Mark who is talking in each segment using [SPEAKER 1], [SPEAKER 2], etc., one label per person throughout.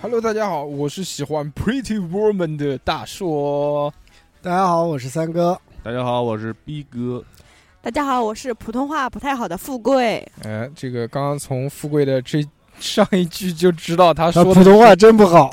[SPEAKER 1] Hello，大家好，我是喜欢 Pretty Woman 的大硕。
[SPEAKER 2] 大家好，我是三哥。
[SPEAKER 3] 大家好，我是逼哥。
[SPEAKER 4] 大家好，我是普通话不太好的富贵。
[SPEAKER 1] 哎，这个刚刚从富贵的这上一句就知道他
[SPEAKER 2] 他
[SPEAKER 1] 说的
[SPEAKER 2] 普通话真不好，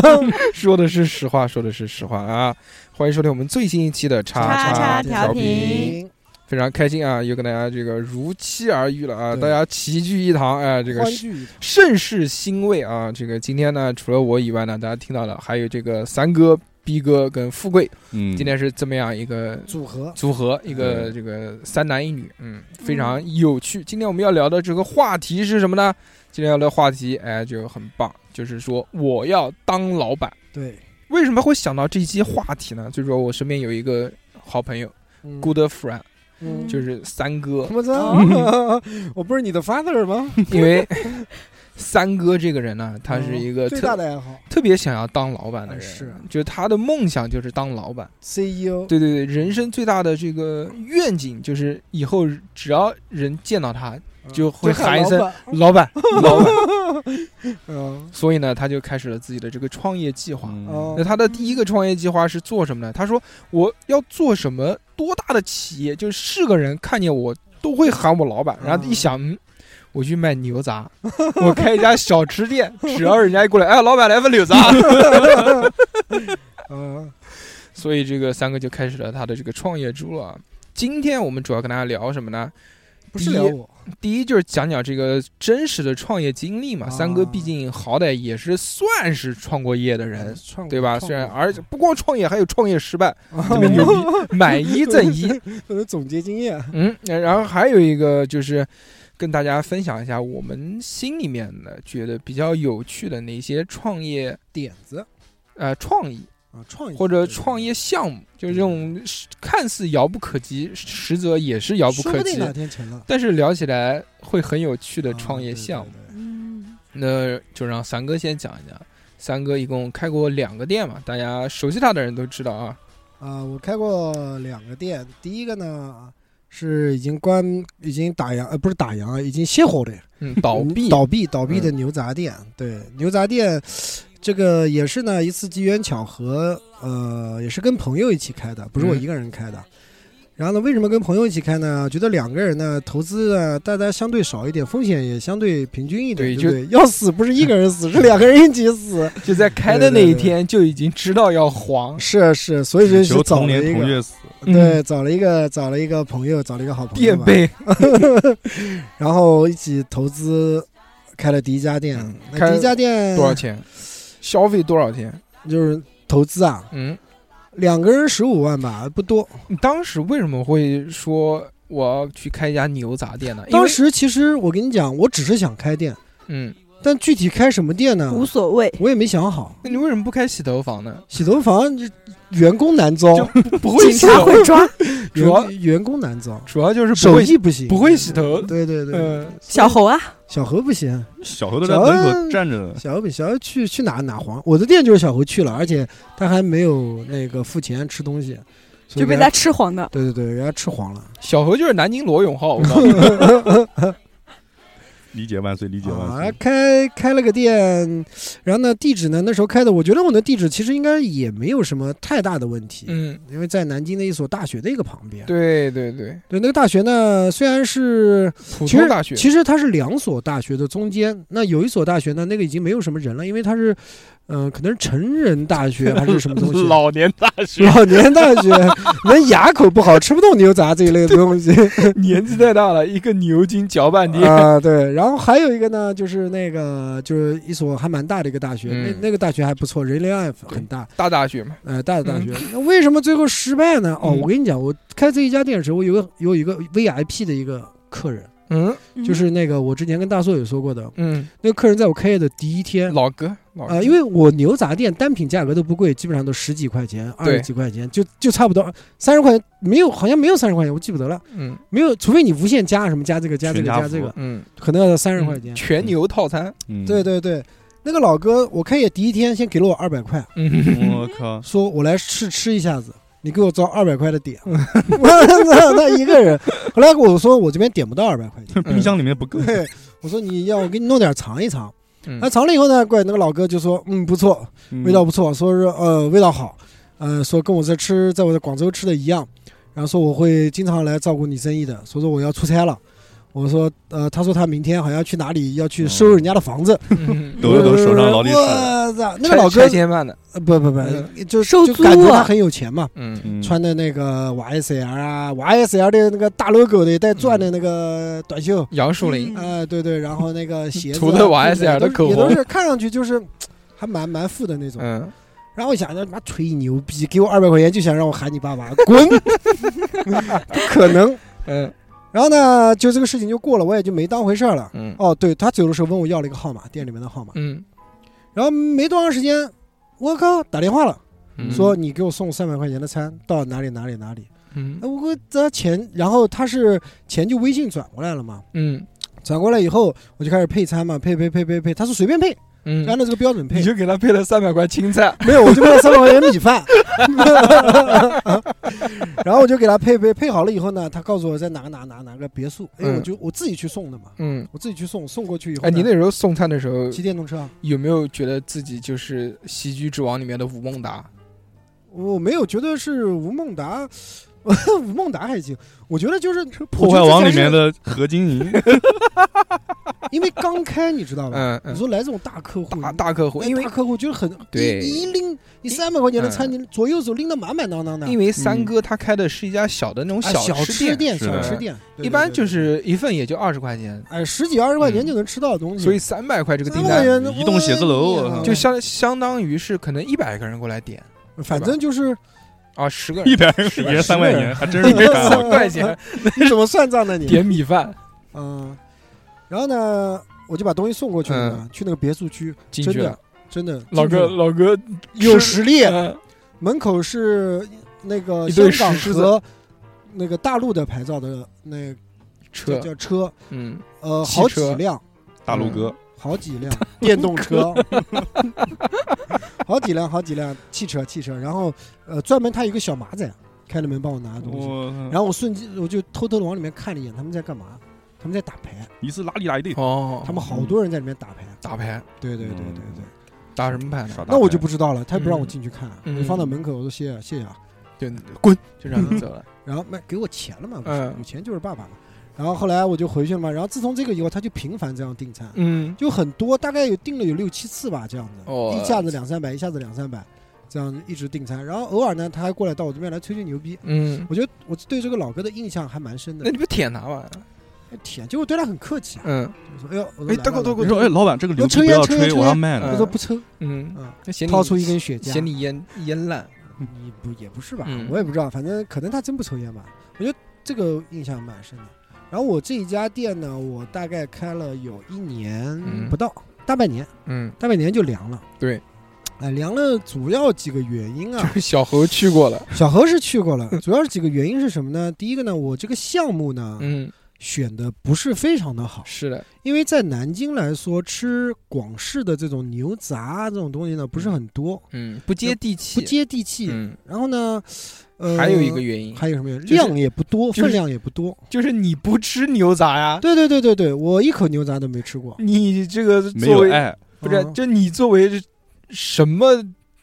[SPEAKER 1] 说的是实话，说的是实话啊！欢迎收听我们最新一期的叉
[SPEAKER 4] 叉叉
[SPEAKER 1] 调
[SPEAKER 4] 啊调频，
[SPEAKER 1] 非常开心啊，又跟大家这个如期而遇了啊！
[SPEAKER 2] 对
[SPEAKER 1] 大家齐聚一堂，哎，这个
[SPEAKER 2] 欢聚一堂。
[SPEAKER 1] 甚是欣慰啊！这个今天呢，除了我以外呢，大家听到了还有这个三哥、逼哥跟富贵，
[SPEAKER 3] 嗯
[SPEAKER 1] 今天是这么样一个
[SPEAKER 2] 组合，
[SPEAKER 1] 组合，一个这个三男一女，嗯，非常有趣。今天我们要聊的这个话题是什么呢？今天要聊的话题，哎，就很棒，就是说我要当老板。
[SPEAKER 2] 对，
[SPEAKER 1] 为什么会想到这一期话题呢？就是说我身边有一个好朋友
[SPEAKER 2] 嗯
[SPEAKER 1] ，good friend，
[SPEAKER 2] 嗯
[SPEAKER 1] 就是三哥
[SPEAKER 2] 什，么操？
[SPEAKER 4] 哦
[SPEAKER 2] 我不是你的 father 吗？
[SPEAKER 1] 因为三哥这个人呢，他是一个
[SPEAKER 2] 哦最大
[SPEAKER 1] 呃特
[SPEAKER 2] 的爱好
[SPEAKER 1] 特别想要当老板的人，
[SPEAKER 2] 啊是啊
[SPEAKER 1] 就是他的梦想就是当老板。
[SPEAKER 2] CEO。
[SPEAKER 1] 对对对，人生最大的这个愿景就是以后只要人见到他，
[SPEAKER 2] 嗯
[SPEAKER 1] 就会
[SPEAKER 2] 喊
[SPEAKER 1] 喊一声老
[SPEAKER 2] 老板
[SPEAKER 1] 板，老板。
[SPEAKER 2] 嗯
[SPEAKER 1] 所以呢，他就开始了自己的这个创业计划。
[SPEAKER 3] 嗯
[SPEAKER 1] 那
[SPEAKER 2] 哦，
[SPEAKER 1] 他的第一个创业计划是做什么呢？他说我要做什么多大的企业，就是是个人看见我都会喊我老板。然后一想，嗯，我去卖牛杂， 我开一家小吃店，只要人家一过来，哎，老板来份牛杂。
[SPEAKER 2] 哦 嗯，
[SPEAKER 1] 所以这个三哥就开始了他的这个创业之路啊。今天我们主要跟大家聊什么呢？
[SPEAKER 2] 不是聊我，
[SPEAKER 1] 第一就是讲讲这个真实的创业经历嘛。
[SPEAKER 2] 啊
[SPEAKER 1] 三哥毕竟好歹也是算是创过业的人，
[SPEAKER 2] 创
[SPEAKER 1] 对吧？
[SPEAKER 2] 嗯创
[SPEAKER 1] 虽然而且不光创业，还有创业失 败，特别牛
[SPEAKER 2] 我
[SPEAKER 1] 逼，哦 买一赠一。
[SPEAKER 2] 的总结经验，
[SPEAKER 1] 嗯，然后还有一个就是跟大家分享一下我们心里面的觉得比较有趣的那些创业
[SPEAKER 2] 点子
[SPEAKER 1] 呃创意
[SPEAKER 2] 啊，创意
[SPEAKER 1] 或者
[SPEAKER 2] 对
[SPEAKER 1] 创业项目，就是这种看似遥不可及，实则也是遥不
[SPEAKER 2] 说
[SPEAKER 1] 可
[SPEAKER 2] 不定
[SPEAKER 1] 及
[SPEAKER 2] 哪，天成了
[SPEAKER 1] 但是聊起来会很有趣的
[SPEAKER 2] 啊
[SPEAKER 1] 创业
[SPEAKER 2] 对对
[SPEAKER 1] 项目。
[SPEAKER 2] 对
[SPEAKER 4] 嗯，
[SPEAKER 1] 那就让三哥先讲一讲。三哥一共开过两个店嘛，大家熟悉他的人都知道啊。
[SPEAKER 2] 啊，我开过两个店，第一个呢是已经关、已经打烊，呃，不是打烊啊，已经歇火的
[SPEAKER 1] 嗯，倒闭，
[SPEAKER 2] 倒闭、嗯倒闭的牛杂店。对，牛杂店这个也是呢一次机缘巧合，呃，也是跟朋友一起开的，不是我
[SPEAKER 1] 嗯
[SPEAKER 2] 一个人开的。然后呢，为什么跟朋友一起开呢？觉得两个人呢，投资呢，大家相对少一点，风险也相对平均一点，
[SPEAKER 1] 对
[SPEAKER 2] 对不对？要死不是一个人死，是两个人一起死。
[SPEAKER 1] 就在开的那一天就已经知道要黄。
[SPEAKER 2] 是是，所以就是
[SPEAKER 3] 求
[SPEAKER 2] 找
[SPEAKER 3] 同
[SPEAKER 2] 了
[SPEAKER 3] 年
[SPEAKER 2] 一
[SPEAKER 3] 同
[SPEAKER 2] 个，
[SPEAKER 3] 月死，
[SPEAKER 2] 对，找了一个找了一个朋友，找了一个好朋友
[SPEAKER 1] 垫
[SPEAKER 2] 吧。
[SPEAKER 1] 背，
[SPEAKER 2] 然后一起投资开了第一家店。
[SPEAKER 1] 嗯
[SPEAKER 2] 那
[SPEAKER 1] 开
[SPEAKER 2] 第一家店
[SPEAKER 1] 多少？钱？消费多少钱？
[SPEAKER 2] 就是投资啊，
[SPEAKER 1] 嗯，
[SPEAKER 2] 两个人十五万吧，不多。
[SPEAKER 1] 你当时为什么会说我要去开一家牛杂店呢？因为
[SPEAKER 2] 当，时其实我跟你讲，我只是想开店，
[SPEAKER 1] 嗯，
[SPEAKER 2] 但具体开什么店呢？
[SPEAKER 4] 无所谓，
[SPEAKER 2] 我也没想好。
[SPEAKER 1] 那你为什么不开洗头房呢？
[SPEAKER 2] 洗头房这员工难招，
[SPEAKER 1] 不会
[SPEAKER 4] 警
[SPEAKER 1] 洗
[SPEAKER 4] 察
[SPEAKER 1] 头，
[SPEAKER 4] 会抓
[SPEAKER 1] 主要
[SPEAKER 2] 员员工难招，
[SPEAKER 1] 主要就是不
[SPEAKER 2] 手
[SPEAKER 1] 会
[SPEAKER 2] 艺不行，
[SPEAKER 1] 不会洗头。
[SPEAKER 2] 对对对，
[SPEAKER 1] 嗯，
[SPEAKER 4] 小猴啊，
[SPEAKER 2] 小何不行，
[SPEAKER 3] 小何都在门口站着呢。
[SPEAKER 2] 小何比小何去去哪哪黄，我的店就是小何去了，而且他还没有那个付钱吃东西，所以
[SPEAKER 4] 就
[SPEAKER 2] 给
[SPEAKER 4] 被
[SPEAKER 2] 他
[SPEAKER 4] 他吃黄的。
[SPEAKER 2] 对对对，给他吃黄了。
[SPEAKER 1] 小何就是南京罗永浩，我告诉你，
[SPEAKER 3] 理解万岁，理解万
[SPEAKER 2] 啊
[SPEAKER 3] 岁，。
[SPEAKER 2] 开开了个店，然后呢，地址呢，那时候开的，我觉得我的地址其实应该也没有什么太大的问 题，
[SPEAKER 1] 嗯，
[SPEAKER 2] 因为在南京的一所大学的一个旁边。
[SPEAKER 1] 对对对，
[SPEAKER 2] 对，那个大学呢，虽然是
[SPEAKER 1] 普
[SPEAKER 2] 其
[SPEAKER 1] 通
[SPEAKER 2] 实
[SPEAKER 1] 大学，。
[SPEAKER 2] 其实它是两所大学的中间，那有一所大学呢，那个已经没有什么人了，因为它是，嗯，可能是成人大学还是什么东西
[SPEAKER 1] 老年大学，
[SPEAKER 2] 老年大 学，人牙口不好，吃不动牛杂这一类的东西
[SPEAKER 1] 年纪太大了，一个牛筋嚼半天。
[SPEAKER 2] 啊。对，然后还有一个呢，就是那个就是一所还蛮大的一个大学，
[SPEAKER 1] 嗯
[SPEAKER 2] 那那个大学还不错，人流量也很大，
[SPEAKER 1] 大大学嘛，
[SPEAKER 2] 呃，大的大学。那为什么最后失败呢？哦，
[SPEAKER 1] 嗯
[SPEAKER 2] 我跟你讲，我开这一家店的时候，我有个有一个 VIP 的一个客人，
[SPEAKER 1] 嗯
[SPEAKER 2] 就是那个我之前跟大硕有说过的，
[SPEAKER 1] 嗯，
[SPEAKER 2] 那个客人在我开业的第一天。
[SPEAKER 1] 老哥，老哥，
[SPEAKER 2] 啊，因为我牛杂店单品价格都不贵，基本上都十几块钱、二十几块钱，就就差不多三十块钱，没有好像没有三十块钱，我记不得了，
[SPEAKER 1] 嗯
[SPEAKER 2] 没有，除非你无限加什么加这个加这个
[SPEAKER 3] 全家
[SPEAKER 2] 加这个，
[SPEAKER 1] 嗯，
[SPEAKER 2] 可能要到三十块钱。
[SPEAKER 1] 全牛套餐，
[SPEAKER 3] 嗯
[SPEAKER 2] 对，对对，那个老哥，我开业第一天先给了我二百块，
[SPEAKER 1] 嗯，
[SPEAKER 3] 我靠，
[SPEAKER 2] 说我来试吃一下子，你给我招二百块的点， 我操，他一个人。后来我说我这边点不到二百块钱，嗯
[SPEAKER 3] 冰箱里面不够。
[SPEAKER 2] 对，我说你要我给你弄点尝一尝。
[SPEAKER 1] 嗯
[SPEAKER 2] 那尝了以后呢，怪那个老哥就说，嗯，不错，味道不错，说是呃味道好，呃说跟我在吃在我在广州吃的一样，然后说我会经常来照顾你生意的，所以说我要出差了。我说，呃，他说他明天好像要去哪里，要去收人家的房子，
[SPEAKER 1] 嗯
[SPEAKER 3] 抖一抖手上劳力士
[SPEAKER 2] 我操，那个老哥
[SPEAKER 1] 拆拆，迁办的，
[SPEAKER 2] 呃不不不，
[SPEAKER 1] 嗯
[SPEAKER 2] 就
[SPEAKER 4] 收
[SPEAKER 2] 就
[SPEAKER 4] 租
[SPEAKER 2] 感觉
[SPEAKER 4] 啊
[SPEAKER 2] 他很有钱嘛，
[SPEAKER 1] 嗯，
[SPEAKER 3] 嗯
[SPEAKER 2] 穿的那个 YSL 啊，YSL 的那个大 logo 的带钻的那个短袖，
[SPEAKER 1] 杨树林，
[SPEAKER 4] 嗯
[SPEAKER 2] 啊，对对，然后那个鞋子啊
[SPEAKER 1] 涂的
[SPEAKER 2] 裤子
[SPEAKER 1] YSL 的
[SPEAKER 2] 也都是
[SPEAKER 1] 口
[SPEAKER 2] 也都
[SPEAKER 1] 红
[SPEAKER 2] 是看上去就是还蛮蛮富的那种。
[SPEAKER 1] 嗯，
[SPEAKER 2] 然后我想着妈吹牛逼，给我二百块钱就想让我喊你爸爸，滚， 不可能。
[SPEAKER 1] 嗯
[SPEAKER 2] 然后呢，就这个事情就过了，我也就没当回事儿了。
[SPEAKER 1] 嗯
[SPEAKER 2] 哦，对他走的时候问我要了一个号码，店里面的号码。
[SPEAKER 1] 嗯
[SPEAKER 2] 然后没多长时间，我靠，打电话了，
[SPEAKER 1] 嗯，
[SPEAKER 2] 说你给我送三百块钱的餐到哪里哪里哪里。
[SPEAKER 1] 嗯
[SPEAKER 2] 哎，我给我这钱，然后他是钱就微信转过来了嘛，
[SPEAKER 1] 嗯
[SPEAKER 2] 转过来以后我就开始配餐嘛，配配配配配，他说随便配，
[SPEAKER 1] 嗯，
[SPEAKER 2] 按照这个标准配
[SPEAKER 1] 你。就给他配了三百块青菜，
[SPEAKER 2] 没有，我就配了三百块钱米饭， 然后我就给他配配配好了以后呢，他告诉我在哪个哪哪哪个别墅，哎，
[SPEAKER 1] 嗯
[SPEAKER 2] 我就我自己去送的嘛，
[SPEAKER 1] 嗯，
[SPEAKER 2] 我自己去送，送过去以后呢，
[SPEAKER 1] 哎，你那时候送餐的时候
[SPEAKER 2] 骑电动车啊？
[SPEAKER 1] 有没有觉得自己就是《喜剧之王》里面的吴孟达？
[SPEAKER 2] 我没有觉得是吴孟达， 吴孟达还行，我觉得就是
[SPEAKER 3] 破坏王里面，的何金银，
[SPEAKER 2] 我觉得这才是因为刚开你知道吧？
[SPEAKER 1] 嗯
[SPEAKER 2] 你
[SPEAKER 1] 嗯，
[SPEAKER 2] 说来这种大客户，
[SPEAKER 1] 大大客户，
[SPEAKER 2] 哎
[SPEAKER 1] 因为
[SPEAKER 2] 大客户就是很，
[SPEAKER 1] 对
[SPEAKER 2] 你你一拎你三百块钱的餐，
[SPEAKER 1] 嗯
[SPEAKER 2] 你左右手拎得满满当当的，
[SPEAKER 1] 因
[SPEAKER 2] 为
[SPEAKER 1] 为三哥他开的是一家啊小的那种
[SPEAKER 2] 小
[SPEAKER 1] 吃店，
[SPEAKER 2] 店
[SPEAKER 3] 是
[SPEAKER 2] 小
[SPEAKER 3] 的
[SPEAKER 2] 吃店，对
[SPEAKER 1] 一般就。是一份也就二十块钱，
[SPEAKER 2] 哎，十几二十块钱就能吃到的东
[SPEAKER 1] 嗯
[SPEAKER 2] 西，
[SPEAKER 1] 所以三百块这个
[SPEAKER 2] 三
[SPEAKER 1] 订
[SPEAKER 2] 百
[SPEAKER 1] 单
[SPEAKER 2] 元的
[SPEAKER 3] 移动写字楼我靠
[SPEAKER 1] 就相相当于是可能一百个人过来点
[SPEAKER 2] 反正就是
[SPEAKER 1] 啊，十个
[SPEAKER 3] 一
[SPEAKER 1] 人
[SPEAKER 3] 百一年三块钱，还真是没干
[SPEAKER 1] 三
[SPEAKER 3] 过。
[SPEAKER 1] 百块钱
[SPEAKER 2] 你怎么算账 的你？
[SPEAKER 1] 点米饭
[SPEAKER 2] 嗯，然后呢，我就把东西送过去了嘛，去那个别墅区，
[SPEAKER 1] 嗯进
[SPEAKER 2] 真
[SPEAKER 1] 去了
[SPEAKER 2] 的。真的，
[SPEAKER 1] 老
[SPEAKER 2] 进去
[SPEAKER 1] 哥，
[SPEAKER 2] 了
[SPEAKER 1] 老哥
[SPEAKER 2] 有实力，
[SPEAKER 1] 嗯
[SPEAKER 2] 门口是那个
[SPEAKER 1] 一
[SPEAKER 2] 香
[SPEAKER 1] 堆
[SPEAKER 2] 港
[SPEAKER 1] 石狮子
[SPEAKER 2] 和那个大陆的牌照的那叫
[SPEAKER 1] 车，
[SPEAKER 2] 叫车，
[SPEAKER 1] 嗯，
[SPEAKER 2] 呃，
[SPEAKER 1] 汽
[SPEAKER 2] 好
[SPEAKER 1] 车
[SPEAKER 2] 几辆，
[SPEAKER 3] 大陆哥，
[SPEAKER 2] 好几辆电动车， 好几辆，好几辆汽车，汽车，然后呃，专门他有一个小马仔开了门帮我拿东西，
[SPEAKER 1] 哦
[SPEAKER 3] 我
[SPEAKER 2] 然后我瞬间我就偷偷的往里面看了一眼，他们在干嘛？他们在打牌，
[SPEAKER 3] 一次拉里拉一地，
[SPEAKER 1] 哦，
[SPEAKER 2] 他们好多人在里面打牌。
[SPEAKER 1] 打牌，
[SPEAKER 2] 对对对对
[SPEAKER 3] 嗯
[SPEAKER 2] 对，
[SPEAKER 1] 打什么牌呢？
[SPEAKER 3] 耍大牌
[SPEAKER 2] 那我就不知道了，他也不让我
[SPEAKER 1] 嗯
[SPEAKER 2] 进去看，
[SPEAKER 1] 嗯
[SPEAKER 2] 我放到门口，我说谢谢啊谢谢啊，
[SPEAKER 1] 就滚，就让他走了。
[SPEAKER 2] 然后没给我钱了嘛，不
[SPEAKER 1] 嗯
[SPEAKER 2] 是有钱就是爸爸嘛。然后后来我就回去了嘛，然后自从这个以后，他就频繁这样订餐，
[SPEAKER 1] 嗯，
[SPEAKER 2] 就很多，大概有订了有六七次吧，这样子，
[SPEAKER 1] 哦
[SPEAKER 2] 一下子两三百，一下子两三百，这样子一直订餐。然后偶尔呢，他还过来到我这边来吹吹牛逼。
[SPEAKER 1] 嗯，
[SPEAKER 2] 我觉得我对这个老哥的印象还蛮深的
[SPEAKER 1] 那，你不舔他吗？
[SPEAKER 2] 天，就我对他很客气啊，
[SPEAKER 1] 嗯
[SPEAKER 2] 我说哎呦，我说
[SPEAKER 1] 哎
[SPEAKER 2] 来
[SPEAKER 1] 大哥
[SPEAKER 2] 吧
[SPEAKER 1] 大哥
[SPEAKER 3] 我说哎，老板这个牛
[SPEAKER 2] 抽
[SPEAKER 3] 逼不
[SPEAKER 2] 烟
[SPEAKER 3] 要
[SPEAKER 2] 抽烟
[SPEAKER 3] 吹，
[SPEAKER 2] 抽
[SPEAKER 3] 我要
[SPEAKER 2] 烟
[SPEAKER 3] 卖
[SPEAKER 2] 我
[SPEAKER 3] 了。
[SPEAKER 2] 说不抽，
[SPEAKER 1] 嗯，
[SPEAKER 2] 嗯，
[SPEAKER 1] 那嫌哎你
[SPEAKER 2] 掏出一根雪茄，
[SPEAKER 1] 嫌你烟烟烂，
[SPEAKER 2] 你不也不是吧
[SPEAKER 1] 嗯？
[SPEAKER 2] 我也不知道，反正可能他真不抽烟吧。我觉得这个印象蛮深的。然后我这一家店呢，我大概开了有一年
[SPEAKER 1] 嗯
[SPEAKER 2] 不到，大半年，
[SPEAKER 1] 嗯，
[SPEAKER 2] 大半年就凉了。
[SPEAKER 1] 对，
[SPEAKER 2] 哎，凉了主要几个原因啊。
[SPEAKER 1] 就是小猴去过了，
[SPEAKER 2] 小何是去过了， 主要是几个原因是什么呢？第一个呢，我这个项目呢
[SPEAKER 1] 嗯，
[SPEAKER 2] 选的不是非常的好，
[SPEAKER 1] 是的，
[SPEAKER 2] 因为在南京来说，吃广式的这种牛杂这种东西呢不是很多，
[SPEAKER 1] 嗯，不接地气，
[SPEAKER 2] 不接地气。
[SPEAKER 1] 嗯，
[SPEAKER 2] 然后呢，呃，
[SPEAKER 1] 还有一个原因
[SPEAKER 2] 还有什么原因？
[SPEAKER 1] 就是
[SPEAKER 2] 量也不多，
[SPEAKER 1] 就是
[SPEAKER 2] 分量也不多。
[SPEAKER 1] 就是你不吃牛杂呀，
[SPEAKER 2] 对对对对对，我一口牛杂都没吃过。
[SPEAKER 1] 你这个
[SPEAKER 3] 没
[SPEAKER 1] 作
[SPEAKER 3] 有
[SPEAKER 1] 为
[SPEAKER 3] 爱，
[SPEAKER 1] 不是
[SPEAKER 2] 嗯，
[SPEAKER 1] 就你作为什么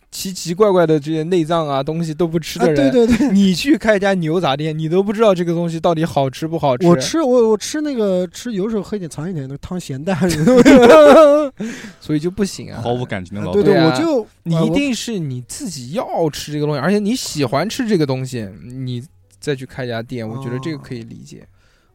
[SPEAKER 1] 奇奇怪怪的这些内脏啊东西都不吃
[SPEAKER 2] 啊，
[SPEAKER 1] 的
[SPEAKER 2] 对
[SPEAKER 1] 人，
[SPEAKER 2] 对 对，
[SPEAKER 1] 你去开一家牛杂店，你都不知道这个东西到底好吃不好吃。
[SPEAKER 2] 我吃我我吃那个吃，有时候喝一点尝一点那个汤咸蛋。
[SPEAKER 1] 所以就不行啊。
[SPEAKER 3] 毫无感情的老
[SPEAKER 2] 对
[SPEAKER 3] 板。
[SPEAKER 1] 对啊
[SPEAKER 2] 我就
[SPEAKER 1] 你
[SPEAKER 2] 啊
[SPEAKER 1] 一
[SPEAKER 2] 我
[SPEAKER 1] 定是你自己要吃这个东西，而且你喜欢吃这个东西，你再去开一家店，我觉得这个可以理解。
[SPEAKER 2] 嗯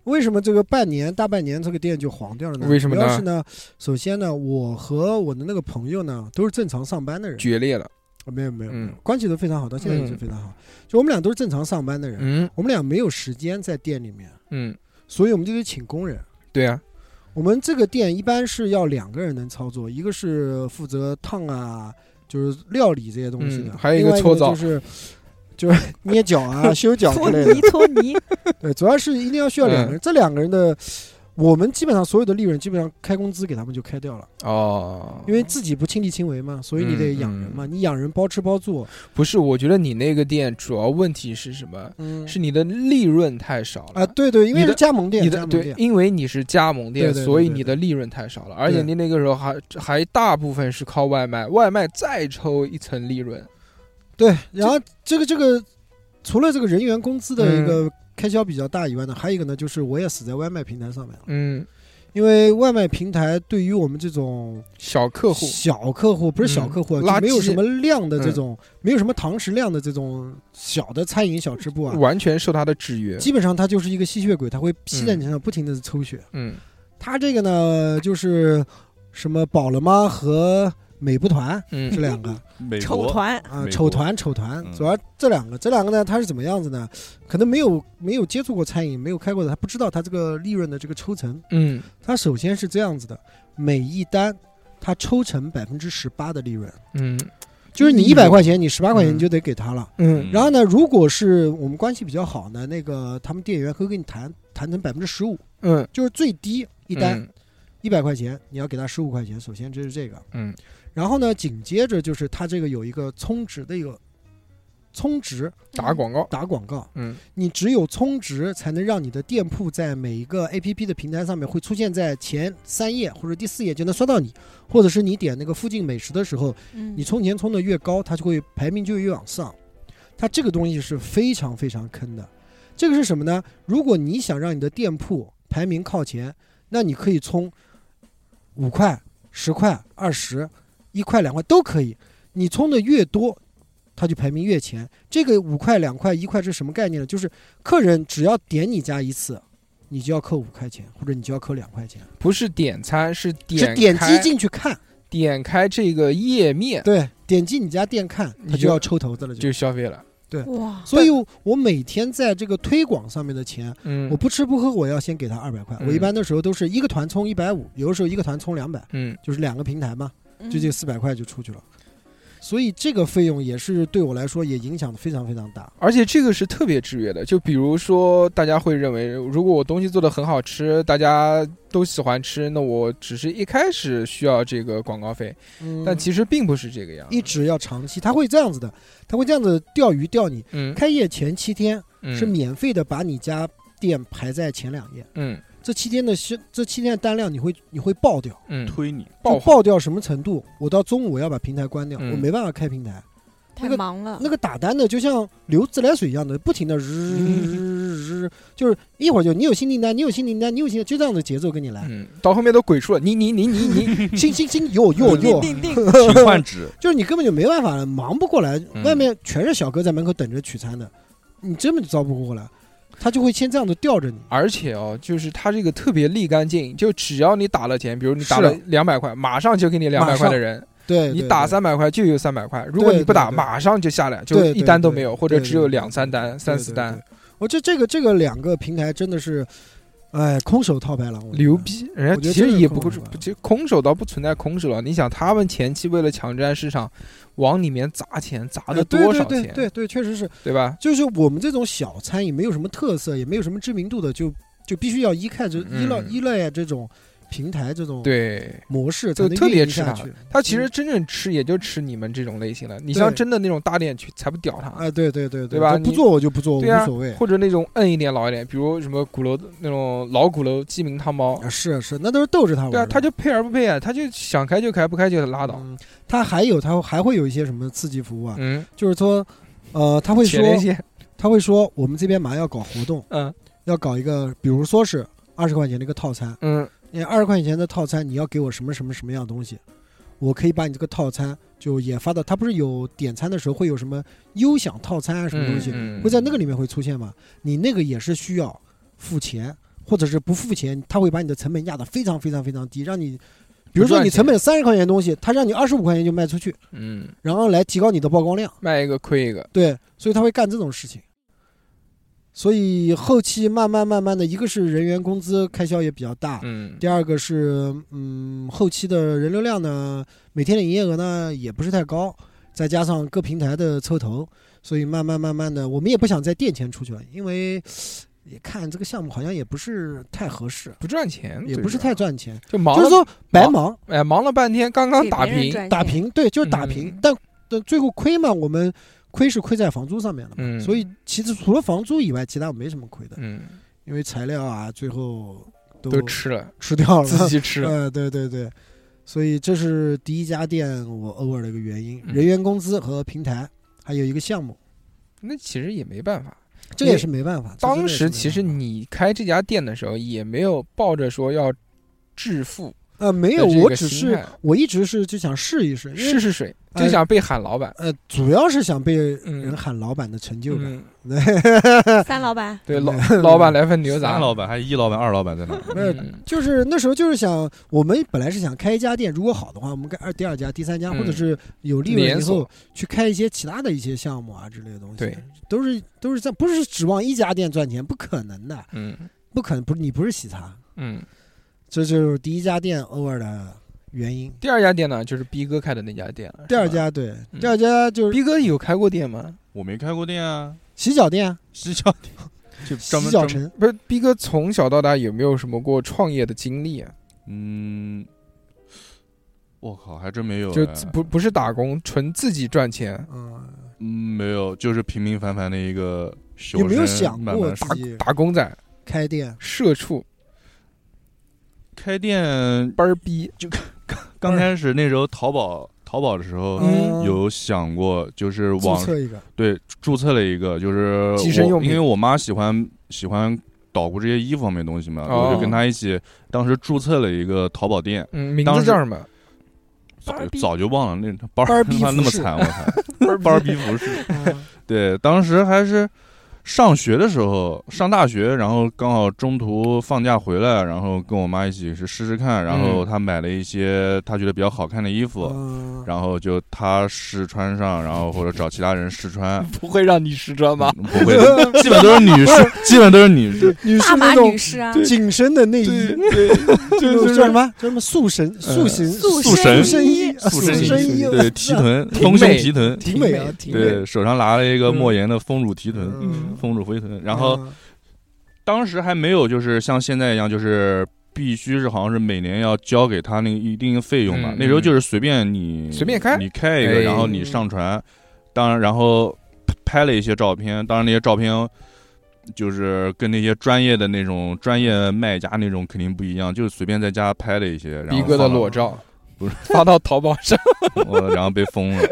[SPEAKER 2] 为什么这个半年大半年这个店就黄掉了呢？
[SPEAKER 1] 为什么呢
[SPEAKER 2] 主要是呢，首先呢，我和我的那个朋友呢都是正常上班的人，
[SPEAKER 1] 决裂了，
[SPEAKER 2] 啊没有没有，没有
[SPEAKER 1] 嗯
[SPEAKER 2] 关系都非常好，到现在也是
[SPEAKER 1] 嗯
[SPEAKER 2] 非常好。就我们俩都是正常上班的人，
[SPEAKER 1] 嗯
[SPEAKER 2] 我们俩没有时间在店里面，
[SPEAKER 1] 嗯，
[SPEAKER 2] 所以我们就得请工人。
[SPEAKER 1] 对啊，
[SPEAKER 2] 我们这个店一般是要两个人能操作，一个是负责烫啊，就是料理这些东西的，
[SPEAKER 1] 嗯还有一
[SPEAKER 2] 另
[SPEAKER 1] 个
[SPEAKER 2] 外一
[SPEAKER 1] 搓
[SPEAKER 2] 个
[SPEAKER 1] 澡
[SPEAKER 2] 就是就是捏 脚啊、修脚
[SPEAKER 4] 搓
[SPEAKER 2] 之类的
[SPEAKER 4] 泥。搓泥，
[SPEAKER 1] 嗯
[SPEAKER 2] 对，主要是一定要需要两个人，这两个人的。我们基本上所有的利润基本上开工资给他们就开掉了，
[SPEAKER 1] 哦，嗯
[SPEAKER 2] 因为自己不亲力亲为嘛，所以你得养人嘛，你养人包吃包住，
[SPEAKER 1] 不是，我觉得你那个店主要问题是什么？
[SPEAKER 2] 嗯，
[SPEAKER 1] 是你的利润太少了
[SPEAKER 2] 啊，对对，因为
[SPEAKER 1] 你的
[SPEAKER 2] 是加盟店，
[SPEAKER 1] 你
[SPEAKER 2] 加
[SPEAKER 1] 的
[SPEAKER 2] 盟
[SPEAKER 1] 对
[SPEAKER 2] 店，，
[SPEAKER 1] 因为你是加盟店，
[SPEAKER 2] 对对对
[SPEAKER 1] 所以
[SPEAKER 2] 对
[SPEAKER 1] 你
[SPEAKER 2] 对
[SPEAKER 1] 的利润太少了，而且你那个时候还还大部分是靠外卖，外卖再抽一层利润。
[SPEAKER 2] 对，然后这个这个除了这个人员工资的一
[SPEAKER 1] 嗯
[SPEAKER 2] 个开销比较大以外呢，还有一个呢，就是我也死在外卖平台上面了，
[SPEAKER 1] 嗯，
[SPEAKER 2] 因为外卖平台对于我们这种
[SPEAKER 1] 小客户，
[SPEAKER 2] 小客户不是小客户，啊，
[SPEAKER 1] 嗯
[SPEAKER 2] 就没有
[SPEAKER 1] 垃圾嗯
[SPEAKER 2] 什么量的这种，没有什么堂食量的这种小的餐饮小吃部啊，
[SPEAKER 1] 完全受他的制约。
[SPEAKER 2] 基本上它就是一个吸血鬼，它会吸在你身上不停的抽血。
[SPEAKER 1] 嗯
[SPEAKER 2] 它这个呢，就是什么饱了吗和美不团
[SPEAKER 1] 嗯
[SPEAKER 2] 这两个
[SPEAKER 3] 美
[SPEAKER 4] 丑
[SPEAKER 3] 国
[SPEAKER 4] 团，
[SPEAKER 2] 啊
[SPEAKER 3] 美，国
[SPEAKER 2] 丑团丑团，
[SPEAKER 3] 嗯
[SPEAKER 2] 主要这两个，这两个呢，它是怎么样子呢？可能没有没有接触过餐饮，没有开过的，他不知道它这个利润的这个抽成。
[SPEAKER 1] 嗯，
[SPEAKER 2] 它首先是这样子的，每一单它抽成百分之十八的利润。
[SPEAKER 1] 嗯
[SPEAKER 2] 就是你
[SPEAKER 1] 利
[SPEAKER 2] 一
[SPEAKER 1] 润
[SPEAKER 2] 百块钱，你十八块钱
[SPEAKER 1] 嗯
[SPEAKER 2] 你就得给他了。
[SPEAKER 1] 嗯
[SPEAKER 2] 然后呢，如果是我们关系比较好呢，那个他们店员会跟你谈谈成百分之十五，
[SPEAKER 1] 嗯，
[SPEAKER 2] 就是最低一
[SPEAKER 1] 一
[SPEAKER 2] 单一百块钱，你要给他十五块钱。首先这是这个，
[SPEAKER 1] 嗯
[SPEAKER 2] 然后呢，紧接着就是他这个有一个充值的一个充值
[SPEAKER 1] 打广告。
[SPEAKER 2] 打广告，
[SPEAKER 1] 嗯
[SPEAKER 2] 你只有充值才能让你的店铺在每一个 APP 的平台上面会出现在前三页或者第四页就能刷到你，或者是你点那个附近美食的时候，
[SPEAKER 4] 嗯
[SPEAKER 2] 你充钱充的越高，它就会排名就越往上。它这个东西是非常非常坑的。这个是什么呢？如果你想让你的店铺排名靠前，那你可以充五块、十块、二十、一块、两块都可以。你充的越多，它就排名越前。这个五块、两块、一块是什么概念呢？就是客人只要点你家一次，你就要扣五块钱，或者你就要扣两块钱，
[SPEAKER 1] 不是点餐，是点
[SPEAKER 2] 是点击
[SPEAKER 1] 开
[SPEAKER 2] 进去看，
[SPEAKER 1] 点开这个页面
[SPEAKER 2] 对，点击你家店看，
[SPEAKER 1] 你
[SPEAKER 2] 他
[SPEAKER 1] 就
[SPEAKER 2] 就要抽头子了，就
[SPEAKER 1] 就消费了。
[SPEAKER 4] 哇，
[SPEAKER 2] 所以我，我每天在这个推广上面的钱，
[SPEAKER 1] 嗯，
[SPEAKER 2] 我不吃不喝，我要先给他二百块。
[SPEAKER 1] 嗯
[SPEAKER 2] 我一般的时候都是一个团充一百五，有的时候一个团充两百，
[SPEAKER 1] 嗯
[SPEAKER 2] 就是两个平台嘛，
[SPEAKER 4] 嗯
[SPEAKER 2] 就这四百块就出去了。所以这个费用也是对我来说也影响的非常非常大。
[SPEAKER 1] 而且这个是特别制约的，就比如说，大家会认为，如果我东西做的很好吃，大家都喜欢吃，那我只是一开始需要这个广告费，
[SPEAKER 2] 嗯
[SPEAKER 1] 但其实并不是这个样子。
[SPEAKER 2] 一直要长期，他会这样子的，他会这样子钓鱼钓你。
[SPEAKER 1] 嗯
[SPEAKER 2] 开业前七天
[SPEAKER 1] 嗯
[SPEAKER 2] 是免费的，把你家店排在前两页。
[SPEAKER 1] 嗯
[SPEAKER 2] 这七天的销，这七天的单量你会你会爆掉，
[SPEAKER 1] 嗯
[SPEAKER 3] 推你，
[SPEAKER 1] 爆
[SPEAKER 2] 就爆掉什么程度？我到中午我要把平台关掉，
[SPEAKER 1] 嗯
[SPEAKER 2] 我没办法开平台。
[SPEAKER 4] 太
[SPEAKER 2] 那个
[SPEAKER 4] 忙了，
[SPEAKER 2] 那个打单的就像流自来水一样的，不停的日日日，就是一会儿就你有新订单，你有新订单，你有新订单，就这样的节奏跟你来。
[SPEAKER 1] 嗯，到后面都鬼畜了，你你你你你，
[SPEAKER 2] 新新新，有有
[SPEAKER 4] 定
[SPEAKER 2] 有，
[SPEAKER 4] 嗯定定，
[SPEAKER 3] 请换纸，
[SPEAKER 2] 就是你根本就没办法了，忙不过来
[SPEAKER 1] 嗯，
[SPEAKER 2] 外面全是小哥在门口等着取餐的，你根本就招不过来，他就会先这样的吊着你。
[SPEAKER 1] 而且哦，就是他这个特别立竿见影，就只要你打了钱，比如你打了两百块，马上就给你两百
[SPEAKER 2] 啊马
[SPEAKER 1] 块
[SPEAKER 2] 上
[SPEAKER 1] 的人，
[SPEAKER 2] 对，
[SPEAKER 1] 你
[SPEAKER 2] 对
[SPEAKER 1] 打，
[SPEAKER 2] 对
[SPEAKER 1] 三百块就有三百块，如果
[SPEAKER 2] 对
[SPEAKER 1] 你不打，
[SPEAKER 2] 对对
[SPEAKER 1] 马上就下来，就
[SPEAKER 2] 对
[SPEAKER 1] 一单都没
[SPEAKER 2] 对
[SPEAKER 1] 有，
[SPEAKER 2] 对
[SPEAKER 1] 或者
[SPEAKER 2] 对
[SPEAKER 1] 只有
[SPEAKER 2] 对
[SPEAKER 1] 两三
[SPEAKER 2] 对
[SPEAKER 1] 单、三四。
[SPEAKER 2] 对
[SPEAKER 1] 单
[SPEAKER 2] 对，我这这个这个两个平台真的是，哎，空手套白狼，我觉得
[SPEAKER 1] 牛！逼！人
[SPEAKER 2] 我
[SPEAKER 1] 家
[SPEAKER 2] 觉得
[SPEAKER 1] 其
[SPEAKER 2] 真
[SPEAKER 1] 实
[SPEAKER 2] 是
[SPEAKER 1] 也
[SPEAKER 2] 空
[SPEAKER 1] 不过
[SPEAKER 2] 手
[SPEAKER 1] 是
[SPEAKER 2] 吧，
[SPEAKER 1] 其实空手倒不存在空手了。你想，他们前期为了抢占市场，往里面砸钱，砸
[SPEAKER 2] 哎
[SPEAKER 1] 了
[SPEAKER 2] 对
[SPEAKER 1] 多
[SPEAKER 2] 对
[SPEAKER 1] 少
[SPEAKER 2] 对
[SPEAKER 1] 钱，
[SPEAKER 2] 对对，确实是。
[SPEAKER 1] 对吧？
[SPEAKER 2] 就是我们这种小餐饮没有什么特色，也没有什么知名度的，就就必须要依靠这
[SPEAKER 1] 嗯
[SPEAKER 2] 依赖依赖啊这种平台这种
[SPEAKER 1] 对，
[SPEAKER 2] 模式才
[SPEAKER 1] 就
[SPEAKER 2] 能
[SPEAKER 1] 特别
[SPEAKER 2] 运营
[SPEAKER 1] 吃
[SPEAKER 2] 下
[SPEAKER 1] 它
[SPEAKER 2] 去。嗯
[SPEAKER 1] 他其实真正吃也就吃你们这种类型的。你像
[SPEAKER 2] 对
[SPEAKER 1] 真的那种大店去，才不屌他。
[SPEAKER 2] 啊，对对对
[SPEAKER 1] 对吧
[SPEAKER 2] 就不
[SPEAKER 1] 你
[SPEAKER 2] 做我就不做，我
[SPEAKER 1] 对啊
[SPEAKER 2] 无所谓。
[SPEAKER 1] 或者那种摁一点老一点，比如什么鼓楼那种老鼓楼鸡鸣汤包，
[SPEAKER 2] 啊，是是，那都是逗着他玩
[SPEAKER 1] 对啊，
[SPEAKER 2] 的。
[SPEAKER 1] 他就配而不配啊，他就想开就开，不开就拉倒。
[SPEAKER 2] 嗯，他还有他还会有一些什么刺激服务啊？
[SPEAKER 1] 嗯，
[SPEAKER 2] 就是说，呃，他会
[SPEAKER 1] 前
[SPEAKER 2] 说
[SPEAKER 1] 列腺，
[SPEAKER 2] 他会说我们这边马上要搞活动，
[SPEAKER 1] 嗯
[SPEAKER 2] 要搞一个，比如说是二十块钱的一个套餐，
[SPEAKER 1] 嗯
[SPEAKER 2] 你二十块钱的套餐，你要给我什么什么什么样的东西，我可以把你这个套餐就也发到，它不是有点餐的时候会有什么优享套餐啊什么东西，
[SPEAKER 1] 嗯嗯
[SPEAKER 2] 会在那个里面会出现吗？你那个也是需要付钱，或者是不付钱，他会把你的成本压得非常非常非常低，让你，比如
[SPEAKER 1] 不赚
[SPEAKER 2] 说
[SPEAKER 1] 钱
[SPEAKER 2] 你成本三十块钱的东西，他让你二十五块钱就卖出去，
[SPEAKER 1] 嗯，
[SPEAKER 2] 然后来提高你的曝光量。
[SPEAKER 1] 卖一个亏一个。
[SPEAKER 2] 对，所以他会干这种事情。所以后期慢慢慢慢的，一个是人员工资开销也比较大，
[SPEAKER 1] 嗯，
[SPEAKER 2] 第二个是，嗯，后期的人流量呢，每天的营业额呢也不是太高，再加上各平台的凑头，所以慢慢慢慢的，我们也不想在店前出去了，因为也看这个项目好像也不是太合适，
[SPEAKER 1] 不赚钱，
[SPEAKER 2] 也
[SPEAKER 1] 这
[SPEAKER 2] 不是
[SPEAKER 1] 个
[SPEAKER 2] 太赚钱，
[SPEAKER 1] 就嗯忙
[SPEAKER 2] 就是
[SPEAKER 1] 了，
[SPEAKER 2] 说白忙
[SPEAKER 1] 哎，忙了半天，刚刚
[SPEAKER 5] 给
[SPEAKER 1] 打
[SPEAKER 5] 别人
[SPEAKER 1] 平，
[SPEAKER 5] 赚
[SPEAKER 2] 打
[SPEAKER 5] 钱，
[SPEAKER 2] 平，对，就是打平
[SPEAKER 1] 嗯。
[SPEAKER 2] 但但最后亏嘛，我们亏是亏在房租上面了嘛，
[SPEAKER 1] 嗯，
[SPEAKER 2] 所
[SPEAKER 1] 以，
[SPEAKER 2] 以其实除了房租以外，其他我没什么亏的，
[SPEAKER 1] 嗯，
[SPEAKER 2] 因为材料啊最后都
[SPEAKER 1] 都吃了，
[SPEAKER 2] 吃掉了，
[SPEAKER 1] 自己吃，
[SPEAKER 2] 呃，对对对，所以这是第一家店我偶尔的一个原因，
[SPEAKER 1] 嗯
[SPEAKER 2] 人员工资和平台，还有一个项目，
[SPEAKER 1] 那其实也没办法。
[SPEAKER 2] 这也是没办法。这真
[SPEAKER 1] 当
[SPEAKER 2] 的是
[SPEAKER 1] 时
[SPEAKER 2] 没
[SPEAKER 1] 其
[SPEAKER 2] 办
[SPEAKER 1] 实
[SPEAKER 2] 法
[SPEAKER 1] 你开这家店的时候，也没有抱着说要致富
[SPEAKER 2] 呃没
[SPEAKER 1] 的
[SPEAKER 2] 有，
[SPEAKER 1] 这
[SPEAKER 2] 我
[SPEAKER 1] 个
[SPEAKER 2] 只
[SPEAKER 1] 心
[SPEAKER 2] 是
[SPEAKER 1] 态
[SPEAKER 2] 我一直是就想试一试，因
[SPEAKER 1] 试
[SPEAKER 2] 为
[SPEAKER 1] 试水，
[SPEAKER 2] 哎
[SPEAKER 1] 就想被喊老板。
[SPEAKER 2] 呃主要是想被
[SPEAKER 1] 嗯
[SPEAKER 2] 人喊老板的成就感。
[SPEAKER 1] 嗯，
[SPEAKER 5] 三老板
[SPEAKER 1] 对， 老老板来 份牛杂，
[SPEAKER 3] 三老板还一老板二老板在那儿，
[SPEAKER 2] 那
[SPEAKER 1] 嗯
[SPEAKER 2] 就是那时候就是想，我们本来是想开一家店，如果好的话，我们开二第二家、第三家，或者
[SPEAKER 1] 嗯
[SPEAKER 2] 是有利润
[SPEAKER 1] 连
[SPEAKER 2] 以后
[SPEAKER 1] 锁
[SPEAKER 2] 去开一些其他的一些项目啊之类的东西。
[SPEAKER 1] 对，
[SPEAKER 2] 都是都是这样，不是指望一家店赚钱，不可能的，
[SPEAKER 1] 嗯
[SPEAKER 2] 不可能，不是你不是喜茶，
[SPEAKER 1] 嗯。
[SPEAKER 2] 这就是第一家店偶尔的原因。
[SPEAKER 1] 第二家店呢，就是逼哥开的那家店了。
[SPEAKER 2] 第二
[SPEAKER 1] 是吧，
[SPEAKER 2] 家对，
[SPEAKER 1] 嗯
[SPEAKER 2] 第二家就是
[SPEAKER 1] 逼哥有开过店吗？
[SPEAKER 3] 我没开过店 啊，
[SPEAKER 2] 洗脚店啊，
[SPEAKER 3] 洗脚店就
[SPEAKER 2] 洗
[SPEAKER 3] 专门
[SPEAKER 2] 脚
[SPEAKER 3] 专门
[SPEAKER 2] 城，
[SPEAKER 1] 不是，逼哥从小到大有没有什么过创业的经历啊？
[SPEAKER 3] 嗯，我靠，还真没有
[SPEAKER 1] 就
[SPEAKER 3] 哎，
[SPEAKER 1] 自不不是打工，纯自己赚钱，
[SPEAKER 2] 嗯，
[SPEAKER 3] 嗯没有，就是平平凡凡的一个学
[SPEAKER 2] 有没有
[SPEAKER 3] 生
[SPEAKER 2] 想
[SPEAKER 3] 慢
[SPEAKER 2] 过
[SPEAKER 3] 慢
[SPEAKER 2] 自
[SPEAKER 3] 上
[SPEAKER 2] 己
[SPEAKER 1] 打工仔、
[SPEAKER 2] 开店？
[SPEAKER 1] 社畜、
[SPEAKER 3] 开店？
[SPEAKER 1] 班儿逼，
[SPEAKER 3] 刚开始那时候淘宝淘宝的时候。
[SPEAKER 1] 嗯
[SPEAKER 3] 有想过，就是
[SPEAKER 2] 啊注
[SPEAKER 3] 网
[SPEAKER 2] 册一个，
[SPEAKER 3] 对注册了一个，就是
[SPEAKER 1] 寄生
[SPEAKER 3] 我
[SPEAKER 1] 用品
[SPEAKER 3] 因为我妈喜欢喜欢捣鼓这些衣服方面的东西嘛，
[SPEAKER 1] 哦
[SPEAKER 3] 我就跟她一起，当时注册了一个淘宝店，
[SPEAKER 1] 嗯，名
[SPEAKER 3] 当
[SPEAKER 1] 字
[SPEAKER 3] 时
[SPEAKER 1] 叫什么？
[SPEAKER 3] 早
[SPEAKER 5] 班儿逼
[SPEAKER 3] 早就忘了那班
[SPEAKER 2] 班儿
[SPEAKER 3] 儿
[SPEAKER 2] 逼
[SPEAKER 3] 他妈那
[SPEAKER 2] 服
[SPEAKER 3] 么
[SPEAKER 2] 饰
[SPEAKER 3] 惨，我操，班儿逼服饰，
[SPEAKER 2] 嗯
[SPEAKER 3] 对，当时还是上学的时候，上大学，然后刚好中途放假回来，然后跟我妈一起是试试看，然后
[SPEAKER 1] 嗯
[SPEAKER 3] 她买了一些她觉得比较好看的衣服，
[SPEAKER 2] 嗯
[SPEAKER 3] 然后就她试穿上，然后或者找其他人试穿，
[SPEAKER 1] 不会让你试穿
[SPEAKER 3] 嗯不会的，基本都是女士，基本都是女士，
[SPEAKER 2] 女士
[SPEAKER 5] 大
[SPEAKER 2] 那
[SPEAKER 5] 码
[SPEAKER 2] 种
[SPEAKER 5] 女士啊，
[SPEAKER 2] 紧身的内衣，
[SPEAKER 1] 就
[SPEAKER 2] 就是叫什么叫什么塑身塑形
[SPEAKER 5] 塑
[SPEAKER 3] 呃塑身
[SPEAKER 5] 身
[SPEAKER 2] 身衣
[SPEAKER 3] 塑身
[SPEAKER 1] 衣
[SPEAKER 2] 身衣，
[SPEAKER 3] 对，提臀，
[SPEAKER 1] 嗯挺
[SPEAKER 3] 丰胸
[SPEAKER 1] 美
[SPEAKER 3] 提臀，
[SPEAKER 2] 挺美啊挺美
[SPEAKER 3] 对，手上拿了一个
[SPEAKER 1] 嗯
[SPEAKER 3] 莫言的丰乳提臀，
[SPEAKER 2] 嗯，
[SPEAKER 3] 丰乳回臀，然后
[SPEAKER 2] 嗯
[SPEAKER 3] 当时还没有就是像现在一样，就是必须是好像是每年要交给他那个一定费用嘛。
[SPEAKER 1] 嗯
[SPEAKER 3] 那时候就是随便你
[SPEAKER 1] 随便开
[SPEAKER 3] 你开一个，
[SPEAKER 1] 哎
[SPEAKER 3] 然后你上传，当然然后拍了一些照片，当然那些照片。就是跟那些专业的那种专业卖家那种肯定不一样，就是随便在家拍了一些，然后
[SPEAKER 1] 逼哥的
[SPEAKER 3] 放到
[SPEAKER 1] 裸照，
[SPEAKER 3] 不是
[SPEAKER 1] 发到淘宝上，
[SPEAKER 3] 我然后被封了，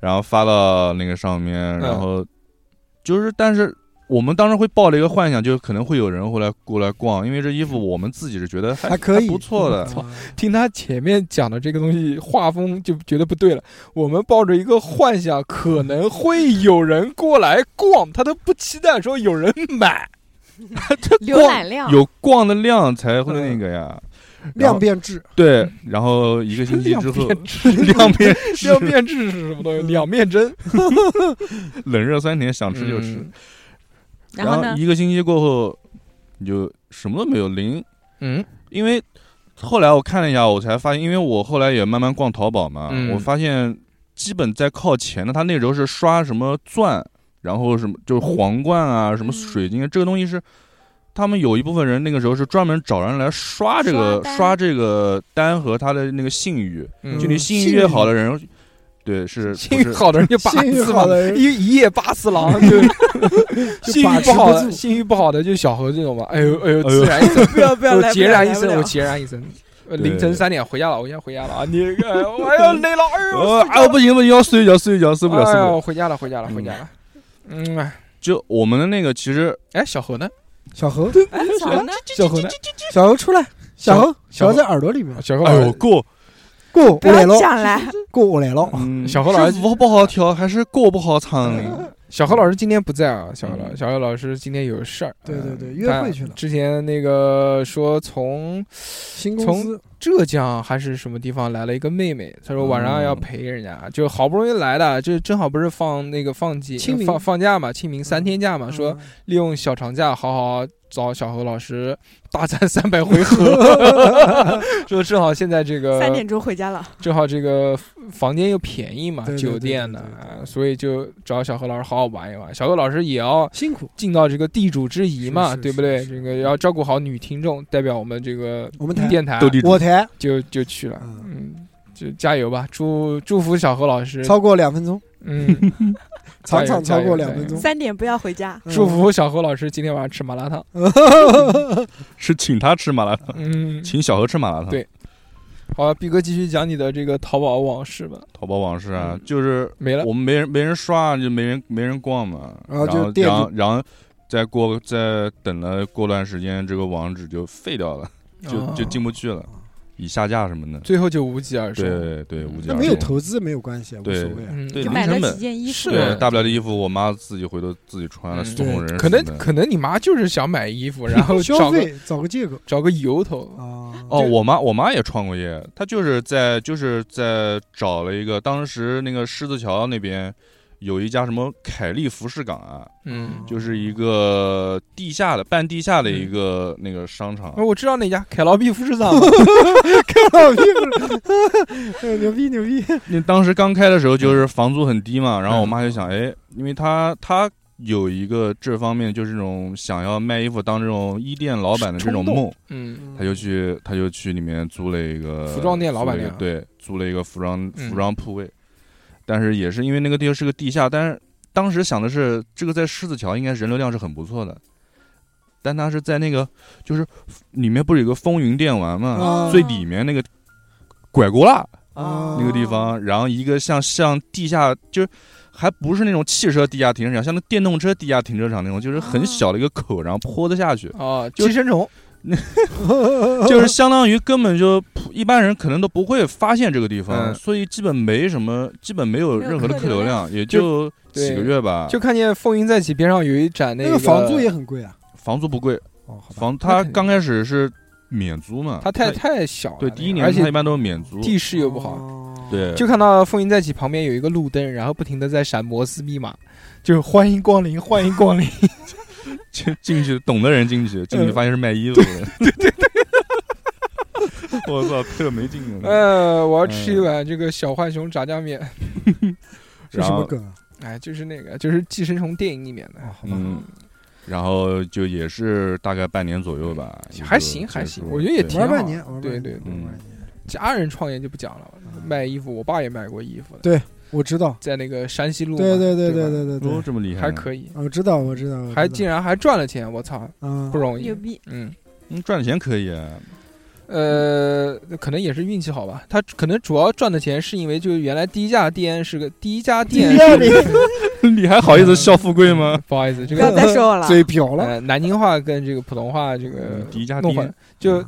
[SPEAKER 3] 然后发到那个上面，
[SPEAKER 1] 嗯
[SPEAKER 3] 然后就是，但是我们当时会抱着一个幻想，就是可能会有人会来过来逛，因为这衣服我们自己是觉得 还
[SPEAKER 2] 还可以，
[SPEAKER 3] 不错的
[SPEAKER 2] 嗯，
[SPEAKER 1] 听他前面讲的这个东西，画风就觉得不对了。我们抱着一个幻想，可能会有人过来逛，他都不期待说有人买。
[SPEAKER 5] 浏览量
[SPEAKER 3] 有逛的量才会那个呀。
[SPEAKER 1] 嗯
[SPEAKER 3] 然
[SPEAKER 2] 量
[SPEAKER 3] 后
[SPEAKER 2] 变质，
[SPEAKER 3] 对，然后一个 星期之后，
[SPEAKER 1] 量变质，量
[SPEAKER 3] 量变是
[SPEAKER 1] 变质是什么东西？两面针，
[SPEAKER 3] 冷热酸甜，想吃就吃。
[SPEAKER 1] 嗯
[SPEAKER 5] 然后呢，
[SPEAKER 3] 一个星期过后，你就什么都没有，零
[SPEAKER 1] 嗯。嗯，
[SPEAKER 3] 因为后来我看了一下，我才发现，因为我后来也慢慢逛淘宝嘛，
[SPEAKER 1] 嗯
[SPEAKER 3] 我发现基本在靠前的，他那时候是刷什么钻，然后什么就是皇冠啊，什么水晶，这个东西是他们有一部分人那个时候是专门找人来刷这个
[SPEAKER 5] 刷单
[SPEAKER 3] 刷这个单和他的那个信誉，
[SPEAKER 1] 嗯
[SPEAKER 3] 就你信誉
[SPEAKER 2] 信
[SPEAKER 3] 越
[SPEAKER 2] 誉
[SPEAKER 3] 好的人，对是
[SPEAKER 1] 信
[SPEAKER 3] 不
[SPEAKER 1] 誉
[SPEAKER 3] 是
[SPEAKER 1] 好的人就八
[SPEAKER 2] 信誉
[SPEAKER 1] 次
[SPEAKER 2] 好
[SPEAKER 1] 郎，
[SPEAKER 2] 的人
[SPEAKER 1] 一一夜八次郎， 就信
[SPEAKER 2] 把
[SPEAKER 1] 誉
[SPEAKER 2] 持
[SPEAKER 1] 不好
[SPEAKER 2] 不
[SPEAKER 1] 的，
[SPEAKER 2] 住嗯
[SPEAKER 1] 信誉不好的就小何这种吧。哎呦哎呦，
[SPEAKER 3] 哎呦
[SPEAKER 1] 自然一生，
[SPEAKER 4] 不要不要
[SPEAKER 1] 我
[SPEAKER 4] 来不
[SPEAKER 1] 孑
[SPEAKER 4] 了
[SPEAKER 1] 然一
[SPEAKER 4] 来不
[SPEAKER 1] 身，
[SPEAKER 4] 了
[SPEAKER 1] 我孑然 一身。呃
[SPEAKER 3] 对
[SPEAKER 1] 凌晨三点回家了，我先回家了啊！ 你哎呦我要累了，哎呦
[SPEAKER 3] 呃啊不行不行，要睡一觉睡一觉，睡不了睡不
[SPEAKER 1] 哎
[SPEAKER 3] 了。
[SPEAKER 1] 呦回家了，回家了，
[SPEAKER 3] 嗯
[SPEAKER 1] 回家了。嗯，哎
[SPEAKER 3] 就我们的那个其实
[SPEAKER 1] 哎，小何呢？
[SPEAKER 2] 小猴，
[SPEAKER 5] 哎小何呢？
[SPEAKER 1] 小何呢？
[SPEAKER 2] 小猴出来，小猴，
[SPEAKER 1] 小
[SPEAKER 2] 小
[SPEAKER 1] 猴啊
[SPEAKER 2] 猴在耳朵里面，
[SPEAKER 1] 小何
[SPEAKER 3] 哎
[SPEAKER 1] 老
[SPEAKER 3] 呦
[SPEAKER 1] 师，
[SPEAKER 3] 过，
[SPEAKER 2] 过我
[SPEAKER 4] 不
[SPEAKER 2] 来
[SPEAKER 4] 要
[SPEAKER 2] 了，
[SPEAKER 4] 讲来，
[SPEAKER 2] 过我来了，
[SPEAKER 3] 嗯
[SPEAKER 1] 小何老师嗯
[SPEAKER 3] 是舞不好跳还是歌不好唱？
[SPEAKER 1] 小何老师今天不在啊，小何老
[SPEAKER 3] 嗯
[SPEAKER 1] 小何老师今天有事儿，
[SPEAKER 2] 对对对
[SPEAKER 1] 嗯
[SPEAKER 2] 约会
[SPEAKER 1] 但
[SPEAKER 2] 去了
[SPEAKER 1] 之前那个说从
[SPEAKER 2] 新公司，
[SPEAKER 1] 浙江还是什么地方来了一个妹妹，她说晚上
[SPEAKER 2] 哦
[SPEAKER 1] 要陪人家，就好不容易来的，就正好不是放那个放假
[SPEAKER 2] 清明
[SPEAKER 1] 放放假嘛，清明三天假嘛，
[SPEAKER 2] 嗯
[SPEAKER 1] 啊说利用小长假好好找小何老师大战三百回 合， 说正好现在这个
[SPEAKER 4] 三点钟回家了，
[SPEAKER 1] 正好这个房间又便宜嘛，
[SPEAKER 2] 对对对
[SPEAKER 1] 酒店的
[SPEAKER 2] 对对对，对
[SPEAKER 1] 啊所以就找小何老师好好要玩一玩。小欧老师也要
[SPEAKER 2] 辛苦，
[SPEAKER 1] 尽到这个地主之谊嘛，
[SPEAKER 2] 是是
[SPEAKER 1] 对不对？
[SPEAKER 2] 是是
[SPEAKER 1] 这个要照顾好女听众，代表我们这个
[SPEAKER 2] 我们台
[SPEAKER 1] 电台
[SPEAKER 3] 斗地主
[SPEAKER 2] 我台
[SPEAKER 1] 就就去了，
[SPEAKER 2] 嗯
[SPEAKER 1] 嗯，就加油吧，祝祝福小何老师，
[SPEAKER 2] 超过两分钟，
[SPEAKER 1] 嗯，
[SPEAKER 2] 场场
[SPEAKER 1] 加
[SPEAKER 2] 超
[SPEAKER 1] 油
[SPEAKER 2] 过
[SPEAKER 1] 加
[SPEAKER 2] 两
[SPEAKER 1] 油
[SPEAKER 2] 分钟，
[SPEAKER 4] 三点不要回家。
[SPEAKER 2] 嗯
[SPEAKER 1] 祝福小何老师今天晚上吃麻辣烫，
[SPEAKER 3] 是请他吃麻辣烫，
[SPEAKER 1] 嗯，
[SPEAKER 3] 请小何吃麻辣烫。
[SPEAKER 1] 对好，毕哥继续讲你的这个淘宝往事吧，
[SPEAKER 3] 淘宝往事啊
[SPEAKER 1] 嗯，
[SPEAKER 3] 就是
[SPEAKER 1] 没了，
[SPEAKER 3] 我们没人没人刷，就没人没人逛嘛。
[SPEAKER 2] 然
[SPEAKER 3] 然
[SPEAKER 2] 后就
[SPEAKER 3] 后
[SPEAKER 2] 店
[SPEAKER 3] 然
[SPEAKER 2] 主
[SPEAKER 3] 后然后再过再等了过段时间，这个网址就废掉了，就就进
[SPEAKER 1] 啊
[SPEAKER 3] 不去了，已下架什么的。
[SPEAKER 1] 最后就无疾而终，
[SPEAKER 3] 对对，无
[SPEAKER 1] 这
[SPEAKER 3] 价
[SPEAKER 2] 那
[SPEAKER 1] 样
[SPEAKER 2] 没有
[SPEAKER 1] 子
[SPEAKER 2] 投资没有关系，无所
[SPEAKER 3] 对
[SPEAKER 2] 谓啊。
[SPEAKER 1] 嗯，
[SPEAKER 3] 对
[SPEAKER 5] 就
[SPEAKER 3] 零
[SPEAKER 5] 买了
[SPEAKER 3] 成本
[SPEAKER 5] 几件衣服
[SPEAKER 1] 是，的
[SPEAKER 4] 啊
[SPEAKER 3] 对，大不了的衣服，我妈自己回头自己穿了，
[SPEAKER 1] 嗯
[SPEAKER 3] 送人什么的。
[SPEAKER 1] 可能可能你妈就是想买衣服，然 后
[SPEAKER 2] 消
[SPEAKER 1] 找个
[SPEAKER 2] 费找个借口
[SPEAKER 1] 找个由头，
[SPEAKER 2] 啊，
[SPEAKER 3] 哦，我妈我妈也创过业，她就是在就是在找了一个，当时那个狮子桥那边有一家什么凯利服饰港啊，
[SPEAKER 1] 嗯，
[SPEAKER 3] 就是一个地下的半地下的一个那个商场
[SPEAKER 1] 啊，我知道那家凯劳毕服饰厂嘛，
[SPEAKER 2] 老屁股，哎 牛逼牛逼，
[SPEAKER 3] 那当时刚开的时候就是房租很低嘛，然后我妈就想，哎，因为她她有一个这方面就是这种想要卖衣服当这种衣店老板的这种
[SPEAKER 1] 冲动
[SPEAKER 3] 梦，
[SPEAKER 1] 嗯，
[SPEAKER 3] 他就去，他就去里面租了一个
[SPEAKER 1] 服装店老板娘
[SPEAKER 3] 租了一个对，租了一个服装
[SPEAKER 1] 嗯
[SPEAKER 3] 服装铺位，但是也是因为那个地方是个地下，但是当时想的是这个在狮子桥应该人流量是很不错的，但他是在那个就是里面不是有个风云电玩嘛，
[SPEAKER 5] 哦
[SPEAKER 1] 嗯
[SPEAKER 2] 啊
[SPEAKER 3] 最里面那个拐过啦
[SPEAKER 2] 啊
[SPEAKER 3] 那个地方，然后一个像像地下就是。还不是那种汽车地下停车场，像那电动车地下停车场那种，就是很
[SPEAKER 1] 嗯
[SPEAKER 5] 哦
[SPEAKER 3] 小的一个口，然后坡得下去。
[SPEAKER 1] 啊，
[SPEAKER 3] 就
[SPEAKER 1] 寄生虫，
[SPEAKER 3] 就是相当于根本就普一般人可能都不会发现这个地方，
[SPEAKER 1] 嗯
[SPEAKER 3] 所以基本没什么，基本没有任何的客流量，也
[SPEAKER 1] 就
[SPEAKER 3] 就几个月吧。
[SPEAKER 1] 就看见风云再起边上有一盏
[SPEAKER 2] 那
[SPEAKER 1] 个
[SPEAKER 2] 个房租也很贵啊。
[SPEAKER 3] 房租不贵，
[SPEAKER 2] 哦，好吧，
[SPEAKER 3] 房
[SPEAKER 1] 那
[SPEAKER 3] 他
[SPEAKER 1] 肯定
[SPEAKER 3] 刚开始是免租嘛，
[SPEAKER 1] 它太太小了，
[SPEAKER 3] 对
[SPEAKER 1] 那个
[SPEAKER 3] 第一年
[SPEAKER 1] 而
[SPEAKER 3] 他一
[SPEAKER 1] 且
[SPEAKER 3] 般都是免租，
[SPEAKER 1] 地势又不好，
[SPEAKER 2] 哦，
[SPEAKER 3] 对，
[SPEAKER 1] 就看到风云再起旁边有一个路灯，然后不停的在闪摩斯密码， 就是欢迎光临，欢迎光 临，
[SPEAKER 3] 进进去懂的人进去，进
[SPEAKER 1] 嗯
[SPEAKER 3] 去发现是卖衣服的，对对对，我操，特没劲
[SPEAKER 2] 嗯
[SPEAKER 3] 啊！
[SPEAKER 1] 呃，我要吃一碗这个小浣熊炸酱面，
[SPEAKER 2] 是什
[SPEAKER 3] 然
[SPEAKER 2] 么
[SPEAKER 3] 后
[SPEAKER 2] 梗啊？
[SPEAKER 1] 哎，就是那个，就是寄生虫电影里面的
[SPEAKER 2] 哦，，好吧，
[SPEAKER 3] 嗯。然后就也是大概半年左右吧，
[SPEAKER 1] 还行还行，我觉得也挺
[SPEAKER 3] 挺
[SPEAKER 1] 好
[SPEAKER 2] 玩
[SPEAKER 1] 的。
[SPEAKER 2] 半年玩半
[SPEAKER 1] 对
[SPEAKER 2] 年
[SPEAKER 1] 对对，
[SPEAKER 3] 嗯
[SPEAKER 2] 玩半年
[SPEAKER 1] 家人创业就不讲了，卖衣服，我爸也卖过衣服的，
[SPEAKER 2] 嗯对我知道，
[SPEAKER 1] 在那个山西路嘛，
[SPEAKER 2] 对对对
[SPEAKER 1] 吧
[SPEAKER 2] 对对对对嗯
[SPEAKER 3] 哦，这么厉害，
[SPEAKER 1] 还可以，
[SPEAKER 2] 我知道我知道，我知道
[SPEAKER 1] 还竟然还赚了钱，我操，
[SPEAKER 2] 啊
[SPEAKER 1] 不容易
[SPEAKER 5] 牛。逼，
[SPEAKER 1] 嗯，
[SPEAKER 3] 嗯，赚钱可以啊，
[SPEAKER 1] 呃，可能也是运气好吧。他可能主要赚的钱是因为就是原来第一家店是个第一家店
[SPEAKER 2] 第一家店
[SPEAKER 1] 是个，
[SPEAKER 3] 你还好意思笑富贵吗？
[SPEAKER 1] 不好意思，这
[SPEAKER 4] 不要
[SPEAKER 1] 个
[SPEAKER 4] 再说我了，
[SPEAKER 2] 嘴瓢了，
[SPEAKER 1] 呃南京话跟这个普通话这个
[SPEAKER 3] 嗯第一家
[SPEAKER 1] 弄
[SPEAKER 3] 店
[SPEAKER 1] 混，就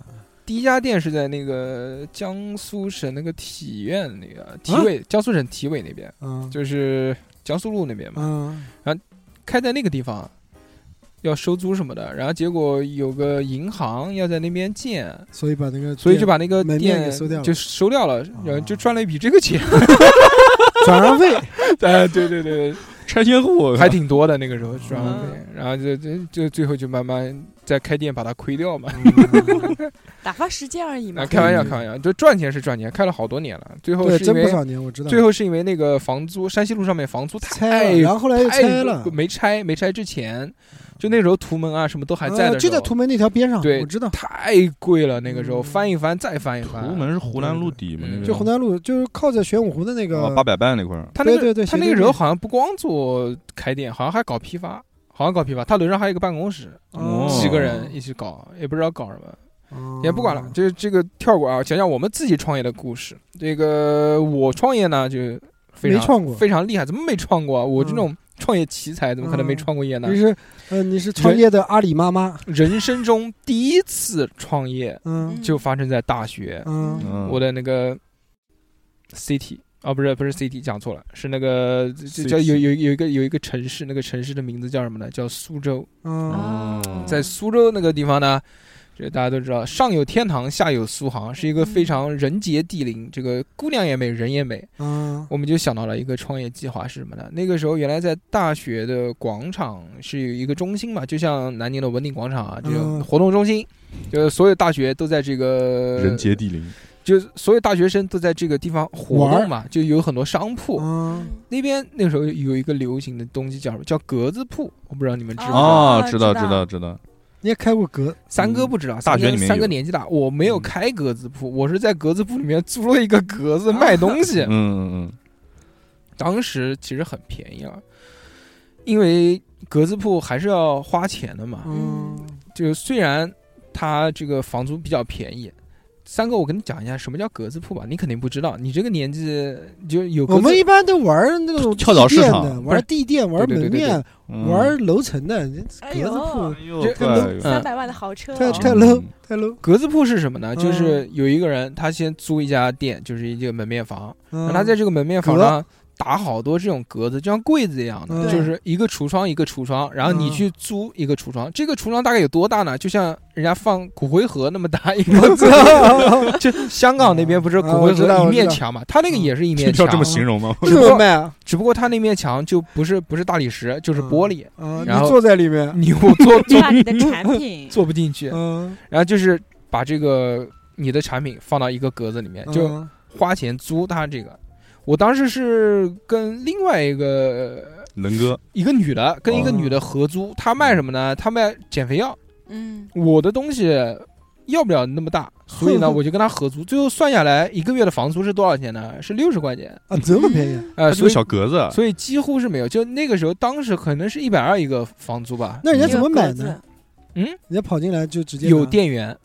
[SPEAKER 1] 第一家店是在那个江苏省那个体院那个啊体委，江苏省体委那边，
[SPEAKER 2] 嗯
[SPEAKER 1] 就是江苏路那边嘛，
[SPEAKER 2] 嗯
[SPEAKER 1] 开在那个地方。啊要收租什么的，然后结果有个银行要在那边建，
[SPEAKER 2] 所以把那个
[SPEAKER 1] 所以就
[SPEAKER 2] 店
[SPEAKER 1] 把那个
[SPEAKER 2] 门
[SPEAKER 1] 店
[SPEAKER 2] 面给收掉了
[SPEAKER 1] 就收掉了，啊然后就赚了一笔这个 钱。
[SPEAKER 2] 转让费
[SPEAKER 1] 哎，对对对，
[SPEAKER 3] 拆迁户
[SPEAKER 1] 还挺多的那个时候赚了
[SPEAKER 4] 嗯
[SPEAKER 1] 点，然后就就就最后就慢慢再开店把它亏掉嘛。
[SPEAKER 2] 嗯
[SPEAKER 5] 打发时间而已嘛
[SPEAKER 1] 啊，。开玩笑，
[SPEAKER 2] 嗯
[SPEAKER 1] 开玩笑，就赚钱是赚钱，开了好多年了，最后
[SPEAKER 2] 对，
[SPEAKER 1] 是因
[SPEAKER 2] 真不
[SPEAKER 1] 为
[SPEAKER 2] 少年，我知道。
[SPEAKER 1] 最后是因为那个房租，山西路上面房租
[SPEAKER 2] 拆
[SPEAKER 1] 太
[SPEAKER 2] 了，然后后来又
[SPEAKER 1] 太
[SPEAKER 2] 拆了，
[SPEAKER 1] 没拆没拆之前，就那时候图门啊什么都还在
[SPEAKER 2] 啊
[SPEAKER 1] 的时
[SPEAKER 2] 就
[SPEAKER 1] 候，
[SPEAKER 2] 在图门那条边上，
[SPEAKER 1] 对
[SPEAKER 2] 我知道。
[SPEAKER 1] 太贵了，那个时候
[SPEAKER 2] 嗯
[SPEAKER 1] 翻一翻再翻一翻，
[SPEAKER 3] 图门是湖南路底嘛，
[SPEAKER 1] 嗯哦
[SPEAKER 3] 那个哦
[SPEAKER 2] 就湖南路，就是靠着玄武湖的那个，
[SPEAKER 3] 八百伴那块儿，
[SPEAKER 1] 他那个
[SPEAKER 2] 对对对
[SPEAKER 1] 他
[SPEAKER 2] 斜
[SPEAKER 1] 那个
[SPEAKER 2] 对
[SPEAKER 1] 时候
[SPEAKER 2] 面
[SPEAKER 1] 好像不光做开店，好像还搞批发，好像搞批发。他楼上还有一个办公室，
[SPEAKER 2] 哦
[SPEAKER 1] 嗯几个人一起搞，也不知道搞什么，
[SPEAKER 2] 哦
[SPEAKER 1] 也不管了。就是这个跳过啊，讲讲我们自己创业的故事。这个我创业呢，就非
[SPEAKER 2] 没
[SPEAKER 1] 常
[SPEAKER 2] 创过，
[SPEAKER 1] 非常厉害，怎么没创过啊？我这
[SPEAKER 2] 嗯
[SPEAKER 1] 种创业奇才，怎么可能没
[SPEAKER 2] 嗯
[SPEAKER 1] 创过业呢
[SPEAKER 2] 你？是呃，你是创业的阿里妈妈，
[SPEAKER 1] 人生中第一次创业
[SPEAKER 2] 嗯
[SPEAKER 5] 嗯
[SPEAKER 1] 就发生在大学，
[SPEAKER 2] 嗯
[SPEAKER 3] 嗯，
[SPEAKER 1] 我的那个 CT 啊，不是不是
[SPEAKER 2] 嗯
[SPEAKER 1] CT，讲错了，是那个这这
[SPEAKER 3] CT
[SPEAKER 1] 叫有有有一个有一个城市，那个城市的名字叫什么呢？叫苏州。
[SPEAKER 2] 嗯
[SPEAKER 3] 哦
[SPEAKER 1] 在苏州那个地方呢，这大家都知道，上有天堂，下有苏杭，是一
[SPEAKER 2] 嗯
[SPEAKER 1] 个非常人杰地灵，这个姑娘也美，人也美。
[SPEAKER 2] 嗯
[SPEAKER 1] 我们就想到了一个创业计划是什么呢？那个时候原来在大学的广场是有一个中心嘛，就像南宁的文鼎广场啊这种
[SPEAKER 2] 嗯
[SPEAKER 1] 活动中心，就是所有大学都在这个
[SPEAKER 3] 人杰地灵，
[SPEAKER 1] 就是所有大学生都在这个地方活
[SPEAKER 2] 玩儿
[SPEAKER 1] 动嘛，就有很多商铺。
[SPEAKER 2] 嗯，
[SPEAKER 1] 那边那个时候有一个流行的东西叫什么叫格子铺，我不知道你们知不知道。
[SPEAKER 3] 哦
[SPEAKER 5] 哦，
[SPEAKER 3] 知道
[SPEAKER 5] 知
[SPEAKER 3] 知
[SPEAKER 5] 道
[SPEAKER 3] 道知道，
[SPEAKER 2] 你也开过格，
[SPEAKER 1] 三哥不知道，
[SPEAKER 3] 大
[SPEAKER 1] 三哥
[SPEAKER 3] 学里面有
[SPEAKER 1] 三哥年纪大，我没有
[SPEAKER 3] 嗯
[SPEAKER 1] 开格子铺，我是在格子铺里面租了一个格子卖东西。
[SPEAKER 3] 嗯嗯
[SPEAKER 1] 当时其实很便宜了，因为格子铺还是要花钱的嘛。
[SPEAKER 2] 嗯，
[SPEAKER 1] 就虽然它这个房租比较便宜，三哥，我跟你讲一下什么叫格子铺吧，你肯定不知道，你这个年纪就有格
[SPEAKER 2] 我
[SPEAKER 1] 子
[SPEAKER 2] 们一般都玩那种
[SPEAKER 3] 跳蚤
[SPEAKER 2] 地
[SPEAKER 3] 市
[SPEAKER 2] 垫
[SPEAKER 3] 场
[SPEAKER 2] 的，
[SPEAKER 1] 不是
[SPEAKER 2] 玩地垫，玩
[SPEAKER 1] 对对
[SPEAKER 2] 门
[SPEAKER 1] 对对
[SPEAKER 2] 面，
[SPEAKER 3] 嗯，
[SPEAKER 2] 玩楼层的，格
[SPEAKER 5] 哎
[SPEAKER 2] 子
[SPEAKER 5] 呦
[SPEAKER 2] 铺
[SPEAKER 3] 哎呦
[SPEAKER 1] 就
[SPEAKER 3] 怪哟
[SPEAKER 1] 嗯
[SPEAKER 5] 三百万的豪
[SPEAKER 4] 哦
[SPEAKER 5] 车，
[SPEAKER 2] 太
[SPEAKER 3] 这
[SPEAKER 2] 太 low 太 low，
[SPEAKER 1] 格子铺是什么呢？
[SPEAKER 2] 嗯
[SPEAKER 1] 就是有一个人，他先租一家店，就是一个门面房，
[SPEAKER 2] 嗯
[SPEAKER 1] 那他在这个门面房上打好多这种格子，就像柜子一样的，
[SPEAKER 2] 嗯
[SPEAKER 1] 就是一个橱窗一个橱窗，然后你
[SPEAKER 2] 嗯
[SPEAKER 1] 去租一个橱窗，这个橱窗大概有多大呢？就像人家放骨灰盒那么大一 个子，就香港那边不是骨
[SPEAKER 2] 啊
[SPEAKER 1] 灰
[SPEAKER 2] 我知道嗯
[SPEAKER 1] 盒一
[SPEAKER 2] 我知道
[SPEAKER 1] 面墙嘛，他那个也是一面
[SPEAKER 3] 要这
[SPEAKER 1] 墙
[SPEAKER 3] 么，形容吗？
[SPEAKER 2] 为什么卖啊？
[SPEAKER 1] 只不过他那面墙就不是不是大理石，就是
[SPEAKER 2] 嗯
[SPEAKER 1] 玻璃，
[SPEAKER 2] 啊，
[SPEAKER 1] 然后
[SPEAKER 2] 你坐在里面，
[SPEAKER 1] 你我坐
[SPEAKER 5] 就
[SPEAKER 2] 啊
[SPEAKER 5] 把你的产品
[SPEAKER 1] 坐不进去，
[SPEAKER 2] 嗯，
[SPEAKER 1] 然后就是把这个你的产品放到一个格子里面，就
[SPEAKER 2] 嗯
[SPEAKER 1] 花钱租他这个。我当时是跟另外一个
[SPEAKER 3] 能哥，
[SPEAKER 1] 一个女的，跟一个
[SPEAKER 2] 哦
[SPEAKER 1] 女的合租，她卖什么呢？她卖减肥药。
[SPEAKER 5] 嗯，
[SPEAKER 1] 我的东西要不了那么 大，所以呢，我就跟她合租。最后算下来，一个月的房租是多少钱呢？是六十块钱。
[SPEAKER 2] 啊，这么 便宜啊，
[SPEAKER 1] 呃，
[SPEAKER 3] 他是
[SPEAKER 1] 所
[SPEAKER 3] 个
[SPEAKER 1] 以
[SPEAKER 3] 小格子，啊
[SPEAKER 1] 所以几乎是没有。就那个时候，当时可能是一百二一个房租吧。
[SPEAKER 2] 那人家
[SPEAKER 5] 一
[SPEAKER 2] 怎
[SPEAKER 5] 个
[SPEAKER 2] 么买
[SPEAKER 5] 格子
[SPEAKER 2] 呢？？
[SPEAKER 1] 嗯，
[SPEAKER 2] 人家跑进来就直接拿
[SPEAKER 1] 有，店员，
[SPEAKER 2] 啊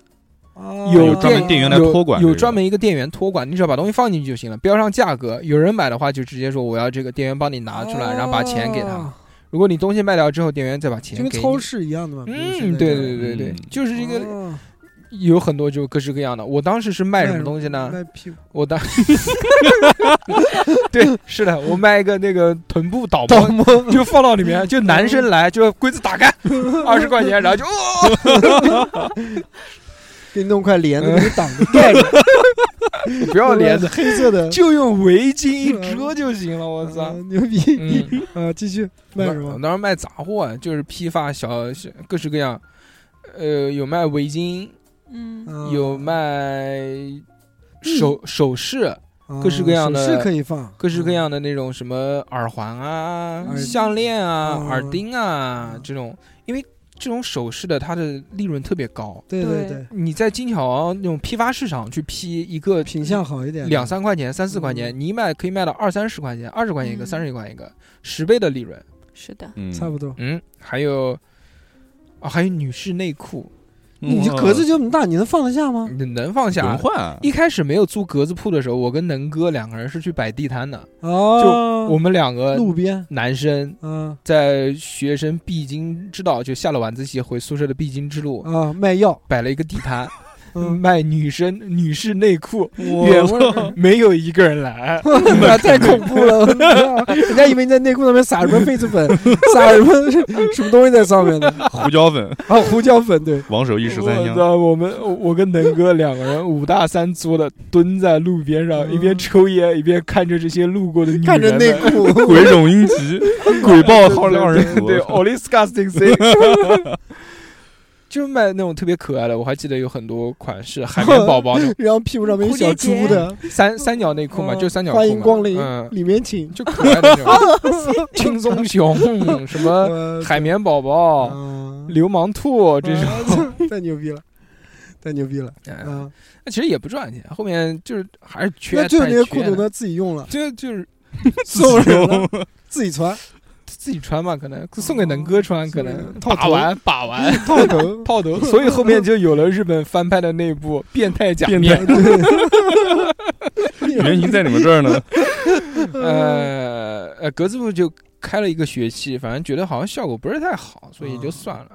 [SPEAKER 3] 哦有专门店员来
[SPEAKER 1] 有
[SPEAKER 3] 托管这
[SPEAKER 1] 有
[SPEAKER 3] 个
[SPEAKER 1] 专门一个店员托管，你只要把东西放进去就行了，标上价格。有人买的话，就直接说我要这个，店员帮你拿出
[SPEAKER 3] 哦
[SPEAKER 1] 来，然后把钱给他。
[SPEAKER 2] 啊，
[SPEAKER 1] 如果你东西卖掉之后，店员再把钱
[SPEAKER 2] 就跟
[SPEAKER 1] 给
[SPEAKER 2] 超
[SPEAKER 1] 你。
[SPEAKER 2] 市一样的嘛。
[SPEAKER 1] 嗯，对对对对，
[SPEAKER 3] 嗯
[SPEAKER 1] 就是
[SPEAKER 2] 这
[SPEAKER 1] 这个
[SPEAKER 2] 个
[SPEAKER 1] 有很多就各式各样的。我当时是卖什么东西呢？
[SPEAKER 2] 卖屁股，
[SPEAKER 1] 我当， 对，是的，我卖一个那个臀部导
[SPEAKER 2] 倒
[SPEAKER 1] 播，就放到里面，就男生来就柜子打开，二十块钱，然后就哦，
[SPEAKER 2] 给你弄块帘子给你挡着盖着，
[SPEAKER 1] 不要 脸子，
[SPEAKER 2] 黑色 的，
[SPEAKER 1] 就用围巾一遮就行了。我操
[SPEAKER 2] 啊，牛逼
[SPEAKER 1] 嗯。
[SPEAKER 2] 啊！继续 卖什
[SPEAKER 1] 我
[SPEAKER 2] 么？
[SPEAKER 1] 当时卖杂货啊，就是批发小小各式各样，呃，有卖围巾，
[SPEAKER 5] 嗯，
[SPEAKER 2] 嗯
[SPEAKER 1] 有卖首首饰，
[SPEAKER 2] 啊
[SPEAKER 1] 各式各样的
[SPEAKER 2] 首饰可以放，
[SPEAKER 1] 各式各样的那种什么耳环啊、
[SPEAKER 2] 嗯耳
[SPEAKER 1] 项链啊、
[SPEAKER 2] 嗯
[SPEAKER 1] 耳钉啊
[SPEAKER 2] 嗯
[SPEAKER 1] 这种，因为这种首饰的它的利润特别高
[SPEAKER 2] 嗯。。对
[SPEAKER 5] 对
[SPEAKER 2] 对，
[SPEAKER 1] 你在金桥那种批发市场去批一个
[SPEAKER 2] 品相好一点的，嗯
[SPEAKER 1] 两三块钱、三四块钱，你一卖可以卖到二三十块钱，二十块钱一个，
[SPEAKER 5] 嗯
[SPEAKER 1] 三十块钱一个，十倍的利润。
[SPEAKER 5] 是的，
[SPEAKER 3] 嗯
[SPEAKER 2] 差不多。
[SPEAKER 1] 嗯，还有啊，还有女士内裤，嗯
[SPEAKER 2] 你这格子就这么大，你能放得下吗？
[SPEAKER 1] 你能放
[SPEAKER 3] 嗯轮
[SPEAKER 1] 下？
[SPEAKER 3] 换，啊
[SPEAKER 1] 一开始没有租格子铺的时候，我跟能哥两个人是去摆地摊的。
[SPEAKER 2] 哦，
[SPEAKER 1] 我们两个
[SPEAKER 2] 路边，
[SPEAKER 1] 男生
[SPEAKER 2] 嗯
[SPEAKER 1] 在学生必经之道，就下了晚自习回宿舍的必经之路，
[SPEAKER 2] 啊，卖药，
[SPEAKER 1] 摆了一个地摊，
[SPEAKER 2] 嗯，。
[SPEAKER 1] 卖女生 女士内裤，
[SPEAKER 3] 我
[SPEAKER 1] 原味没有一个人来
[SPEAKER 2] 太恐怖了！人家以为你在内裤上面撒什么痱子 粉，撒什么什么东西在上面呢？
[SPEAKER 3] 胡椒粉，
[SPEAKER 2] 啊，胡椒粉，对，
[SPEAKER 3] 王守义十三
[SPEAKER 1] 我
[SPEAKER 3] 香，
[SPEAKER 1] 操！我们我跟能哥两个人五大三粗的蹲在路边上，
[SPEAKER 2] 嗯
[SPEAKER 1] 一边抽烟一边看着这些路过的女人们，
[SPEAKER 2] 看着内裤，
[SPEAKER 3] 鬼冢英 吉，鬼爆
[SPEAKER 1] 对 对
[SPEAKER 3] 号令二人
[SPEAKER 1] 对
[SPEAKER 3] 组，
[SPEAKER 1] 对 ，all disgusting thing，就是卖那种特别可爱的，我还记得有很多款式，海绵宝宝那种
[SPEAKER 2] 然后屁股上面有小猪的，
[SPEAKER 1] 三三角内裤嘛，
[SPEAKER 2] 嗯
[SPEAKER 1] 就三角裤嘛，
[SPEAKER 2] 欢迎光临，
[SPEAKER 1] 嗯，
[SPEAKER 2] 里面请。
[SPEAKER 1] 就可爱的那 种 轻松熊，什么
[SPEAKER 2] 呃，
[SPEAKER 1] 海绵宝宝、
[SPEAKER 2] 嗯
[SPEAKER 1] 流氓兔这种，
[SPEAKER 2] 种 太牛逼了，太牛逼了
[SPEAKER 1] 哎
[SPEAKER 2] 啊！
[SPEAKER 1] 那其实也不赚钱，后面就是还是缺，
[SPEAKER 2] 那最后那些
[SPEAKER 1] 太缺了
[SPEAKER 2] 裤头呢，自己 用了，
[SPEAKER 1] 就就是
[SPEAKER 2] 送人了，自己穿，
[SPEAKER 1] 自己穿嘛，可能送给能哥穿，可能
[SPEAKER 2] 嗯套头
[SPEAKER 1] 把玩把玩。
[SPEAKER 2] 套头，
[SPEAKER 1] 套 头，所以后面就有了日本翻拍的那部《变态假面》。
[SPEAKER 2] 对，
[SPEAKER 3] 原型 在你们这儿呢，
[SPEAKER 2] 嗯
[SPEAKER 1] 呃呃，格子铺就开了一个学期，反正觉得好像效果不是太好，所以也就
[SPEAKER 2] 嗯
[SPEAKER 1] 算了。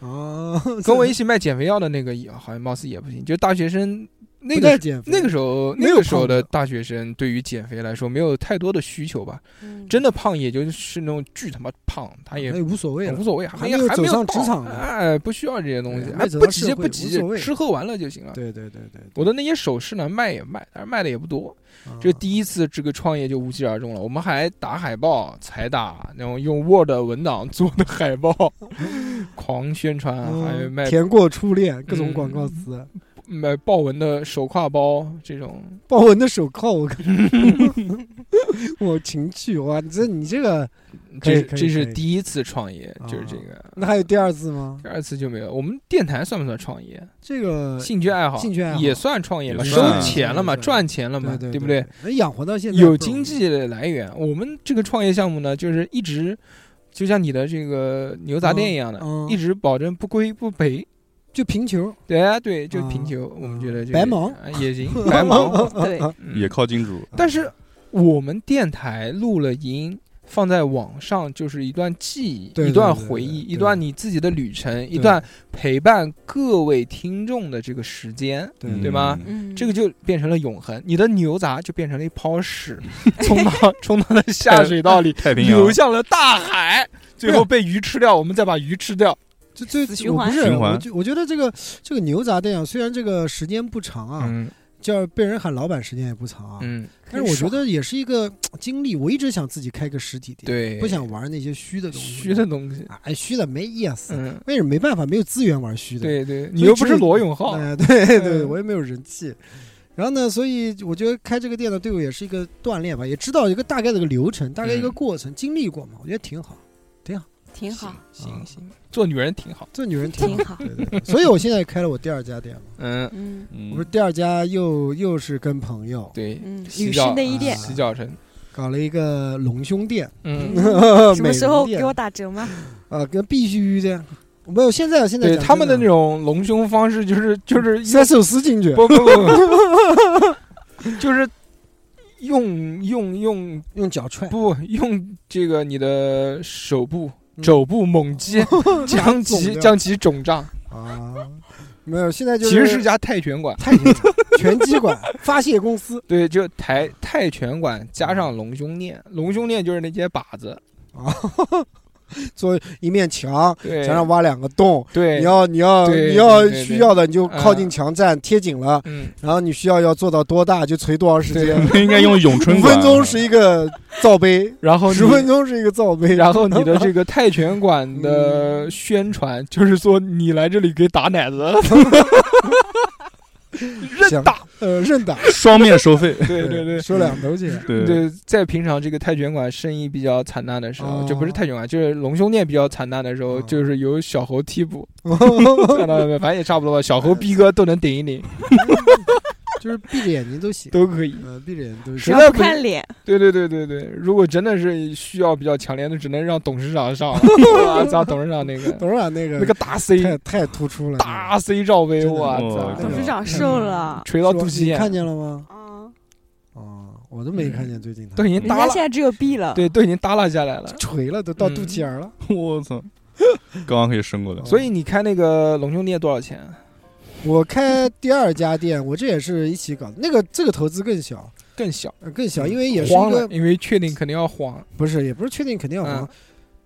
[SPEAKER 2] 啊，
[SPEAKER 1] 跟我一起卖减肥药的那个也好像貌似也不行，就大学生那
[SPEAKER 2] 不
[SPEAKER 1] 个
[SPEAKER 2] 带
[SPEAKER 1] 时
[SPEAKER 2] 减肥
[SPEAKER 1] 那个时候
[SPEAKER 2] 没有
[SPEAKER 1] 那个时候的
[SPEAKER 2] 胖子
[SPEAKER 1] 大学生对于减肥来说没有太多的需求吧，
[SPEAKER 5] 嗯
[SPEAKER 1] 真的胖也就是那种巨他妈胖，他也
[SPEAKER 2] 哎无所谓了
[SPEAKER 1] 无，所谓，
[SPEAKER 2] 还
[SPEAKER 1] 也
[SPEAKER 2] 没有
[SPEAKER 1] 还
[SPEAKER 2] 走
[SPEAKER 1] 没有
[SPEAKER 2] 上
[SPEAKER 1] 到
[SPEAKER 2] 职场呢
[SPEAKER 1] 哎，不需要这些东西
[SPEAKER 2] 对，还
[SPEAKER 1] 哎
[SPEAKER 2] 没走
[SPEAKER 1] 不
[SPEAKER 2] 到
[SPEAKER 1] 急
[SPEAKER 2] 社
[SPEAKER 1] 着不
[SPEAKER 2] 会无
[SPEAKER 1] 急
[SPEAKER 2] 所
[SPEAKER 1] 着，
[SPEAKER 2] 谓
[SPEAKER 1] 吃喝玩乐就行了。
[SPEAKER 2] 对对对对，对
[SPEAKER 1] 我的那些首饰呢，卖也卖，但是卖的也不多，
[SPEAKER 2] 啊
[SPEAKER 1] 这第一次这个创业就无疾而终了。我们还打海报，才打那种用 Word 文档做的 啊海报，狂宣传，还有
[SPEAKER 2] 嗯
[SPEAKER 1] 卖嗯
[SPEAKER 2] 甜过初恋各种广告词，
[SPEAKER 1] 买呃豹纹的手挎包这种，
[SPEAKER 2] 豹纹的手铐，我靠， 我情趣哇！你这你这个，可以
[SPEAKER 1] 这
[SPEAKER 2] 可以
[SPEAKER 1] 这是
[SPEAKER 2] 可以
[SPEAKER 1] 第一次创业，就是这
[SPEAKER 2] 啊
[SPEAKER 1] 个。
[SPEAKER 2] 那还有第二次吗？
[SPEAKER 1] 第二次就没有。我们电台算不算创业？
[SPEAKER 2] 这个
[SPEAKER 1] 兴趣爱好，
[SPEAKER 2] 呃兴趣爱好
[SPEAKER 1] 也算创业嘛，
[SPEAKER 3] 也
[SPEAKER 1] 收
[SPEAKER 3] 算
[SPEAKER 1] 钱了嘛，
[SPEAKER 2] 对
[SPEAKER 1] 赚钱了嘛，
[SPEAKER 2] 对
[SPEAKER 1] 不
[SPEAKER 2] 对
[SPEAKER 1] 对？？
[SPEAKER 2] 能养活到现在
[SPEAKER 1] 有
[SPEAKER 2] 不
[SPEAKER 1] 经
[SPEAKER 2] 容易，
[SPEAKER 1] 济的来源。我们这个创业项目呢，就是一直就像你的这个牛杂店一样的，
[SPEAKER 2] 嗯嗯
[SPEAKER 1] 一直保证不亏不赔。
[SPEAKER 2] 就贫穷，
[SPEAKER 1] 对啊，对，就
[SPEAKER 2] 嗯
[SPEAKER 1] 贫穷，我们觉得这个
[SPEAKER 2] 白忙
[SPEAKER 1] 啊也 行，白忙
[SPEAKER 4] 对，
[SPEAKER 1] 嗯
[SPEAKER 3] 也靠金主，
[SPEAKER 1] 但是我们电台录了音，放在网上就是一段记忆，
[SPEAKER 2] 对对
[SPEAKER 1] 一段回忆，
[SPEAKER 2] 对对对
[SPEAKER 1] 一段你自己的旅程，一段陪伴各位听众的这个时间。
[SPEAKER 2] 对
[SPEAKER 3] 嗯
[SPEAKER 1] 对吗？
[SPEAKER 4] 嗯，
[SPEAKER 1] 这个就变成了永恒，你的牛杂就变成了一泡 屎，冲到冲到了下水道里，
[SPEAKER 3] 太
[SPEAKER 2] 啊
[SPEAKER 3] 平洋
[SPEAKER 1] 流向了大 海，最后被鱼吃掉，我们再把鱼吃掉。
[SPEAKER 2] 就最
[SPEAKER 5] 死循
[SPEAKER 2] 我
[SPEAKER 5] 环
[SPEAKER 2] 不是，
[SPEAKER 3] 循环
[SPEAKER 2] 我就我觉得这个这个牛杂店啊，虽然这个时间不长啊，
[SPEAKER 1] 嗯
[SPEAKER 2] 叫被人喊老板时间也不长啊，
[SPEAKER 1] 嗯，
[SPEAKER 2] 但是我觉得也是一个经历。我一直想自己开个实体店，
[SPEAKER 1] 对，
[SPEAKER 2] 不想玩那些虚的东西，
[SPEAKER 1] 虚的东西。
[SPEAKER 2] 哎，虚的没意思。
[SPEAKER 1] 嗯，
[SPEAKER 2] 为什么没办法？没有资源玩虚的。
[SPEAKER 1] 对对，你又不是罗永浩，
[SPEAKER 2] 哎，对对，
[SPEAKER 1] 嗯
[SPEAKER 2] 我也没有人气。然后呢，所以我觉得开这个店呢，对我也是一个锻炼吧，也知道一个大概的一个流程，大概一个
[SPEAKER 1] 嗯
[SPEAKER 2] 过程，经历过嘛，我觉得挺好。
[SPEAKER 4] 挺好，
[SPEAKER 1] 行行，做女人挺好。
[SPEAKER 2] 做女人挺
[SPEAKER 4] 挺
[SPEAKER 2] 好。
[SPEAKER 4] 好，
[SPEAKER 2] 对对对，所以我现在开了我第二家店嘛，
[SPEAKER 1] 嗯，
[SPEAKER 4] 嗯
[SPEAKER 3] 嗯
[SPEAKER 2] 我说第二家又又是跟朋友
[SPEAKER 1] 对，
[SPEAKER 4] 嗯，
[SPEAKER 1] 洗
[SPEAKER 4] 女
[SPEAKER 1] 脚
[SPEAKER 4] 士内衣店
[SPEAKER 2] 啊，
[SPEAKER 1] 洗脚城。
[SPEAKER 2] 搞了一个隆胸店，
[SPEAKER 1] 嗯，
[SPEAKER 2] 什
[SPEAKER 4] 什么时候给我打折吗？
[SPEAKER 2] 啊？跟必须的，没有现在现在
[SPEAKER 1] 对，
[SPEAKER 2] 讲
[SPEAKER 1] 他们的
[SPEAKER 2] 真
[SPEAKER 1] 那种隆胸方式就是就是
[SPEAKER 2] 塞手撕进去，
[SPEAKER 1] 不不不， 就是用用用
[SPEAKER 2] 用脚踹，
[SPEAKER 1] 不用这个你的手部肘部猛击，将其
[SPEAKER 2] 掉
[SPEAKER 1] 将其肿胀，
[SPEAKER 2] 啊，没有现在就
[SPEAKER 1] 其实是一家泰拳馆。
[SPEAKER 2] 泰拳馆拳击馆发泄公司
[SPEAKER 1] 对，就台泰拳馆加上隆胸链，隆胸链就是那些靶子，
[SPEAKER 2] 啊，做一面墙，
[SPEAKER 1] 对，
[SPEAKER 2] 墙上挖两个洞。
[SPEAKER 1] 对，
[SPEAKER 2] 你要你要
[SPEAKER 1] 对
[SPEAKER 2] 你要
[SPEAKER 1] 对对对
[SPEAKER 2] 需要的你就
[SPEAKER 1] 嗯
[SPEAKER 2] 靠近墙站贴紧了，
[SPEAKER 1] 嗯，
[SPEAKER 2] 然后你需要要做到多大就锤多长时间，
[SPEAKER 1] 对
[SPEAKER 3] 应该用咏春
[SPEAKER 2] 五
[SPEAKER 3] 馆啊
[SPEAKER 2] 分钟是一个罩杯，
[SPEAKER 1] 然后你
[SPEAKER 2] 十分钟是一个罩 杯，
[SPEAKER 1] 然后你的这个泰拳馆
[SPEAKER 2] 嗯
[SPEAKER 1] 的宣传就是说你来这里给打奶子，
[SPEAKER 2] 行
[SPEAKER 1] 任打，
[SPEAKER 2] 呃任打，
[SPEAKER 3] 双面收费，
[SPEAKER 1] 对对对。
[SPEAKER 2] 收两头 钱，
[SPEAKER 3] 对，
[SPEAKER 1] 对，在平常这个泰拳馆生意比较惨淡的时候，
[SPEAKER 2] 哦
[SPEAKER 1] 就不是泰拳馆，就是隆胸店比较惨淡的时候，
[SPEAKER 2] 哦
[SPEAKER 1] 就是由小猴替 补， 看到没有？反正也差不多吧，小猴逼哥都能顶一 顶，
[SPEAKER 2] 就是闭着眼睛都行，
[SPEAKER 1] 都啊可以。
[SPEAKER 2] 呃闭着眼睛都
[SPEAKER 1] 实
[SPEAKER 2] 行，
[SPEAKER 1] 在
[SPEAKER 4] 不
[SPEAKER 1] 不行
[SPEAKER 4] 看脸，
[SPEAKER 1] 对对对对对，如果真的是需要比较强烈的，只能让董事长上了。 我操，董事长那个
[SPEAKER 2] 董事长那个
[SPEAKER 1] 那个大 C
[SPEAKER 2] 太太突出了，
[SPEAKER 1] 大 C 罩杯，
[SPEAKER 2] 真的
[SPEAKER 1] 我
[SPEAKER 3] 哇
[SPEAKER 1] 操，
[SPEAKER 2] 哎
[SPEAKER 4] 董事长瘦了，
[SPEAKER 1] 垂
[SPEAKER 2] 那
[SPEAKER 1] 到
[SPEAKER 2] 个
[SPEAKER 1] 肚
[SPEAKER 2] 是吧
[SPEAKER 1] 脐
[SPEAKER 2] 你看
[SPEAKER 1] 眼，
[SPEAKER 2] 见了吗？
[SPEAKER 4] 嗯，
[SPEAKER 2] 啊，我都没
[SPEAKER 1] 嗯
[SPEAKER 2] 看见最近他
[SPEAKER 1] 都已经
[SPEAKER 4] 人
[SPEAKER 1] 耷
[SPEAKER 4] 家
[SPEAKER 1] 拉
[SPEAKER 4] 现，在只有 B
[SPEAKER 3] 啊
[SPEAKER 4] 了，
[SPEAKER 1] 对，都已经耷拉下来了。
[SPEAKER 2] 垂了，都到肚脐眼儿了。
[SPEAKER 1] 嗯
[SPEAKER 3] 我操，刚刚可以伸过来，
[SPEAKER 1] 所以你开那个隆胸店多少钱？
[SPEAKER 2] 我开第二家店，我这也是一起搞的，那个这个投资更小，
[SPEAKER 1] 更小，
[SPEAKER 2] 呃更小，因为也是
[SPEAKER 1] 嗯
[SPEAKER 2] 一
[SPEAKER 1] 慌了，
[SPEAKER 2] 个啊
[SPEAKER 1] 因为确定肯定要慌。
[SPEAKER 2] 不是也不是确定肯定要黄
[SPEAKER 1] 嗯。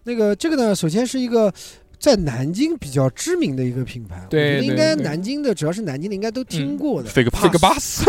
[SPEAKER 2] 那个这个呢，首先是一个。在南京比较知名的一个品牌，我
[SPEAKER 1] 对
[SPEAKER 2] 觉得
[SPEAKER 1] 对
[SPEAKER 2] 应该
[SPEAKER 1] 对
[SPEAKER 2] 南京的，只要是南京的，应该都听过的
[SPEAKER 3] fake
[SPEAKER 1] fake
[SPEAKER 3] pass，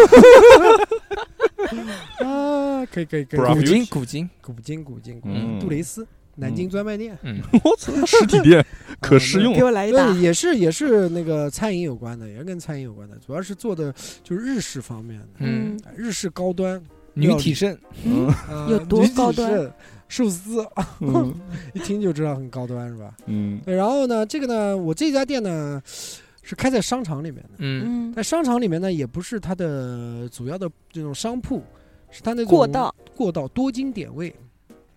[SPEAKER 2] 啊。可以可以可以，
[SPEAKER 1] 古
[SPEAKER 3] Bravo
[SPEAKER 2] 古
[SPEAKER 1] 今古今，
[SPEAKER 2] 古今古今古
[SPEAKER 3] 嗯
[SPEAKER 2] 今，杜蕾斯南京专卖店，
[SPEAKER 1] 嗯，
[SPEAKER 3] 我操，实体店可食用
[SPEAKER 4] 给，我来一打，
[SPEAKER 2] 对，也是也是那个餐饮有关的，也是跟餐饮有关的，主要是做的就是日式方面的，
[SPEAKER 1] 嗯
[SPEAKER 4] 嗯，
[SPEAKER 2] 哎日式高端，
[SPEAKER 1] 女体盛，
[SPEAKER 4] 嗯，
[SPEAKER 2] 呃
[SPEAKER 4] 有多
[SPEAKER 2] 女子
[SPEAKER 4] 高端
[SPEAKER 2] 式寿司，
[SPEAKER 3] 嗯
[SPEAKER 2] 一听就知道很高端是吧？
[SPEAKER 3] 嗯
[SPEAKER 2] 对，然后呢，这个呢，我这家店呢是开在商场里面的，
[SPEAKER 1] 嗯
[SPEAKER 4] 嗯，
[SPEAKER 2] 但商场里面呢也不是它的主要的这种商铺，是它那种
[SPEAKER 4] 过道，
[SPEAKER 2] 过道多经典位，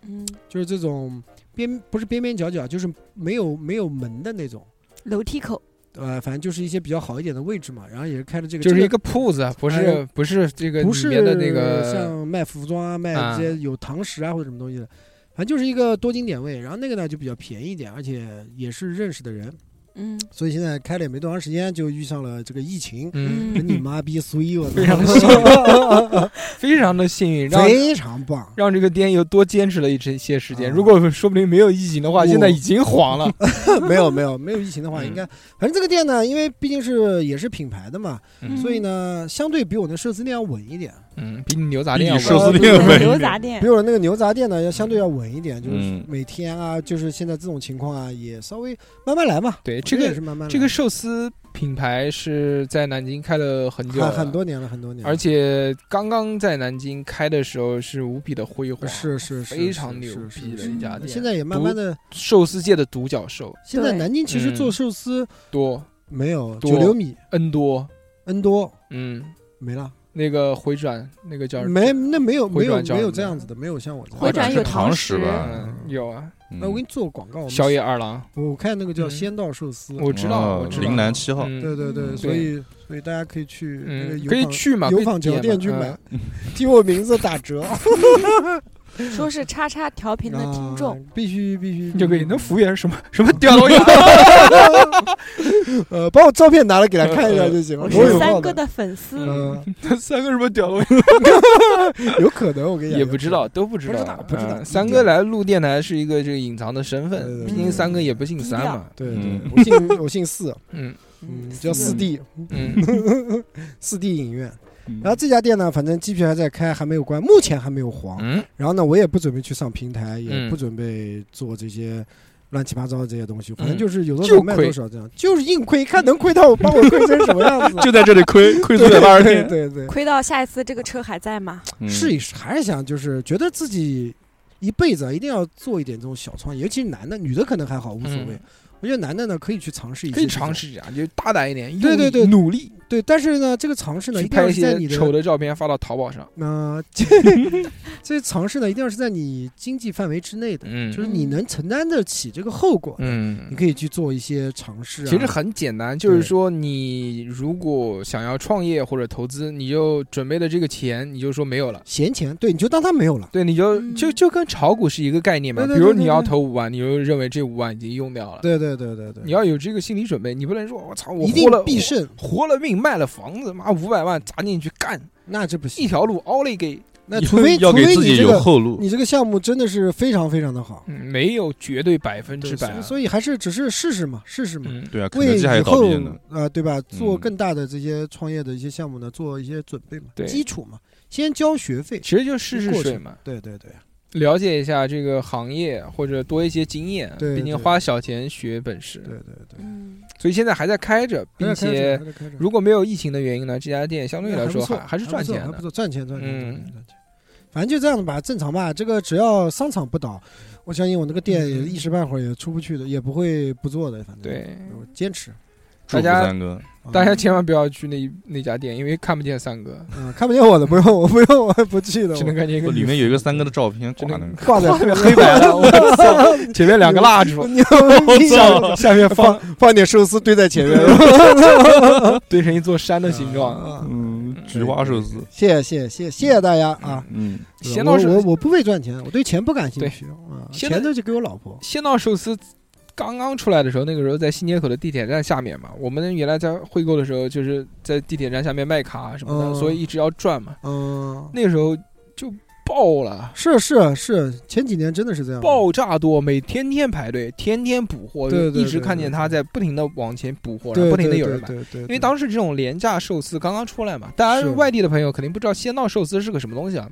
[SPEAKER 4] 嗯，
[SPEAKER 2] 就是这种边不是边边角角，就是没有没有门的那种。
[SPEAKER 4] 楼梯口，
[SPEAKER 2] 呃，反正就是一些比较好一点的位置嘛，然后也是开的这个，
[SPEAKER 1] 就是
[SPEAKER 2] 这
[SPEAKER 1] 一
[SPEAKER 2] 个
[SPEAKER 1] 个铺子，啊不是
[SPEAKER 2] 哎
[SPEAKER 1] 不是这个
[SPEAKER 2] 不
[SPEAKER 1] 里
[SPEAKER 2] 是
[SPEAKER 1] 面的那个，
[SPEAKER 2] 像卖服装啊、卖
[SPEAKER 1] 啊
[SPEAKER 2] 这些有堂食啊或者什么东西的，反正就是一个多经典位。然后那个呢就比较便宜一点，而且也是认识的人，
[SPEAKER 4] 嗯
[SPEAKER 2] 所以现在开了也没多长时间，就遇上了这个疫情，
[SPEAKER 1] 嗯，
[SPEAKER 2] 跟你妈逼 衰我操
[SPEAKER 1] 非常的幸运， 非常的幸运，让
[SPEAKER 2] 非常棒。
[SPEAKER 1] 让这个店又多坚持了一些些时间。
[SPEAKER 2] 啊
[SPEAKER 1] 如果说不定没有疫情的话，
[SPEAKER 2] 我
[SPEAKER 1] 现在已经黄 了。
[SPEAKER 2] 没有没有没有疫情的话，
[SPEAKER 1] 嗯
[SPEAKER 2] 应该反正这个店呢，因为毕竟是也是品牌的嘛，
[SPEAKER 1] 嗯
[SPEAKER 2] 所以呢相对比我那寿司店要稳一点。
[SPEAKER 1] 嗯，比你牛杂
[SPEAKER 3] 比
[SPEAKER 1] 店
[SPEAKER 3] 你
[SPEAKER 1] 要
[SPEAKER 3] 寿
[SPEAKER 1] 稳
[SPEAKER 3] 司
[SPEAKER 4] 嗯
[SPEAKER 2] 呃
[SPEAKER 3] 店
[SPEAKER 2] 对
[SPEAKER 3] 呗。
[SPEAKER 5] 牛杂
[SPEAKER 1] 嗯
[SPEAKER 5] 店
[SPEAKER 2] 比我那个牛杂店呢，要相对要稳一点，就是
[SPEAKER 3] 嗯
[SPEAKER 2] 每天啊，就是现在这种情况啊，也稍微慢慢来嘛。
[SPEAKER 1] 对
[SPEAKER 2] 我
[SPEAKER 1] 这
[SPEAKER 2] 觉得
[SPEAKER 1] 个
[SPEAKER 2] 也是慢慢来
[SPEAKER 1] 这个寿司品牌是在南京开了很久
[SPEAKER 2] 很
[SPEAKER 1] 了
[SPEAKER 2] 很，多年了，很多年了，
[SPEAKER 1] 而且刚刚在南京开的时候是无比的辉煌，
[SPEAKER 2] 是是是
[SPEAKER 1] 啊非常牛
[SPEAKER 2] 是是
[SPEAKER 1] 逼的
[SPEAKER 2] 是
[SPEAKER 1] 一家店。
[SPEAKER 2] 现在也慢慢的，
[SPEAKER 1] 寿司界的独角兽
[SPEAKER 2] 现在
[SPEAKER 4] 对
[SPEAKER 2] 南京其实
[SPEAKER 1] 嗯
[SPEAKER 2] 做寿司
[SPEAKER 1] 多
[SPEAKER 2] 没有
[SPEAKER 1] 多
[SPEAKER 2] 九流米
[SPEAKER 1] N 多，
[SPEAKER 2] N 多
[SPEAKER 1] 嗯，
[SPEAKER 2] 没了，
[SPEAKER 1] 那个回转那个叫
[SPEAKER 2] 没那没有没
[SPEAKER 1] 啊回
[SPEAKER 2] 有
[SPEAKER 1] 转叫
[SPEAKER 2] 没有
[SPEAKER 1] 什么
[SPEAKER 2] 这样子的，没有像我这样
[SPEAKER 4] 回转
[SPEAKER 3] 是
[SPEAKER 4] 有
[SPEAKER 3] 堂
[SPEAKER 4] 堂
[SPEAKER 3] 食
[SPEAKER 4] 食
[SPEAKER 3] 吧？
[SPEAKER 1] 嗯有啊，
[SPEAKER 3] 嗯
[SPEAKER 2] 哎，我给你做个广告，我们
[SPEAKER 1] 小野二郎，
[SPEAKER 2] 我看那个叫
[SPEAKER 1] 嗯
[SPEAKER 2] 仙道寿司，
[SPEAKER 1] 我知道，
[SPEAKER 3] 哦
[SPEAKER 1] 我知道，
[SPEAKER 3] 陵南七号，
[SPEAKER 1] 嗯
[SPEAKER 2] 对对对，
[SPEAKER 3] 嗯
[SPEAKER 2] 所以所以大家可以去那个
[SPEAKER 1] 嗯，
[SPEAKER 2] 油
[SPEAKER 1] 可以
[SPEAKER 2] 坊
[SPEAKER 1] 去嘛，
[SPEAKER 2] 油
[SPEAKER 1] 可以
[SPEAKER 2] 坊酒
[SPEAKER 1] 点
[SPEAKER 2] 店
[SPEAKER 1] 嘛
[SPEAKER 2] 去
[SPEAKER 1] 嗯
[SPEAKER 2] 买，听我名字打折，
[SPEAKER 4] 说是叉叉调频的听众，
[SPEAKER 2] 啊必须必须嗯
[SPEAKER 1] 就可以。
[SPEAKER 2] 必须
[SPEAKER 1] 那服务员是什么 什么掉东西，
[SPEAKER 2] 呃，把我照片拿来给他看一下就行了。
[SPEAKER 4] 我
[SPEAKER 2] 有
[SPEAKER 4] 是三
[SPEAKER 2] 号
[SPEAKER 4] 哥，的粉丝，
[SPEAKER 2] 嗯，
[SPEAKER 1] 三个什么掉东西。
[SPEAKER 2] 有可能我跟你讲
[SPEAKER 1] 也不知道，，都不知
[SPEAKER 2] 哎不
[SPEAKER 1] 道，
[SPEAKER 2] 知道不知道
[SPEAKER 1] 嗯三哥来录电台是一个这个隐藏的身
[SPEAKER 2] 对对
[SPEAKER 1] 份，
[SPEAKER 2] 对
[SPEAKER 1] 毕竟三哥也不姓
[SPEAKER 4] 低
[SPEAKER 1] 三
[SPEAKER 4] 调
[SPEAKER 1] 嘛。
[SPEAKER 2] 对对
[SPEAKER 3] 嗯，
[SPEAKER 2] 我姓我姓四，
[SPEAKER 1] 嗯
[SPEAKER 2] 嗯，叫四
[SPEAKER 3] 嗯
[SPEAKER 2] D，
[SPEAKER 1] 嗯，
[SPEAKER 2] 四 D 影院。
[SPEAKER 3] 嗯。
[SPEAKER 2] 然后这家店呢，反正机票还在开，还没有关，目前还没有黄。
[SPEAKER 1] 嗯，
[SPEAKER 2] 然后呢，我也不准备去上平台，也
[SPEAKER 1] 嗯
[SPEAKER 2] 不准备做这些乱七八糟的这些东西，反正
[SPEAKER 1] 嗯
[SPEAKER 2] 就是有多
[SPEAKER 1] 就
[SPEAKER 2] 少卖
[SPEAKER 1] 亏
[SPEAKER 2] 多少这样，就是硬亏，看能亏到我把我亏成什么 样子
[SPEAKER 3] 就在这里亏亏四百八十
[SPEAKER 2] 对
[SPEAKER 3] 天，
[SPEAKER 2] 对对，
[SPEAKER 4] 亏到下一次这个车还在吗？
[SPEAKER 3] 嗯
[SPEAKER 2] 试一试，还是想就是觉得自己一辈子啊，一定要做一点这种小创业，尤其是男的，女的可能还好无所谓。
[SPEAKER 1] 嗯
[SPEAKER 2] 我觉得男的呢可以去尝试一些，
[SPEAKER 1] 可以尝。试一下，就大胆一点，
[SPEAKER 2] 对对对
[SPEAKER 1] 用力努力
[SPEAKER 2] 对，但是呢，这个尝试呢，
[SPEAKER 1] 去
[SPEAKER 2] 一定要
[SPEAKER 1] 拍一
[SPEAKER 2] 是在你
[SPEAKER 1] 些丑
[SPEAKER 2] 的
[SPEAKER 1] 的照片发到淘宝上。
[SPEAKER 2] 那、这 这尝试呢，一定要是在你经济范围之内的，
[SPEAKER 1] 嗯
[SPEAKER 2] 就是你能承担得起这个后果，你
[SPEAKER 1] 嗯，
[SPEAKER 2] 可以去做一些尝试、啊。
[SPEAKER 1] 其实很简单，就是
[SPEAKER 2] 对
[SPEAKER 1] 说你如果想要创业或者投资，你就准备的这个钱，你就说没有了。
[SPEAKER 2] 闲钱，对，你就当它没有了。
[SPEAKER 1] 对，你就
[SPEAKER 4] 嗯
[SPEAKER 1] 就就跟炒股是一个概念嘛。
[SPEAKER 2] 对
[SPEAKER 1] 比
[SPEAKER 2] 对
[SPEAKER 1] 如
[SPEAKER 2] 对对
[SPEAKER 1] 你要
[SPEAKER 2] 对
[SPEAKER 1] 投五万，你就认为这五万已经用掉了。
[SPEAKER 2] 对对对对对，
[SPEAKER 1] 你要有这个心理准备，你不能说我操，我
[SPEAKER 2] 一定
[SPEAKER 1] 活了
[SPEAKER 2] 必胜，
[SPEAKER 1] 活了命卖了房子，妈五百万砸进去干
[SPEAKER 2] 那这不行
[SPEAKER 1] 一。条路凹了一给，
[SPEAKER 2] 那 除非
[SPEAKER 3] 要
[SPEAKER 2] 除
[SPEAKER 3] 给
[SPEAKER 2] 非
[SPEAKER 3] 自
[SPEAKER 2] 你
[SPEAKER 3] 己
[SPEAKER 2] 这
[SPEAKER 3] 有
[SPEAKER 2] 个
[SPEAKER 3] 后路。
[SPEAKER 2] 你这个项目真的是非常非常的好。
[SPEAKER 1] 嗯没有绝对百分之
[SPEAKER 2] 对，
[SPEAKER 1] 百
[SPEAKER 2] 所以
[SPEAKER 1] 啊。
[SPEAKER 2] 所以还是只是试试嘛，试试嘛，
[SPEAKER 1] 嗯，
[SPEAKER 3] 对啊，肯德
[SPEAKER 2] 为
[SPEAKER 3] 基还
[SPEAKER 2] 以
[SPEAKER 3] 有倒
[SPEAKER 2] 后
[SPEAKER 3] 闭呢
[SPEAKER 2] 啊、。呃对吧？做
[SPEAKER 3] 嗯
[SPEAKER 2] 更大的这些创业的一些项目呢，做一些准备嘛，
[SPEAKER 1] 对
[SPEAKER 2] 基础嘛，先交学费。
[SPEAKER 1] 其实就试试水嘛，
[SPEAKER 2] 对对对，
[SPEAKER 1] 了解一下这个行业或者多一些经验，
[SPEAKER 2] 对
[SPEAKER 1] 毕竟
[SPEAKER 2] 对
[SPEAKER 1] 花小钱学本事
[SPEAKER 2] 对。对对，
[SPEAKER 4] 嗯，
[SPEAKER 1] 所以现在还在开着，并且
[SPEAKER 2] 还得开着还得开着
[SPEAKER 1] 如果没有疫情的原因呢，这家店相对来说
[SPEAKER 2] 还不错
[SPEAKER 1] 还还是赚钱
[SPEAKER 2] 还不错还不
[SPEAKER 1] 的。
[SPEAKER 2] 错，赚钱赚钱赚
[SPEAKER 1] 嗯
[SPEAKER 2] 钱赚钱。反正就这样吧，正常吧。这个只要商场不倒，我相信我那个店也
[SPEAKER 1] 嗯
[SPEAKER 2] 一时半会儿也出不去的，也不会不做的。反正
[SPEAKER 1] 对，
[SPEAKER 2] 我坚持。
[SPEAKER 3] 祝
[SPEAKER 1] 大
[SPEAKER 3] 福
[SPEAKER 1] 家
[SPEAKER 3] 三哥，
[SPEAKER 2] 啊
[SPEAKER 1] 大家千万不要去那那家店，因为看不见三哥，
[SPEAKER 2] 嗯，看不见我的不用，我不用，我不去的。
[SPEAKER 1] 只能
[SPEAKER 2] 我
[SPEAKER 1] 看见一个
[SPEAKER 3] 里
[SPEAKER 1] 女
[SPEAKER 3] 面有一个三哥的照片挂那儿，
[SPEAKER 2] 挂在
[SPEAKER 1] 特别哦黑白的，我操， 前面两个蜡 烛，
[SPEAKER 2] 牛逼！
[SPEAKER 1] 下下面放
[SPEAKER 2] 放点寿司堆在前面，
[SPEAKER 1] 堆成一座山的形状。
[SPEAKER 2] 啊
[SPEAKER 3] 嗯，菊花寿司，
[SPEAKER 2] 谢谢谢谢谢谢大家啊！
[SPEAKER 3] 嗯，
[SPEAKER 1] 闲
[SPEAKER 2] 我
[SPEAKER 1] 到
[SPEAKER 2] 我
[SPEAKER 1] 寿
[SPEAKER 2] 我不为赚钱，我对钱不感兴趣啊，
[SPEAKER 1] 闲到
[SPEAKER 2] 钱都就给我老婆。
[SPEAKER 1] 仙道寿司刚刚出来的时候，那个时候在新街口的地铁站下面嘛，我们原来在汇购的时候，就是在地铁站下面卖卡什么的，
[SPEAKER 2] 嗯
[SPEAKER 1] 所以一直要赚嘛。
[SPEAKER 2] 嗯，
[SPEAKER 1] 那时候就爆了。
[SPEAKER 2] 是是是，前几年真的是这样。
[SPEAKER 1] 爆炸多，每天天排队，天天补货，
[SPEAKER 2] 对对对
[SPEAKER 1] 一直看见他在不停的往前补货，然
[SPEAKER 2] 对
[SPEAKER 1] 后不停的有人买。
[SPEAKER 2] 对对对，
[SPEAKER 1] 因为当时这种廉价寿司刚刚出来嘛，当
[SPEAKER 2] 是
[SPEAKER 1] 然外地的朋友肯定不知道鲜道寿司是个什么东西啊，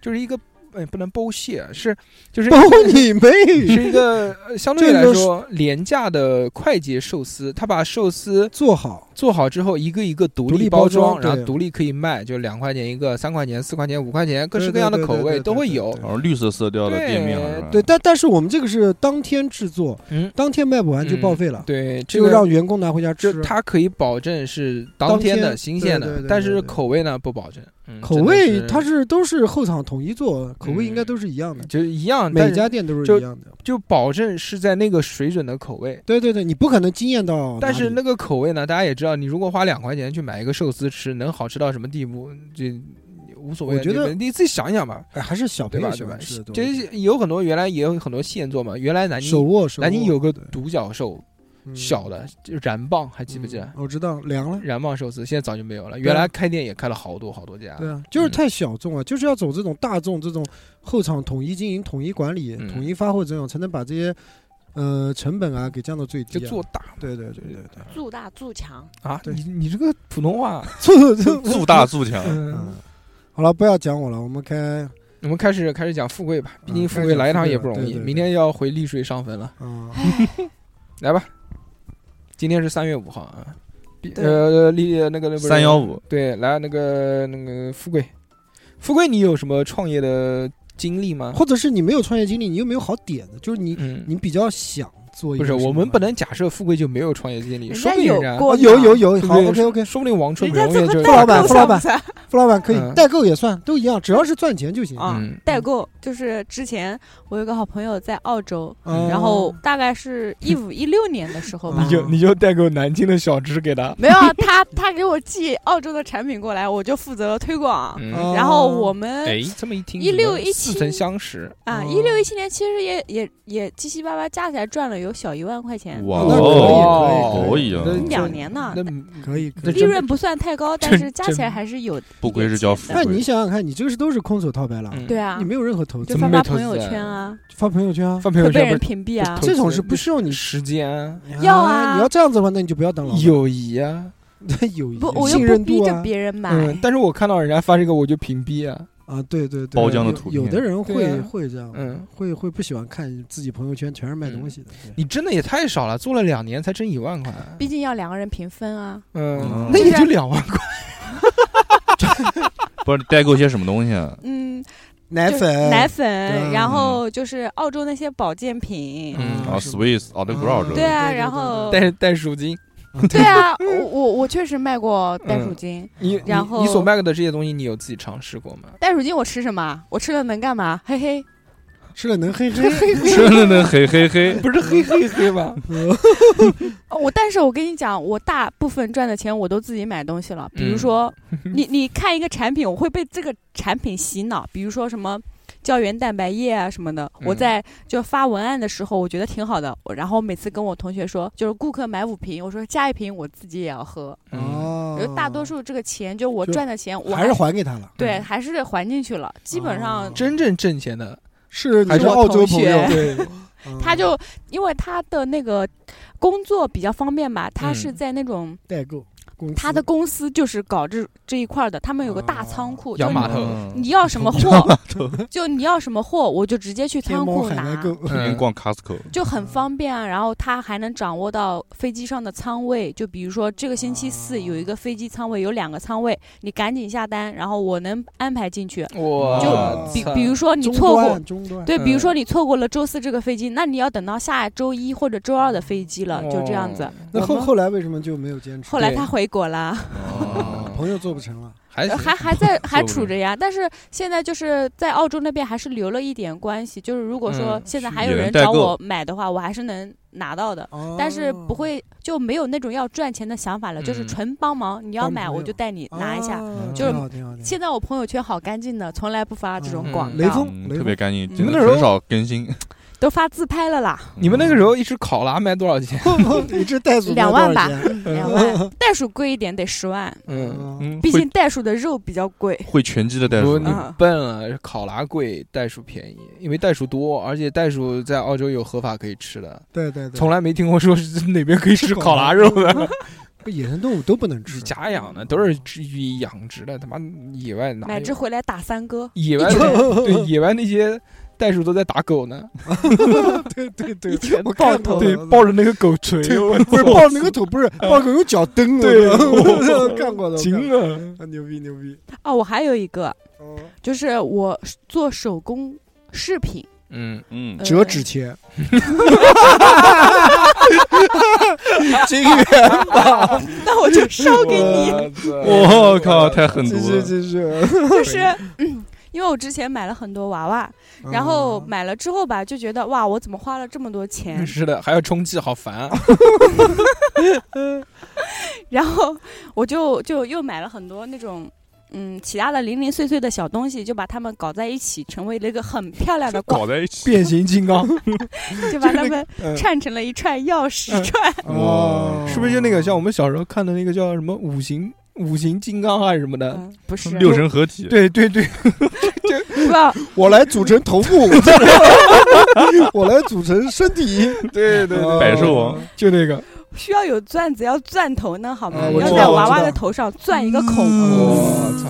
[SPEAKER 1] 就是一个哎不能剥蟹，是就是
[SPEAKER 2] 包 你 妹，
[SPEAKER 1] 是一个呃相对来说廉价的快捷寿司，他把寿司
[SPEAKER 2] 做好
[SPEAKER 1] 做好之后一个一个独
[SPEAKER 2] 独立
[SPEAKER 1] 立
[SPEAKER 2] 包
[SPEAKER 1] 包装，
[SPEAKER 2] 装
[SPEAKER 1] 然
[SPEAKER 2] 对
[SPEAKER 1] 后独立可以卖，就两块钱一个，三块钱、四块钱、五块钱，各式
[SPEAKER 2] 对
[SPEAKER 1] 各样的
[SPEAKER 2] 对
[SPEAKER 1] 口
[SPEAKER 2] 对
[SPEAKER 1] 味
[SPEAKER 2] 对
[SPEAKER 1] 都会
[SPEAKER 2] 对
[SPEAKER 1] 有
[SPEAKER 2] 对。
[SPEAKER 3] 然后绿色色调的
[SPEAKER 1] 对
[SPEAKER 3] 店面好像是吧
[SPEAKER 2] 对，但但是我们这个是当天制作，
[SPEAKER 1] 嗯，
[SPEAKER 2] 当天卖不完就
[SPEAKER 1] 嗯
[SPEAKER 2] 报废了，
[SPEAKER 1] 对，这
[SPEAKER 2] 就
[SPEAKER 1] 个
[SPEAKER 2] 让员工拿回家吃
[SPEAKER 1] 就。它可以保证是
[SPEAKER 2] 当
[SPEAKER 1] 当天
[SPEAKER 2] 天
[SPEAKER 1] 的新鲜
[SPEAKER 2] 对对
[SPEAKER 1] 的
[SPEAKER 2] 对，
[SPEAKER 1] 但
[SPEAKER 2] 对
[SPEAKER 1] 是
[SPEAKER 2] 对
[SPEAKER 1] 口味呢不保证。嗯
[SPEAKER 2] 口
[SPEAKER 1] 真的
[SPEAKER 2] 味
[SPEAKER 1] 是
[SPEAKER 2] 它是都是后厂统一做，口味应该
[SPEAKER 1] 嗯
[SPEAKER 2] 都是一样的，
[SPEAKER 1] 就是一样，但
[SPEAKER 2] 每
[SPEAKER 1] 是
[SPEAKER 2] 家店都是
[SPEAKER 1] 就
[SPEAKER 2] 一样的。
[SPEAKER 1] 就保证是在那个水准的口味。
[SPEAKER 2] 对对对，你不可能惊艳哦到哪里，
[SPEAKER 1] 但是那个口味呢，大家也知道，你如果花两块钱去买一个寿司吃，能好吃到什么地步？这无所谓，
[SPEAKER 2] 我觉得
[SPEAKER 1] 你你自己想一想吧，
[SPEAKER 2] 哎还是小
[SPEAKER 1] 对
[SPEAKER 2] 朋
[SPEAKER 1] 吧
[SPEAKER 2] 友？喜
[SPEAKER 1] 对吧
[SPEAKER 2] 欢吃的？
[SPEAKER 1] 这
[SPEAKER 2] 东西。
[SPEAKER 1] 些有很多原来也有很多现做嘛，原来南
[SPEAKER 2] 手
[SPEAKER 1] 京
[SPEAKER 2] 握手握，
[SPEAKER 1] 南京有个
[SPEAKER 2] 对
[SPEAKER 1] 独角兽，
[SPEAKER 2] 嗯
[SPEAKER 1] 小的就燃棒，还记不记
[SPEAKER 2] 嗯
[SPEAKER 1] 得？
[SPEAKER 2] 我知道凉了。
[SPEAKER 1] 燃棒寿司现在早就没有了，
[SPEAKER 2] 啊
[SPEAKER 1] 原来开店也开了好多好多家。
[SPEAKER 2] 对啊，就是
[SPEAKER 1] 嗯
[SPEAKER 2] 太小众了，就是要走这种大众、这种后厂统一经营、统一管理、
[SPEAKER 1] 嗯
[SPEAKER 2] 统一发货这种，才能把这些呃成本啊给降到最低、
[SPEAKER 1] 就
[SPEAKER 2] 啊。
[SPEAKER 1] 做大
[SPEAKER 2] 对对对对对，
[SPEAKER 4] 做大做强，
[SPEAKER 1] 啊！
[SPEAKER 2] 对
[SPEAKER 1] 你你这个普通话，
[SPEAKER 2] 做做
[SPEAKER 3] 祝大祝强，
[SPEAKER 1] 嗯
[SPEAKER 2] 嗯，好了，不要讲我了，我们开
[SPEAKER 1] 我们开始开始讲富贵吧，毕
[SPEAKER 2] 嗯
[SPEAKER 1] 竟富
[SPEAKER 2] 开
[SPEAKER 1] 贵
[SPEAKER 2] 始
[SPEAKER 1] 来一
[SPEAKER 2] 富
[SPEAKER 1] 趟
[SPEAKER 2] 贵
[SPEAKER 1] 也
[SPEAKER 2] 了
[SPEAKER 1] 不容
[SPEAKER 2] 对
[SPEAKER 1] 易，
[SPEAKER 2] 对
[SPEAKER 1] 明
[SPEAKER 2] 对
[SPEAKER 1] 天要回丽水上坟了，
[SPEAKER 2] 啊，
[SPEAKER 1] 来吧，今天是三月五号啊，毕
[SPEAKER 4] 对
[SPEAKER 1] 呃丽那个那个不是
[SPEAKER 3] 三幺五，
[SPEAKER 1] 对，来那个那个富贵，富贵，你有什么创业的经历吗？
[SPEAKER 2] 或者是你没有创业经历，你又没有好点子，就是你
[SPEAKER 1] 嗯，
[SPEAKER 2] 你比较想做一
[SPEAKER 1] 不
[SPEAKER 2] 个
[SPEAKER 1] 是，
[SPEAKER 2] 什么，
[SPEAKER 1] 我们不能假设富贵就没有创业经历，
[SPEAKER 4] 人
[SPEAKER 1] 说
[SPEAKER 4] 家
[SPEAKER 1] 不定
[SPEAKER 4] 有
[SPEAKER 1] 人家
[SPEAKER 4] 过
[SPEAKER 2] 哦
[SPEAKER 4] 呢，
[SPEAKER 2] 有有有，
[SPEAKER 1] 对
[SPEAKER 2] 好
[SPEAKER 1] 不对
[SPEAKER 2] ，OK OK，
[SPEAKER 1] 说不定王春
[SPEAKER 4] 人
[SPEAKER 1] 不
[SPEAKER 4] 家
[SPEAKER 1] 容
[SPEAKER 4] 怎
[SPEAKER 1] 易就
[SPEAKER 4] 么
[SPEAKER 2] 代
[SPEAKER 4] 代
[SPEAKER 2] 老板
[SPEAKER 4] 购
[SPEAKER 2] 付老
[SPEAKER 4] 想
[SPEAKER 2] 板
[SPEAKER 4] 不出来
[SPEAKER 2] 付老板可以
[SPEAKER 1] 嗯
[SPEAKER 2] 代购也算，都一样，只要是赚钱就行。
[SPEAKER 4] 啊
[SPEAKER 1] 嗯？
[SPEAKER 4] 代购就是之前我有个好朋友在澳洲，
[SPEAKER 2] 嗯
[SPEAKER 4] 然后大概是一五一六年的时候吧
[SPEAKER 1] 你，就你就代购南京的小吃给他，
[SPEAKER 4] 没有啊他他给我寄澳洲的产品过来，我就负责推广。
[SPEAKER 1] 嗯，
[SPEAKER 2] 哦
[SPEAKER 4] 然后我们
[SPEAKER 1] 哎，这么一听，
[SPEAKER 4] 1617
[SPEAKER 1] 似曾相识，
[SPEAKER 4] 啊，
[SPEAKER 2] 哦
[SPEAKER 4] 一六一七年其实也也也七七八八加起来赚了有小一万块钱，
[SPEAKER 3] 哇
[SPEAKER 2] 那
[SPEAKER 3] 哦，
[SPEAKER 2] 可
[SPEAKER 3] 可
[SPEAKER 2] 以
[SPEAKER 3] 以
[SPEAKER 1] 可以
[SPEAKER 3] 啊
[SPEAKER 1] 可以，
[SPEAKER 4] 两年呢
[SPEAKER 1] 那
[SPEAKER 2] 可以，
[SPEAKER 1] 那
[SPEAKER 2] 可以。
[SPEAKER 4] 利润不算太高，但是
[SPEAKER 1] 真
[SPEAKER 4] 加起来还是有。
[SPEAKER 3] 不愧是叫
[SPEAKER 4] 哎
[SPEAKER 3] 富
[SPEAKER 2] 那你
[SPEAKER 3] 贵，
[SPEAKER 2] 想想看，你这个是都是空手套白狼，
[SPEAKER 1] 嗯
[SPEAKER 4] 对啊
[SPEAKER 2] 你，没有任何投资
[SPEAKER 1] 怎
[SPEAKER 4] 就
[SPEAKER 1] 么
[SPEAKER 4] 发
[SPEAKER 1] 没
[SPEAKER 4] 发
[SPEAKER 1] 投
[SPEAKER 4] 朋
[SPEAKER 1] 资
[SPEAKER 4] 友
[SPEAKER 1] 啊
[SPEAKER 4] 圈啊，
[SPEAKER 2] 发朋友圈啊，
[SPEAKER 1] 翻朋友
[SPEAKER 4] 会被
[SPEAKER 1] 圈
[SPEAKER 4] 人
[SPEAKER 1] 不
[SPEAKER 4] 屏蔽啊
[SPEAKER 1] 投。
[SPEAKER 2] 这种
[SPEAKER 1] 资
[SPEAKER 2] 是不需要你
[SPEAKER 1] 是时间啊、
[SPEAKER 4] 要啊
[SPEAKER 2] 你要这样子的话，那你就不要当老 板。
[SPEAKER 1] 友谊啊，
[SPEAKER 2] 友谊
[SPEAKER 4] 不，我又
[SPEAKER 2] 信
[SPEAKER 4] 不
[SPEAKER 2] 任
[SPEAKER 4] 逼
[SPEAKER 2] 度
[SPEAKER 4] 着
[SPEAKER 2] 啊
[SPEAKER 4] 别人买。
[SPEAKER 1] 嗯，但是我看到人家发这个我就屏蔽啊，
[SPEAKER 2] 啊，对对对，
[SPEAKER 3] 包浆的
[SPEAKER 2] 有
[SPEAKER 3] 图
[SPEAKER 2] 有
[SPEAKER 3] 片
[SPEAKER 2] 的人
[SPEAKER 1] 对
[SPEAKER 2] 会
[SPEAKER 1] 啊
[SPEAKER 2] 会这样，
[SPEAKER 1] 嗯，
[SPEAKER 2] 会会不喜欢看自己朋友圈全是卖东西的。对
[SPEAKER 1] 你真的也太少了，做了两年才挣一万块，
[SPEAKER 4] 毕竟要两个人平分啊。
[SPEAKER 1] 嗯
[SPEAKER 3] 嗯，
[SPEAKER 1] 那也
[SPEAKER 4] 就
[SPEAKER 1] 就两万块，
[SPEAKER 3] 不是你代购些什么东西啊？
[SPEAKER 4] 嗯，
[SPEAKER 2] 奶
[SPEAKER 4] 就是
[SPEAKER 2] 粉，嗯
[SPEAKER 4] 奶
[SPEAKER 2] 对
[SPEAKER 4] 粉，然后就是澳洲那些保健品，
[SPEAKER 1] 嗯
[SPEAKER 3] 啊
[SPEAKER 2] 是
[SPEAKER 3] ，Swiss 啊，那不是澳洲
[SPEAKER 2] 嗯
[SPEAKER 3] 的，
[SPEAKER 4] 对啊
[SPEAKER 2] 对对
[SPEAKER 4] 然后
[SPEAKER 1] 带 带赎金。
[SPEAKER 4] 对啊，我
[SPEAKER 2] 嗯
[SPEAKER 4] 我我确实卖过袋
[SPEAKER 1] 嗯
[SPEAKER 4] 鼠精，
[SPEAKER 1] 你
[SPEAKER 4] 然
[SPEAKER 1] 你
[SPEAKER 4] 后
[SPEAKER 1] 你所卖的这些东西，你有自己尝试过吗？
[SPEAKER 4] 袋鼠精我吃什么？啊我吃了能干嘛？嘿嘿，
[SPEAKER 2] 吃了能嘿嘿，
[SPEAKER 3] 真的能嘿嘿嘿，
[SPEAKER 1] 不是嘿嘿嘿吧？
[SPEAKER 4] 哦我但是我跟你讲，我大部分赚的钱我都自己买东西了。比
[SPEAKER 1] 嗯
[SPEAKER 4] 如说，你你看一个产品，我会被这个产品洗脑，比如说什么。胶原蛋白液啊什么的，我
[SPEAKER 1] 嗯
[SPEAKER 4] 在就发文案的时候，我觉得挺好的。我然后每次跟我同学说，就是顾客买五瓶，我说加一瓶我自己也要喝。
[SPEAKER 1] 嗯，
[SPEAKER 2] 哦，
[SPEAKER 4] 就大多数这个钱，就我
[SPEAKER 2] 就
[SPEAKER 4] 赚的钱，我
[SPEAKER 2] 哦还是还给他了。
[SPEAKER 4] 对，还是还进去了。基本上
[SPEAKER 2] 哦
[SPEAKER 1] 真正挣钱的，
[SPEAKER 2] 是
[SPEAKER 1] 还
[SPEAKER 2] 你
[SPEAKER 1] 是
[SPEAKER 2] 是
[SPEAKER 1] 我
[SPEAKER 2] 澳洲朋友
[SPEAKER 4] 同，学
[SPEAKER 2] 对，
[SPEAKER 4] 他
[SPEAKER 2] 嗯
[SPEAKER 4] 就因为他的那个工作比较方便吧，他是
[SPEAKER 1] 嗯
[SPEAKER 4] 在那种
[SPEAKER 2] 代购公司，
[SPEAKER 4] 他的公司就是搞这这一块儿的，他们有个大
[SPEAKER 2] 嗯哦
[SPEAKER 4] 仓库，就
[SPEAKER 1] 养
[SPEAKER 4] 是
[SPEAKER 1] 码头
[SPEAKER 3] 嗯
[SPEAKER 4] 你要什么货，就你要什么货，我就直接去
[SPEAKER 2] 天
[SPEAKER 4] 仓
[SPEAKER 2] 猫
[SPEAKER 4] 库
[SPEAKER 2] 海南
[SPEAKER 4] 拿，
[SPEAKER 2] 购，
[SPEAKER 3] 天天
[SPEAKER 1] 嗯
[SPEAKER 3] 逛 Costco，
[SPEAKER 4] 就很方便啊。然后他还能掌握到飞机上的仓位，就比如说这个星期四有一个飞机仓位，有两个仓位，你赶紧下单，然后我能安排进去。
[SPEAKER 1] 我
[SPEAKER 2] 就
[SPEAKER 4] 比
[SPEAKER 1] 操
[SPEAKER 4] 比如说你
[SPEAKER 2] 终
[SPEAKER 4] 错过
[SPEAKER 2] 端，终端，
[SPEAKER 4] 对，比如
[SPEAKER 1] 嗯
[SPEAKER 4] 说你错过了周四这个飞机，那你要等到下周一或者周二的飞机了，就这样子
[SPEAKER 1] 哦。
[SPEAKER 2] 那
[SPEAKER 4] 我
[SPEAKER 2] 后
[SPEAKER 4] 们
[SPEAKER 2] 后来为什么就没有坚持？
[SPEAKER 4] 后来
[SPEAKER 1] 对
[SPEAKER 4] 他回国了，
[SPEAKER 3] 哦
[SPEAKER 2] 朋友做不成了，
[SPEAKER 1] 还
[SPEAKER 4] 呃
[SPEAKER 1] 行
[SPEAKER 4] 还还在还
[SPEAKER 3] 不
[SPEAKER 4] 处
[SPEAKER 3] 成
[SPEAKER 4] 着呀。但是现在就是在澳洲那边还是留了一点关系，就是如果说
[SPEAKER 1] 嗯
[SPEAKER 4] 现在
[SPEAKER 3] 是
[SPEAKER 4] 还
[SPEAKER 3] 也
[SPEAKER 4] 有
[SPEAKER 3] 能
[SPEAKER 4] 人
[SPEAKER 3] 代
[SPEAKER 4] 找
[SPEAKER 3] 购
[SPEAKER 4] 我买的话，我还是能拿到的。但是
[SPEAKER 2] 哦
[SPEAKER 4] 不会就没有那种要赚钱的想法了，就是
[SPEAKER 1] 嗯
[SPEAKER 4] 纯帮忙。你要
[SPEAKER 2] 帮
[SPEAKER 4] 买
[SPEAKER 2] 朋
[SPEAKER 4] 我
[SPEAKER 2] 友
[SPEAKER 4] 就带你拿一下。
[SPEAKER 2] 哦
[SPEAKER 4] 就是
[SPEAKER 2] 挺好挺好挺好
[SPEAKER 4] 现在我朋友圈好干净的，从来不发这种
[SPEAKER 1] 嗯
[SPEAKER 4] 广
[SPEAKER 2] 雷
[SPEAKER 4] 告，
[SPEAKER 2] 锋
[SPEAKER 3] 嗯
[SPEAKER 2] 雷
[SPEAKER 3] 特
[SPEAKER 2] 锋
[SPEAKER 3] 别干净，
[SPEAKER 4] 嗯
[SPEAKER 3] 真
[SPEAKER 1] 你们那
[SPEAKER 3] 的
[SPEAKER 1] 时候
[SPEAKER 3] 很少更新。
[SPEAKER 4] 都发自拍了啦，
[SPEAKER 1] 你们那个时候一只考拉卖多少钱？
[SPEAKER 2] 你这袋鼠卖
[SPEAKER 4] 两万
[SPEAKER 2] 多少
[SPEAKER 4] 吧
[SPEAKER 2] 钱
[SPEAKER 4] 两万。袋鼠贵一点得十万，
[SPEAKER 1] 嗯，
[SPEAKER 2] 嗯
[SPEAKER 3] 嗯
[SPEAKER 4] 毕
[SPEAKER 3] 会
[SPEAKER 4] 竟袋鼠的肉比较贵。
[SPEAKER 3] 会拳击的袋
[SPEAKER 1] 不，
[SPEAKER 3] 鼠
[SPEAKER 1] 你
[SPEAKER 4] 嗯
[SPEAKER 1] 笨了，考拉贵，袋鼠便宜，因为袋鼠多，而且袋鼠在澳洲有合法可以吃的，
[SPEAKER 2] 对对对，
[SPEAKER 1] 从来没听过说是哪边可以吃
[SPEAKER 2] 吃
[SPEAKER 1] 考拉肉的，
[SPEAKER 2] 不 野生动物都不能
[SPEAKER 1] 是
[SPEAKER 2] 吃，
[SPEAKER 1] 假养的，都是至于养殖的，他妈野外哪
[SPEAKER 4] 买
[SPEAKER 1] 有
[SPEAKER 4] 只回来打三哥，
[SPEAKER 1] 野 外的对野外那些袋鼠都在打狗呢，
[SPEAKER 2] 对对对
[SPEAKER 4] 一拳
[SPEAKER 2] 我
[SPEAKER 4] 爆
[SPEAKER 2] 看
[SPEAKER 4] 头
[SPEAKER 2] 到
[SPEAKER 1] 对
[SPEAKER 2] 了，
[SPEAKER 1] 抱着那个狗锤，
[SPEAKER 2] 对
[SPEAKER 1] 我嗯
[SPEAKER 2] 不是抱那个头，不是抱狗用脚蹬的，
[SPEAKER 1] 对哦
[SPEAKER 2] 我看过的，我看过
[SPEAKER 1] 行啊，
[SPEAKER 2] 啊牛逼牛逼，
[SPEAKER 4] 哦，我还有一个，
[SPEAKER 2] 哦
[SPEAKER 4] 就是我做手工饰品，
[SPEAKER 1] 嗯，
[SPEAKER 3] 嗯
[SPEAKER 4] 呃
[SPEAKER 2] 折纸 钱，
[SPEAKER 1] 金元
[SPEAKER 4] 那我就烧给你。
[SPEAKER 3] 我靠，太狠毒
[SPEAKER 2] 继续
[SPEAKER 3] 了！
[SPEAKER 2] 继续，
[SPEAKER 4] 就是，嗯因为我之前买了很多娃娃，然后
[SPEAKER 1] 啊
[SPEAKER 2] 嗯
[SPEAKER 4] 买了之后吧，就觉得哇，我怎么花了这么多钱？
[SPEAKER 1] 是的，还要充气，好烦 啊！
[SPEAKER 4] 然后我就就又买了很多那种。嗯，其他的零零碎碎的小东西，就把它们搞在一起，成为了一个很漂亮
[SPEAKER 1] 哦
[SPEAKER 4] 的广，
[SPEAKER 3] 搞在一起，
[SPEAKER 1] 变形金 刚
[SPEAKER 4] 就把它们
[SPEAKER 1] 嗯
[SPEAKER 4] 串成了一串钥匙
[SPEAKER 1] 嗯
[SPEAKER 4] 串。
[SPEAKER 2] 哦
[SPEAKER 3] 哇
[SPEAKER 1] 是不是就那个像我们小时候看的那个叫什么五行五行金刚还是什么的？
[SPEAKER 4] 嗯，不是，
[SPEAKER 3] 六神合体，
[SPEAKER 1] 对对对，
[SPEAKER 4] 不知道
[SPEAKER 2] 我来组成头 部，我来组成身体，
[SPEAKER 1] 对
[SPEAKER 2] 哦
[SPEAKER 3] 百兽王，
[SPEAKER 1] 就那个
[SPEAKER 4] 需要有钻子，要钻头呢，好吗？
[SPEAKER 1] 嗯我
[SPEAKER 4] 要
[SPEAKER 1] 知
[SPEAKER 4] 在
[SPEAKER 1] 道我嗯
[SPEAKER 4] 娃
[SPEAKER 1] 知
[SPEAKER 4] 娃
[SPEAKER 2] 道
[SPEAKER 4] 的头上钻一个孔，
[SPEAKER 1] 我操！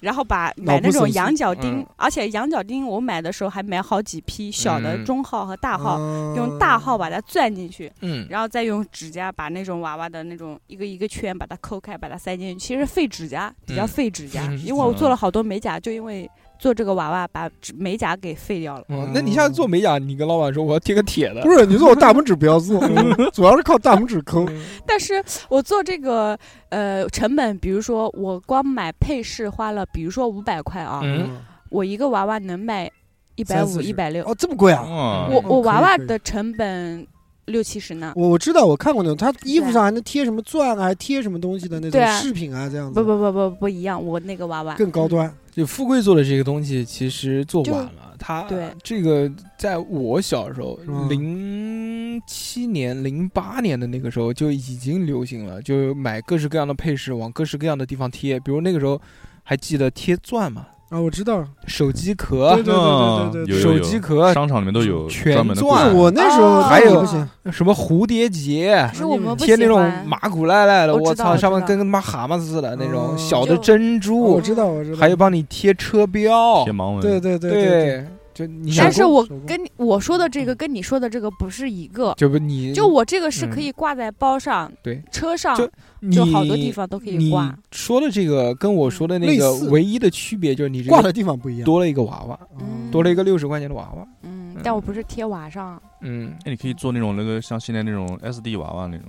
[SPEAKER 4] 然后把
[SPEAKER 2] 脑
[SPEAKER 4] 买
[SPEAKER 2] 部
[SPEAKER 4] 那
[SPEAKER 2] 手
[SPEAKER 4] 种
[SPEAKER 2] 术
[SPEAKER 4] 羊角钉，
[SPEAKER 1] 嗯
[SPEAKER 4] 而且羊角钉我买的时候还买好几批小的
[SPEAKER 3] 嗯
[SPEAKER 4] 中号和大号，
[SPEAKER 2] 嗯
[SPEAKER 4] 用大号把它钻进去，
[SPEAKER 1] 嗯，
[SPEAKER 4] 然后再用指甲把那种娃娃的那种一个一个圈把它抠开，把它塞进去。其实费指甲，比较
[SPEAKER 1] 嗯
[SPEAKER 4] 费指 甲，
[SPEAKER 1] 嗯
[SPEAKER 4] 因为我做了好多美甲，就因为做这个娃娃把指美甲给废掉了。
[SPEAKER 1] 嗯，那你下次做美甲，你跟老板说我要贴个铁的
[SPEAKER 2] 不，是你说我大拇指不要做，嗯 主要是靠大拇指抠。
[SPEAKER 1] 嗯
[SPEAKER 4] 但是我做这个呃成本，比如说我光买配饰花了，比如说五百块啊，
[SPEAKER 1] 嗯，
[SPEAKER 4] 我一个娃娃能卖一百五、
[SPEAKER 2] 30
[SPEAKER 4] 一百六。
[SPEAKER 2] 哦，这么贵啊！
[SPEAKER 3] 哇
[SPEAKER 4] 我
[SPEAKER 1] 嗯
[SPEAKER 4] 我
[SPEAKER 2] 可以
[SPEAKER 4] 娃娃
[SPEAKER 2] 可以
[SPEAKER 4] 的成本六七十呢。
[SPEAKER 2] 我我知道，我看过那种，他衣服
[SPEAKER 4] 对
[SPEAKER 2] 上还能贴什么钻啊，还贴什么东西的那
[SPEAKER 4] 对
[SPEAKER 2] 种
[SPEAKER 4] 啊
[SPEAKER 2] 饰品啊，这样子
[SPEAKER 4] 不不不不不一样，我那个娃娃
[SPEAKER 2] 更高端。
[SPEAKER 1] 就富贵做的这个东西，其实做晚了。他
[SPEAKER 4] 对
[SPEAKER 1] 这个，在我小时候
[SPEAKER 2] 嗯，
[SPEAKER 1] 零七年、零八年的那个时候就已经流行了，就买各式各样的配饰，往各式各样的地方贴。比如那个时候，还记得贴钻嘛，
[SPEAKER 2] 啊，我知道，
[SPEAKER 1] 手机壳
[SPEAKER 2] 对、对对对对对
[SPEAKER 3] 有
[SPEAKER 1] 手
[SPEAKER 3] 有有
[SPEAKER 1] 机壳、
[SPEAKER 3] 商场里面都有
[SPEAKER 1] 全
[SPEAKER 3] 专门的柜
[SPEAKER 1] 钻
[SPEAKER 3] 子
[SPEAKER 1] 啊
[SPEAKER 2] 我那时候
[SPEAKER 4] 哦
[SPEAKER 1] 还有
[SPEAKER 2] 不行，
[SPEAKER 1] 什么蝴蝶结
[SPEAKER 4] 可，是我们不
[SPEAKER 1] 贴那
[SPEAKER 4] 喜
[SPEAKER 1] 种
[SPEAKER 4] 欢
[SPEAKER 1] 马古赖赖的，
[SPEAKER 4] 我知
[SPEAKER 1] 我
[SPEAKER 4] 道
[SPEAKER 1] 操，
[SPEAKER 4] 我
[SPEAKER 1] 上面
[SPEAKER 4] 知道哦
[SPEAKER 1] 跟他妈蛤蟆似的那种
[SPEAKER 2] 嗯
[SPEAKER 1] 小的
[SPEAKER 4] 就哦
[SPEAKER 1] 珍
[SPEAKER 2] 我
[SPEAKER 1] 珠，
[SPEAKER 2] 知道我知道，
[SPEAKER 1] 还有帮你贴车标
[SPEAKER 3] 贴，盲文，
[SPEAKER 2] 对对对对对，
[SPEAKER 1] 对，就你想
[SPEAKER 4] 但是
[SPEAKER 2] 手工
[SPEAKER 4] 我
[SPEAKER 2] 手工
[SPEAKER 4] 跟你我说的这个跟你说的这个不是一个，
[SPEAKER 1] 就不你
[SPEAKER 4] 就我这个是可
[SPEAKER 1] 嗯嗯
[SPEAKER 4] 以挂在包上、
[SPEAKER 1] 对
[SPEAKER 4] 车上，
[SPEAKER 1] 就你
[SPEAKER 4] 就好多地方都可以挂
[SPEAKER 1] 你说的这个跟我说的那个
[SPEAKER 2] 嗯类似
[SPEAKER 1] 唯一的区别就是你这
[SPEAKER 2] 挂
[SPEAKER 1] 个
[SPEAKER 2] 的地方不一样，
[SPEAKER 1] 多了一个娃娃，
[SPEAKER 2] 嗯
[SPEAKER 1] 多了一个六十块钱的娃娃。
[SPEAKER 4] 嗯，但我不是贴娃上，
[SPEAKER 1] 嗯，
[SPEAKER 3] 哎，你可以做那种那个像现在那种 SD 娃娃那种，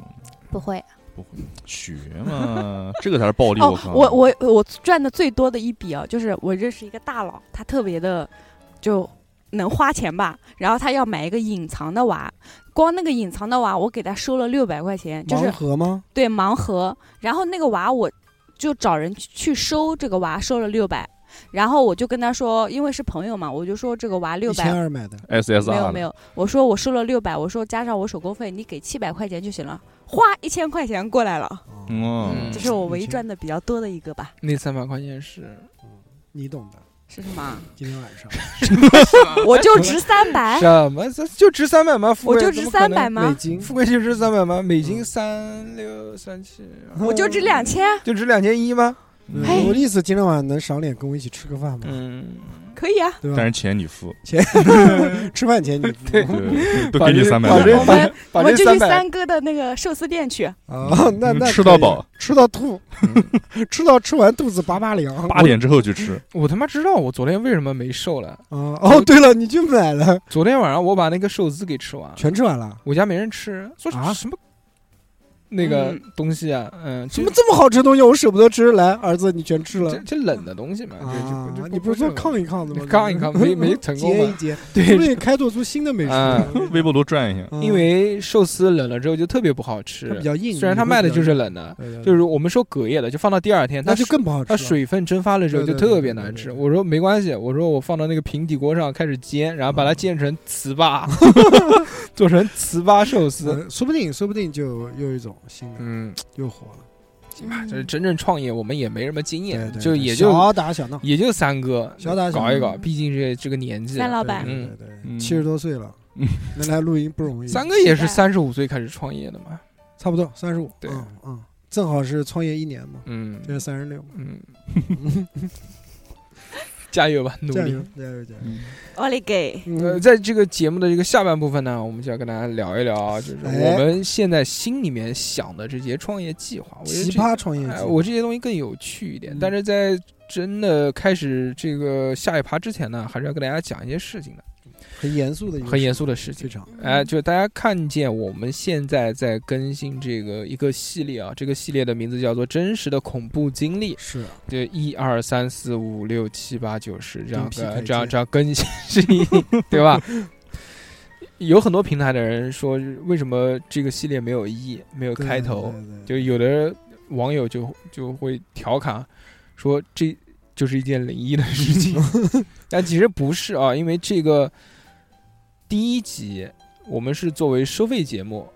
[SPEAKER 4] 不会。
[SPEAKER 1] 哎
[SPEAKER 3] 学 嘛，这个才是暴力。
[SPEAKER 4] 哦
[SPEAKER 3] 靠，，
[SPEAKER 4] 我我我赚的最多的一笔啊，就是我认识一个大佬，他特别的就能花钱吧，然后他要买一个隐藏的娃，光那个隐藏的娃，我给他收了六百块钱，就
[SPEAKER 2] 盲
[SPEAKER 4] 是
[SPEAKER 2] 盒吗？
[SPEAKER 4] 对盲盒，然后那个娃我就找人去去收这个娃，收了六百，然后我就跟他说，因为是朋友嘛，我就说这个娃六
[SPEAKER 2] 一千
[SPEAKER 4] 百。
[SPEAKER 2] 二买的，
[SPEAKER 3] SSR
[SPEAKER 4] 没有
[SPEAKER 3] 的
[SPEAKER 4] 没有，我说我收了六百，我说加上我手工费，你给七百块钱就行了，花一千块钱过来了，
[SPEAKER 2] 哦
[SPEAKER 3] 嗯
[SPEAKER 1] 嗯
[SPEAKER 4] 这是我唯一
[SPEAKER 2] 1000
[SPEAKER 4] 赚的比较多的一个吧？
[SPEAKER 1] 那三百块钱是
[SPEAKER 2] 你懂的。
[SPEAKER 4] 是什么啊？
[SPEAKER 2] 今天晚上，
[SPEAKER 4] 我就值三百，
[SPEAKER 1] 什么？这就值三百吗？富
[SPEAKER 4] 哎
[SPEAKER 1] 贵
[SPEAKER 4] 我就值三百，
[SPEAKER 2] 美
[SPEAKER 1] 怎么
[SPEAKER 4] 吗？
[SPEAKER 1] 可能
[SPEAKER 2] 金，
[SPEAKER 1] 富贵就值三百吗？美
[SPEAKER 2] 嗯
[SPEAKER 1] 金三六三七，
[SPEAKER 4] 我就值两千，
[SPEAKER 1] 就值两千一吗？
[SPEAKER 3] 嗯
[SPEAKER 4] 嘿
[SPEAKER 2] 我的意思，今天晚上能赏脸跟我一起吃个饭吗？
[SPEAKER 1] 嗯，
[SPEAKER 4] 可以啊。
[SPEAKER 2] 对吧
[SPEAKER 3] 但是？钱你 付，
[SPEAKER 2] 吃饭前 你不
[SPEAKER 3] 对，都
[SPEAKER 1] 把
[SPEAKER 3] 给你
[SPEAKER 1] 这
[SPEAKER 3] 三百
[SPEAKER 1] 把这
[SPEAKER 4] 我们我
[SPEAKER 1] 把
[SPEAKER 4] 们
[SPEAKER 1] 这
[SPEAKER 4] 就去
[SPEAKER 1] 百
[SPEAKER 4] 三哥的那个寿司店去，
[SPEAKER 2] 啊，那
[SPEAKER 1] 嗯
[SPEAKER 2] 那
[SPEAKER 3] 吃
[SPEAKER 2] 可
[SPEAKER 3] 到
[SPEAKER 2] 以
[SPEAKER 3] 饱，
[SPEAKER 2] 吃到吐， 吃到吃完肚子拔拔凉。
[SPEAKER 3] 八点之后去吃，
[SPEAKER 1] 我他妈知道我昨天为什么没瘦了。
[SPEAKER 2] 啊！哦，对了，你去买了，
[SPEAKER 1] 昨天晚上我把那个寿司给吃完了，
[SPEAKER 2] 全吃完了。
[SPEAKER 1] 我家没人吃，说
[SPEAKER 2] 啊
[SPEAKER 1] 什么那个
[SPEAKER 4] 嗯
[SPEAKER 1] 东西啊，嗯，
[SPEAKER 2] 怎
[SPEAKER 1] 就
[SPEAKER 2] 么这么好吃的东西，我舍不得吃？来，儿子，你全吃了
[SPEAKER 1] 这这冷的东西嘛，
[SPEAKER 2] 啊
[SPEAKER 1] 这这！
[SPEAKER 2] 你不是说抗
[SPEAKER 1] 一
[SPEAKER 2] 一抗的吗？
[SPEAKER 1] 抗一 抗没没成功
[SPEAKER 2] 结一
[SPEAKER 1] 嘛？
[SPEAKER 2] 结，说不
[SPEAKER 1] 对，
[SPEAKER 2] 定开拓出新的美食
[SPEAKER 1] 啊。
[SPEAKER 3] 微波炉转一下。
[SPEAKER 2] 嗯
[SPEAKER 1] 因为寿司冷了之后就特别不好吃
[SPEAKER 2] 它，比较硬，
[SPEAKER 1] 虽然它
[SPEAKER 2] 你会
[SPEAKER 1] 卖的
[SPEAKER 2] 比较
[SPEAKER 1] 就是
[SPEAKER 2] 硬，
[SPEAKER 1] 冷的，
[SPEAKER 2] 对对对
[SPEAKER 1] 就是我们说隔夜的，就放到第二天，
[SPEAKER 2] 那
[SPEAKER 1] 它
[SPEAKER 2] 就更不好吃
[SPEAKER 1] 它
[SPEAKER 2] 了。
[SPEAKER 1] 水分蒸发了之后就
[SPEAKER 2] 对对对
[SPEAKER 1] 特别难吃。
[SPEAKER 2] 对对
[SPEAKER 1] 我说没关系，我说我放到那个平底锅上开始煎，然后
[SPEAKER 2] 嗯
[SPEAKER 1] 把它煎成糍粑， 做成糍粑寿司。
[SPEAKER 2] 呃说不定，说不定就又一种新的
[SPEAKER 1] 嗯，
[SPEAKER 2] 又火了。
[SPEAKER 4] 嗯
[SPEAKER 1] 就是真正创业，我们也没什么经验，
[SPEAKER 2] 对对
[SPEAKER 1] 就
[SPEAKER 2] 对
[SPEAKER 1] 也就
[SPEAKER 2] 小打小闹，
[SPEAKER 1] 也就三哥
[SPEAKER 2] 小打小
[SPEAKER 1] 搞一搞，
[SPEAKER 4] 嗯
[SPEAKER 1] 毕竟这这个年纪，
[SPEAKER 4] 三老板
[SPEAKER 2] 对对
[SPEAKER 1] 嗯
[SPEAKER 2] 对对，
[SPEAKER 3] 嗯
[SPEAKER 2] 七十多岁 了，能来录音不容易。
[SPEAKER 1] 三哥也
[SPEAKER 4] 是
[SPEAKER 1] 是
[SPEAKER 4] 的
[SPEAKER 1] 三十五岁开始创业的嘛，
[SPEAKER 2] 差不多三十五，
[SPEAKER 1] 对
[SPEAKER 2] 嗯嗯，正好是创业一年嘛，
[SPEAKER 1] 嗯
[SPEAKER 2] 现在三十六，
[SPEAKER 1] 嗯， 加油吧，努
[SPEAKER 2] 加
[SPEAKER 1] 力
[SPEAKER 2] 油。加油加油！
[SPEAKER 4] 我勒给，
[SPEAKER 1] 呃，
[SPEAKER 2] 嗯，
[SPEAKER 1] 在这个节目的这个下半部分呢，我们就要跟大家聊一聊啊，就是
[SPEAKER 2] 哎
[SPEAKER 1] 我们现在心里面想的这些创业计划。我觉得
[SPEAKER 2] 嗯奇
[SPEAKER 1] 这
[SPEAKER 2] 葩创业
[SPEAKER 1] 哎，
[SPEAKER 2] 记，
[SPEAKER 1] 我这些东西更有趣一点
[SPEAKER 2] 嗯。
[SPEAKER 1] 但是在真的开始这个下一趴之前呢，还是要跟大家讲一些事情的，
[SPEAKER 2] 很严嗯肃的一个事，
[SPEAKER 1] 很严肃的事情
[SPEAKER 2] 非。常
[SPEAKER 1] 哎，就大家看见我们现在在更新这个一个系列啊，这个系列的名字叫做《真实的恐怖经历》，
[SPEAKER 2] 是啊
[SPEAKER 1] 就一二三四五六七八九十这样
[SPEAKER 2] 另辟
[SPEAKER 1] 个
[SPEAKER 2] 蹊
[SPEAKER 1] 这样
[SPEAKER 2] 径
[SPEAKER 1] 这样更新是一， 对吧？有很多平台的人说，为什么这个系列没有一没有开头？，
[SPEAKER 2] 对对对啊
[SPEAKER 1] 就有的网友就就会调侃说，这就是一件灵异的事情， 但其实不是啊，因为这个第一集我们是作为收费节目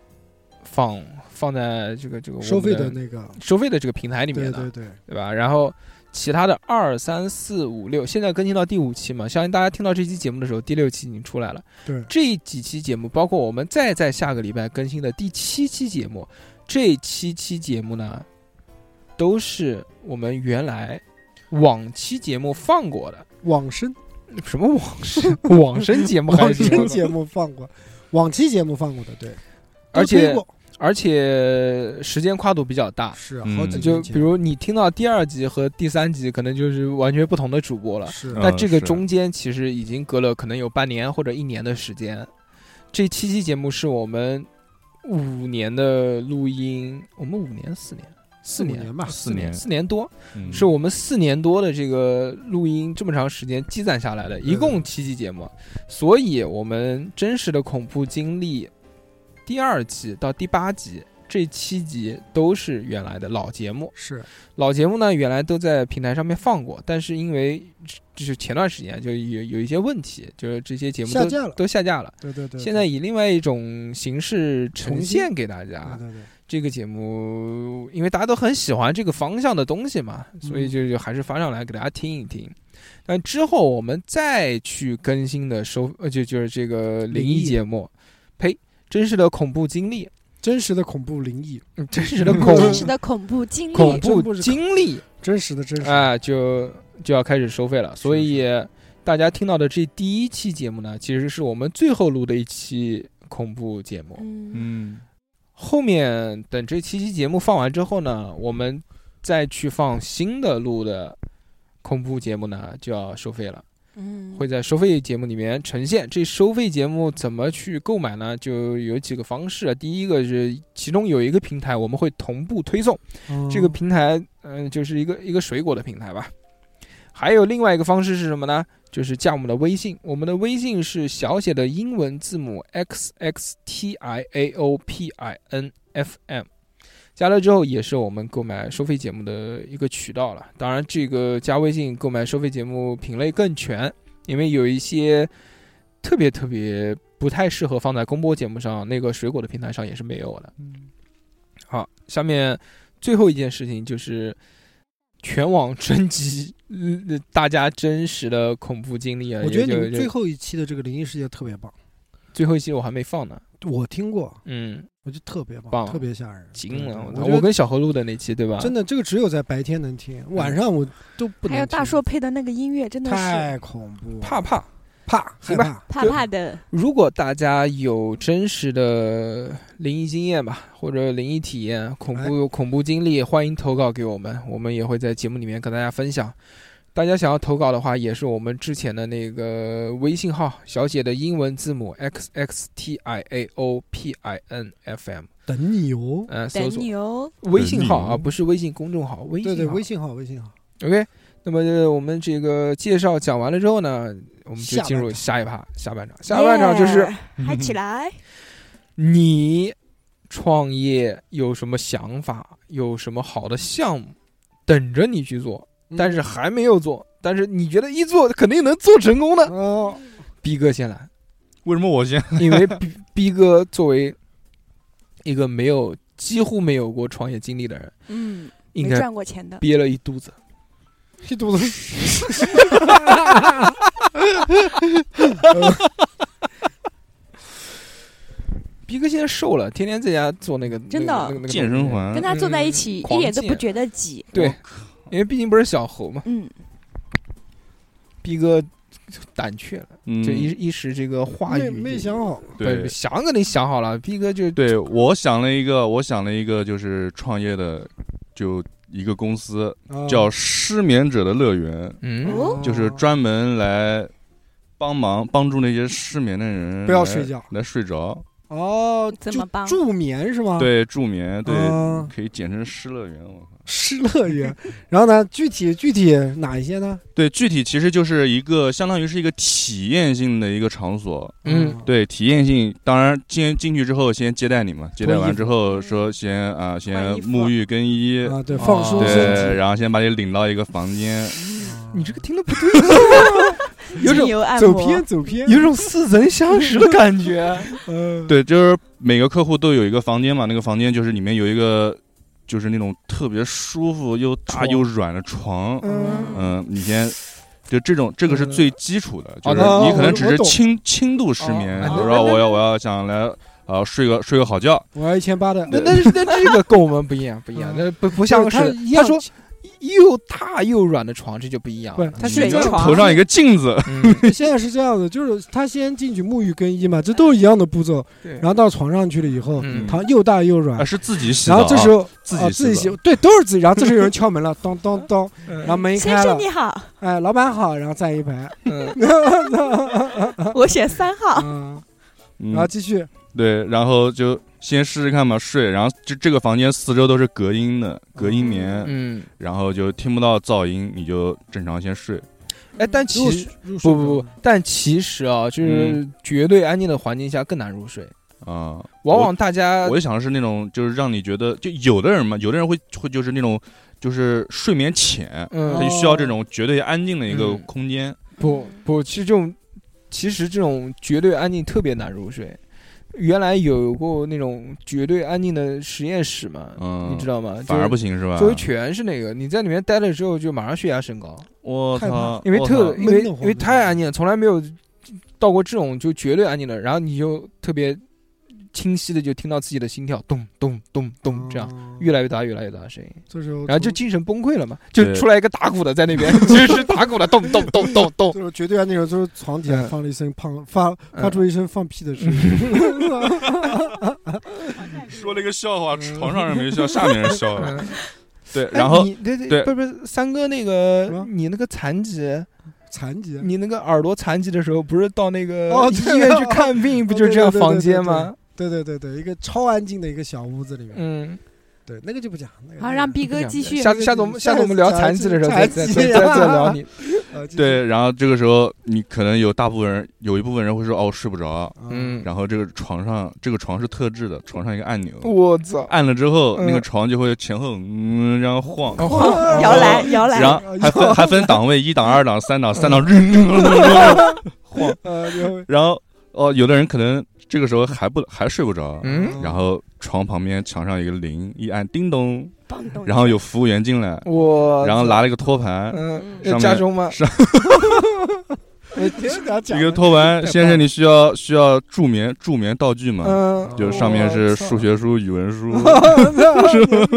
[SPEAKER 1] 放放在这个这个我
[SPEAKER 2] 收
[SPEAKER 1] 们
[SPEAKER 2] 费的那个，
[SPEAKER 1] 收费的这个平台里面
[SPEAKER 2] 对
[SPEAKER 1] 的，
[SPEAKER 2] 对对，
[SPEAKER 1] 对吧？然后其他的二三四五六，现在更新到第五期嘛，相信大家听到这期节目的时候，第六期已经出来了。
[SPEAKER 2] 对，
[SPEAKER 1] 这几期节目，包括我们再在下个礼拜更新的第七期节目，这七期节目呢，都是我们原来往期节目放过的。
[SPEAKER 2] 往生
[SPEAKER 1] 什么往生往生节目还
[SPEAKER 2] 往
[SPEAKER 1] 是什么
[SPEAKER 2] 生节目放过，往期节目放过的，对，
[SPEAKER 1] 而
[SPEAKER 2] 都推
[SPEAKER 1] 且
[SPEAKER 2] 过
[SPEAKER 1] 而且时间跨度比较大，
[SPEAKER 2] 是啊
[SPEAKER 3] 嗯
[SPEAKER 2] 好几年
[SPEAKER 1] 就
[SPEAKER 2] 前
[SPEAKER 1] 比如你听到第二集和第三集，可能就是完全不同的主播了。
[SPEAKER 2] 是
[SPEAKER 3] 嗯
[SPEAKER 1] 那这个
[SPEAKER 3] 是
[SPEAKER 1] 中间其实已经隔了可能有半年或者一年的时间。这七期节目是我们五年的录音，我们五年四年四
[SPEAKER 2] 四五
[SPEAKER 1] 年
[SPEAKER 2] 年吧，
[SPEAKER 1] 四
[SPEAKER 3] 年
[SPEAKER 1] 四年多，
[SPEAKER 3] 嗯
[SPEAKER 1] 是我们四年多的这个录音这么长时间积攒下来的，一
[SPEAKER 2] 对
[SPEAKER 3] 嗯
[SPEAKER 1] 共七期节目，所以我们真实的恐怖经历第二季到第八集这七集都是原来的老节目。
[SPEAKER 2] 是
[SPEAKER 1] 老节目呢，原来都在平台上面放过，但是因为就是前段时间就有有一些问题，就是这些节目
[SPEAKER 2] 下
[SPEAKER 1] 都
[SPEAKER 2] 架了，嗯
[SPEAKER 1] 都下架了。
[SPEAKER 2] 对对对，
[SPEAKER 1] 现在以另外一种形式呈
[SPEAKER 2] 重新
[SPEAKER 1] 现给大
[SPEAKER 2] 对
[SPEAKER 1] 家。
[SPEAKER 2] 对对，
[SPEAKER 1] 这个节目，因为大家都很喜欢这个方向的东西嘛，所以就就还是发上来给大家听一听。但之后我们再去更新的收，呃，就就是这个灵
[SPEAKER 2] 灵异
[SPEAKER 1] 异节目，呸，真实的恐怖经历，
[SPEAKER 2] 真实的恐怖灵异，
[SPEAKER 1] 嗯真实的恐
[SPEAKER 4] 真实的恐怖经
[SPEAKER 1] 恐
[SPEAKER 4] 历，
[SPEAKER 2] 真
[SPEAKER 1] 怖
[SPEAKER 2] 不是
[SPEAKER 1] 经历。
[SPEAKER 2] 真实的真实，
[SPEAKER 1] 啊，就就要开始收费了。所
[SPEAKER 2] 是
[SPEAKER 1] 以大家听到的这第一期节目呢，其实是我们最后录的一期恐怖节目。
[SPEAKER 4] 嗯，
[SPEAKER 3] 嗯
[SPEAKER 1] 后面等这七期节目放完之后呢，我们再去放新的录的恐怖节目呢，就要收费了。
[SPEAKER 4] 嗯
[SPEAKER 1] 会在收费节目里面呈现。这收费节目怎么去购买呢？就有几个方式。啊第一个是，其中有一个平台我们会同步推送。
[SPEAKER 2] 嗯
[SPEAKER 1] 这个平台，嗯、就是一个一个水果的平台吧。还有另外一个方式是什么呢？就是加我们的微信，我们的微信是小写的英文字母 x x t i a o p i n f m。加了之后，也是我们购买收费节目的一个渠道了。当然，这个加微信购买收费节目品类更全，因为有一些特别特别不太适合放在公播节目上，那个水果的平台上也是没有的。
[SPEAKER 2] 嗯
[SPEAKER 1] 好，下面最后一件事情就是全网 征集，嗯，大家真实的恐怖经历啊。
[SPEAKER 2] 我
[SPEAKER 1] 也
[SPEAKER 2] 觉得你
[SPEAKER 1] 就
[SPEAKER 2] 们
[SPEAKER 1] 就
[SPEAKER 2] 最后一期的这个灵异事件特别棒，
[SPEAKER 1] 最后一期我还没放呢，
[SPEAKER 2] 我听过，
[SPEAKER 1] 嗯，
[SPEAKER 2] 我觉得特别棒，
[SPEAKER 1] 棒啊
[SPEAKER 2] 特别吓人，
[SPEAKER 1] 惊了，
[SPEAKER 2] 我
[SPEAKER 1] 我
[SPEAKER 2] 觉
[SPEAKER 1] 操！
[SPEAKER 2] 得
[SPEAKER 1] 我跟小何录的那期对吧？
[SPEAKER 2] 真的这个只有在白天能听，
[SPEAKER 1] 嗯
[SPEAKER 2] 晚上我都不能听。
[SPEAKER 4] 还有大硕配的那个音乐，真的是
[SPEAKER 2] 太恐怖了，
[SPEAKER 1] 怕怕。
[SPEAKER 2] 怕害
[SPEAKER 1] 行吧
[SPEAKER 2] 怕，
[SPEAKER 4] 怕怕的，
[SPEAKER 1] 如果大家有真实的灵异经验吧，或者灵异体验、恐怖、
[SPEAKER 2] 哎
[SPEAKER 1] 恐怖经历，欢迎投稿给我们，我们也会在节目里面跟大家分享。大家想要投稿的话，也是我们之前的那个微信号，小写的英文字母 x x t i a o p i n f m，
[SPEAKER 2] 等你哦。
[SPEAKER 1] 嗯、呃，搜
[SPEAKER 4] 等
[SPEAKER 1] 索
[SPEAKER 4] 你哦，
[SPEAKER 1] 微信号
[SPEAKER 3] 等你
[SPEAKER 1] 啊，
[SPEAKER 3] 哦
[SPEAKER 1] 不是微信公众号，微信
[SPEAKER 2] 对
[SPEAKER 1] 号
[SPEAKER 2] 对，微信号，微信号，
[SPEAKER 1] OK，那么呃我们这个介绍讲完了之后呢，我们就
[SPEAKER 2] 下半
[SPEAKER 1] 进入
[SPEAKER 2] 场
[SPEAKER 1] 下一趴，下半场，下半场就是。
[SPEAKER 4] 耶嗨哎起来，
[SPEAKER 1] 你创业有什么想法，有什么好的项目等着你去做，
[SPEAKER 2] 嗯
[SPEAKER 1] 但是还没有做，但是你觉得一做肯定能做成功的，
[SPEAKER 2] 哦，
[SPEAKER 1] 逼哥先来，
[SPEAKER 3] 为什么我先？
[SPEAKER 1] 因为 逼逼哥作为一个没有几乎没有过创业经历的人，
[SPEAKER 4] 嗯，
[SPEAKER 1] 应
[SPEAKER 4] 没
[SPEAKER 1] 该嗯
[SPEAKER 4] 赚过钱的，
[SPEAKER 1] 憋了一肚子。
[SPEAKER 2] 一肚子，
[SPEAKER 1] 逼哥现在瘦了，天天在家做那个
[SPEAKER 4] 真的
[SPEAKER 1] 那个那个那个
[SPEAKER 3] 健身环
[SPEAKER 4] 跟他坐在一起
[SPEAKER 1] 嗯
[SPEAKER 4] 一点都
[SPEAKER 1] 狂
[SPEAKER 4] 不
[SPEAKER 1] 健
[SPEAKER 4] 觉得挤，
[SPEAKER 1] 对，因为毕竟不是小猴嘛，
[SPEAKER 4] 嗯，
[SPEAKER 1] 逼哥胆怯了，
[SPEAKER 3] 嗯
[SPEAKER 1] 就一一时这个话
[SPEAKER 2] 没
[SPEAKER 1] 语
[SPEAKER 2] 没
[SPEAKER 1] 就
[SPEAKER 2] 想好，
[SPEAKER 1] 不
[SPEAKER 3] 对
[SPEAKER 1] 想肯定想好了，逼哥就
[SPEAKER 3] 对，我想了一个，我想了一个，就是创业的，就一个公司
[SPEAKER 4] 嗯
[SPEAKER 2] 啊
[SPEAKER 3] 叫失眠者的乐园，
[SPEAKER 1] 嗯，
[SPEAKER 4] 哦
[SPEAKER 3] 就是专门来帮忙帮助那些失眠的人
[SPEAKER 2] 不要
[SPEAKER 3] 来
[SPEAKER 2] 睡觉
[SPEAKER 3] 来睡着，
[SPEAKER 2] 哦，
[SPEAKER 4] 怎
[SPEAKER 2] 就
[SPEAKER 4] 么帮
[SPEAKER 2] 助眠是吗？，
[SPEAKER 3] 对助眠，对
[SPEAKER 2] 啊，
[SPEAKER 3] 可以简称失乐园。我靠。
[SPEAKER 2] 失乐园。 然后呢，具体具体哪一些呢？
[SPEAKER 3] 对，具体其实就是一个相当于是一个体验性的一个场所。
[SPEAKER 1] 嗯，
[SPEAKER 2] 啊
[SPEAKER 3] 对，体验性，当然先进去之后先接待你嘛，接待
[SPEAKER 2] 脱衣
[SPEAKER 3] 完
[SPEAKER 2] 服
[SPEAKER 3] 之后说先啊，先
[SPEAKER 4] 换衣服啊
[SPEAKER 3] 沐浴更衣，
[SPEAKER 2] 啊，对，放
[SPEAKER 1] 哦
[SPEAKER 2] 松
[SPEAKER 3] 对，
[SPEAKER 2] 身体。
[SPEAKER 3] 然后先把你领到一个房间，
[SPEAKER 1] 你这个听的不
[SPEAKER 2] 有
[SPEAKER 4] 精
[SPEAKER 2] 种
[SPEAKER 4] 油按
[SPEAKER 2] 走
[SPEAKER 4] 摩
[SPEAKER 2] 偏走偏，
[SPEAKER 1] 有种似曾相识的感 觉。
[SPEAKER 2] 呃，
[SPEAKER 3] 对，就是每个客户都有一个房间嘛，那个房间就是里面有一个就是那种特别舒服又大
[SPEAKER 1] 床
[SPEAKER 3] 又软的床，
[SPEAKER 2] 嗯，
[SPEAKER 3] 嗯，你先。就这种，这个是
[SPEAKER 1] 嗯
[SPEAKER 3] 最基础的，就是
[SPEAKER 1] 那
[SPEAKER 3] 你可
[SPEAKER 2] 啊我
[SPEAKER 3] 能只
[SPEAKER 2] 我
[SPEAKER 3] 是
[SPEAKER 2] 懂
[SPEAKER 3] 轻轻度失眠，
[SPEAKER 1] 哦
[SPEAKER 3] 比如说我要我要想来呃睡个睡个好觉，
[SPEAKER 2] 我要一千八的，
[SPEAKER 1] 那那那这个跟我们不一样，不一样，那不不像
[SPEAKER 2] 嗯他
[SPEAKER 1] 是
[SPEAKER 2] 一
[SPEAKER 1] 他
[SPEAKER 2] 样
[SPEAKER 1] 说又大又软的床，这就不一样
[SPEAKER 2] 不
[SPEAKER 1] 了。，
[SPEAKER 2] 他
[SPEAKER 1] 嗯
[SPEAKER 2] 是
[SPEAKER 5] 睡
[SPEAKER 2] 这样
[SPEAKER 5] 床
[SPEAKER 3] 头上一个镜子，
[SPEAKER 1] 嗯
[SPEAKER 2] 现在是这样的，就是他先进去沐浴更衣嘛，这都是一样的步骤，
[SPEAKER 1] 对
[SPEAKER 2] 然后到床上去了以后，
[SPEAKER 1] 嗯
[SPEAKER 2] 他又大又软
[SPEAKER 3] 啊，，是自己洗
[SPEAKER 2] 然
[SPEAKER 3] 澡
[SPEAKER 2] 后
[SPEAKER 3] 啊，
[SPEAKER 2] 这时候
[SPEAKER 3] 自
[SPEAKER 2] 啊
[SPEAKER 3] 己
[SPEAKER 2] 自己
[SPEAKER 3] 洗
[SPEAKER 2] 洗，对，都是自己。然后这时候有人敲门了，咚咚咚，然后
[SPEAKER 1] 嗯
[SPEAKER 2] 门一
[SPEAKER 5] 先
[SPEAKER 2] 开
[SPEAKER 5] 生
[SPEAKER 2] 了，
[SPEAKER 5] 你好，
[SPEAKER 2] 哎，老板好，然后站一排，
[SPEAKER 1] 嗯
[SPEAKER 5] 我选三 号。
[SPEAKER 2] 嗯，然后
[SPEAKER 3] 嗯，
[SPEAKER 2] 继续，
[SPEAKER 3] 对，然后就先试试看嘛，睡，然后这这个房间四周都是隔音的，隔音棉，
[SPEAKER 1] 嗯，
[SPEAKER 3] 然后就听不到噪音，你就正常先睡，
[SPEAKER 1] 哎，但
[SPEAKER 2] 如果
[SPEAKER 1] 其实
[SPEAKER 2] 是入睡
[SPEAKER 1] 不不不
[SPEAKER 2] 状态，
[SPEAKER 1] 但其实啊，
[SPEAKER 3] 嗯
[SPEAKER 1] 就是绝对安静的环境下更难入睡，
[SPEAKER 3] 啊，
[SPEAKER 1] 往
[SPEAKER 3] 我
[SPEAKER 1] 往大家
[SPEAKER 3] 我就想的是那种，就是让你觉得，就有的人嘛，有的人会会就是那种，就是睡眠浅，他
[SPEAKER 1] 嗯
[SPEAKER 3] 就需要这种绝对安静的一个
[SPEAKER 1] 嗯
[SPEAKER 3] 空间。
[SPEAKER 1] 不不，其实这种其实这种绝对安静特别难入睡。原来有过那种绝对安静的实验室嘛，
[SPEAKER 3] 嗯
[SPEAKER 1] 你知道吗？
[SPEAKER 3] 反而
[SPEAKER 1] 就是
[SPEAKER 3] 不行是吧？
[SPEAKER 1] 周围全是那个，你在里面待了之后就马上血压升高，
[SPEAKER 3] 我
[SPEAKER 2] 害怕
[SPEAKER 3] 操，
[SPEAKER 1] 因为
[SPEAKER 3] 我
[SPEAKER 1] 特
[SPEAKER 3] 操
[SPEAKER 1] 因为
[SPEAKER 2] 闷得慌
[SPEAKER 1] 因为太安静了，从来没有到过这种就绝对安静的，然后你就特别清晰的就听到自己的心跳咚咚咚咚这样。
[SPEAKER 2] 样
[SPEAKER 1] 越来越大，越来越大的声音，
[SPEAKER 2] 这时候
[SPEAKER 1] 然后就
[SPEAKER 2] 从
[SPEAKER 1] 精神崩溃了嘛，就
[SPEAKER 3] 对
[SPEAKER 1] 出来一个打鼓的在那 边，其实是打鼓的，咚咚咚咚咚，
[SPEAKER 2] 就是绝对啊，那种就是床底
[SPEAKER 3] 哎
[SPEAKER 2] 下
[SPEAKER 1] 嗯
[SPEAKER 2] 放了一声胖发
[SPEAKER 3] 嗯
[SPEAKER 2] 发出一声放屁的声音，
[SPEAKER 3] 说了一个笑话，床上人没笑，下面人笑 了。
[SPEAKER 1] 嗯
[SPEAKER 3] 对，
[SPEAKER 1] 哎
[SPEAKER 3] 然后
[SPEAKER 1] 你对对
[SPEAKER 3] 对
[SPEAKER 1] 不是不是三哥那
[SPEAKER 2] 什
[SPEAKER 1] 个
[SPEAKER 2] 么
[SPEAKER 1] 你那个残疾，
[SPEAKER 2] 残疾。
[SPEAKER 1] 你那个耳朵残疾的时候，不是到那个
[SPEAKER 2] 哦对哦
[SPEAKER 1] 医院去看病，不就是这样房间吗？
[SPEAKER 2] 对对对对，一个超安静的一个小屋子里面，
[SPEAKER 1] 嗯，
[SPEAKER 2] 对，那个就不讲，那个
[SPEAKER 4] 好，让逼哥继续。
[SPEAKER 1] 下次下次我们下次我们聊残疾的时候再再再再再聊 你。
[SPEAKER 2] 呃，继续，
[SPEAKER 3] 对，然后这个时候你可能有大部分人，有一部分人会说哦我睡不着，
[SPEAKER 2] 啊
[SPEAKER 1] 嗯，
[SPEAKER 3] 然后这个床上这个床是特制的，床上一个按钮，
[SPEAKER 1] 嗯我操，
[SPEAKER 3] 按了之后
[SPEAKER 1] 嗯
[SPEAKER 3] 那个床就会前后嗯这样晃，
[SPEAKER 2] 哦
[SPEAKER 5] 摇篮，摇
[SPEAKER 3] 然
[SPEAKER 5] 篮，
[SPEAKER 3] 后还分还分档位，一档、二档、三档，三档， 嗯扔扔扔扔扔晃。
[SPEAKER 2] 呃，你会
[SPEAKER 3] 然后哦，有的人可能这个时候还不还睡不着，
[SPEAKER 1] 嗯，
[SPEAKER 2] 啊
[SPEAKER 3] 然后床旁边墙上有一个铃，一按叮咚，
[SPEAKER 4] 蹦动
[SPEAKER 3] 然后有服务员进来，
[SPEAKER 1] 嗯我
[SPEAKER 3] 然后拿了一个托盘，
[SPEAKER 1] 嗯，要
[SPEAKER 3] 上面
[SPEAKER 1] 家中吗？
[SPEAKER 2] 我听他讲
[SPEAKER 3] 一个托
[SPEAKER 2] 太
[SPEAKER 3] 盘，
[SPEAKER 2] 棒
[SPEAKER 3] 先生你需要需要助眠助眠道具吗？
[SPEAKER 1] 嗯，哦
[SPEAKER 3] 就是上面是数学书、语 文书，
[SPEAKER 2] 牛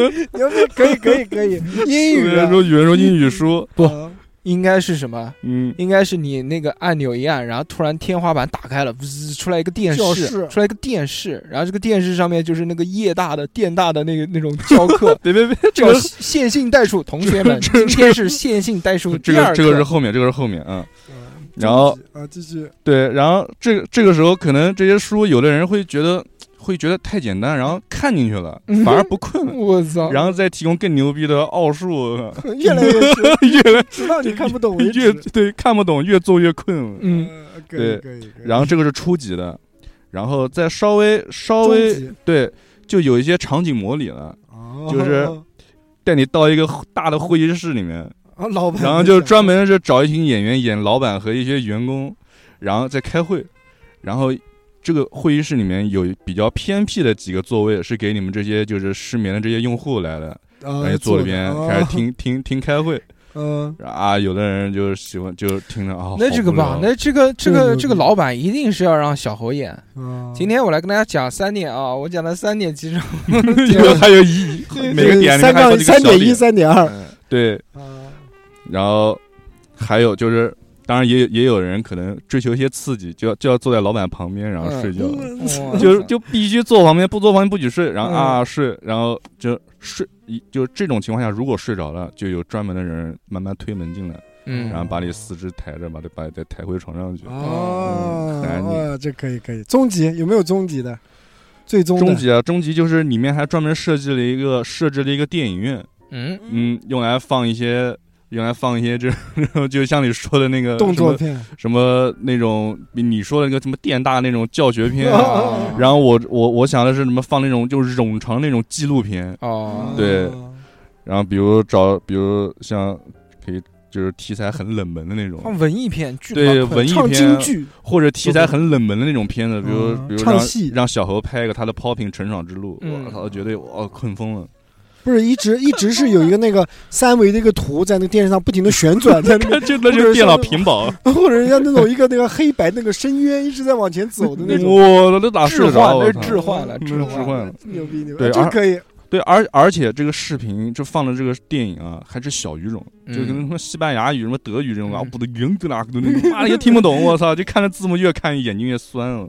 [SPEAKER 2] 逼， 可以可以可以，啊英
[SPEAKER 3] 数
[SPEAKER 2] 语
[SPEAKER 3] 学书、语文书、英语书，
[SPEAKER 1] 不啊应该是什么？
[SPEAKER 3] 嗯，
[SPEAKER 1] 应该是你那个按钮一按，然后突然天花板打开了，滋出来一个电
[SPEAKER 2] 教
[SPEAKER 1] 视，
[SPEAKER 2] 室
[SPEAKER 1] 出来一个电视，然后这个电视上面就是那个夜大的电大的那个那种教
[SPEAKER 3] ，
[SPEAKER 1] 课
[SPEAKER 3] 别 别别，
[SPEAKER 1] 这个线性代数，同学们，今天是线性代数
[SPEAKER 3] 这
[SPEAKER 1] 第
[SPEAKER 3] 个
[SPEAKER 1] 二
[SPEAKER 3] 这个
[SPEAKER 1] 课
[SPEAKER 3] 是后面，这个是后面，嗯。
[SPEAKER 2] 嗯
[SPEAKER 3] 然后
[SPEAKER 2] 啊，继续，
[SPEAKER 3] 对，然后这个这个时候，可能这些书有的人会觉得会觉得太简单，然后看进去了，
[SPEAKER 1] 嗯
[SPEAKER 3] 反而不困，
[SPEAKER 1] 我操，
[SPEAKER 3] 然后再提供更牛逼的奥数，
[SPEAKER 2] 越来越深，
[SPEAKER 3] 越来
[SPEAKER 2] 直到你看不懂为 止。
[SPEAKER 3] 越对看不懂，越做越困。
[SPEAKER 1] 嗯，
[SPEAKER 2] 呃，可以可以。可以
[SPEAKER 3] 然后这个是初级的，然后再稍微稍
[SPEAKER 2] 中
[SPEAKER 3] 微
[SPEAKER 2] 级
[SPEAKER 3] 对，就有一些场景模拟了，
[SPEAKER 2] 哦
[SPEAKER 3] 就是带你到一个大的会议室里面，
[SPEAKER 2] 啊，老板，
[SPEAKER 3] 然后就专门是找一群演员演老板和一些员工，然后在开会，然后这个会议室里面有比较偏僻的几个座位是给你们这些就是失眠的这些用户来的，然后
[SPEAKER 2] 呃
[SPEAKER 3] 就哎坐里边开始，
[SPEAKER 2] 做
[SPEAKER 3] 听听听开会
[SPEAKER 2] 的哦
[SPEAKER 3] 啊，有的人就是喜欢就听着啊，
[SPEAKER 1] 那这个吧
[SPEAKER 3] 好，无聊
[SPEAKER 1] 那这个这
[SPEAKER 2] 这个
[SPEAKER 1] 个
[SPEAKER 2] 牛
[SPEAKER 1] 这个
[SPEAKER 2] 逼
[SPEAKER 1] 老板一定是要让小猴演。
[SPEAKER 2] 嗯，
[SPEAKER 1] 今天我来跟大家讲三点啊，我讲了三点，其实
[SPEAKER 3] 有还有一每个点里啊面
[SPEAKER 2] 三
[SPEAKER 3] 还有
[SPEAKER 2] 杠
[SPEAKER 3] 几个
[SPEAKER 2] 三
[SPEAKER 3] 小
[SPEAKER 2] 点一、三点二，
[SPEAKER 3] 对，然后还有就是。当然也有也有人可能追求一些刺激，就要就要坐在老板旁边，然后睡觉。
[SPEAKER 1] 嗯
[SPEAKER 3] 就是就必须坐旁边，不坐旁边不许睡，然后
[SPEAKER 1] 嗯
[SPEAKER 3] 啊睡，然后就睡，一就这种情况下，如果睡着了，就有专门的人慢慢推门进来，
[SPEAKER 1] 嗯
[SPEAKER 3] 然后把你四肢抬着，把你把你再抬回床上
[SPEAKER 1] 啊
[SPEAKER 3] 去。
[SPEAKER 2] 哦
[SPEAKER 3] 嗯很安，静
[SPEAKER 2] 哇这可以可以。终极有没有终极的？最终的
[SPEAKER 3] 终极啊，终极就是里面还专门设计了一个设置了一个电影院，
[SPEAKER 1] 嗯，
[SPEAKER 3] 嗯，用来放一些用来放一些这 就像你说的那个
[SPEAKER 2] 动作
[SPEAKER 3] 什么
[SPEAKER 2] 片，
[SPEAKER 3] 什么那种你你说的那个什么电大那种教学片
[SPEAKER 2] 哦
[SPEAKER 3] 啊。
[SPEAKER 1] 啊
[SPEAKER 3] 然后我我我想的是什么放那种就是冗长那种纪录片，
[SPEAKER 2] 啊
[SPEAKER 1] 哦，
[SPEAKER 3] 对然后比如找，比如像可以就是题材很冷门的那种，
[SPEAKER 1] 放哦文艺片，巨他妈
[SPEAKER 3] 对
[SPEAKER 1] 困
[SPEAKER 3] 文艺
[SPEAKER 2] 唱京
[SPEAKER 3] 片，
[SPEAKER 2] 剧，
[SPEAKER 3] 或者题材很冷门的那种片子，比如
[SPEAKER 2] 嗯
[SPEAKER 3] 比如
[SPEAKER 2] 唱
[SPEAKER 3] 让
[SPEAKER 2] 戏
[SPEAKER 3] 让小何拍一个他的 popping 成长之路，
[SPEAKER 1] 嗯
[SPEAKER 3] 我操，绝对我困疯了。
[SPEAKER 2] 不是一直一直是有一个那个三维的一个图在那个电视上不停的旋转，在那边
[SPEAKER 3] 这那就是电脑屏保。
[SPEAKER 2] 或者人家那种一个那个黑白那个深渊一直在往前走的那种，
[SPEAKER 3] 我那哪
[SPEAKER 1] 置
[SPEAKER 3] 是
[SPEAKER 1] 换，那是
[SPEAKER 3] 置
[SPEAKER 1] 置换了，
[SPEAKER 3] 嗯
[SPEAKER 1] 置
[SPEAKER 3] 置
[SPEAKER 1] 换
[SPEAKER 3] 换
[SPEAKER 1] 了
[SPEAKER 3] 了。
[SPEAKER 2] 牛逼牛逼，
[SPEAKER 3] 对
[SPEAKER 2] 啊这
[SPEAKER 3] 而
[SPEAKER 2] 可以，
[SPEAKER 3] 对，而而且这个视频就放的这个电影啊，还是小语种，
[SPEAKER 1] 嗯
[SPEAKER 3] 就可能什么西班牙语、什么德语这种啊，
[SPEAKER 1] 嗯
[SPEAKER 3] 补的云在哪都那种，妈的也听不懂，我操！就看着字幕越看眼睛越酸啊了。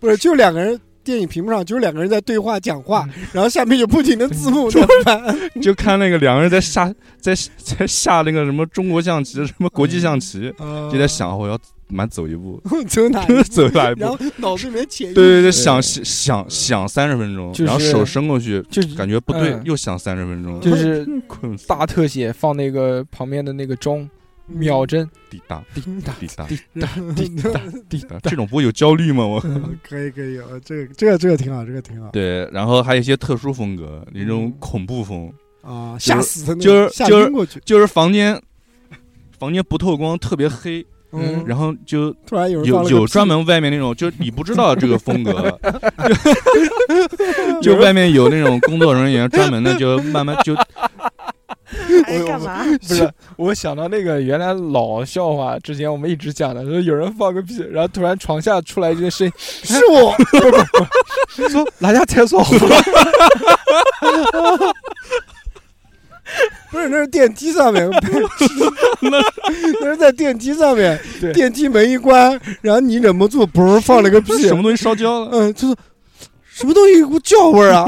[SPEAKER 2] 不是就两个人。电影屏幕上就是两个人在对话讲话，然后下面有不停的字幕在翻，
[SPEAKER 3] 就看那个两个人在下在在下那个什么中国象棋、什么国际象棋，就在想我要蛮走一步，
[SPEAKER 2] 走哪一步
[SPEAKER 3] 走哪一
[SPEAKER 2] 啊然
[SPEAKER 3] 步
[SPEAKER 2] 后？脑子里面潜意识
[SPEAKER 3] 对对对，想想想三十分钟，
[SPEAKER 1] 就是
[SPEAKER 3] 然后手伸过去，
[SPEAKER 1] 就是
[SPEAKER 3] 感觉不对
[SPEAKER 1] 嗯，
[SPEAKER 3] 又想三十分钟，
[SPEAKER 1] 就是
[SPEAKER 3] 困死
[SPEAKER 1] 大特写放那个旁边的那个钟秒针，
[SPEAKER 3] 滴答
[SPEAKER 1] 滴答
[SPEAKER 3] 滴答
[SPEAKER 1] 滴答
[SPEAKER 2] 滴答
[SPEAKER 1] 滴
[SPEAKER 3] 啊
[SPEAKER 1] 答，
[SPEAKER 3] 这种不会有焦虑吗？我
[SPEAKER 2] 可以可以，呃这个这个这个挺好，这个挺好
[SPEAKER 3] 对，然后还有一些特殊风格，那种
[SPEAKER 2] 嗯
[SPEAKER 3] 恐怖风，
[SPEAKER 2] 啊，吓死的那
[SPEAKER 3] 就是
[SPEAKER 2] 种吓
[SPEAKER 3] 就是
[SPEAKER 2] 晕过去，
[SPEAKER 3] 就是房间房间不透光，特别黑，
[SPEAKER 1] 嗯
[SPEAKER 3] 然后就
[SPEAKER 2] 突然有人放
[SPEAKER 3] 有
[SPEAKER 2] 了个
[SPEAKER 3] 有
[SPEAKER 2] 屁
[SPEAKER 3] 专门外面那种，就是你不知道这个 风格，就就外面有那种工作人员专门的，就慢慢就
[SPEAKER 5] 还
[SPEAKER 4] 哎
[SPEAKER 5] 干嘛？
[SPEAKER 1] 不是，我想到那个原来老笑话，之前我们一直讲的，说有人放个屁，然后突然床下出来一个声音，
[SPEAKER 2] 是我，
[SPEAKER 1] 说哪家厕所好了？
[SPEAKER 2] 不是那是电梯上面，那是在电梯上面
[SPEAKER 1] 对，
[SPEAKER 2] 电梯门一关，然后你忍 不住嘣儿放了个屁，
[SPEAKER 3] 什么东西烧焦了，
[SPEAKER 2] 嗯，就是什么东西有股焦味儿啊，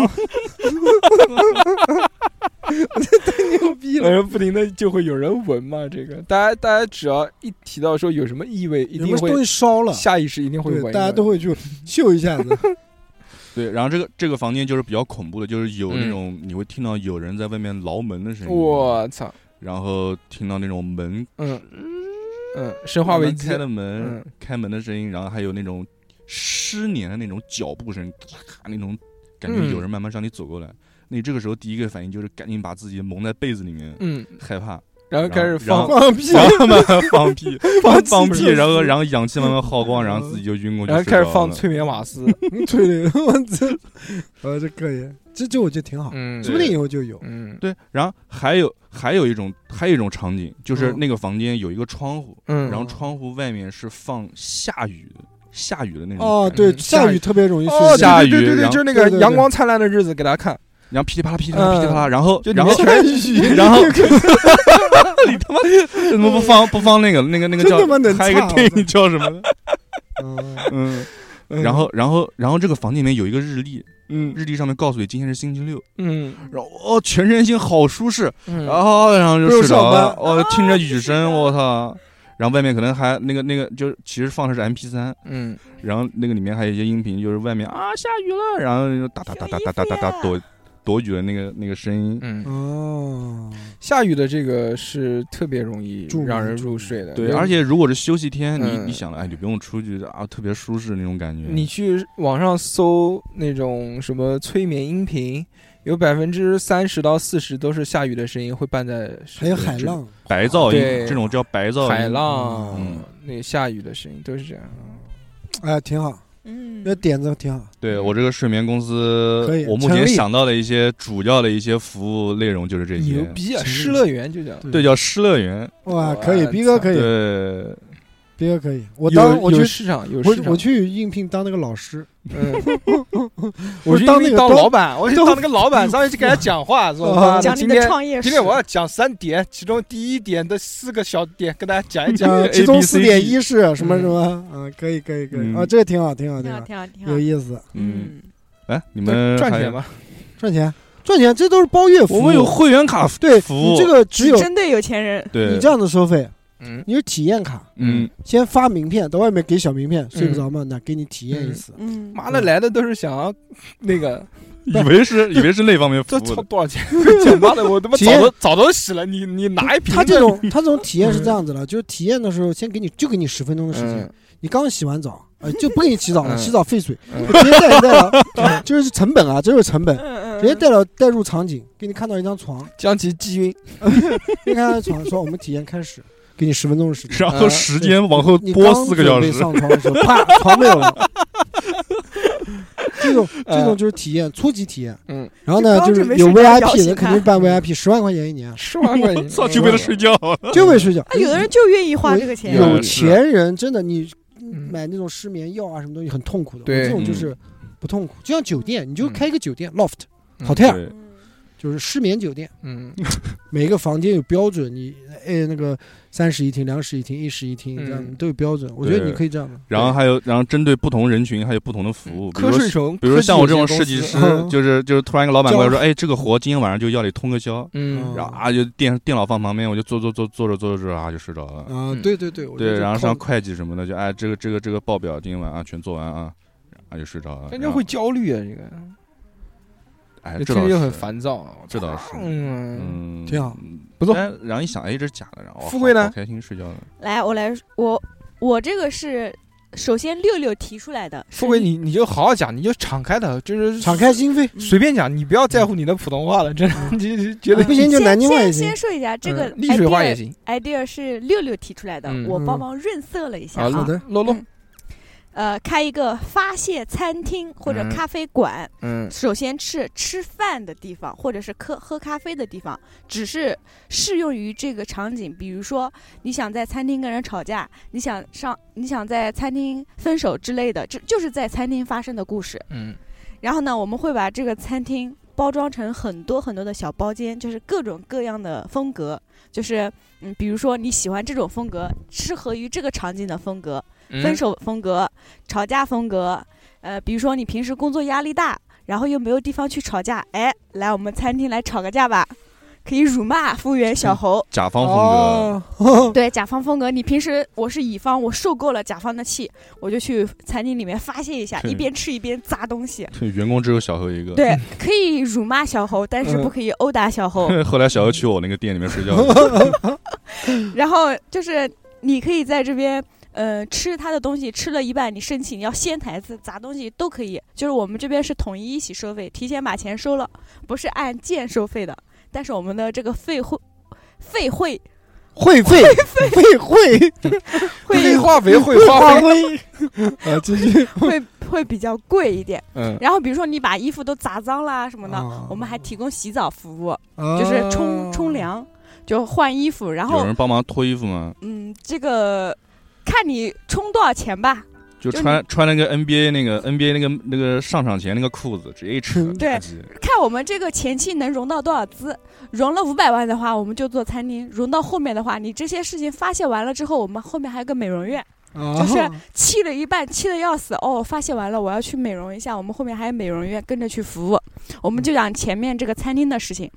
[SPEAKER 2] 太牛 逼了
[SPEAKER 1] 然。后不停的就会有人闻嘛，这个大家大家只要一提到说有什么异味，一
[SPEAKER 2] 有什
[SPEAKER 1] 定
[SPEAKER 2] 么
[SPEAKER 1] 会
[SPEAKER 2] 东西烧了，
[SPEAKER 1] 下意识一定会
[SPEAKER 2] 对
[SPEAKER 1] 闻一，闻，
[SPEAKER 2] 大家都会去嗅一下子。
[SPEAKER 3] 对，然后这个这个房间就是比较恐怖的，就是有
[SPEAKER 1] 嗯
[SPEAKER 3] 那种你会听到有人在外面挠门的声音，
[SPEAKER 1] 我操，
[SPEAKER 3] 然后听到那种门
[SPEAKER 1] 嗯嗯，生化危机
[SPEAKER 3] 开，的门
[SPEAKER 1] 嗯
[SPEAKER 3] 开门的声音，然后还有那种失黏的那种脚步声，咔那种感觉
[SPEAKER 1] 嗯
[SPEAKER 3] 有人慢慢向你走过来，那你这个时候第一个反应就是赶紧把自己蒙在被子里面，
[SPEAKER 1] 嗯，
[SPEAKER 3] 害 怕。
[SPEAKER 1] 然后开始放
[SPEAKER 3] 然后，
[SPEAKER 2] 放屁，
[SPEAKER 3] 然后慢慢 放屁，放放
[SPEAKER 2] 气
[SPEAKER 3] 屁，
[SPEAKER 2] 就是
[SPEAKER 3] 然后然后氧气慢慢耗光，然后自己就晕过
[SPEAKER 1] 嗯
[SPEAKER 3] 去，
[SPEAKER 1] 然后开始放。催眠瓦斯，
[SPEAKER 2] 对对，我这，呃，这可以，这这我觉得挺好，
[SPEAKER 1] 嗯，
[SPEAKER 2] 说不定以后就有。
[SPEAKER 1] 嗯
[SPEAKER 3] 对，然后还有还有一种还有一种场景，就是
[SPEAKER 2] 嗯
[SPEAKER 3] 那个房间有一个窗户，
[SPEAKER 1] 嗯，
[SPEAKER 3] 然后窗户外面是放下雨的下雨的那种
[SPEAKER 2] 哦，
[SPEAKER 3] 感觉
[SPEAKER 2] 对，
[SPEAKER 1] 下
[SPEAKER 2] 下
[SPEAKER 1] 雨
[SPEAKER 2] 雨特别容易
[SPEAKER 1] 哦，
[SPEAKER 2] 睡
[SPEAKER 3] 下
[SPEAKER 2] 觉，
[SPEAKER 1] 对对对
[SPEAKER 3] 雨
[SPEAKER 1] 对对，
[SPEAKER 3] 然后
[SPEAKER 1] 就是那
[SPEAKER 2] 对
[SPEAKER 1] 个
[SPEAKER 2] 对对
[SPEAKER 1] 阳光灿烂的日子给大家看，
[SPEAKER 3] 然后噼里啪啦噼里啪
[SPEAKER 1] 嗯
[SPEAKER 3] 啦噼里啪啦，然后
[SPEAKER 1] 就里
[SPEAKER 3] 然
[SPEAKER 1] 面
[SPEAKER 3] 后
[SPEAKER 1] 全
[SPEAKER 2] 雨
[SPEAKER 3] 然后你他妈 怎么不放不放那个那个那个叫
[SPEAKER 2] 真他妈能啊
[SPEAKER 3] 还有一
[SPEAKER 2] 唱
[SPEAKER 3] 个电影叫 什么？
[SPEAKER 2] 嗯
[SPEAKER 3] 嗯，然后然后然后这个房间里面有一个日历，
[SPEAKER 1] 嗯
[SPEAKER 3] 日历上面告诉你今天是星期六，
[SPEAKER 1] 嗯
[SPEAKER 3] 然后哦全身心好舒适，
[SPEAKER 1] 嗯，
[SPEAKER 3] 然后然后就
[SPEAKER 2] 不用
[SPEAKER 3] 睡着
[SPEAKER 2] 上
[SPEAKER 3] 了
[SPEAKER 2] 班，啊
[SPEAKER 3] 哦，听着雨声，我操！然后外面可能还那个那个，就是其实放的是 M P 三，
[SPEAKER 1] 嗯
[SPEAKER 3] 然后那个里面还有一些音频，就是外面啊下雨了，然后就哒哒哒哒哒哒哒
[SPEAKER 2] 哎
[SPEAKER 3] 哒躲躲雨的那个那个声音。
[SPEAKER 1] 嗯，
[SPEAKER 2] 哦，
[SPEAKER 1] 下雨的这个是特别容易
[SPEAKER 2] 助眠
[SPEAKER 1] 让人入睡的，
[SPEAKER 3] 对，
[SPEAKER 1] 因为
[SPEAKER 3] 而且如果是休息天，你
[SPEAKER 1] 嗯
[SPEAKER 3] 你想了，哎，你不用出去啊，特别舒适那种感觉。
[SPEAKER 1] 你去网上搜那种什么催眠音频，有百分之三十到四十都是下雨的声音会伴在身
[SPEAKER 2] 还有
[SPEAKER 1] 边
[SPEAKER 2] 海
[SPEAKER 1] 这种
[SPEAKER 2] 浪，
[SPEAKER 3] 白噪音
[SPEAKER 1] 对
[SPEAKER 3] 这种叫白噪音，
[SPEAKER 1] 海浪，
[SPEAKER 2] 哦
[SPEAKER 3] 嗯
[SPEAKER 1] 那下雨的声音都是这样。
[SPEAKER 2] 哎，挺好，
[SPEAKER 5] 嗯
[SPEAKER 2] 这点子挺好。
[SPEAKER 3] 对我这个睡眠公司
[SPEAKER 2] 可以，
[SPEAKER 3] 我目
[SPEAKER 2] 成
[SPEAKER 3] 前
[SPEAKER 2] 立
[SPEAKER 3] 想到的一些主要的一些服务内容就是这
[SPEAKER 1] 牛
[SPEAKER 3] 些。
[SPEAKER 1] 逼啊！
[SPEAKER 2] 行
[SPEAKER 1] 失乐园就叫
[SPEAKER 3] 对，叫失乐园。
[SPEAKER 2] 哇，
[SPEAKER 1] 我
[SPEAKER 2] 可以，
[SPEAKER 1] 操
[SPEAKER 2] 逼哥可以，
[SPEAKER 3] 对，
[SPEAKER 2] 逼哥可以。我
[SPEAKER 1] 有
[SPEAKER 2] 当我
[SPEAKER 1] 有
[SPEAKER 2] 去，
[SPEAKER 1] 市场有市
[SPEAKER 2] 我
[SPEAKER 1] 场，
[SPEAKER 2] 我去应聘当那个老师，
[SPEAKER 1] 嗯，
[SPEAKER 2] 我
[SPEAKER 1] 我
[SPEAKER 2] 是
[SPEAKER 1] 去
[SPEAKER 2] 当那个
[SPEAKER 1] 当
[SPEAKER 2] 当
[SPEAKER 1] 老板，我去
[SPEAKER 2] 当
[SPEAKER 1] 当那个老板，上去就 给他讲话，说
[SPEAKER 2] 啊
[SPEAKER 1] 妈的
[SPEAKER 5] 讲你
[SPEAKER 1] 今
[SPEAKER 5] 的
[SPEAKER 1] 天
[SPEAKER 5] 创业史。
[SPEAKER 1] 今天我要讲三点，其中第一点的四个小点跟大家讲一讲。
[SPEAKER 2] 呃，
[SPEAKER 3] A
[SPEAKER 2] 其中
[SPEAKER 3] B C
[SPEAKER 2] 四点一是什么
[SPEAKER 1] 嗯
[SPEAKER 2] 什么？嗯，可以，可以，可以。
[SPEAKER 3] 嗯
[SPEAKER 2] 啊，这个挺好，挺好，
[SPEAKER 5] 挺好
[SPEAKER 2] 好，
[SPEAKER 5] 挺好挺好
[SPEAKER 2] 有。意思。
[SPEAKER 3] 嗯，
[SPEAKER 5] 嗯，
[SPEAKER 3] 哎，你们
[SPEAKER 1] 赚
[SPEAKER 3] 还
[SPEAKER 1] 钱？嘛，
[SPEAKER 2] 赚钱，赚钱，这都是包月服务。
[SPEAKER 3] 我们有会员卡服
[SPEAKER 2] 啊对
[SPEAKER 3] 服务，
[SPEAKER 2] 你这个只有
[SPEAKER 5] 针对有钱人。
[SPEAKER 3] 对，
[SPEAKER 2] 你这样的收费，
[SPEAKER 1] 嗯
[SPEAKER 2] 你有体验卡，
[SPEAKER 3] 嗯，
[SPEAKER 2] 先发名片，到外面给小名片，睡不着嘛，那给你体验一次。
[SPEAKER 5] 嗯，
[SPEAKER 1] 妈的来的都是想要那个
[SPEAKER 3] 以为是以为是那方面服
[SPEAKER 1] 这
[SPEAKER 3] 务
[SPEAKER 1] 操
[SPEAKER 3] 的，
[SPEAKER 1] 多少钱？ 讲妈的，我 他妈
[SPEAKER 2] 体验
[SPEAKER 1] 早都早都洗了，你你拿一瓶
[SPEAKER 2] 他
[SPEAKER 1] 子
[SPEAKER 2] 这种他这种体验是这样子的，就是体验的时候先给你就给你十分钟的时间，
[SPEAKER 1] 嗯
[SPEAKER 2] 你刚洗完澡，呃，就不给你洗澡了，
[SPEAKER 1] 嗯
[SPEAKER 2] 洗澡费水，
[SPEAKER 1] 嗯
[SPEAKER 2] 直接带带了，就是成本啊，这就是成本，
[SPEAKER 5] 嗯嗯，
[SPEAKER 2] 直接带了带入场景，给你看到一张床，
[SPEAKER 1] 将其击晕，
[SPEAKER 2] 给你看到一张床，说我们体验开始，给你十分钟的时间。
[SPEAKER 3] 然后时间往后
[SPEAKER 2] 你
[SPEAKER 3] 拨
[SPEAKER 2] 刚
[SPEAKER 3] 四个小
[SPEAKER 2] 准备
[SPEAKER 3] 时，
[SPEAKER 2] 上床的时候，啪，床没有了。这种这种
[SPEAKER 1] 嗯
[SPEAKER 2] 就是体验，初级体验。
[SPEAKER 1] 嗯，
[SPEAKER 2] 然后呢，
[SPEAKER 5] 刚
[SPEAKER 2] 就是
[SPEAKER 5] 准备
[SPEAKER 2] 有
[SPEAKER 5] 睡觉的表
[SPEAKER 2] VIP 的
[SPEAKER 5] 情
[SPEAKER 2] 肯定
[SPEAKER 5] 啊
[SPEAKER 3] 嗯
[SPEAKER 2] 办 VIP，十万块钱一年，
[SPEAKER 1] 十万块钱，
[SPEAKER 3] 操，就为了睡觉。
[SPEAKER 2] 就为睡觉。
[SPEAKER 5] 啊有的人就愿意花
[SPEAKER 2] 我
[SPEAKER 5] 这个钱，
[SPEAKER 2] 有
[SPEAKER 3] 嗯是
[SPEAKER 2] 钱人真的，你
[SPEAKER 1] 嗯
[SPEAKER 2] 买那种失眠药啊，什么东西很痛苦的。
[SPEAKER 1] 对
[SPEAKER 2] 我这种就
[SPEAKER 3] 嗯
[SPEAKER 2] 是不痛苦，就像酒店，你就
[SPEAKER 1] 嗯
[SPEAKER 2] 开一个酒店 loft
[SPEAKER 1] 嗯
[SPEAKER 2] hotel，
[SPEAKER 3] 对
[SPEAKER 2] 就是失眠酒店，
[SPEAKER 1] 嗯，
[SPEAKER 2] 每个房间有标准，你哎那个三室一厅、两室一厅、一室一厅这样
[SPEAKER 1] 嗯
[SPEAKER 2] 都有标准。我觉得
[SPEAKER 3] 对
[SPEAKER 2] 你可以这样的。
[SPEAKER 3] 然后还有，然后针对不同人群还有不同的服务，比
[SPEAKER 1] 瞌
[SPEAKER 3] 如说
[SPEAKER 1] 睡虫，
[SPEAKER 3] 比如说像我这种
[SPEAKER 1] 科
[SPEAKER 3] 设
[SPEAKER 1] 技
[SPEAKER 3] 计
[SPEAKER 1] 有限
[SPEAKER 3] 师
[SPEAKER 1] 公司，
[SPEAKER 2] 嗯
[SPEAKER 3] 就是就是突然一个老板过来
[SPEAKER 2] 叫
[SPEAKER 3] 说，哎，这个活今天晚上就要你通个宵，
[SPEAKER 1] 嗯
[SPEAKER 3] 然后啊就电电脑放旁边，我就坐坐坐坐着坐着坐着啊就睡着了。
[SPEAKER 2] 啊，
[SPEAKER 1] 嗯
[SPEAKER 2] 对对对，我觉得
[SPEAKER 3] 对，
[SPEAKER 2] 就
[SPEAKER 3] 然后
[SPEAKER 2] 靠
[SPEAKER 3] 像会计什么的，就哎这个这个这个报表今天晚上全做完啊，啊就睡着了。
[SPEAKER 1] 但
[SPEAKER 3] 然
[SPEAKER 1] 这
[SPEAKER 3] 后
[SPEAKER 1] 会焦虑啊，这个
[SPEAKER 3] 哎，
[SPEAKER 1] 这
[SPEAKER 3] 这倒
[SPEAKER 1] 个就是很，烦躁啊，
[SPEAKER 3] 这倒是，
[SPEAKER 1] 嗯，
[SPEAKER 3] 嗯，
[SPEAKER 2] 挺好，
[SPEAKER 1] 不错
[SPEAKER 3] 但然后一想，哎，这是假的，然后哇
[SPEAKER 1] 富贵呢
[SPEAKER 3] 好开心睡觉了。
[SPEAKER 4] 来，我来，我我这个是首先六六提出来的，是
[SPEAKER 1] 富贵你你就好好讲，你就敞开的，就是
[SPEAKER 2] 敞开心扉，
[SPEAKER 1] 随便讲，你不要在乎你的普通话了，真的，你
[SPEAKER 3] 嗯
[SPEAKER 1] 你 觉得
[SPEAKER 2] 不行就
[SPEAKER 4] 先
[SPEAKER 2] 南京话也
[SPEAKER 4] 先
[SPEAKER 2] 行
[SPEAKER 4] 先。说一下这个
[SPEAKER 1] 嗯丽水话也
[SPEAKER 4] idea
[SPEAKER 1] 行
[SPEAKER 4] idea 是六六提出来的，
[SPEAKER 1] 嗯
[SPEAKER 4] 我帮
[SPEAKER 2] 嗯
[SPEAKER 4] 忙润色了一下
[SPEAKER 1] 啊，
[SPEAKER 4] 啊。
[SPEAKER 1] 露
[SPEAKER 2] 好的
[SPEAKER 1] 露露，
[SPEAKER 4] 呃，开一个发泄餐厅或者
[SPEAKER 1] 嗯
[SPEAKER 4] 咖啡馆，
[SPEAKER 1] 嗯
[SPEAKER 4] 首先是吃饭的地方，或者是喝喝咖啡的地方，只是适用于这个场景。比如说，你想在餐厅跟人吵架，你想上，你想在餐厅分手之类的，这就是在餐厅发生的故事。
[SPEAKER 1] 嗯
[SPEAKER 4] 然后呢，我们会把这个餐厅包装成很多很多的小包间，就是各种各样的风格，就是嗯，比如说你喜欢这种风格，适合于这个场景的风格，
[SPEAKER 1] 嗯，
[SPEAKER 4] 分手风格、吵架风格，呃，比如说你平时工作压力大，然后又没有地方去吵架，哎，来我们餐厅来吵个架吧，可以辱骂服务员小嗯猴。
[SPEAKER 3] 甲方风格，
[SPEAKER 2] 哦，
[SPEAKER 4] 对，甲方风格，你平时我是乙方，我受够了甲方的气，我就去餐厅里面发泄一下，
[SPEAKER 3] 对
[SPEAKER 4] 一边吃一边砸东西。
[SPEAKER 3] 对，员工只有小何 一个。
[SPEAKER 4] 对，可以辱骂小猴，但是
[SPEAKER 1] 嗯
[SPEAKER 4] 不可以殴打 小猴。
[SPEAKER 3] 后来小何去我那个店里面睡觉了，
[SPEAKER 4] 然后就是你可以在这边，呃，吃他的东西，吃了一半你生气，你要掀台子砸东西都可以。就是我们这边是统一一起收费，提前把钱收了，不是按件收费的。但是我们的这个费会， 费会
[SPEAKER 2] 会费会会
[SPEAKER 1] 黑
[SPEAKER 4] 会
[SPEAKER 1] 化肥会化肥，
[SPEAKER 2] 花灰，啊，继续。
[SPEAKER 4] 会会比较贵一点。
[SPEAKER 1] 嗯，
[SPEAKER 4] 然后比如说你把衣服都砸脏啦什么的，
[SPEAKER 2] 啊哦
[SPEAKER 4] 我们还提供洗澡服务，
[SPEAKER 2] 就
[SPEAKER 4] 就是冲冲。凉，就换衣服，然
[SPEAKER 3] 有
[SPEAKER 4] 后
[SPEAKER 3] 人帮忙脱衣服吗？
[SPEAKER 4] 嗯，这个看你充多少钱吧。
[SPEAKER 3] 就
[SPEAKER 4] 就
[SPEAKER 3] 穿穿那个 NBA 那个 NBA 那个那个上场前那个裤子，直接一扯，
[SPEAKER 4] 对
[SPEAKER 3] 垃圾
[SPEAKER 4] 看我们这个前期能融到多少资，融了五百万的话，我们就做餐厅；融到后面的话，你这些事情发泄完了之后，我们后面还有个美容院，
[SPEAKER 2] 就是
[SPEAKER 4] 气了一半，气的要死。哦，发泄完了，我要去美容一下，我们后面还有美容院跟着去服务。我们就讲前面这个餐厅的事情，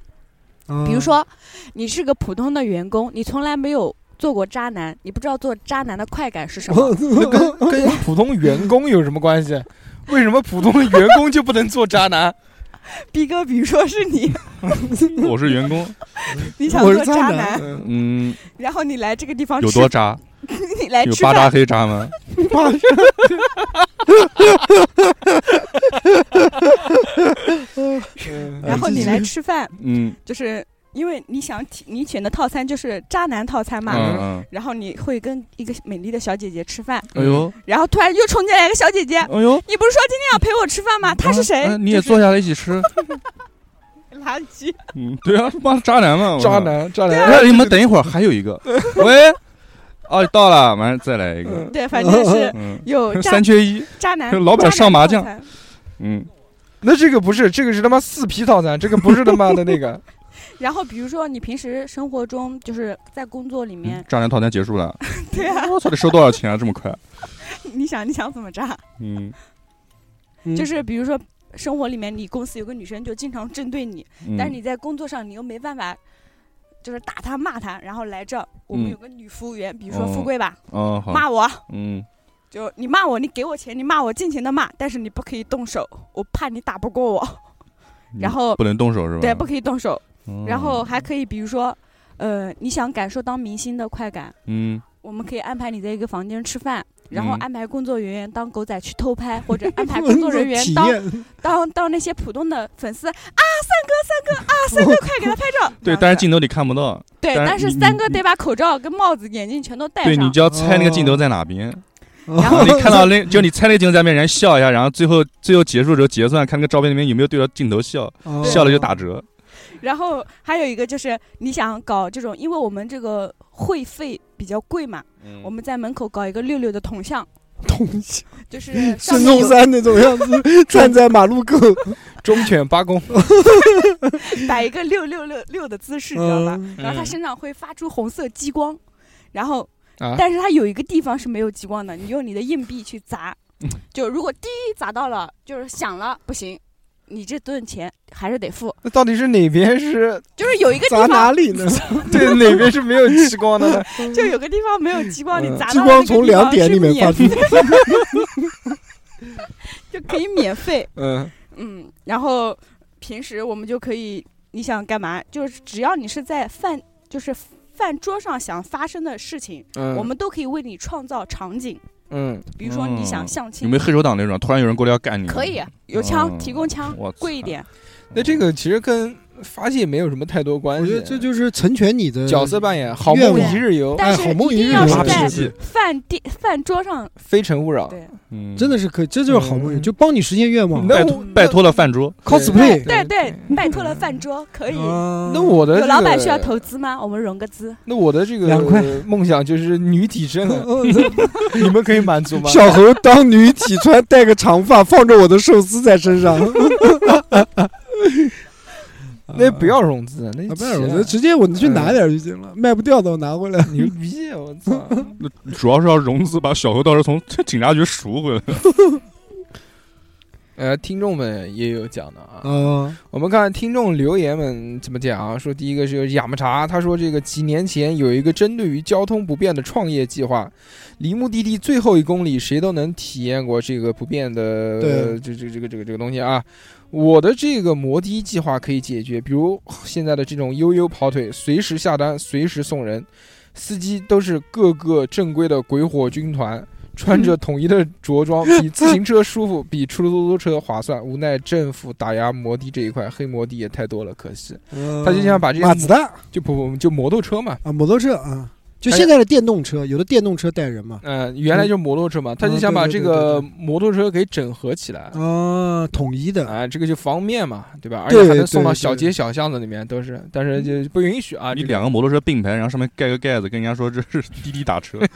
[SPEAKER 2] 嗯
[SPEAKER 4] 比如，说，你是个普通的员工，你从来没有做过渣男，你不知道做渣男的快感是什么。
[SPEAKER 1] 那 跟跟普通员工有什么关系？ 为什么普通的员工就不能做渣 男？
[SPEAKER 4] 逼哥，比如说是你，
[SPEAKER 3] 我是员工，
[SPEAKER 4] 你想
[SPEAKER 2] 我
[SPEAKER 4] 做
[SPEAKER 2] 是渣
[SPEAKER 4] 渣
[SPEAKER 2] 男
[SPEAKER 4] 男，
[SPEAKER 3] 嗯，
[SPEAKER 4] 然后你来这个地方
[SPEAKER 3] 有
[SPEAKER 4] 啊吃
[SPEAKER 3] 多，渣？
[SPEAKER 4] 你来
[SPEAKER 3] 有
[SPEAKER 4] 哎吃
[SPEAKER 3] 巴
[SPEAKER 4] 饭
[SPEAKER 3] 扎，黑渣吗？
[SPEAKER 2] 嗯
[SPEAKER 4] 然后你来吃饭。
[SPEAKER 3] 嗯
[SPEAKER 4] 就是因为你想体你选的套餐就是渣男套餐嘛，
[SPEAKER 3] 嗯嗯，
[SPEAKER 4] 然后你会跟一个美丽的小姐姐吃饭，
[SPEAKER 3] 哎呦
[SPEAKER 4] 然后突然又冲进来一个小姐姐，
[SPEAKER 3] 哎呦，
[SPEAKER 4] 你不是说今天要陪我吃饭吗？她是谁？
[SPEAKER 3] 啊你也坐下来一起吃？
[SPEAKER 4] 就是 垃圾，
[SPEAKER 3] 嗯，对啊，他妈渣男嘛，我
[SPEAKER 1] 渣
[SPEAKER 3] 操。
[SPEAKER 1] 男，渣
[SPEAKER 3] 哎，
[SPEAKER 4] 啊
[SPEAKER 1] 男，
[SPEAKER 3] 你们等一会儿，还有一个，喂，哦到了，完了再来一个，
[SPEAKER 1] 嗯
[SPEAKER 4] 对，反正是
[SPEAKER 3] 嗯，
[SPEAKER 4] 有渣
[SPEAKER 3] 三缺一，
[SPEAKER 4] 渣男，
[SPEAKER 3] 老板上麻将
[SPEAKER 4] 渣男套餐，
[SPEAKER 3] 嗯，
[SPEAKER 1] 那这个不是，这个是他妈四皮套餐，这个不是他妈的那 个。
[SPEAKER 4] 然后比如说你平时生活中就是在工作里面，
[SPEAKER 3] 嗯渣男套餐结束了，
[SPEAKER 4] 对啊，
[SPEAKER 3] 我操，得收多少钱啊？这么快？
[SPEAKER 4] 你想你想怎么渣？
[SPEAKER 3] 嗯，
[SPEAKER 4] 就是比如说生活里面你公司有个女生就经常针对你，
[SPEAKER 3] 嗯
[SPEAKER 4] 但是你在工作上你又没办法，就是打他骂他，然后来这儿我们
[SPEAKER 3] 嗯
[SPEAKER 4] 有个女服务员，比如说
[SPEAKER 3] 哦
[SPEAKER 4] 富贵吧，
[SPEAKER 3] 哦好，
[SPEAKER 4] 骂我，
[SPEAKER 3] 嗯，
[SPEAKER 4] 就你骂我，你给我钱，你骂我尽情的骂，但是你不可以动手，我怕你打不过我，
[SPEAKER 3] 你
[SPEAKER 4] 然后
[SPEAKER 3] 嗯不能动手是吧？
[SPEAKER 4] 对，不可以动手，
[SPEAKER 3] 嗯，
[SPEAKER 4] 然后还可以比如说，呃，你想感受当明星的快感，
[SPEAKER 3] 嗯，
[SPEAKER 4] 我们可以安排你在一个房间吃饭。然后
[SPEAKER 3] 嗯。
[SPEAKER 4] 安排工作人员当狗仔去偷拍，或者安排工作人员当当当那些普通的粉丝啊，三哥三哥啊，三哥快给他拍照
[SPEAKER 3] 对，
[SPEAKER 4] 然后
[SPEAKER 3] 但是
[SPEAKER 4] 这
[SPEAKER 3] 镜头里看不到，
[SPEAKER 4] 对，
[SPEAKER 3] 但
[SPEAKER 4] 但
[SPEAKER 3] 是
[SPEAKER 4] 是
[SPEAKER 3] 你
[SPEAKER 4] 三
[SPEAKER 3] 你
[SPEAKER 4] 哥得把口罩跟帽子、眼镜全都戴
[SPEAKER 3] 对你
[SPEAKER 4] 上。
[SPEAKER 1] 哦
[SPEAKER 3] 就要猜那个镜头在哪边。
[SPEAKER 4] 然后
[SPEAKER 3] 你看到那就你猜那个镜头在面前笑一下，然后最后最后结束的时候结算，看那个照片里面有没有对着镜头笑，
[SPEAKER 2] 哦
[SPEAKER 3] 笑了就打折。
[SPEAKER 4] 然后还有一个就是你想搞这种，因为我们这个会费比较贵嘛，
[SPEAKER 3] 嗯
[SPEAKER 4] 我们在门口搞一个六六的铜像，
[SPEAKER 2] 东西，
[SPEAKER 4] 就是上
[SPEAKER 2] 孙
[SPEAKER 4] 面
[SPEAKER 2] 中
[SPEAKER 4] 有
[SPEAKER 2] 山那种样子，站在马路口，
[SPEAKER 1] 忠犬八公，
[SPEAKER 2] 嗯
[SPEAKER 4] 摆一个六六六六的姿势，知道吧？
[SPEAKER 2] 嗯，
[SPEAKER 4] 然后它身上会发出红色激光，然后
[SPEAKER 1] 啊
[SPEAKER 4] 但是它有一个地方是没有激光的，你用你的硬币去砸，就如果滴砸到了，就是响了，不行，你这顿钱还是得付。
[SPEAKER 1] 那到底是哪边是
[SPEAKER 4] 就是有一个
[SPEAKER 2] 砸
[SPEAKER 4] 地
[SPEAKER 2] 哪
[SPEAKER 4] 方，
[SPEAKER 2] 里呢？
[SPEAKER 1] 对，哪边是没有激光的 呢？
[SPEAKER 4] 就有个地方没有激光，你
[SPEAKER 1] 嗯
[SPEAKER 4] 砸到
[SPEAKER 2] 激
[SPEAKER 4] 了那
[SPEAKER 2] 光
[SPEAKER 4] 个
[SPEAKER 2] 从
[SPEAKER 4] 地
[SPEAKER 2] 两
[SPEAKER 4] 方
[SPEAKER 2] 点
[SPEAKER 4] 是
[SPEAKER 2] 里面
[SPEAKER 4] 免
[SPEAKER 2] 发出，
[SPEAKER 4] 就可以免费。
[SPEAKER 1] 嗯，
[SPEAKER 4] 嗯，然后平时我们就可以，你想干嘛？就是只要你是在饭，就是饭桌上想发生的事情，
[SPEAKER 2] 嗯
[SPEAKER 4] 我们都可以为你创造场景。
[SPEAKER 1] 嗯
[SPEAKER 4] 比如说你想
[SPEAKER 3] 嗯
[SPEAKER 4] 相亲，
[SPEAKER 3] 有没有黑手党那种？突然有人过来要干你，
[SPEAKER 4] 可以有枪，
[SPEAKER 3] 嗯
[SPEAKER 4] 提供枪，
[SPEAKER 3] 我
[SPEAKER 4] 贵一点。
[SPEAKER 1] 那这个其实跟发泄没有什么太多关
[SPEAKER 2] 我
[SPEAKER 1] 系。
[SPEAKER 2] 觉得这就是成全你的
[SPEAKER 1] 角色扮演，好
[SPEAKER 2] 愿
[SPEAKER 1] 梦
[SPEAKER 4] 望
[SPEAKER 1] 一日游，
[SPEAKER 4] 但
[SPEAKER 2] 哎
[SPEAKER 4] 是
[SPEAKER 2] 好梦
[SPEAKER 4] 一
[SPEAKER 2] 一
[SPEAKER 4] 定
[SPEAKER 2] 日
[SPEAKER 4] 要
[SPEAKER 2] 游
[SPEAKER 4] 是
[SPEAKER 3] 拉
[SPEAKER 2] 是
[SPEAKER 4] 在
[SPEAKER 3] 脾
[SPEAKER 2] 不
[SPEAKER 3] 气
[SPEAKER 2] 是，
[SPEAKER 4] 饭店饭桌上，
[SPEAKER 1] 非诚勿扰。
[SPEAKER 4] 对
[SPEAKER 3] 嗯，
[SPEAKER 2] 真的是可以，这就是好梦一日，就帮你实现愿望
[SPEAKER 1] 那
[SPEAKER 3] 拜
[SPEAKER 1] 我
[SPEAKER 3] 托拜托了饭桌，
[SPEAKER 2] ，cosplay
[SPEAKER 1] 对
[SPEAKER 4] 对对，拜托了饭桌可以。
[SPEAKER 2] 啊。
[SPEAKER 1] 那我的
[SPEAKER 4] 有
[SPEAKER 1] 这
[SPEAKER 4] 老板
[SPEAKER 1] 个
[SPEAKER 4] 需要投资吗？我们融个资。
[SPEAKER 1] 那我的这个
[SPEAKER 2] 两块
[SPEAKER 1] 梦想就是女体盛 啊， 你们可以满足吗？
[SPEAKER 2] 小猴当女体穿，戴个长发，放着我的寿司在身上。
[SPEAKER 1] 那不要融资，那
[SPEAKER 2] 啊，不
[SPEAKER 1] 起嗯
[SPEAKER 2] 要
[SPEAKER 1] 来
[SPEAKER 2] 融资，直接我去拿点儿就行了，卖不掉的我拿回来。
[SPEAKER 1] 牛逼！啊我操，
[SPEAKER 3] 主要是要融资，把小何到时候从警察局赎回来。
[SPEAKER 1] 呃，听众们也有讲的啊。
[SPEAKER 2] 啊，
[SPEAKER 1] 我们看听众留言们怎么讲啊？说第一个是亚木茶，他说这个几年前有一个针对于交通不便的创业计划，离目的地最后一公里，谁都能体验过这个不便的
[SPEAKER 2] 对
[SPEAKER 1] 呃这这这个这个这个东西啊。我的这个摩的计划可以解决，比如现在的这种悠悠跑腿，随时下单，随时送人，司机都是各个正规的鬼火军团，穿着统一的着装，比自行车舒服，比出租车划算。无奈政府打压摩的这一块，黑摩的也太多了，可惜。
[SPEAKER 2] 嗯
[SPEAKER 1] 他就想把这些
[SPEAKER 2] 马自达
[SPEAKER 1] 就不不就摩托车嘛，
[SPEAKER 2] 啊，摩托车啊，就
[SPEAKER 1] 哎呀
[SPEAKER 2] 现在的电动车，有的电动车带人嘛，
[SPEAKER 1] 嗯、原来就是摩托车嘛，他就想把这个
[SPEAKER 2] 嗯
[SPEAKER 1] 摩托车给整合起来。
[SPEAKER 2] 啊，统一的，
[SPEAKER 1] 啊，这个就方便嘛，对吧？而
[SPEAKER 2] 对
[SPEAKER 1] 且还能送到
[SPEAKER 2] 对
[SPEAKER 1] 小街
[SPEAKER 2] 对
[SPEAKER 1] 小巷子里面都是，但是就不允许啊。
[SPEAKER 3] 你
[SPEAKER 1] 这个
[SPEAKER 3] 两个摩托车并排，然后上面盖个盖子，跟人家说这是滴滴打车。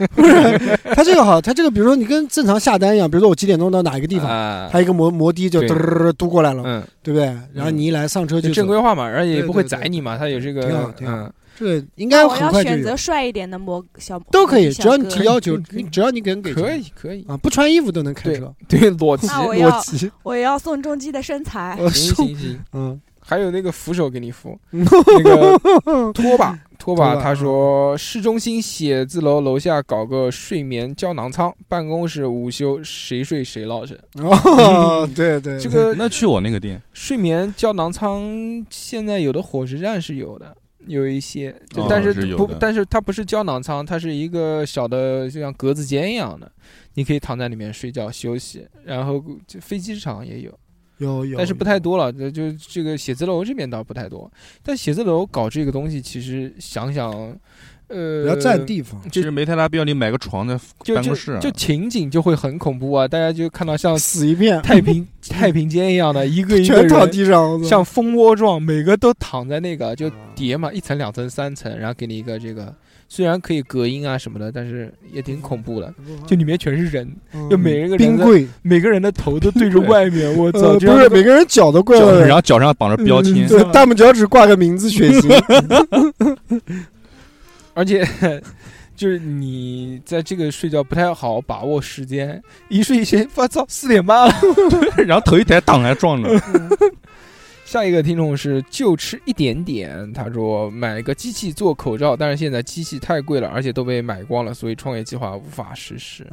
[SPEAKER 2] 他这个好，他这个比如说你跟正常下单一样，比如说我几点钟到哪一个地方，
[SPEAKER 1] 啊，
[SPEAKER 2] 他一个摩摩的就
[SPEAKER 1] 对
[SPEAKER 2] 嘟嘟嘟嘟过来了，
[SPEAKER 1] 嗯，
[SPEAKER 2] 对不对？然后你一来上车
[SPEAKER 1] 就
[SPEAKER 2] 就
[SPEAKER 1] 正规
[SPEAKER 2] 走，
[SPEAKER 1] 化嘛，而且也不
[SPEAKER 2] 对
[SPEAKER 1] 会
[SPEAKER 2] 对
[SPEAKER 1] 宰
[SPEAKER 2] 对
[SPEAKER 1] 你嘛，他有这个
[SPEAKER 2] 挺好挺好
[SPEAKER 1] 嗯
[SPEAKER 2] 这个应该
[SPEAKER 4] 那我
[SPEAKER 2] 很
[SPEAKER 4] 要
[SPEAKER 2] 快就
[SPEAKER 4] 选
[SPEAKER 2] 有
[SPEAKER 4] 择，帅一点的模小
[SPEAKER 2] 都可以，
[SPEAKER 4] 摩的小
[SPEAKER 2] 只要你
[SPEAKER 4] 哥
[SPEAKER 2] 提要求
[SPEAKER 1] 可以，可以
[SPEAKER 2] 你只要你给人给钱
[SPEAKER 1] 可以可 以，
[SPEAKER 2] 啊，不穿衣服都能开
[SPEAKER 1] 对
[SPEAKER 2] 车，
[SPEAKER 1] 对，裸骑，
[SPEAKER 4] 那啊 我
[SPEAKER 2] 我
[SPEAKER 4] 要
[SPEAKER 2] 骑，
[SPEAKER 4] 我要宋仲基的身材，
[SPEAKER 2] 我
[SPEAKER 1] 行
[SPEAKER 2] 受，
[SPEAKER 1] 行行，
[SPEAKER 2] 嗯，
[SPEAKER 1] 还有那个扶手给你 扶，那个拖把拖把，
[SPEAKER 2] 拖把嗯
[SPEAKER 1] 他说市中心写字楼楼下搞个睡眠胶囊舱，办公室午休谁睡谁落枕。
[SPEAKER 2] 哦，对对，
[SPEAKER 1] 这个
[SPEAKER 3] 那去我那个店，
[SPEAKER 1] 睡眠胶囊舱现在有的火车站是有的，有一些，就
[SPEAKER 3] 哦
[SPEAKER 1] 但是
[SPEAKER 3] 是有
[SPEAKER 1] 不
[SPEAKER 3] 的，
[SPEAKER 1] 但是它不是胶囊舱，它是一个小的，就像格子间一样的，你可以躺在里面睡觉休息。然后就飞机场也有，
[SPEAKER 2] 有有，
[SPEAKER 1] 但是不
[SPEAKER 2] 有
[SPEAKER 1] 太多了。就就这个写字楼这边倒不太多，但写字楼搞这个东西，其实想想，呃，
[SPEAKER 2] 不要占地方。
[SPEAKER 1] 就
[SPEAKER 3] 其实没太大必要，你买个床在
[SPEAKER 1] 就
[SPEAKER 3] 办
[SPEAKER 1] 就
[SPEAKER 3] 公室啊，
[SPEAKER 1] 就情景就会很恐怖啊！大家就看到 像
[SPEAKER 2] 死一片，
[SPEAKER 1] 太平太平间一样的，一个一个
[SPEAKER 2] 全躺
[SPEAKER 1] 人。
[SPEAKER 2] 地上，
[SPEAKER 1] 像蜂窝状，每个都躺在那个就
[SPEAKER 2] 啊
[SPEAKER 1] 叠嘛，一层、两层、三层，然后给你一个这个，虽然可以隔音啊什么的，但是也挺恐怖的。嗯就里面全是人，就每人个人
[SPEAKER 2] 嗯冰
[SPEAKER 1] 的
[SPEAKER 2] 柜，
[SPEAKER 1] 每个人的头都对着外 面，我操！
[SPEAKER 2] 呃，
[SPEAKER 1] 这
[SPEAKER 2] 不
[SPEAKER 1] 样
[SPEAKER 2] 是
[SPEAKER 1] 那个
[SPEAKER 2] 每个人脚都怪
[SPEAKER 3] 脚
[SPEAKER 2] 怪的，
[SPEAKER 3] 然后脚上绑着标签
[SPEAKER 2] 嗯，对，大拇脚趾挂个名字，血 型，
[SPEAKER 1] 而且就是你在这个睡觉不太好把握时间，一睡一醒，我操，四点半了。
[SPEAKER 3] 然后头一抬档还撞着。
[SPEAKER 1] 下一个听众是就吃一点点，他说买个机器做口罩，但是现在机器太贵了，而且都被买光了，所以创业计划无法实施。
[SPEAKER 2] 啊，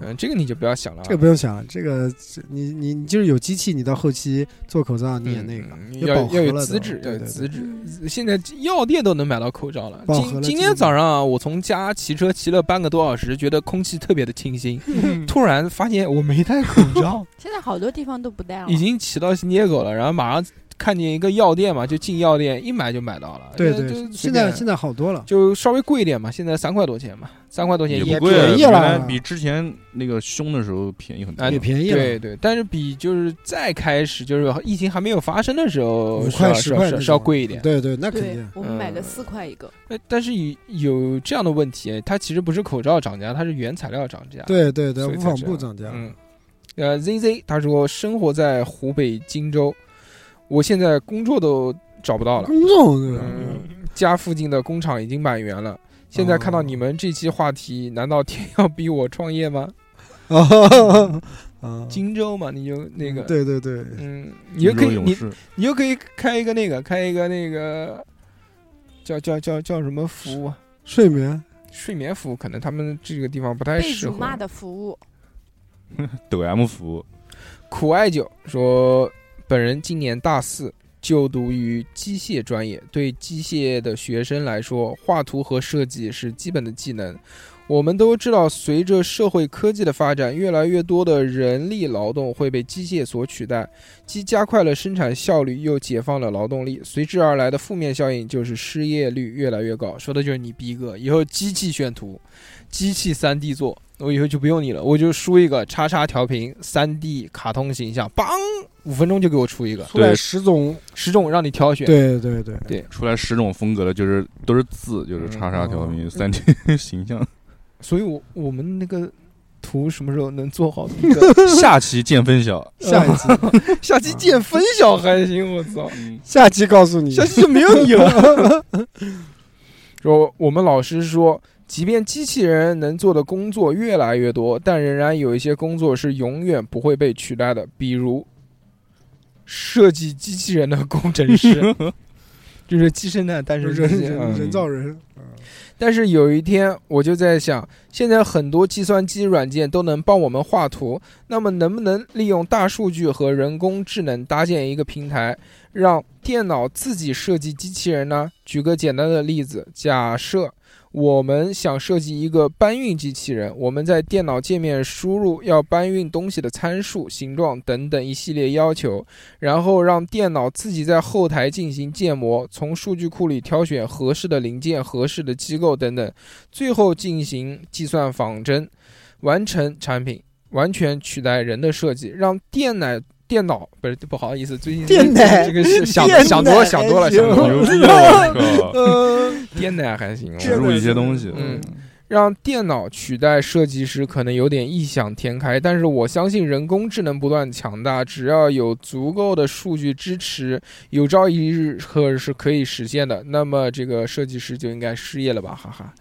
[SPEAKER 1] 嗯，这个你就不要想了啊，
[SPEAKER 2] 这个不用想了，这个你你你就是有机器，你到后期做口罩，你也
[SPEAKER 1] 嗯
[SPEAKER 2] 那个
[SPEAKER 1] 嗯
[SPEAKER 2] 也
[SPEAKER 1] 要
[SPEAKER 2] 饱和
[SPEAKER 1] 要有
[SPEAKER 2] 了
[SPEAKER 1] 资
[SPEAKER 2] 都
[SPEAKER 1] 质，要
[SPEAKER 2] 对
[SPEAKER 1] 有
[SPEAKER 2] 对
[SPEAKER 1] 资
[SPEAKER 2] 对，
[SPEAKER 1] 质。现在药店都能买到口罩了。
[SPEAKER 2] 饱和
[SPEAKER 1] 今
[SPEAKER 2] 了
[SPEAKER 1] 今
[SPEAKER 2] 自
[SPEAKER 1] 天
[SPEAKER 2] 己
[SPEAKER 1] 早上啊，我从家骑车骑了半个多小时，觉得空气特别的清新，
[SPEAKER 2] 嗯
[SPEAKER 1] 突然发现我没戴口罩，
[SPEAKER 4] 现在好多地方都不戴了。
[SPEAKER 1] 已经骑到新街口了，然后马上看见一个药店嘛，就进药店一买就买到了。
[SPEAKER 2] 对
[SPEAKER 1] 就就
[SPEAKER 2] 对，
[SPEAKER 1] 随
[SPEAKER 2] 现在
[SPEAKER 1] 便
[SPEAKER 2] 现在好多了。
[SPEAKER 1] 就稍微贵一点嘛，现在三块多钱嘛，三块多钱
[SPEAKER 3] 也
[SPEAKER 1] 也
[SPEAKER 3] 不贵，啊
[SPEAKER 2] 便宜
[SPEAKER 3] 原
[SPEAKER 2] 了
[SPEAKER 3] 来比之前那个凶的时候便宜很多
[SPEAKER 1] 啊。
[SPEAKER 2] 也便宜了，
[SPEAKER 1] 对对，但是比就是再开始就是疫情还没有发生的时候，
[SPEAKER 2] 五
[SPEAKER 1] 是要
[SPEAKER 2] 块
[SPEAKER 1] 是
[SPEAKER 2] 十
[SPEAKER 1] 要
[SPEAKER 2] 块
[SPEAKER 1] 是
[SPEAKER 2] 那
[SPEAKER 1] 要是要
[SPEAKER 2] 种
[SPEAKER 1] 贵一点。
[SPEAKER 2] 对对，那肯
[SPEAKER 4] 对
[SPEAKER 2] 定，
[SPEAKER 4] 我们买
[SPEAKER 1] 嗯
[SPEAKER 4] 的四块一个，
[SPEAKER 1] 呃但是有有这样的问题，它其实不是口罩涨价，它是原材料涨价。，
[SPEAKER 2] 对对对，
[SPEAKER 1] 所以
[SPEAKER 2] 无
[SPEAKER 1] 才
[SPEAKER 2] 纺
[SPEAKER 1] 这
[SPEAKER 2] 布
[SPEAKER 1] 样
[SPEAKER 2] 涨价，
[SPEAKER 1] 嗯，呃，ZZ 他说生活在湖北荆州，我现在工作都找不到了，
[SPEAKER 2] 公众
[SPEAKER 1] 嗯，家附近的工厂已经满员了。现在看到你们这期话题，难道天要逼我创业吗？
[SPEAKER 2] 啊啊，
[SPEAKER 1] 荆州嘛，你就嗯那个，
[SPEAKER 2] 对对对，
[SPEAKER 1] 嗯，你就可以，
[SPEAKER 3] 勇
[SPEAKER 1] 你
[SPEAKER 3] 士
[SPEAKER 1] 你就可以开一个那个，开一个那个，叫叫叫叫什么服务啊？
[SPEAKER 2] 睡眠
[SPEAKER 1] 睡眠服务，可能他们这个地方不太
[SPEAKER 4] 被
[SPEAKER 1] 适
[SPEAKER 4] 辱
[SPEAKER 1] 合
[SPEAKER 4] 骂。的服务，
[SPEAKER 3] 抖 M 服务，
[SPEAKER 1] 苦艾酒说，本人今年大四，就读于机械专业。对机械的学生来说，画图和设计是基本的技能。我们都知道，随着社会科技的发展，越来越多的人力劳动会被机械所取代，既加快了生产效率，又解放了劳动力。随之而来的负面效应就是失业率越来越高。说的就是你逼哥，以后机器选图，机器 3D 做，我以后就不用你了，我就输一个叉叉调频 3D 卡通形 象，梆，五分钟就给我出一个，
[SPEAKER 2] 出来
[SPEAKER 3] 对
[SPEAKER 2] 十种，
[SPEAKER 1] 十种让你挑选。
[SPEAKER 2] 对对对，
[SPEAKER 3] 出来十种风格的，就是都是字，就是叉叉调
[SPEAKER 1] 嗯哦
[SPEAKER 3] 频、三 D 形象。
[SPEAKER 1] 所以我我们那个图什么时候能做好逼 哥？
[SPEAKER 3] 下期见 分晓。
[SPEAKER 2] 下一次
[SPEAKER 1] 下期见分晓还行，我 操！
[SPEAKER 2] 下期告诉你
[SPEAKER 1] 下，期就没有你了。 说我们老师说，即便机器人能做的工作越来越多，但仍然有一些工作是永远不会被取代的，比如设计机器人的工程 师，就是鸡生蛋，蛋
[SPEAKER 2] 人
[SPEAKER 1] 生
[SPEAKER 2] 人
[SPEAKER 1] 鸡。
[SPEAKER 2] 人
[SPEAKER 1] 嗯
[SPEAKER 2] 人造人，
[SPEAKER 1] 但是有一天，我就在想，现在很多计算机软件都能帮我们画图，那么能不能利用大数据和人工智能搭建一个平台，让电脑自己设计机器人呢？举个简单的例子，假设我们想设计一个搬运机器人，我们在电脑界面输入要搬运东西的参数、形状等等一系列要求，然后让电脑自己在后台进行建模，从数据库里挑选合适的零件、合适的机构等等，最后进行计算仿真，完成产品，完全取代人的设计，让电脑电脑不是不好意思，最近这
[SPEAKER 2] 电脑
[SPEAKER 1] 这个是想
[SPEAKER 2] 电脑
[SPEAKER 1] 想多了，想多了，
[SPEAKER 2] 还行
[SPEAKER 1] 想多了，
[SPEAKER 3] 牛逼啊！我靠，
[SPEAKER 2] 嗯，
[SPEAKER 1] 电脑还行，啊
[SPEAKER 3] 植入一些东西。
[SPEAKER 1] 嗯让电脑取代设计师可能有点异想天开，但是我相信人工智能不断强大，只要有足够的数据支持，有朝一日可是可以实现的。那么这个设计师就应该失业了吧，哈哈。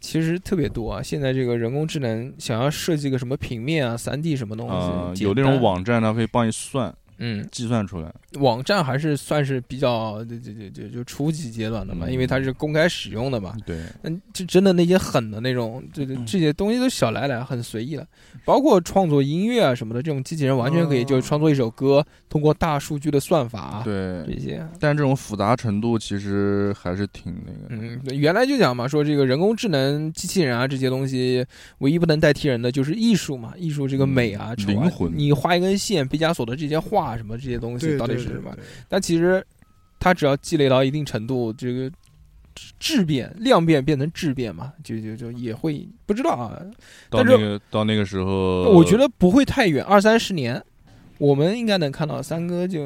[SPEAKER 1] 其实特别多啊，现在这个人工智能想要设计个什么平面啊、三 D 什么东西，
[SPEAKER 3] 啊，
[SPEAKER 1] 简
[SPEAKER 3] 有那
[SPEAKER 1] 单
[SPEAKER 3] 种网站，它可以帮你算
[SPEAKER 1] 嗯
[SPEAKER 3] 计算出来。
[SPEAKER 1] 网站还是算是比较就就就就就初级阶段的嘛，
[SPEAKER 3] 嗯
[SPEAKER 1] 因为它是公开使用的嘛。
[SPEAKER 3] 对，
[SPEAKER 1] 嗯，就真的那些狠的那种，这这
[SPEAKER 3] 嗯
[SPEAKER 1] 这些东西都小来来，很随意了。包括创作音乐啊什么的，这种机器人完全可以
[SPEAKER 2] 哦
[SPEAKER 1] 就创作一首歌，通过大数据的算法，啊
[SPEAKER 3] 对，
[SPEAKER 1] 这些。
[SPEAKER 3] 但这种复杂程度其实还是挺那个的。
[SPEAKER 1] 嗯，原来就讲嘛，说这个人工智能、机器人啊这些东西，唯一不能代替人的就是艺术嘛，艺术这个美啊、
[SPEAKER 3] 嗯
[SPEAKER 1] 丑啊
[SPEAKER 3] 灵魂
[SPEAKER 1] 你画一根线，毕加索的这些画什么这些东西
[SPEAKER 2] 对
[SPEAKER 1] 到底
[SPEAKER 2] 对
[SPEAKER 1] 是
[SPEAKER 2] 对
[SPEAKER 1] 什么？但其实它只要积累到一定程度，这个质质变、量变变成质变嘛，就就就也会不知道啊。
[SPEAKER 3] 到
[SPEAKER 1] 但
[SPEAKER 3] 那
[SPEAKER 1] 是
[SPEAKER 3] 个到那个时候，
[SPEAKER 1] 我觉得不会太远，二三十年，我们应该能看到三哥就。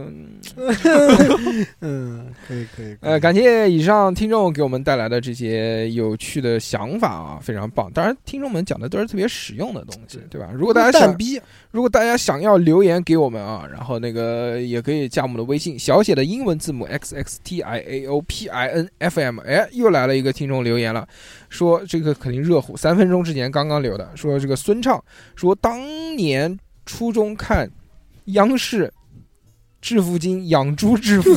[SPEAKER 2] 嗯，可以可以，可以
[SPEAKER 1] 呃，感谢以上听众给我们带来的这些有趣的想法啊，非常棒。当然，听众们讲的都是特别实用的东西，对吧？如果大家
[SPEAKER 2] 蛋
[SPEAKER 1] 想，
[SPEAKER 2] 逼，
[SPEAKER 1] 如果大家想要留言给我们啊，然后那个也可以加我们的微信，小写的英文字母 x x t i a o p i n f m。哎，又来了一个听众留言了，说这个肯定热乎，三分钟之前刚刚留的，说这个孙畅说当年初中看央视致富经养猪致富。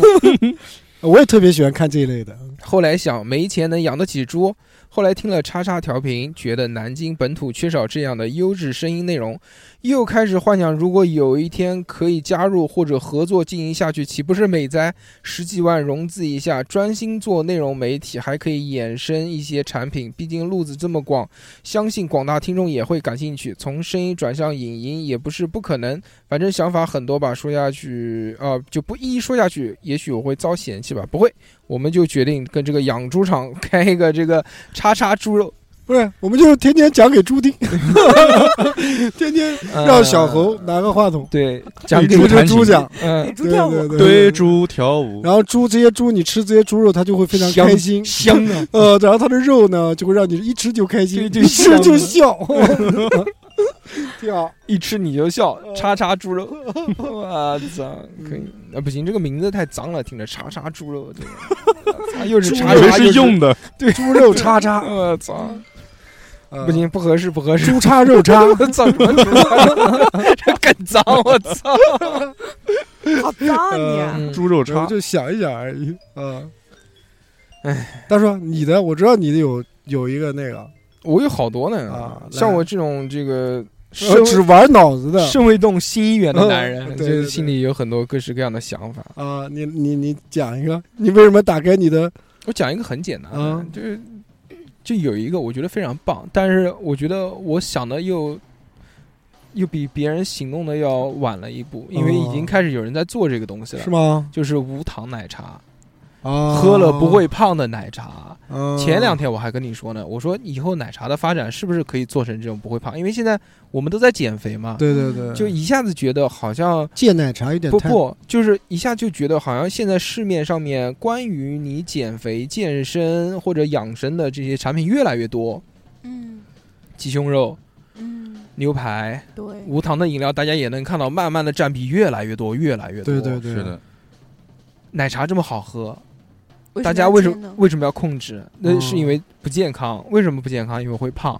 [SPEAKER 2] 我也特别喜欢看这一类的，
[SPEAKER 1] 后来想，没钱能养得起猪，后来听了叉叉调频，觉得南京本土缺少这样的优质声音内容，又开始幻想，如果有一天可以加入或者合作经营下去，岂不是美哉？十几万融资一下，专心做内容媒体，还可以衍生一些产品。毕竟路子这么广，相信广大听众也会感兴趣。从声音转向影音也不是不可能，反正想法很多吧。说下去啊、呃就不一一说下去，也许我会遭嫌弃吧。不会，我们就决定跟这个养猪场开一个这个叉叉猪肉，
[SPEAKER 2] 不是，我们就天天讲给 猪听，天天让小猴
[SPEAKER 1] 呃
[SPEAKER 2] 拿个话筒，
[SPEAKER 1] 对讲
[SPEAKER 3] 给
[SPEAKER 1] 给
[SPEAKER 2] 猪
[SPEAKER 3] 弹
[SPEAKER 2] 这
[SPEAKER 3] 琴
[SPEAKER 2] 猪讲，
[SPEAKER 1] 嗯，啊
[SPEAKER 5] 猪跳舞，
[SPEAKER 2] 对
[SPEAKER 3] 对。猪 跳舞，
[SPEAKER 2] 然后猪这些猪，你吃这些猪肉，它就会非常
[SPEAKER 1] 香
[SPEAKER 2] 开 心。
[SPEAKER 1] 香啊，
[SPEAKER 2] 呃，然后它的肉呢，就会让你一吃就开心，
[SPEAKER 1] 对对
[SPEAKER 2] 一吃
[SPEAKER 1] 香
[SPEAKER 2] 就
[SPEAKER 1] 的
[SPEAKER 2] 笑， 挺好。
[SPEAKER 1] 一吃你就笑，叉叉猪肉，我操，可以啊，不行，这个名字太脏了，听着叉叉猪肉，这个啊又是叉
[SPEAKER 3] 以为
[SPEAKER 1] 叉
[SPEAKER 3] 是用，的，
[SPEAKER 2] 猪肉叉叉，
[SPEAKER 1] 我操，
[SPEAKER 2] 呃
[SPEAKER 1] 不，行，不合适，不合 适，
[SPEAKER 2] 猪叉肉叉，
[SPEAKER 1] 我操，什么猪叉这更脏，我操，
[SPEAKER 5] 好脏啊你啊！
[SPEAKER 1] 嗯
[SPEAKER 3] 猪肉
[SPEAKER 2] 我
[SPEAKER 3] 叉，
[SPEAKER 2] 就想一想而已。啊，哎，大叔，你的我知道你的有有一个那个，
[SPEAKER 1] 我有好多
[SPEAKER 2] 啊
[SPEAKER 1] 呢，
[SPEAKER 2] 来
[SPEAKER 1] 像我这种这个
[SPEAKER 2] 呃只玩脑子的
[SPEAKER 1] 身未动心已远的男人，
[SPEAKER 2] 嗯
[SPEAKER 1] 就
[SPEAKER 2] 对对
[SPEAKER 1] 是
[SPEAKER 2] 对
[SPEAKER 1] 心里有很多各式各样的想法。
[SPEAKER 2] 啊，你你你讲一个，你为什么打开你的？
[SPEAKER 1] 我讲一个很简单的
[SPEAKER 2] 嗯，
[SPEAKER 1] 就是就有一个我觉得非常棒，但是我觉得我想的又又比别人行动的要晚了一步，因为已经开始有人在做这个东西了
[SPEAKER 2] 嗯是。吗？
[SPEAKER 1] 就是无糖奶茶，
[SPEAKER 2] 啊，
[SPEAKER 1] 喝了不会胖的奶茶。
[SPEAKER 2] 啊。
[SPEAKER 1] 前两天我还跟你说呢，我说以后奶茶的发展是不是可以做成这种不会胖？因为现在我们都在减肥嘛，
[SPEAKER 2] 对对对，
[SPEAKER 1] 就一下子觉得好像
[SPEAKER 2] 戒奶茶有点
[SPEAKER 1] 不
[SPEAKER 2] 太
[SPEAKER 1] 不，就是一下就觉得好像现在市面上面关于你减肥、健身或者养生的这些产品越来越多，
[SPEAKER 4] 嗯
[SPEAKER 1] 鸡胸肉、
[SPEAKER 4] 嗯，
[SPEAKER 1] 牛排、
[SPEAKER 4] 对，
[SPEAKER 1] 无糖的饮料，大家也能看到慢慢的占比越来越多，越来越多。
[SPEAKER 2] 对对，对，
[SPEAKER 3] 是，的，
[SPEAKER 1] 奶茶这么好喝，
[SPEAKER 4] 为
[SPEAKER 1] 大家为什
[SPEAKER 4] 要
[SPEAKER 1] 么
[SPEAKER 4] 这样呢
[SPEAKER 1] 为什么要控制？那
[SPEAKER 2] 嗯
[SPEAKER 1] 是因为不健康。为什么不健康？因为会胖。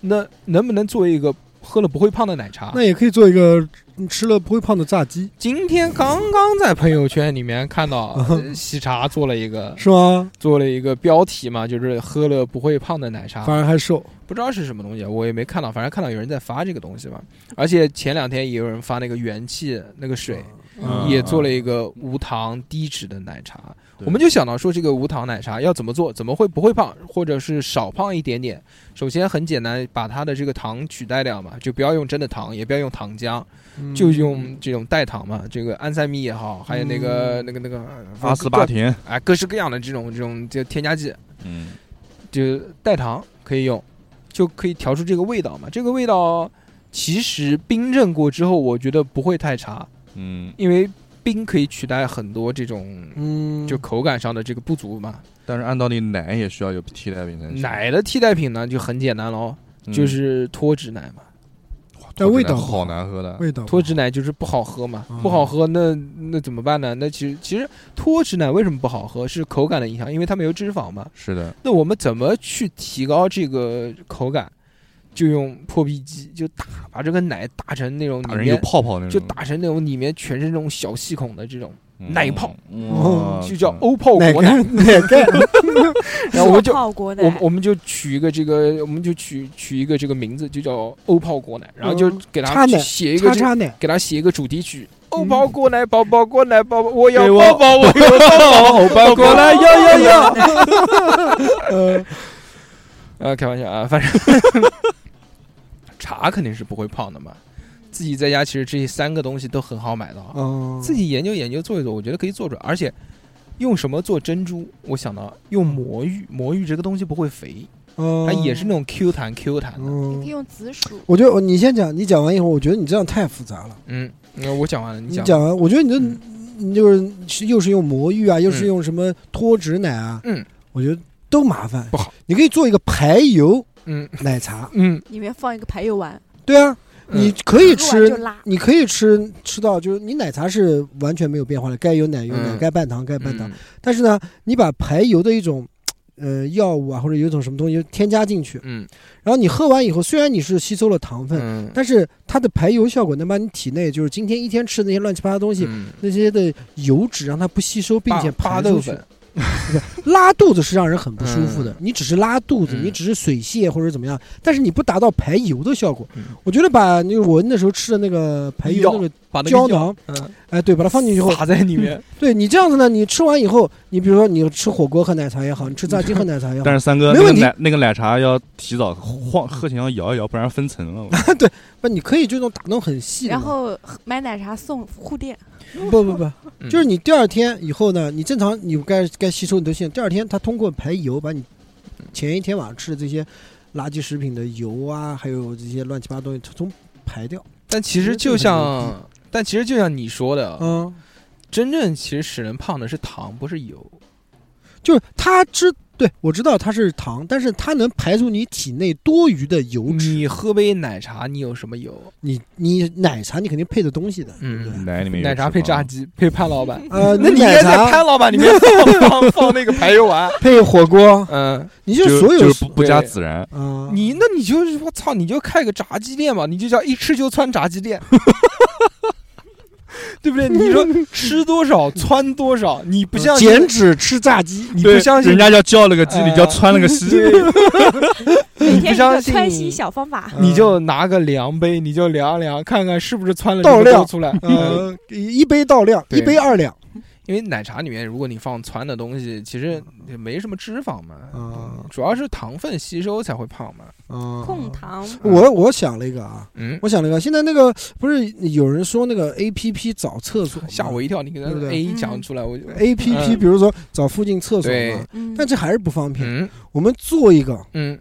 [SPEAKER 1] 那能不能做一个喝了不会胖的奶茶？
[SPEAKER 2] 啊那也可以做一个吃了不会胖的炸鸡，
[SPEAKER 1] 今天刚刚在朋友圈里面看 到呃喜茶做了一个，
[SPEAKER 2] 是吗？
[SPEAKER 1] 做了一个标题嘛，就是喝了不会胖的奶茶，
[SPEAKER 2] 反而还瘦，
[SPEAKER 1] 不知道是什么东西，我也没看到，反正看到有人在发这个东西嘛。而且前两天也有人发那个元气那个水，
[SPEAKER 2] 啊
[SPEAKER 3] 嗯
[SPEAKER 1] 也做了一个无糖低脂的奶茶。
[SPEAKER 3] 对
[SPEAKER 1] 我们就想到说，这个无糖奶茶要怎么做，怎么会不会胖，或者是少胖一点点。首先很简单，把它的这个糖取代掉嘛，就不要用真的糖，也不要用糖浆，
[SPEAKER 2] 嗯
[SPEAKER 3] 嗯
[SPEAKER 1] 就用这种代糖嘛，这个安赛蜜也好，还有那个、那个那个
[SPEAKER 3] 嗯阿斯巴
[SPEAKER 1] 各
[SPEAKER 3] 甜，
[SPEAKER 1] 哎，各式各样的这种这种就添加剂，
[SPEAKER 3] 嗯，
[SPEAKER 1] 就代糖可以用，就可以调出这个味道嘛。这个味道其实冰镇过之后，我觉得不会太差，
[SPEAKER 3] 嗯，
[SPEAKER 1] 因为冰可以取代很多这种
[SPEAKER 2] 嗯，
[SPEAKER 1] 就口感上的这个不足嘛。
[SPEAKER 3] 但是按道理奶也需要有替代品才行，
[SPEAKER 1] 奶的替代品呢就很简单喽，
[SPEAKER 3] 嗯
[SPEAKER 1] 就是脱脂奶嘛。
[SPEAKER 2] 但味道
[SPEAKER 3] 好难喝的，
[SPEAKER 2] 味道
[SPEAKER 1] 脱脂奶就是不好喝嘛
[SPEAKER 2] 嗯，
[SPEAKER 1] 不好喝那那怎么办呢？那其实其实脱脂奶为什么不好喝？是口感的影响，因为它没有脂肪嘛。
[SPEAKER 3] 是的，
[SPEAKER 1] 那我们怎么去提高这个口感？就用破壁机，就打把这个奶打成那种
[SPEAKER 3] 打
[SPEAKER 1] 里
[SPEAKER 3] 人有
[SPEAKER 1] 面
[SPEAKER 3] 泡泡那种，
[SPEAKER 1] 就打成那种里面全是那种小细孔的这种，
[SPEAKER 3] 嗯
[SPEAKER 1] 奶泡，哦
[SPEAKER 3] 哇
[SPEAKER 1] 就叫欧泡
[SPEAKER 2] 奶
[SPEAKER 1] 国 奶。
[SPEAKER 2] 盖奶盖，
[SPEAKER 1] 然后我们就
[SPEAKER 4] 泡国奶，
[SPEAKER 1] 我我们就取一个这个，我们就取取一个这个名字，就叫欧泡国奶，然后就
[SPEAKER 2] 嗯
[SPEAKER 1] 给
[SPEAKER 2] 插
[SPEAKER 1] 他
[SPEAKER 2] 奶
[SPEAKER 1] 写一个
[SPEAKER 2] 叉
[SPEAKER 1] 这
[SPEAKER 2] 叉奶，
[SPEAKER 1] 给他写一个主题曲。欧
[SPEAKER 2] 嗯
[SPEAKER 1] 泡国奶，宝宝国奶，宝宝，我要
[SPEAKER 3] 给我
[SPEAKER 1] 抱抱，我要抱抱，欧泡国奶，要要要。
[SPEAKER 2] 呃，
[SPEAKER 1] 呃，开玩笑啊， 反正 茶肯定是不会胖的嘛。自己在家其实这三个东西都很好买到，
[SPEAKER 2] 嗯，
[SPEAKER 1] 自己研究研究做一做，我觉得可以做出来。而且用什么做珍珠？我想到用魔芋，魔芋这个东西不会肥，
[SPEAKER 2] 嗯
[SPEAKER 1] 它哎也是那种 Q 弹 Q 弹的。
[SPEAKER 4] 也可以
[SPEAKER 2] 嗯，
[SPEAKER 4] 用紫薯，
[SPEAKER 2] 我觉得你先讲，你讲完以后，我觉得你这样太复杂了。
[SPEAKER 1] 嗯，那我讲完了，
[SPEAKER 2] 你
[SPEAKER 1] 讲。
[SPEAKER 2] 讲完，我觉得你这、
[SPEAKER 1] 嗯
[SPEAKER 2] 你就是又是用魔芋啊，又是
[SPEAKER 1] 嗯
[SPEAKER 2] 用什么脱脂奶啊，
[SPEAKER 1] 嗯，
[SPEAKER 2] 我觉得都麻烦，
[SPEAKER 1] 不好。
[SPEAKER 2] 你可以做一个排油
[SPEAKER 1] 嗯
[SPEAKER 2] 奶茶，
[SPEAKER 1] 嗯，
[SPEAKER 4] 里面放一个排油丸，
[SPEAKER 2] 对啊，你可以
[SPEAKER 4] 喝完
[SPEAKER 2] 吃，
[SPEAKER 4] 就拉，
[SPEAKER 2] 你可以吃吃到就是你奶茶是完全没有变化的，该有奶有奶，
[SPEAKER 1] 嗯
[SPEAKER 2] 该半糖该
[SPEAKER 1] 嗯
[SPEAKER 2] 半糖。但是呢，你把排油的一种呃药物啊，或者有一种什么东西添加进去，
[SPEAKER 1] 嗯
[SPEAKER 2] 然后你喝完以后，虽然你是吸收了糖分，
[SPEAKER 1] 嗯，
[SPEAKER 2] 但是它的排油效果能把你体内就是今天一天吃的那些乱七八糟的东西，
[SPEAKER 1] 嗯
[SPEAKER 2] 那些的油脂让它不吸收，并且
[SPEAKER 1] 巴
[SPEAKER 2] 排
[SPEAKER 1] 巴
[SPEAKER 2] 出
[SPEAKER 1] 豆
[SPEAKER 2] 去。
[SPEAKER 1] 粉，
[SPEAKER 2] 拉肚子是让人很不舒服的
[SPEAKER 1] 嗯，
[SPEAKER 2] 你只是拉肚子，
[SPEAKER 1] 嗯
[SPEAKER 2] 你只是水泄或者怎么样，但是你不达到排油的效果
[SPEAKER 1] 嗯。
[SPEAKER 2] 我觉得把那个我那时候吃的那个排油
[SPEAKER 1] 药
[SPEAKER 2] 那个
[SPEAKER 1] 把那个
[SPEAKER 2] 胶
[SPEAKER 1] 药
[SPEAKER 2] 囊，哎，对，把它放进去以 后
[SPEAKER 1] 嗯，，撒在里面，
[SPEAKER 2] 对你这样子呢，你吃完以后，你比如说你吃火锅喝奶茶 也好，你吃炸鸡喝奶茶也好
[SPEAKER 3] 但，是三哥
[SPEAKER 2] 没
[SPEAKER 3] 那个
[SPEAKER 2] 问题
[SPEAKER 3] 奶那个奶茶要提早晃喝前要摇一摇，不然分层啊了。
[SPEAKER 2] 不，你可以就那种打弄很细的嘛。
[SPEAKER 4] 然后买奶茶送护垫，
[SPEAKER 2] 不不不，
[SPEAKER 1] 嗯
[SPEAKER 2] 就是你第二天以后呢，你正常你该该吸收你都吸收，第二天它通过排油把你前一天晚上吃的这些垃圾食品的油啊，还有这些乱七八糟东西从排掉。
[SPEAKER 1] 但其实就像，但其实就像你说的，
[SPEAKER 2] 嗯，
[SPEAKER 1] 真正其实使人胖的是糖，不是油。
[SPEAKER 2] 就是它知对我知道它是糖，但是它能排出你体内多余的油脂。
[SPEAKER 1] 你喝杯奶茶，你有什么油？
[SPEAKER 2] 你你奶茶你肯定配的东西的，
[SPEAKER 1] 嗯
[SPEAKER 2] 对不对？
[SPEAKER 3] 奶里面有
[SPEAKER 1] 奶茶
[SPEAKER 3] 脂
[SPEAKER 1] 配炸
[SPEAKER 3] 肪，
[SPEAKER 1] 鸡，配潘老板。
[SPEAKER 2] 呃，
[SPEAKER 1] 那你应
[SPEAKER 2] 奶
[SPEAKER 1] 该在潘
[SPEAKER 2] 茶
[SPEAKER 1] 老板里面放 放放那个排油丸。
[SPEAKER 2] 配火锅，
[SPEAKER 1] 嗯，
[SPEAKER 2] 你就
[SPEAKER 3] 就
[SPEAKER 2] 所有
[SPEAKER 3] 就是不不加孜然，
[SPEAKER 2] 啊，
[SPEAKER 1] 你那你就是我操，你就开个炸鸡店嘛，你就叫一吃就窜炸鸡店，对不对？你说吃多少窜多少，你不相信？
[SPEAKER 2] 呃减脂吃炸鸡，
[SPEAKER 1] 你
[SPEAKER 3] 对
[SPEAKER 1] 不相信
[SPEAKER 3] 人？家叫叫了个鸡，你
[SPEAKER 1] 呃
[SPEAKER 3] 叫穿了个 西，
[SPEAKER 1] 啊
[SPEAKER 4] 每天一
[SPEAKER 1] 相
[SPEAKER 4] 个
[SPEAKER 1] 信
[SPEAKER 4] 川西小方法。
[SPEAKER 2] 嗯
[SPEAKER 1] 你就拿个量杯，你就量量看看是不是窜了
[SPEAKER 2] 倒
[SPEAKER 1] 这么多
[SPEAKER 2] 量
[SPEAKER 1] 出来。嗯
[SPEAKER 2] 呃一杯到量，
[SPEAKER 1] 对
[SPEAKER 2] 一杯二两
[SPEAKER 1] 因为奶茶里面，如果你放窜的东西，其实
[SPEAKER 2] 嗯
[SPEAKER 1] 也没什么脂肪嘛，
[SPEAKER 2] 啊
[SPEAKER 1] 主要是糖分吸收才会胖嘛。
[SPEAKER 2] 啊
[SPEAKER 1] 哦
[SPEAKER 4] 控。糖，
[SPEAKER 2] 我我想了一个啊，
[SPEAKER 1] 嗯，
[SPEAKER 2] 我想了一个，现在那个不是有人说那个 A P P 找厕所吗，
[SPEAKER 1] 吓我一跳，你给他
[SPEAKER 2] 对不对
[SPEAKER 1] A 讲出来，我就
[SPEAKER 2] A P P，
[SPEAKER 1] 嗯
[SPEAKER 2] 比如说找附近厕所
[SPEAKER 1] 对
[SPEAKER 2] 嘛，
[SPEAKER 4] 嗯，
[SPEAKER 2] 但这还是不方便。
[SPEAKER 1] 嗯
[SPEAKER 2] 我们做一个
[SPEAKER 1] 嗯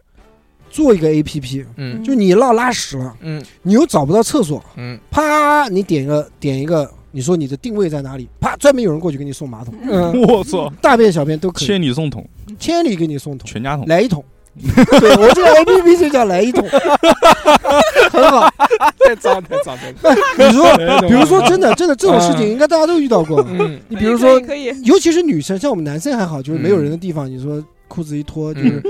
[SPEAKER 2] 做一个 A P P，
[SPEAKER 1] 嗯
[SPEAKER 2] 就你闹拉屎了，
[SPEAKER 1] 嗯
[SPEAKER 2] 你又找不到厕所，
[SPEAKER 1] 嗯
[SPEAKER 2] 啪，你点一个点一个，你说你的定位在哪里，啪，专门有人过去给你送马桶，
[SPEAKER 1] 嗯，
[SPEAKER 3] 我操，
[SPEAKER 2] 大便小便都可以，
[SPEAKER 3] 千里送桶，
[SPEAKER 2] 千里给你送桶。
[SPEAKER 3] 全家桶，
[SPEAKER 2] 来一桶。对我这个 A P P 就叫来 一桶，很好。
[SPEAKER 1] 太脏太脏太脏。
[SPEAKER 2] 你说，比
[SPEAKER 1] 比
[SPEAKER 2] 如说，真的，真的这种事情
[SPEAKER 1] 嗯
[SPEAKER 2] 应该大家都遇 到过。
[SPEAKER 1] 嗯
[SPEAKER 2] 你比如说，
[SPEAKER 4] 可以，可以
[SPEAKER 2] 尤其是女生，像我们男生还好，就是
[SPEAKER 1] 嗯
[SPEAKER 2] 没有人的地方，你说裤子一脱就是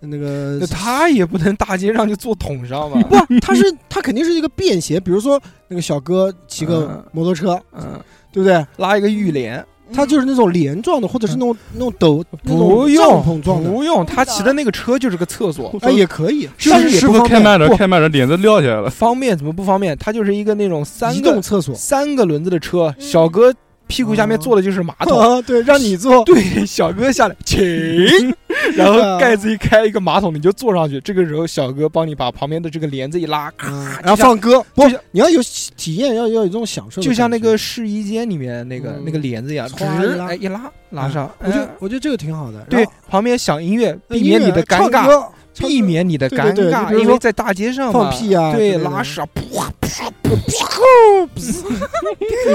[SPEAKER 2] 那个
[SPEAKER 1] 那，他也不能大街上就坐桶上吧？
[SPEAKER 2] 不，他是他肯定是一个便携，比如说那个小哥骑个
[SPEAKER 1] 嗯
[SPEAKER 2] 摩托车，
[SPEAKER 1] 嗯，
[SPEAKER 2] 对不对？
[SPEAKER 1] 拉一个浴帘，
[SPEAKER 2] 他就是那种连状的，或者是那种那种斗那
[SPEAKER 1] 嗯不
[SPEAKER 2] 种帐
[SPEAKER 1] 用
[SPEAKER 2] 篷状的，
[SPEAKER 1] 不用，他骑的那个车就是个厕所，
[SPEAKER 2] 哎，也可以，
[SPEAKER 1] 就
[SPEAKER 2] 但
[SPEAKER 1] 是
[SPEAKER 2] 也
[SPEAKER 3] 师
[SPEAKER 2] 不
[SPEAKER 3] 傅
[SPEAKER 2] 方
[SPEAKER 3] 开
[SPEAKER 2] 便
[SPEAKER 3] 慢点，
[SPEAKER 1] 不
[SPEAKER 3] 开慢点，脸都撂下 来了。
[SPEAKER 1] 方便怎么不方便？它就是一个那种三
[SPEAKER 2] 移
[SPEAKER 1] 个
[SPEAKER 2] 动 厕所，
[SPEAKER 1] 三个轮子的车，
[SPEAKER 4] 嗯
[SPEAKER 1] 小哥屁股下面坐的就是马桶，
[SPEAKER 2] 啊， 对，让你坐，
[SPEAKER 1] 对，小哥下来，请，
[SPEAKER 2] 嗯
[SPEAKER 1] 然后盖子一开，一个马桶你就坐上去，这个时候小哥帮你把旁边的这个帘子一拉，
[SPEAKER 2] 啊
[SPEAKER 1] 咔，
[SPEAKER 2] 然后放歌，不
[SPEAKER 1] 就像，
[SPEAKER 2] 你要有体验，要要有这种享受的感觉，
[SPEAKER 1] 就像那个试衣间里面那个
[SPEAKER 2] 嗯
[SPEAKER 1] 那个帘子一样，直
[SPEAKER 2] 唰一拉嗯
[SPEAKER 1] 哎一拉拉上，
[SPEAKER 2] 我觉
[SPEAKER 1] 哎
[SPEAKER 2] 得我觉得这个挺好的，
[SPEAKER 1] 对
[SPEAKER 2] 然后，
[SPEAKER 1] 旁边响音乐，
[SPEAKER 2] 呃
[SPEAKER 1] 避免你的尴，
[SPEAKER 2] 音乐唱
[SPEAKER 1] 尬，
[SPEAKER 2] 歌唱歌
[SPEAKER 1] 避 免你的
[SPEAKER 2] 对对
[SPEAKER 1] 尴
[SPEAKER 2] 对
[SPEAKER 1] 尬，
[SPEAKER 2] 就比如
[SPEAKER 1] 因
[SPEAKER 2] 说
[SPEAKER 1] 为在大街上嘛
[SPEAKER 2] 放屁啊之
[SPEAKER 1] 对，
[SPEAKER 2] 类的
[SPEAKER 1] 拉屎啊，噗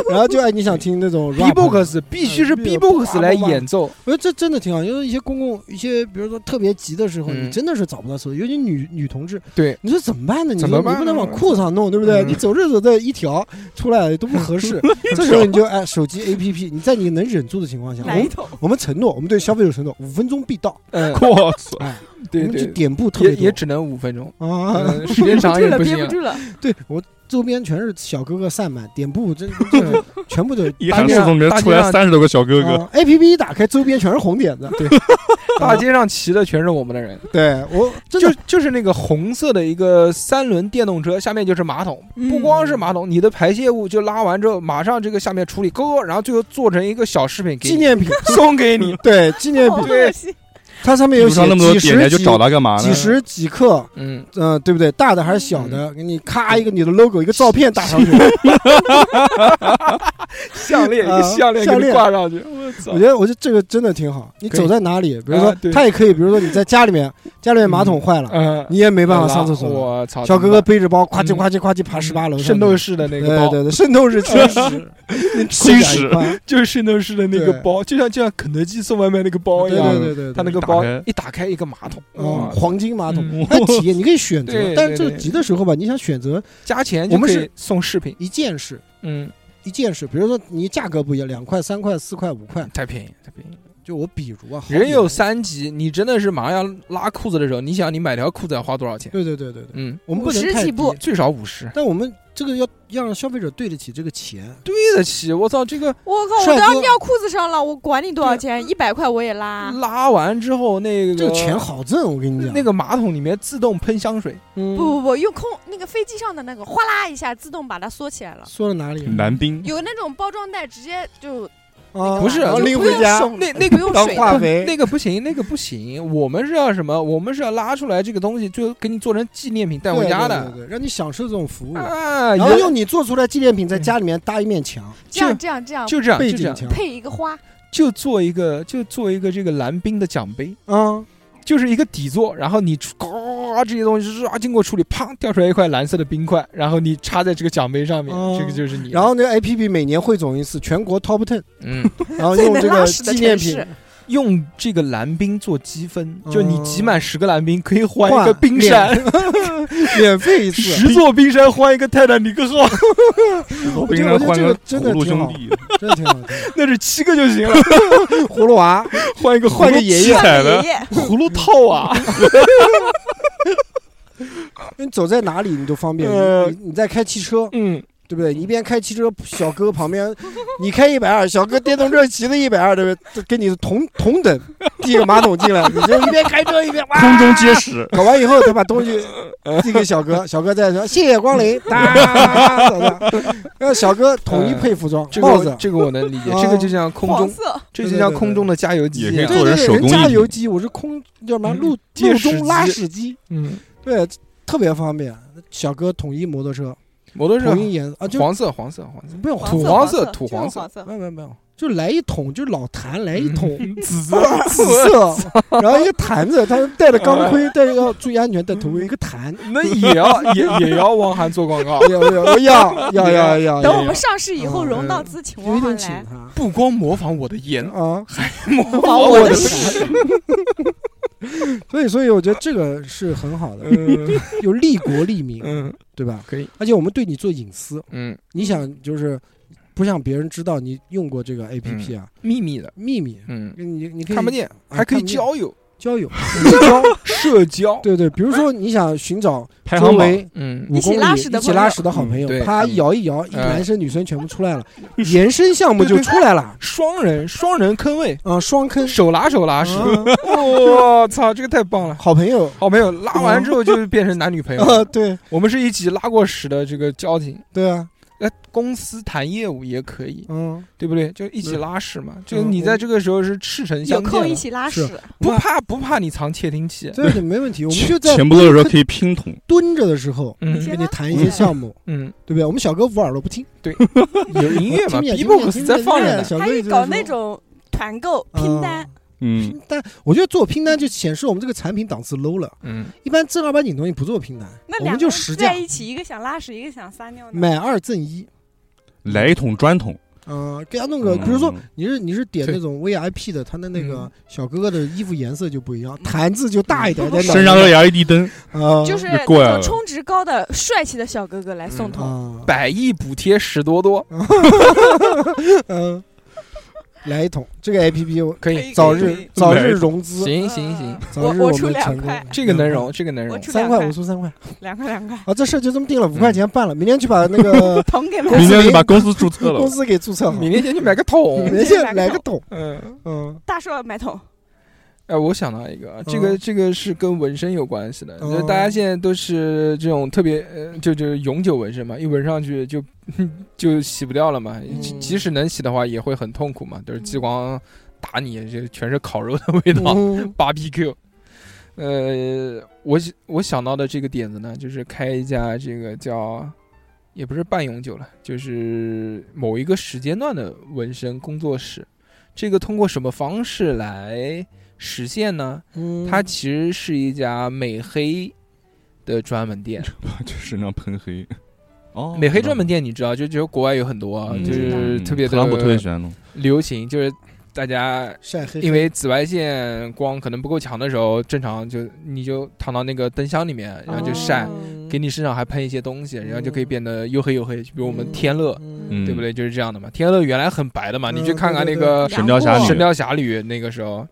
[SPEAKER 2] 然后就哎，你想听那种 rap
[SPEAKER 1] ，B-box 必须是
[SPEAKER 2] 嗯对
[SPEAKER 1] B-box 来
[SPEAKER 2] 叭叭叭
[SPEAKER 1] 演奏，
[SPEAKER 2] 我觉得这真的挺好，因为一些公共一些，比如说特别急的时候，
[SPEAKER 1] 嗯
[SPEAKER 2] 你真的是找不到厕所，尤其女女同志，
[SPEAKER 1] 对，
[SPEAKER 2] 你说怎么办呢？你
[SPEAKER 1] 怎
[SPEAKER 2] 说
[SPEAKER 1] 么办
[SPEAKER 2] 你不能
[SPEAKER 1] 呢
[SPEAKER 2] 往裤上弄，对不对？
[SPEAKER 1] 嗯
[SPEAKER 2] 你走着走着一条出来都不合 适，这时候你就哎，手机 A P P，你在你能忍住的情况下，我
[SPEAKER 1] 哎
[SPEAKER 4] 来一
[SPEAKER 2] 们
[SPEAKER 4] 桶，
[SPEAKER 2] 我们承诺，我们对消费者承诺，五分钟必到，
[SPEAKER 1] 嗯，
[SPEAKER 3] 我操，
[SPEAKER 2] 哎，
[SPEAKER 1] 对
[SPEAKER 2] 我们就
[SPEAKER 1] 对，
[SPEAKER 2] 点步特
[SPEAKER 1] 也
[SPEAKER 2] 别
[SPEAKER 1] 也
[SPEAKER 2] 多
[SPEAKER 1] 只能五分钟，
[SPEAKER 2] 啊，
[SPEAKER 1] 嗯时间长
[SPEAKER 4] 住
[SPEAKER 1] 也
[SPEAKER 4] 了，
[SPEAKER 1] 不
[SPEAKER 4] 憋
[SPEAKER 1] 行
[SPEAKER 4] 不
[SPEAKER 1] 啊。
[SPEAKER 4] 住了，
[SPEAKER 2] 对我周边全是小哥哥散漫，点步这 这全部都有。
[SPEAKER 3] 一喊四总别出来三十多个小哥哥，
[SPEAKER 2] 哦 A P P 一打开，周边全是红点子。对
[SPEAKER 1] 大街上骑的全是我们的人，
[SPEAKER 2] 对，我 真
[SPEAKER 1] 就
[SPEAKER 2] 的
[SPEAKER 1] 就是那个红色的一个三轮电动车，下面就是马桶，
[SPEAKER 4] 嗯
[SPEAKER 1] 不光是马桶，你的排泄物就拉完之后，马上这个下面处理，勾，然后最后做成一个小饰品给
[SPEAKER 2] 纪
[SPEAKER 1] 你，
[SPEAKER 2] 念品，
[SPEAKER 1] 送给 你。嗯
[SPEAKER 2] 对纪念
[SPEAKER 4] 好
[SPEAKER 2] 品，
[SPEAKER 4] 恶心，
[SPEAKER 2] 它上面有
[SPEAKER 3] 路
[SPEAKER 2] 写
[SPEAKER 3] 上那么多
[SPEAKER 2] 几
[SPEAKER 3] 点
[SPEAKER 2] 十
[SPEAKER 3] 来就
[SPEAKER 2] 几
[SPEAKER 3] 找他干嘛呢
[SPEAKER 2] 几？十几克，
[SPEAKER 1] 嗯，
[SPEAKER 2] 嗯，对不对？大的还是小的？给你咔一个你的 logo，一个照片打上去。
[SPEAKER 1] 项链一
[SPEAKER 2] 啊
[SPEAKER 1] 个项链
[SPEAKER 2] 项
[SPEAKER 1] 给你
[SPEAKER 2] 链
[SPEAKER 1] 挂上去，我操
[SPEAKER 2] 我觉！得，我觉得这个真的挺好。你
[SPEAKER 1] 可以
[SPEAKER 2] 走在哪里，比如说
[SPEAKER 1] 啊对，
[SPEAKER 2] 它也可以，比如说你在家里面，家里面马桶坏了，
[SPEAKER 1] 嗯，
[SPEAKER 2] 你也没办法上厕所了。
[SPEAKER 1] 我操！
[SPEAKER 2] 小哥哥
[SPEAKER 1] 怎么
[SPEAKER 2] 背着包，夸叽
[SPEAKER 1] 嗯
[SPEAKER 2] 夸叽夸叽爬
[SPEAKER 1] 办
[SPEAKER 2] 十八楼上去，
[SPEAKER 1] 圣斗士的 那个
[SPEAKER 2] 对
[SPEAKER 1] 包，
[SPEAKER 2] 对对，渗透式侵蚀，
[SPEAKER 3] 侵蚀
[SPEAKER 1] 就是圣斗士的那个
[SPEAKER 2] 对
[SPEAKER 1] 包，就像就像肯德基送外卖那个包
[SPEAKER 2] 对
[SPEAKER 1] 一
[SPEAKER 2] 对
[SPEAKER 1] 样，
[SPEAKER 2] 对对对，
[SPEAKER 1] 他那个
[SPEAKER 3] 打
[SPEAKER 1] 包
[SPEAKER 3] 开
[SPEAKER 1] 一打开一个马桶，
[SPEAKER 2] 嗯
[SPEAKER 1] 哇，
[SPEAKER 2] 黄金马桶，
[SPEAKER 1] 嗯
[SPEAKER 2] 它 体验你可以选择，
[SPEAKER 1] 对
[SPEAKER 2] 但是这
[SPEAKER 1] 对
[SPEAKER 2] 个急的时候吧，你想选择
[SPEAKER 1] 加钱
[SPEAKER 2] 我们
[SPEAKER 1] 就可以
[SPEAKER 2] 是
[SPEAKER 1] 送饰品，
[SPEAKER 2] 一件事，
[SPEAKER 1] 嗯，
[SPEAKER 2] 一件事，比如说你价格不一样，两块、三块、四块、五块，
[SPEAKER 1] 太便宜，太便宜。
[SPEAKER 2] 就我比如啊，好比
[SPEAKER 1] 人有
[SPEAKER 2] 啊，
[SPEAKER 1] 三急，你真的是马上要拉裤子的时候，你想你买条裤子要花多少钱？
[SPEAKER 2] 对对对对对，
[SPEAKER 1] 嗯，
[SPEAKER 2] 我们不能
[SPEAKER 4] 50
[SPEAKER 2] 太
[SPEAKER 4] 起步
[SPEAKER 2] 低，
[SPEAKER 1] 最少五十。
[SPEAKER 2] 但我们这个要要让消费者对得起这个钱。
[SPEAKER 1] 对得起，我操，这个
[SPEAKER 5] 我靠，我
[SPEAKER 2] 帅
[SPEAKER 5] 都要
[SPEAKER 2] 哥
[SPEAKER 5] 尿裤子上了，我管你多少钱，一百块我也
[SPEAKER 4] 啊
[SPEAKER 5] 拉。
[SPEAKER 1] 拉完之后那个
[SPEAKER 2] 这个钱好挣，我跟你讲。
[SPEAKER 1] 那个马桶里面自动喷香水，
[SPEAKER 2] 嗯
[SPEAKER 5] 不不不，用空那个飞机上的那个，哗啦一下自动把它缩起来了。
[SPEAKER 2] 说到哪里？
[SPEAKER 3] 男宾
[SPEAKER 5] 有那种包装袋，直接就呃
[SPEAKER 2] 啊，
[SPEAKER 1] 不是
[SPEAKER 2] 然后
[SPEAKER 1] 就
[SPEAKER 2] 拎
[SPEAKER 5] 不
[SPEAKER 2] 回
[SPEAKER 5] 用
[SPEAKER 2] 家
[SPEAKER 5] 手
[SPEAKER 1] 那那
[SPEAKER 5] 不
[SPEAKER 1] 个
[SPEAKER 5] 用
[SPEAKER 2] 当
[SPEAKER 5] 水
[SPEAKER 2] 化
[SPEAKER 5] 的，
[SPEAKER 2] 肥。
[SPEAKER 1] 那个不行，那个不行，我们是要什么？我们是要拉出来这个东西，就给你做成纪念品带回
[SPEAKER 2] 对
[SPEAKER 1] 家
[SPEAKER 2] 对
[SPEAKER 1] 的
[SPEAKER 2] 对对让你享受这种服务，
[SPEAKER 1] 啊，
[SPEAKER 2] 然后
[SPEAKER 1] 有
[SPEAKER 2] 用你做出来纪念品在家里面搭一面墙，
[SPEAKER 5] 这样这样这样，
[SPEAKER 1] 就这样
[SPEAKER 2] 背
[SPEAKER 1] 啊就这
[SPEAKER 2] 景
[SPEAKER 1] 样，
[SPEAKER 2] 墙
[SPEAKER 5] 配一个花，
[SPEAKER 1] 就做一个就做一个这个蓝冰的奖杯，
[SPEAKER 2] 啊，
[SPEAKER 1] 就是一个底座，然后你出嘎这些东西啊经过处理，砰掉出来一块蓝色的冰块，然后你插在这个奖杯上面，
[SPEAKER 2] 哦
[SPEAKER 1] 这个就是你的。
[SPEAKER 2] 然后那个 APP 每年汇总一次全国 Top Ten，
[SPEAKER 1] 嗯，
[SPEAKER 2] 然后
[SPEAKER 5] 最
[SPEAKER 2] 用
[SPEAKER 5] 能
[SPEAKER 2] 这
[SPEAKER 5] 拉
[SPEAKER 2] 个
[SPEAKER 5] 屎的
[SPEAKER 2] 纪念
[SPEAKER 5] 城
[SPEAKER 2] 品
[SPEAKER 5] 市，
[SPEAKER 1] 用这个蓝冰做积分，就你
[SPEAKER 2] 哦
[SPEAKER 1] 集满十个蓝冰可以换一个
[SPEAKER 2] 换
[SPEAKER 1] 冰
[SPEAKER 2] 两
[SPEAKER 1] 山，
[SPEAKER 2] 免费一次，
[SPEAKER 1] 十座冰山换一个泰坦尼克号，
[SPEAKER 3] 我
[SPEAKER 2] 觉
[SPEAKER 3] 冰
[SPEAKER 2] 得
[SPEAKER 3] 山换个
[SPEAKER 2] 我觉得这个真的
[SPEAKER 3] 葫芦
[SPEAKER 2] 挺
[SPEAKER 3] 兄
[SPEAKER 2] 好
[SPEAKER 3] 弟，
[SPEAKER 2] 真的挺好听。
[SPEAKER 1] 那是七个就行了，
[SPEAKER 2] 葫芦娃，
[SPEAKER 1] 换一个
[SPEAKER 2] 换
[SPEAKER 1] 葫芦
[SPEAKER 2] 个爷爷
[SPEAKER 3] 七彩
[SPEAKER 5] 换
[SPEAKER 3] 的
[SPEAKER 5] 爷爷，
[SPEAKER 1] 葫芦套啊，
[SPEAKER 2] 你走在哪里你都方便。
[SPEAKER 1] 呃
[SPEAKER 2] 你你你在开汽车，
[SPEAKER 1] 嗯，
[SPEAKER 2] 对不对？你一边开汽车，小哥旁边 你开一百二，小哥电动车骑的一百二，对不对？跟你同同等，递个马桶进 来，你就一边开车一边哇。
[SPEAKER 3] 空中结实，
[SPEAKER 2] 搞完以后，他把东 西递给小哥，小哥再说谢谢光临，哒，走的。让小哥统一配服
[SPEAKER 3] 呃
[SPEAKER 2] 装，
[SPEAKER 1] 这个
[SPEAKER 2] 帽
[SPEAKER 1] 我
[SPEAKER 2] 子。
[SPEAKER 1] 这个我能理解，
[SPEAKER 2] 啊
[SPEAKER 1] 这个就像空
[SPEAKER 5] 黄
[SPEAKER 1] 中，
[SPEAKER 5] 色，
[SPEAKER 1] 这就像空中的加油机一
[SPEAKER 3] 也可
[SPEAKER 1] 样
[SPEAKER 3] 以，做
[SPEAKER 2] 对
[SPEAKER 3] 人
[SPEAKER 2] 对对，
[SPEAKER 3] 手
[SPEAKER 2] 人
[SPEAKER 3] 工艺
[SPEAKER 2] 家
[SPEAKER 3] 品
[SPEAKER 2] 油机，我是空叫什么
[SPEAKER 1] 嗯
[SPEAKER 2] 陆
[SPEAKER 1] 接
[SPEAKER 2] 陆
[SPEAKER 1] 屎
[SPEAKER 2] 中拉
[SPEAKER 1] 机
[SPEAKER 2] 屎机，
[SPEAKER 1] 嗯，
[SPEAKER 2] 对，特别方便。小哥统一摩托车，
[SPEAKER 1] 摩托车
[SPEAKER 2] 统一颜色啊，就
[SPEAKER 1] 黄色，黄色，黄色，
[SPEAKER 2] 不用
[SPEAKER 1] 土
[SPEAKER 5] 黄
[SPEAKER 1] 黄
[SPEAKER 5] 色
[SPEAKER 1] 色，土
[SPEAKER 5] 就是
[SPEAKER 1] 黄
[SPEAKER 5] 黄色
[SPEAKER 2] 没有没有没有，就来一桶，就老坛来一
[SPEAKER 1] 嗯
[SPEAKER 2] 桶
[SPEAKER 1] 哎紫色，
[SPEAKER 2] 紫色，然后一个坛子，他戴着钢盔，戴着要注意安全，戴头盔，一个坛。
[SPEAKER 1] 那也要也也要汪涵做广告，
[SPEAKER 2] 要要我要要要要，
[SPEAKER 5] 等我
[SPEAKER 2] 要
[SPEAKER 5] 们上市以后
[SPEAKER 2] 嗯
[SPEAKER 5] 融到资，请
[SPEAKER 2] 有一
[SPEAKER 5] 汪涵
[SPEAKER 2] 点请
[SPEAKER 5] 来。
[SPEAKER 2] 他
[SPEAKER 1] 不光模仿我的颜，
[SPEAKER 2] 啊，
[SPEAKER 1] 模
[SPEAKER 2] 把
[SPEAKER 1] 仿
[SPEAKER 2] 我
[SPEAKER 1] 的
[SPEAKER 2] 的屎。所以，所以我觉得这个是很好的，
[SPEAKER 1] 嗯
[SPEAKER 2] 有利国利民，
[SPEAKER 1] 嗯
[SPEAKER 2] 对吧？
[SPEAKER 1] 可以，
[SPEAKER 2] 而且我们对你做隐私，
[SPEAKER 1] 嗯，
[SPEAKER 2] 你想就是不想别人知道你用过这个 APP 啊，
[SPEAKER 1] 秘密的，
[SPEAKER 2] 秘密，
[SPEAKER 1] 嗯，
[SPEAKER 2] 你你可以
[SPEAKER 1] 看不见，
[SPEAKER 2] 啊
[SPEAKER 1] 还可以
[SPEAKER 2] 看不见
[SPEAKER 1] 交友，
[SPEAKER 2] 交友，
[SPEAKER 1] 交社 交，
[SPEAKER 2] 对对，比如说你想寻找
[SPEAKER 3] 排
[SPEAKER 2] 周
[SPEAKER 3] 行榜
[SPEAKER 2] 围
[SPEAKER 1] 嗯
[SPEAKER 2] 五
[SPEAKER 5] 一起
[SPEAKER 2] 公
[SPEAKER 5] 拉
[SPEAKER 2] 里
[SPEAKER 5] 屎的
[SPEAKER 2] 一起
[SPEAKER 5] 朋
[SPEAKER 2] 拉
[SPEAKER 5] 友
[SPEAKER 2] 屎的好朋友
[SPEAKER 1] 嗯，对
[SPEAKER 2] 啪一
[SPEAKER 3] 嗯
[SPEAKER 2] 摇一摇，一
[SPEAKER 1] 嗯
[SPEAKER 2] 男生女生全部出来了，延伸项目就出 来了，
[SPEAKER 1] 双人双人坑位，
[SPEAKER 2] 啊，双坑，
[SPEAKER 1] 手拉手拉屎，
[SPEAKER 2] 啊
[SPEAKER 1] 我操，这个太棒了！
[SPEAKER 2] 好朋友，
[SPEAKER 1] 好朋 友拉完之后就变成男女朋友
[SPEAKER 2] 啊，
[SPEAKER 1] 了，
[SPEAKER 2] 对
[SPEAKER 1] 我们是一起拉过屎的这个交情。
[SPEAKER 2] 对啊，
[SPEAKER 1] 那公司谈业务也可以，
[SPEAKER 2] 嗯，
[SPEAKER 1] 对不对？就一起拉屎嘛。就
[SPEAKER 2] 嗯
[SPEAKER 1] 你在这个时候是赤诚
[SPEAKER 5] 有
[SPEAKER 1] 相
[SPEAKER 5] 空
[SPEAKER 1] 见
[SPEAKER 5] 一
[SPEAKER 1] 的，
[SPEAKER 5] 起拉
[SPEAKER 2] 是
[SPEAKER 5] 屎，
[SPEAKER 1] 不怕不怕你藏窃听器。
[SPEAKER 2] 这个没问题，我们就在
[SPEAKER 3] 全部都是时候可以拼桶，
[SPEAKER 2] 蹲着的时候
[SPEAKER 1] 嗯
[SPEAKER 5] 啊
[SPEAKER 2] 跟你谈一些项目，
[SPEAKER 1] 嗯，
[SPEAKER 2] 对不对？我们小哥捂耳朵不听，啊
[SPEAKER 1] 有音乐嘛
[SPEAKER 2] 听不见听不见
[SPEAKER 1] ，B-box 在放着呢。
[SPEAKER 2] 小哥
[SPEAKER 5] 还
[SPEAKER 2] 一
[SPEAKER 5] 有
[SPEAKER 2] 直
[SPEAKER 5] 搞
[SPEAKER 2] 在
[SPEAKER 5] 那
[SPEAKER 2] 说啊
[SPEAKER 5] 种团购拼单，
[SPEAKER 3] 嗯，
[SPEAKER 2] 拼单，我觉得做拼单就显示我们这个产品档次 low 了。
[SPEAKER 1] 嗯，
[SPEAKER 2] 一般正儿八经东西不做拼单，
[SPEAKER 5] 那
[SPEAKER 2] 我
[SPEAKER 5] 两
[SPEAKER 2] 们
[SPEAKER 5] 个
[SPEAKER 2] 就
[SPEAKER 5] 人
[SPEAKER 2] 实价
[SPEAKER 5] 在，一起，一个想拉屎，一个想撒尿呢。
[SPEAKER 2] 买二赠一。
[SPEAKER 3] 来一桶砖桶，
[SPEAKER 2] 嗯，给他弄个，比如说
[SPEAKER 3] 嗯
[SPEAKER 2] 你是你是点
[SPEAKER 1] 对
[SPEAKER 2] 那种 VIP 的，他的那个
[SPEAKER 1] 嗯
[SPEAKER 2] 小哥哥的衣服颜色就不一样，坛子就大一点，在脑
[SPEAKER 3] 身上都
[SPEAKER 2] 袋
[SPEAKER 3] 是 LED 灯，
[SPEAKER 2] 啊，
[SPEAKER 5] 就是
[SPEAKER 3] 那
[SPEAKER 5] 那
[SPEAKER 3] 过来了
[SPEAKER 5] 种充值高的帅气的小哥哥来送
[SPEAKER 1] 嗯
[SPEAKER 5] 桶，
[SPEAKER 2] 啊，
[SPEAKER 1] 百亿补贴屎多多
[SPEAKER 2] 嗯，来一桶这个 APP，我
[SPEAKER 1] 可
[SPEAKER 5] 可
[SPEAKER 1] 以
[SPEAKER 5] 以，
[SPEAKER 2] 早
[SPEAKER 1] 可
[SPEAKER 2] 日
[SPEAKER 1] 以
[SPEAKER 2] 早
[SPEAKER 3] 来
[SPEAKER 2] 日
[SPEAKER 3] 一桶
[SPEAKER 2] 融资，
[SPEAKER 1] 行行行，
[SPEAKER 2] 早日
[SPEAKER 5] 我我出
[SPEAKER 2] 们
[SPEAKER 5] 两
[SPEAKER 2] 成功
[SPEAKER 5] 块。
[SPEAKER 1] 这个能容，这个能容
[SPEAKER 5] 我。出
[SPEAKER 2] 三
[SPEAKER 5] 两
[SPEAKER 2] 块，
[SPEAKER 5] 块
[SPEAKER 2] 我，出三块，
[SPEAKER 5] 两块两块，
[SPEAKER 2] 啊，这事儿就这么定了，五
[SPEAKER 1] 嗯
[SPEAKER 2] 块钱办了，明天去把那 个
[SPEAKER 5] 桶给买
[SPEAKER 2] 公
[SPEAKER 3] 明
[SPEAKER 2] 司
[SPEAKER 3] 天就
[SPEAKER 2] 名
[SPEAKER 3] 把公司注册
[SPEAKER 2] 公
[SPEAKER 3] 了，
[SPEAKER 2] 司给注册好，
[SPEAKER 1] 明天先去买个桶。
[SPEAKER 2] 明天来个桶，
[SPEAKER 1] 嗯，
[SPEAKER 2] 嗯，
[SPEAKER 5] 大硕买桶，
[SPEAKER 1] 哎，我想到一个啊，这个
[SPEAKER 2] 嗯
[SPEAKER 1] 这个是跟纹身有关系的，
[SPEAKER 2] 嗯
[SPEAKER 1] 就是大家现在都是这种特别呃，就就是永久纹身嘛，一纹上去就 就洗不掉了嘛，
[SPEAKER 2] 嗯
[SPEAKER 1] 即即使能洗的话，也会很痛苦嘛，都是激光打你，就全是烤肉的味道
[SPEAKER 2] 嗯
[SPEAKER 1] ，barbecue。呃，我想我想到的这个点子呢，就是开一家这个叫，也不是半永久了，就是某一个时间段的纹身工作室。这个通过什么方式来实现呢？
[SPEAKER 2] 嗯
[SPEAKER 1] 它其实是一家美黑的专门店。
[SPEAKER 3] 就身上喷 黑。哦，
[SPEAKER 1] 美黑专门店你知道，就就国外有很多啊，
[SPEAKER 3] 嗯，
[SPEAKER 1] 就是特别
[SPEAKER 3] 特朗普特别
[SPEAKER 1] 的
[SPEAKER 3] 喜欢弄，
[SPEAKER 1] 流行，就是大家
[SPEAKER 2] 晒黑，
[SPEAKER 1] 因为紫外线光可能不够强的时候，正常就你就躺到那个灯箱里面，然后就晒，
[SPEAKER 2] 嗯
[SPEAKER 1] 给你身上还喷一些东西，然后就可以
[SPEAKER 2] 嗯
[SPEAKER 1] 变得又黑又黑。比如我们天乐，
[SPEAKER 3] 嗯，
[SPEAKER 1] 对不？对？就是这样的嘛。天乐原来很白的嘛，你去
[SPEAKER 2] 嗯
[SPEAKER 1] 看
[SPEAKER 2] 对
[SPEAKER 1] 看那
[SPEAKER 2] 对啊
[SPEAKER 1] 个
[SPEAKER 3] 神雕侠
[SPEAKER 5] 杨
[SPEAKER 1] 《
[SPEAKER 5] 过
[SPEAKER 1] 神
[SPEAKER 3] 侣，
[SPEAKER 1] 雕侠侣》，那个时候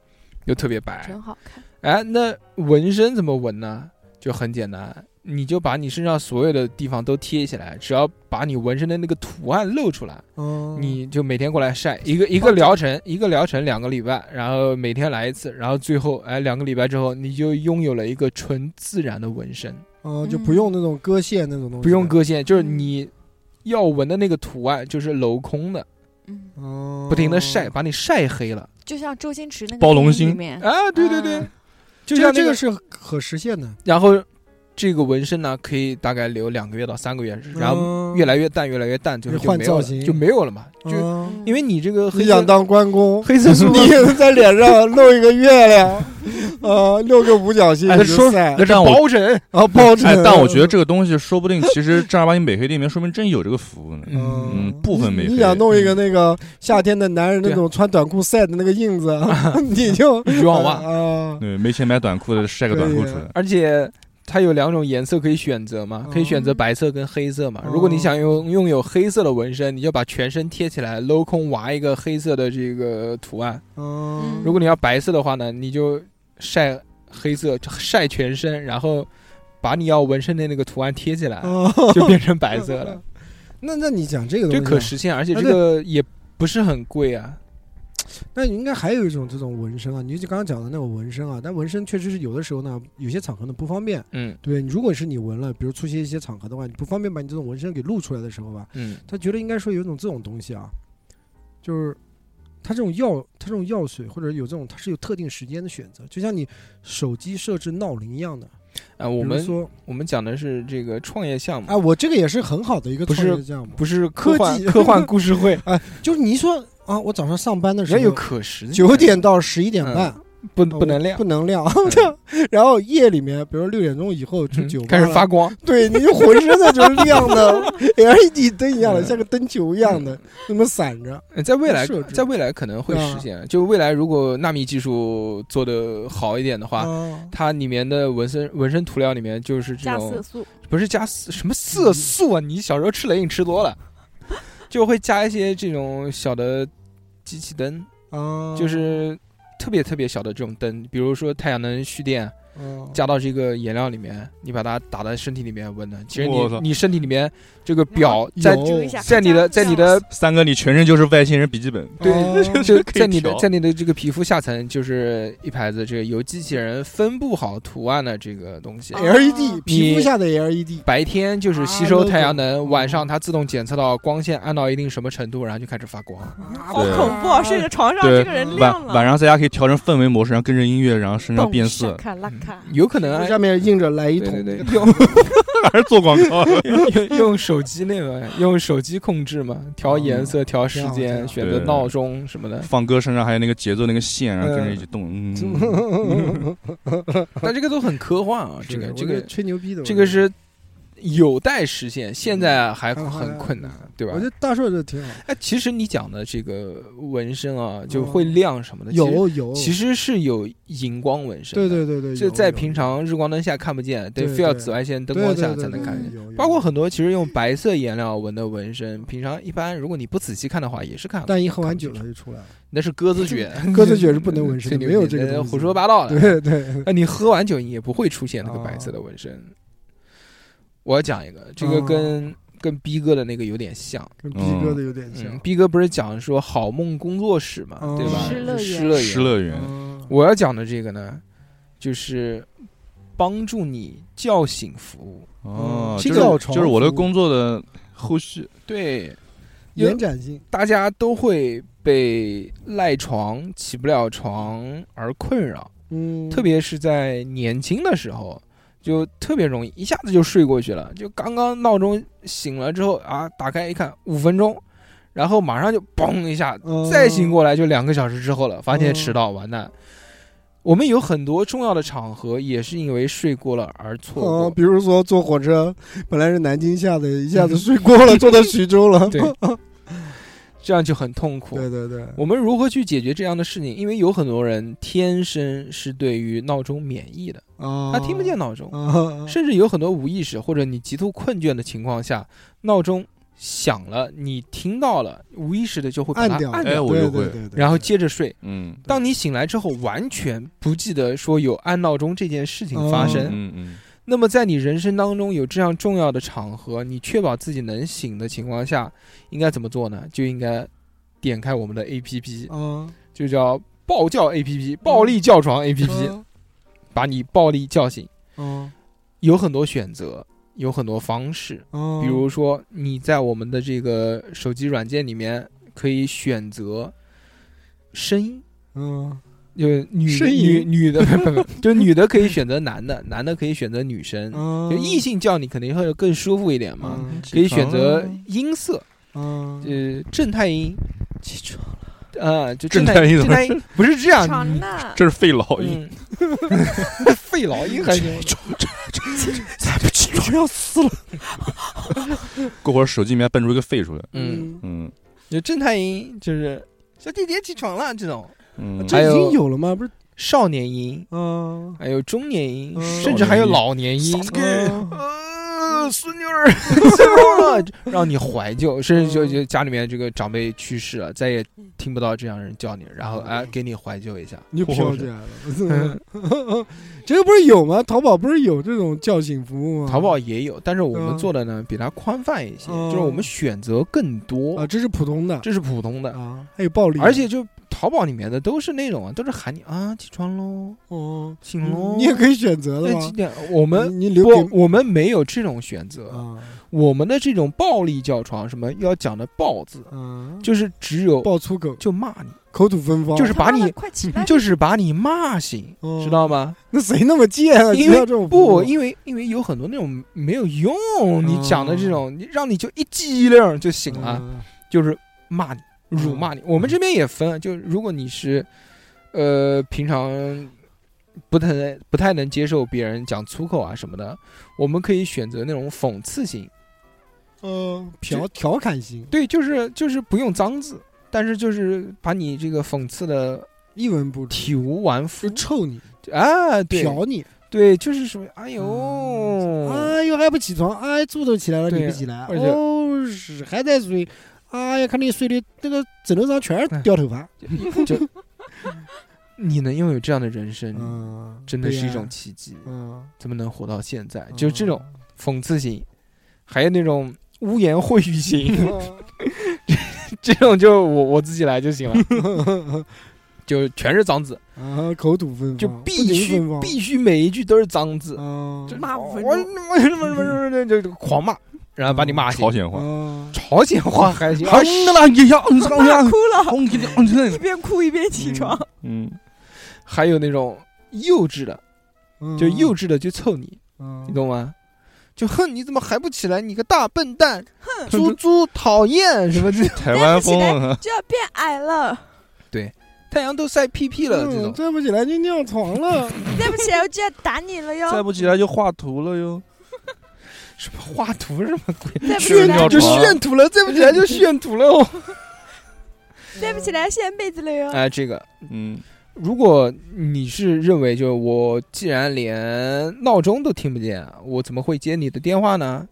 [SPEAKER 1] 就特别白。
[SPEAKER 5] 真好看，
[SPEAKER 1] 哎，那纹身怎么纹呢？就很简单，你就把你身上所有的地方都贴起来，只要把你纹身的那个图案露出来，
[SPEAKER 2] 嗯，
[SPEAKER 1] 你就每天过来晒一个一个疗程，一个疗程两个礼拜，然后每天来一次，然后最后哎两个礼拜之后，你就拥有了一个纯自然的纹身，
[SPEAKER 2] 嗯就不用那种割线那种东西，
[SPEAKER 1] 不用，割线，就是
[SPEAKER 5] 嗯
[SPEAKER 1] 你要纹的那个图案就是镂空的，
[SPEAKER 4] 嗯，
[SPEAKER 2] 嗯，
[SPEAKER 1] 不停的晒，，把你晒黑了
[SPEAKER 5] 就像周星驰那个
[SPEAKER 3] 包龙
[SPEAKER 5] 电影
[SPEAKER 3] 星
[SPEAKER 5] 里面，
[SPEAKER 1] 啊！对对对
[SPEAKER 5] 嗯，
[SPEAKER 1] 就
[SPEAKER 2] 这
[SPEAKER 1] 像
[SPEAKER 2] 个
[SPEAKER 1] 那
[SPEAKER 2] 这
[SPEAKER 1] 个
[SPEAKER 2] 个是可实现的，
[SPEAKER 1] 然后这个纹身呢，可以大概留两个月到三个月，然后
[SPEAKER 2] 后
[SPEAKER 1] 越来越淡，越来越淡，最后
[SPEAKER 2] 你
[SPEAKER 1] 就
[SPEAKER 2] 嗯换
[SPEAKER 1] 没有
[SPEAKER 2] 造
[SPEAKER 1] 了，
[SPEAKER 2] 型
[SPEAKER 1] 就没有了嘛。就
[SPEAKER 2] 嗯，
[SPEAKER 1] 因为你这个黑
[SPEAKER 2] 你
[SPEAKER 1] 色
[SPEAKER 2] 想当关公，，
[SPEAKER 1] 黑色素
[SPEAKER 2] 你在脸上露一个月亮， 呃，露个五角星，
[SPEAKER 3] 哎
[SPEAKER 2] 你就
[SPEAKER 3] 说
[SPEAKER 2] 晒
[SPEAKER 1] 那是
[SPEAKER 3] 但我
[SPEAKER 1] 包 拯。
[SPEAKER 2] 然后包着哦
[SPEAKER 3] 哎，但我觉得这个东西说不定其实正儿八经美黑店里面，说明真有这个服务呢。
[SPEAKER 1] 嗯
[SPEAKER 3] 嗯，部分
[SPEAKER 2] 你
[SPEAKER 3] 美
[SPEAKER 2] 你
[SPEAKER 3] 黑
[SPEAKER 2] 想弄一个那个夏天的男人那
[SPEAKER 1] 对啊
[SPEAKER 2] 种穿短裤晒的那个印子， 你就
[SPEAKER 1] 欲望袜
[SPEAKER 2] 啊，
[SPEAKER 3] 对，没钱买短裤的晒个短裤出来。
[SPEAKER 1] 而且它有两种颜色可以选择嘛，
[SPEAKER 2] 哦
[SPEAKER 1] 可以选择白色跟黑色嘛。
[SPEAKER 2] 嗯
[SPEAKER 1] 如果你想用拥有黑色的纹身，你就把全身贴起来，镂空挖一个黑色的这个图案。
[SPEAKER 2] 嗯，
[SPEAKER 1] 如果你要白色的话呢，你就晒黑色，晒全身，然后把你要纹身的那个图案贴起来，
[SPEAKER 2] 哦
[SPEAKER 1] 就变成白色了。
[SPEAKER 2] 嗯那那你讲 这个
[SPEAKER 1] 这
[SPEAKER 2] 东西啊，
[SPEAKER 1] 可实现，而且
[SPEAKER 2] 啊
[SPEAKER 1] 这个也不是很贵啊。
[SPEAKER 2] 那应该还有一种这种纹身啊，你就刚刚讲的那种纹身啊，但纹身确实是有的时候呢，有些场合呢不方便。
[SPEAKER 1] 嗯
[SPEAKER 2] 对，如果是你纹了，比如出席一些场合的话，你不方便把你这种纹身给露出来的时候吧，
[SPEAKER 1] 嗯，
[SPEAKER 2] 他觉得应该说有一种这种东西啊，就是它这种药，它这种药水或者有这种，它是有特定时间的选择，就像你手机设置闹铃一样的。
[SPEAKER 1] 啊，我
[SPEAKER 2] 比如
[SPEAKER 1] 们
[SPEAKER 2] 说，
[SPEAKER 1] 我们讲的是这个创业项目，
[SPEAKER 2] 哎，我这个也是很好的一个
[SPEAKER 1] 不
[SPEAKER 2] 创业
[SPEAKER 1] 是
[SPEAKER 2] 项目，
[SPEAKER 1] 不是科幻
[SPEAKER 2] 科技
[SPEAKER 1] 科幻故事会，
[SPEAKER 2] 就是你一说啊，我早上上班的时
[SPEAKER 1] 人有嗯
[SPEAKER 2] 候，
[SPEAKER 1] 可食性，
[SPEAKER 2] 九点到十一点半、
[SPEAKER 1] 不
[SPEAKER 2] 啊
[SPEAKER 1] 不能亮
[SPEAKER 2] 我不，能亮， 然后夜里面，比如六点钟以后就
[SPEAKER 1] 嗯
[SPEAKER 2] 酒吧
[SPEAKER 1] 开始
[SPEAKER 2] 了
[SPEAKER 1] 发光，
[SPEAKER 2] 对，你就浑身的就是亮的， 也是一底灯一样的，
[SPEAKER 1] 嗯
[SPEAKER 2] 像个灯球一样的，那么散着。
[SPEAKER 1] 呃在未来
[SPEAKER 2] 设，置
[SPEAKER 1] 在未来可能会
[SPEAKER 2] 对啊
[SPEAKER 1] 实现。就未来，如果纳米技术做得好一点的话，
[SPEAKER 2] 啊，
[SPEAKER 1] 它里面的纹身纹身涂料里面就是这
[SPEAKER 4] 加色
[SPEAKER 1] 种，
[SPEAKER 4] 素，
[SPEAKER 1] 不是加色什么色素啊？你小时候吃雷影吃 多了，就会加一些这种小的机器灯，
[SPEAKER 2] 啊，
[SPEAKER 1] 就是特别特别小的这种灯，比如说太阳能蓄电
[SPEAKER 2] 嗯
[SPEAKER 1] 加到这个颜料里面，你把它打在身体里面纹的。其实
[SPEAKER 3] 我
[SPEAKER 1] 你
[SPEAKER 3] 操
[SPEAKER 1] 你身体里面这个表
[SPEAKER 2] 嗯有
[SPEAKER 1] 在
[SPEAKER 5] 折一下
[SPEAKER 1] 在你的在你的
[SPEAKER 3] 三哥，你全身就是外星人笔记本。
[SPEAKER 2] 哦
[SPEAKER 1] 对，就
[SPEAKER 3] 可以
[SPEAKER 1] 在你的
[SPEAKER 3] 调
[SPEAKER 1] 在你的这个皮肤下层，就是一排子这个由机器人分布好图案的这个东
[SPEAKER 2] 哦
[SPEAKER 1] 西。
[SPEAKER 2] LED E 皮肤
[SPEAKER 1] 哦你
[SPEAKER 2] 下的 E LED
[SPEAKER 1] 白天就是吸收太阳
[SPEAKER 3] 啊
[SPEAKER 1] 能，晚上它自动检测到光线按到一定什么程度，然后就开始发光。
[SPEAKER 4] 好
[SPEAKER 3] 对
[SPEAKER 4] 恐怖啊！睡在床上，
[SPEAKER 3] 对
[SPEAKER 4] 这个人亮
[SPEAKER 3] 晚晚
[SPEAKER 4] 了，
[SPEAKER 3] 上在家可以调成氛围模式，然后跟着音乐，然后身上变 色，
[SPEAKER 4] 卡拉卡，
[SPEAKER 1] 有可能啊
[SPEAKER 2] 哎下面印着来一
[SPEAKER 1] 对
[SPEAKER 2] 桶
[SPEAKER 1] 对， 对，用
[SPEAKER 3] 还是做广告。
[SPEAKER 1] 用用手机那个，用手机控制嘛，调颜色、调时
[SPEAKER 2] 挺好挺
[SPEAKER 1] 间、
[SPEAKER 2] 好
[SPEAKER 1] 选择
[SPEAKER 3] 啊对
[SPEAKER 1] 闹钟什么 的。
[SPEAKER 3] 放歌身上还有那个节奏那个线，然后跟着
[SPEAKER 1] 嗯
[SPEAKER 3] 一起动。嗯，
[SPEAKER 1] 但这个都很科幻啊，这个
[SPEAKER 2] 是
[SPEAKER 1] 这
[SPEAKER 2] 我
[SPEAKER 1] 个
[SPEAKER 2] 吹牛逼的，
[SPEAKER 1] 这个是有待实现，现在还
[SPEAKER 2] 嗯
[SPEAKER 1] 很困难，对吧
[SPEAKER 2] 我觉？得大硕这挺好，
[SPEAKER 1] 哎，其实你讲的这个纹身啊，就会亮什么的，
[SPEAKER 2] 嗯有有，
[SPEAKER 1] 其实，其实是有荧光纹身
[SPEAKER 2] 对
[SPEAKER 1] 的，
[SPEAKER 2] 对对对，
[SPEAKER 1] 就
[SPEAKER 2] 有
[SPEAKER 1] 在
[SPEAKER 2] 有
[SPEAKER 1] 平常日光灯下看不见，得
[SPEAKER 2] 对
[SPEAKER 1] 非要
[SPEAKER 2] 对
[SPEAKER 1] 紫外线灯
[SPEAKER 2] 对
[SPEAKER 1] 光
[SPEAKER 2] 对
[SPEAKER 1] 下
[SPEAKER 2] 对
[SPEAKER 1] 才能
[SPEAKER 2] 对
[SPEAKER 1] 看
[SPEAKER 2] 对
[SPEAKER 1] 见。
[SPEAKER 2] 有有
[SPEAKER 1] 包括很多其实用白色颜料纹的纹身，平常一般如果你不仔细看的话，也是看不。
[SPEAKER 2] 但一喝
[SPEAKER 1] 看
[SPEAKER 2] 完
[SPEAKER 1] 不
[SPEAKER 2] 酒
[SPEAKER 1] 清
[SPEAKER 2] 了
[SPEAKER 1] 楚，
[SPEAKER 2] 就出来了，
[SPEAKER 1] 那是鸽子血，
[SPEAKER 2] 鸽子血是不 能纹身
[SPEAKER 1] 吹
[SPEAKER 2] 的
[SPEAKER 1] 牛
[SPEAKER 2] 没有
[SPEAKER 1] 逼
[SPEAKER 2] 这个
[SPEAKER 1] 那
[SPEAKER 2] 东西
[SPEAKER 1] 胡说八道的。
[SPEAKER 2] 对对，
[SPEAKER 1] 那你喝完酒，你也不会出现那个白色的纹身。我要讲一个，这个
[SPEAKER 2] 哦
[SPEAKER 1] 跟跟逼哥的那个有点像。
[SPEAKER 2] 跟逼哥的有点像
[SPEAKER 1] 嗯，，逼哥不是讲说好梦工作室嘛，
[SPEAKER 2] 嗯
[SPEAKER 1] 对吧？
[SPEAKER 4] 失乐园
[SPEAKER 1] 失乐
[SPEAKER 3] 失乐园，
[SPEAKER 2] 嗯
[SPEAKER 1] 我要讲的这个呢，就是帮助你叫醒服务。
[SPEAKER 3] 哦，
[SPEAKER 2] 嗯
[SPEAKER 3] 就
[SPEAKER 2] 青
[SPEAKER 3] 是
[SPEAKER 2] 教潮
[SPEAKER 3] 就是我的
[SPEAKER 2] 服务
[SPEAKER 3] 工作的后续。
[SPEAKER 1] 对，因为
[SPEAKER 2] 延展性，
[SPEAKER 1] 大家都会被赖床、起不了床而困扰，
[SPEAKER 2] 嗯，
[SPEAKER 1] 特别是在年轻的时候。就特别容易一下子就睡过去了，就刚刚闹钟醒了之后啊，打开一看五分钟，然后马上就嘣一下
[SPEAKER 2] 嗯
[SPEAKER 1] 再醒过来就两个小时之后了，发现
[SPEAKER 2] 嗯
[SPEAKER 1] 迟到，完蛋。我们有很多重要的场合也是因为睡过了而错
[SPEAKER 2] 哦，
[SPEAKER 1] 过。
[SPEAKER 2] 比如说坐火车，本来是南京下的，一下子睡过了，坐到徐州了。
[SPEAKER 1] 嗯 对 这样就很痛苦。
[SPEAKER 2] 嗯对对对，
[SPEAKER 1] 我们如何去解决这样的事情？因为有很多人天生是对于闹钟免疫的，
[SPEAKER 2] 啊，
[SPEAKER 1] 他听不见闹钟，
[SPEAKER 2] 啊，
[SPEAKER 1] 甚至有很多无意识或者你极度困倦的情况下，闹钟响了，你听到了，无意识的就会把它
[SPEAKER 2] 按掉，
[SPEAKER 1] 按
[SPEAKER 3] 哎
[SPEAKER 1] 掉，
[SPEAKER 3] 我
[SPEAKER 2] 对
[SPEAKER 3] 就
[SPEAKER 2] 对
[SPEAKER 3] 会
[SPEAKER 2] 对对
[SPEAKER 1] 然后接着睡。
[SPEAKER 3] 嗯
[SPEAKER 1] 当你醒来之后，完全不记得说有按闹钟这件事情发
[SPEAKER 2] 嗯
[SPEAKER 1] 生，
[SPEAKER 3] 嗯嗯，
[SPEAKER 1] 那么在你人生当中有这样重要的场合，你确保自己能醒的情况下，应该怎么做呢？就应该点开我们的 APP，
[SPEAKER 2] 嗯，
[SPEAKER 1] 就叫暴叫 APP，暴力叫床 APP，把你暴力叫醒。
[SPEAKER 2] 嗯，
[SPEAKER 1] 有很多选择，有很多方式，
[SPEAKER 2] 嗯，
[SPEAKER 1] 比如说你在我们的这个手机软件里面可以选择声音。
[SPEAKER 2] 嗯，
[SPEAKER 1] 就女的
[SPEAKER 2] 呻
[SPEAKER 1] 女
[SPEAKER 2] 吟
[SPEAKER 1] 女的，不不不，就女的可以选择男的，男的可以选择女生。
[SPEAKER 2] 嗯，
[SPEAKER 1] 就异性叫你肯定会更舒服一点嘛，
[SPEAKER 2] 嗯
[SPEAKER 1] 可以选择音色，
[SPEAKER 2] 嗯，
[SPEAKER 1] 呃，正太音，
[SPEAKER 2] 起床，
[SPEAKER 1] 啊，就
[SPEAKER 3] 正
[SPEAKER 1] 太
[SPEAKER 3] 太音
[SPEAKER 1] 正
[SPEAKER 3] 怎么
[SPEAKER 1] 太音不是这样，
[SPEAKER 5] 床呢？
[SPEAKER 3] 这是费老音，
[SPEAKER 1] 嗯，费老音还行，
[SPEAKER 2] 再不起床要死了。
[SPEAKER 3] 过会儿手机里面蹦出一个肺出来，
[SPEAKER 1] 嗯，
[SPEAKER 3] 嗯
[SPEAKER 1] 就正太音就是小弟弟起床了这种，
[SPEAKER 3] 嗯，
[SPEAKER 1] 还
[SPEAKER 2] 这已
[SPEAKER 1] 有
[SPEAKER 2] 经有了吗？不是，
[SPEAKER 1] 少年音，
[SPEAKER 2] 嗯，
[SPEAKER 1] 还有中年音，
[SPEAKER 2] 嗯
[SPEAKER 1] 甚至还有老年音，
[SPEAKER 2] 嗯
[SPEAKER 1] 呃，孙女 儿生肉了，让你怀旧，甚
[SPEAKER 2] 嗯
[SPEAKER 1] 至就就家里面这个长辈去世了，再也听不到这样人叫你，然后哎，给你怀旧一下。
[SPEAKER 2] 嗯你飘
[SPEAKER 3] 我
[SPEAKER 2] 起来了， 这个不是有吗？淘宝不是有这种叫醒服务吗？
[SPEAKER 1] 淘宝也有，但是我
[SPEAKER 2] 嗯
[SPEAKER 1] 们做的呢比它宽泛一些，
[SPEAKER 2] 嗯
[SPEAKER 1] 就是我们选择更多
[SPEAKER 2] 啊，，这是普通的
[SPEAKER 1] 这是普通的，
[SPEAKER 2] 啊，还有暴力的，
[SPEAKER 1] 而且就淘宝里面的都是那种啊，都是喊你啊起床喽，
[SPEAKER 2] 哦，
[SPEAKER 1] 醒喽，
[SPEAKER 2] 你也可以选择
[SPEAKER 1] 嗯
[SPEAKER 2] 的
[SPEAKER 1] 那
[SPEAKER 2] 吗
[SPEAKER 1] 几？点？我们
[SPEAKER 2] 你你留给
[SPEAKER 1] 不，我们没有这种选择，
[SPEAKER 2] 啊，
[SPEAKER 1] 我们的这种暴力叫床，什么要讲的暴字，
[SPEAKER 2] 嗯，
[SPEAKER 1] 就是只有
[SPEAKER 2] 爆粗口，
[SPEAKER 1] 就骂你。
[SPEAKER 2] 口吐芬芳，
[SPEAKER 1] 就是把
[SPEAKER 5] 他妈的
[SPEAKER 1] 你
[SPEAKER 5] 快 起来！
[SPEAKER 1] 就是把你骂醒，
[SPEAKER 2] 哦
[SPEAKER 1] 知道吗？
[SPEAKER 2] 那谁那么贱啊？
[SPEAKER 1] 因
[SPEAKER 2] 接
[SPEAKER 1] 为
[SPEAKER 2] 到这种服务
[SPEAKER 1] 不，因为因为有很多那种没有用，你讲的这种，你让你就一激灵就醒了，
[SPEAKER 2] 嗯
[SPEAKER 1] 就是骂你、辱骂你。我们这边也分，啊就如果你是，呃，平常不太能不太能接受别人讲粗口啊什么的，我们可以选择那种讽刺型，
[SPEAKER 2] 嗯，调调侃型，
[SPEAKER 1] 对，就是就是不用脏字，但是就是把你这个讽刺的
[SPEAKER 2] 一文不值，
[SPEAKER 1] 体无完肤
[SPEAKER 2] 就臭你，
[SPEAKER 1] 啊，对，
[SPEAKER 2] 瞟你，
[SPEAKER 1] 对，就是什么，哎呦，
[SPEAKER 2] 哎呦还不起床，哎，猪都起来了，
[SPEAKER 1] 对
[SPEAKER 2] 你不起来，
[SPEAKER 1] 而且
[SPEAKER 2] 哦，是还在睡，哎呀，看你睡的那个枕头上全
[SPEAKER 1] 哎
[SPEAKER 2] 是掉头发，
[SPEAKER 1] 你能拥有这样的人生，
[SPEAKER 2] 嗯，
[SPEAKER 1] 真的
[SPEAKER 2] 对
[SPEAKER 1] 是一
[SPEAKER 2] 呀
[SPEAKER 1] 种，奇迹，
[SPEAKER 2] 嗯，
[SPEAKER 1] 怎么能活到现在？就这种讽刺型，还有那种污言秽语型，
[SPEAKER 2] 嗯
[SPEAKER 1] 这种就我我自己来就行了，
[SPEAKER 2] 嗯。
[SPEAKER 1] 就全是脏字，
[SPEAKER 2] 啊，口吐芬芳，
[SPEAKER 1] 就
[SPEAKER 2] 不
[SPEAKER 1] 必
[SPEAKER 2] 仅
[SPEAKER 1] 须
[SPEAKER 2] 芬芳
[SPEAKER 1] 必须每一句都是脏字，
[SPEAKER 2] 啊
[SPEAKER 1] 就
[SPEAKER 5] 骂五分
[SPEAKER 1] 我
[SPEAKER 5] 钟
[SPEAKER 1] 我什么什么什么就狂骂，然后把你
[SPEAKER 2] 嗯
[SPEAKER 1] 骂醒
[SPEAKER 3] 朝。鲜话，
[SPEAKER 2] 啊，
[SPEAKER 1] 朝鲜话还 行，
[SPEAKER 3] 好的啦，你呀，你操
[SPEAKER 5] 骂
[SPEAKER 3] 呀
[SPEAKER 5] 哭，了，
[SPEAKER 3] 红你红
[SPEAKER 5] 一
[SPEAKER 3] 你，
[SPEAKER 5] 边哭一边起床。
[SPEAKER 3] 嗯，
[SPEAKER 1] 还有那种幼稚的，就
[SPEAKER 2] 嗯
[SPEAKER 1] 幼稚的就凑你，你
[SPEAKER 2] 你
[SPEAKER 1] 懂吗？就哼，你怎么还不起来？你个大笨蛋，猪猪讨厌什么这种
[SPEAKER 3] 台湾风啊，
[SPEAKER 5] 就要变矮了，
[SPEAKER 1] 太阳都晒屁屁了这种。
[SPEAKER 2] 嗯站不起来就尿床 了，
[SPEAKER 5] 再不起来我就要打你了哟！
[SPEAKER 3] 再不起
[SPEAKER 1] 啊
[SPEAKER 3] 来就画图了哟。
[SPEAKER 1] 什么画图 什么鬼？
[SPEAKER 5] 再不起
[SPEAKER 3] 炫
[SPEAKER 5] 来
[SPEAKER 3] 尿
[SPEAKER 1] 就
[SPEAKER 3] 床
[SPEAKER 1] 炫图了，再不起来就炫图了哦。
[SPEAKER 5] 再不起来掀被子了哟！
[SPEAKER 1] 哎，这个
[SPEAKER 3] 嗯，
[SPEAKER 1] 如果你是认为就是我既然连闹钟都听不见，我怎么会接你的电话呢？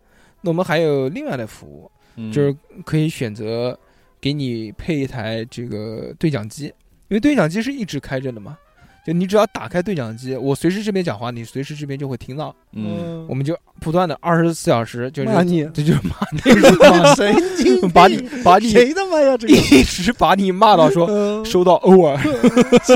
[SPEAKER 1] 那我们还有另外的服务，
[SPEAKER 3] 嗯
[SPEAKER 1] 就是可以选择给你配一台这个对讲机，因为对讲机是一直开着的嘛。就你只要打开对讲机，我随时这边讲话，你随时这边就会听到，
[SPEAKER 3] 嗯，
[SPEAKER 1] 我们就不断的二十四小时就是
[SPEAKER 2] 啊骂你
[SPEAKER 1] 这就是骂你是吧，
[SPEAKER 2] 神经 病，
[SPEAKER 1] 把 你把你
[SPEAKER 2] 谁他妈呀这个？
[SPEAKER 1] 一直把你骂到说
[SPEAKER 2] 嗯
[SPEAKER 1] 收到 over，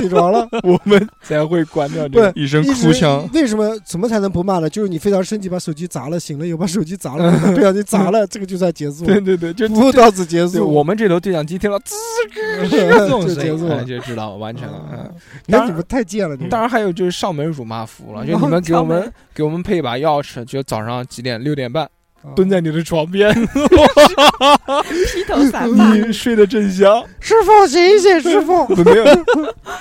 [SPEAKER 2] 起床 了，
[SPEAKER 1] 我们才会关掉 这
[SPEAKER 2] 不
[SPEAKER 1] 个
[SPEAKER 2] 是。
[SPEAKER 3] 一声
[SPEAKER 2] 一
[SPEAKER 3] 哭
[SPEAKER 2] 直
[SPEAKER 3] 腔，
[SPEAKER 2] 为什么怎么才能不骂呢？就是你非常生气，把手机砸了，醒了以后把手机 砸了，不小心砸了，这个就算结束，
[SPEAKER 1] 对对对，就
[SPEAKER 2] 服务到此结
[SPEAKER 1] 对
[SPEAKER 2] 束。
[SPEAKER 1] 我们这头对讲机听到滋 这种
[SPEAKER 2] 就
[SPEAKER 1] 声
[SPEAKER 2] 结束
[SPEAKER 1] 音，哎
[SPEAKER 2] 了。
[SPEAKER 1] 就知道完成了。嗯
[SPEAKER 2] 那你们太贱了，你们
[SPEAKER 1] 当然还有就是上门辱骂服务了，就你们给我们给我们配一把钥匙，就早上几点六点半
[SPEAKER 2] 啊
[SPEAKER 1] 蹲在你的床边，
[SPEAKER 5] 披头散发，
[SPEAKER 1] 你睡得正香，
[SPEAKER 2] 师傅醒醒，师傅，
[SPEAKER 1] 嗯 没有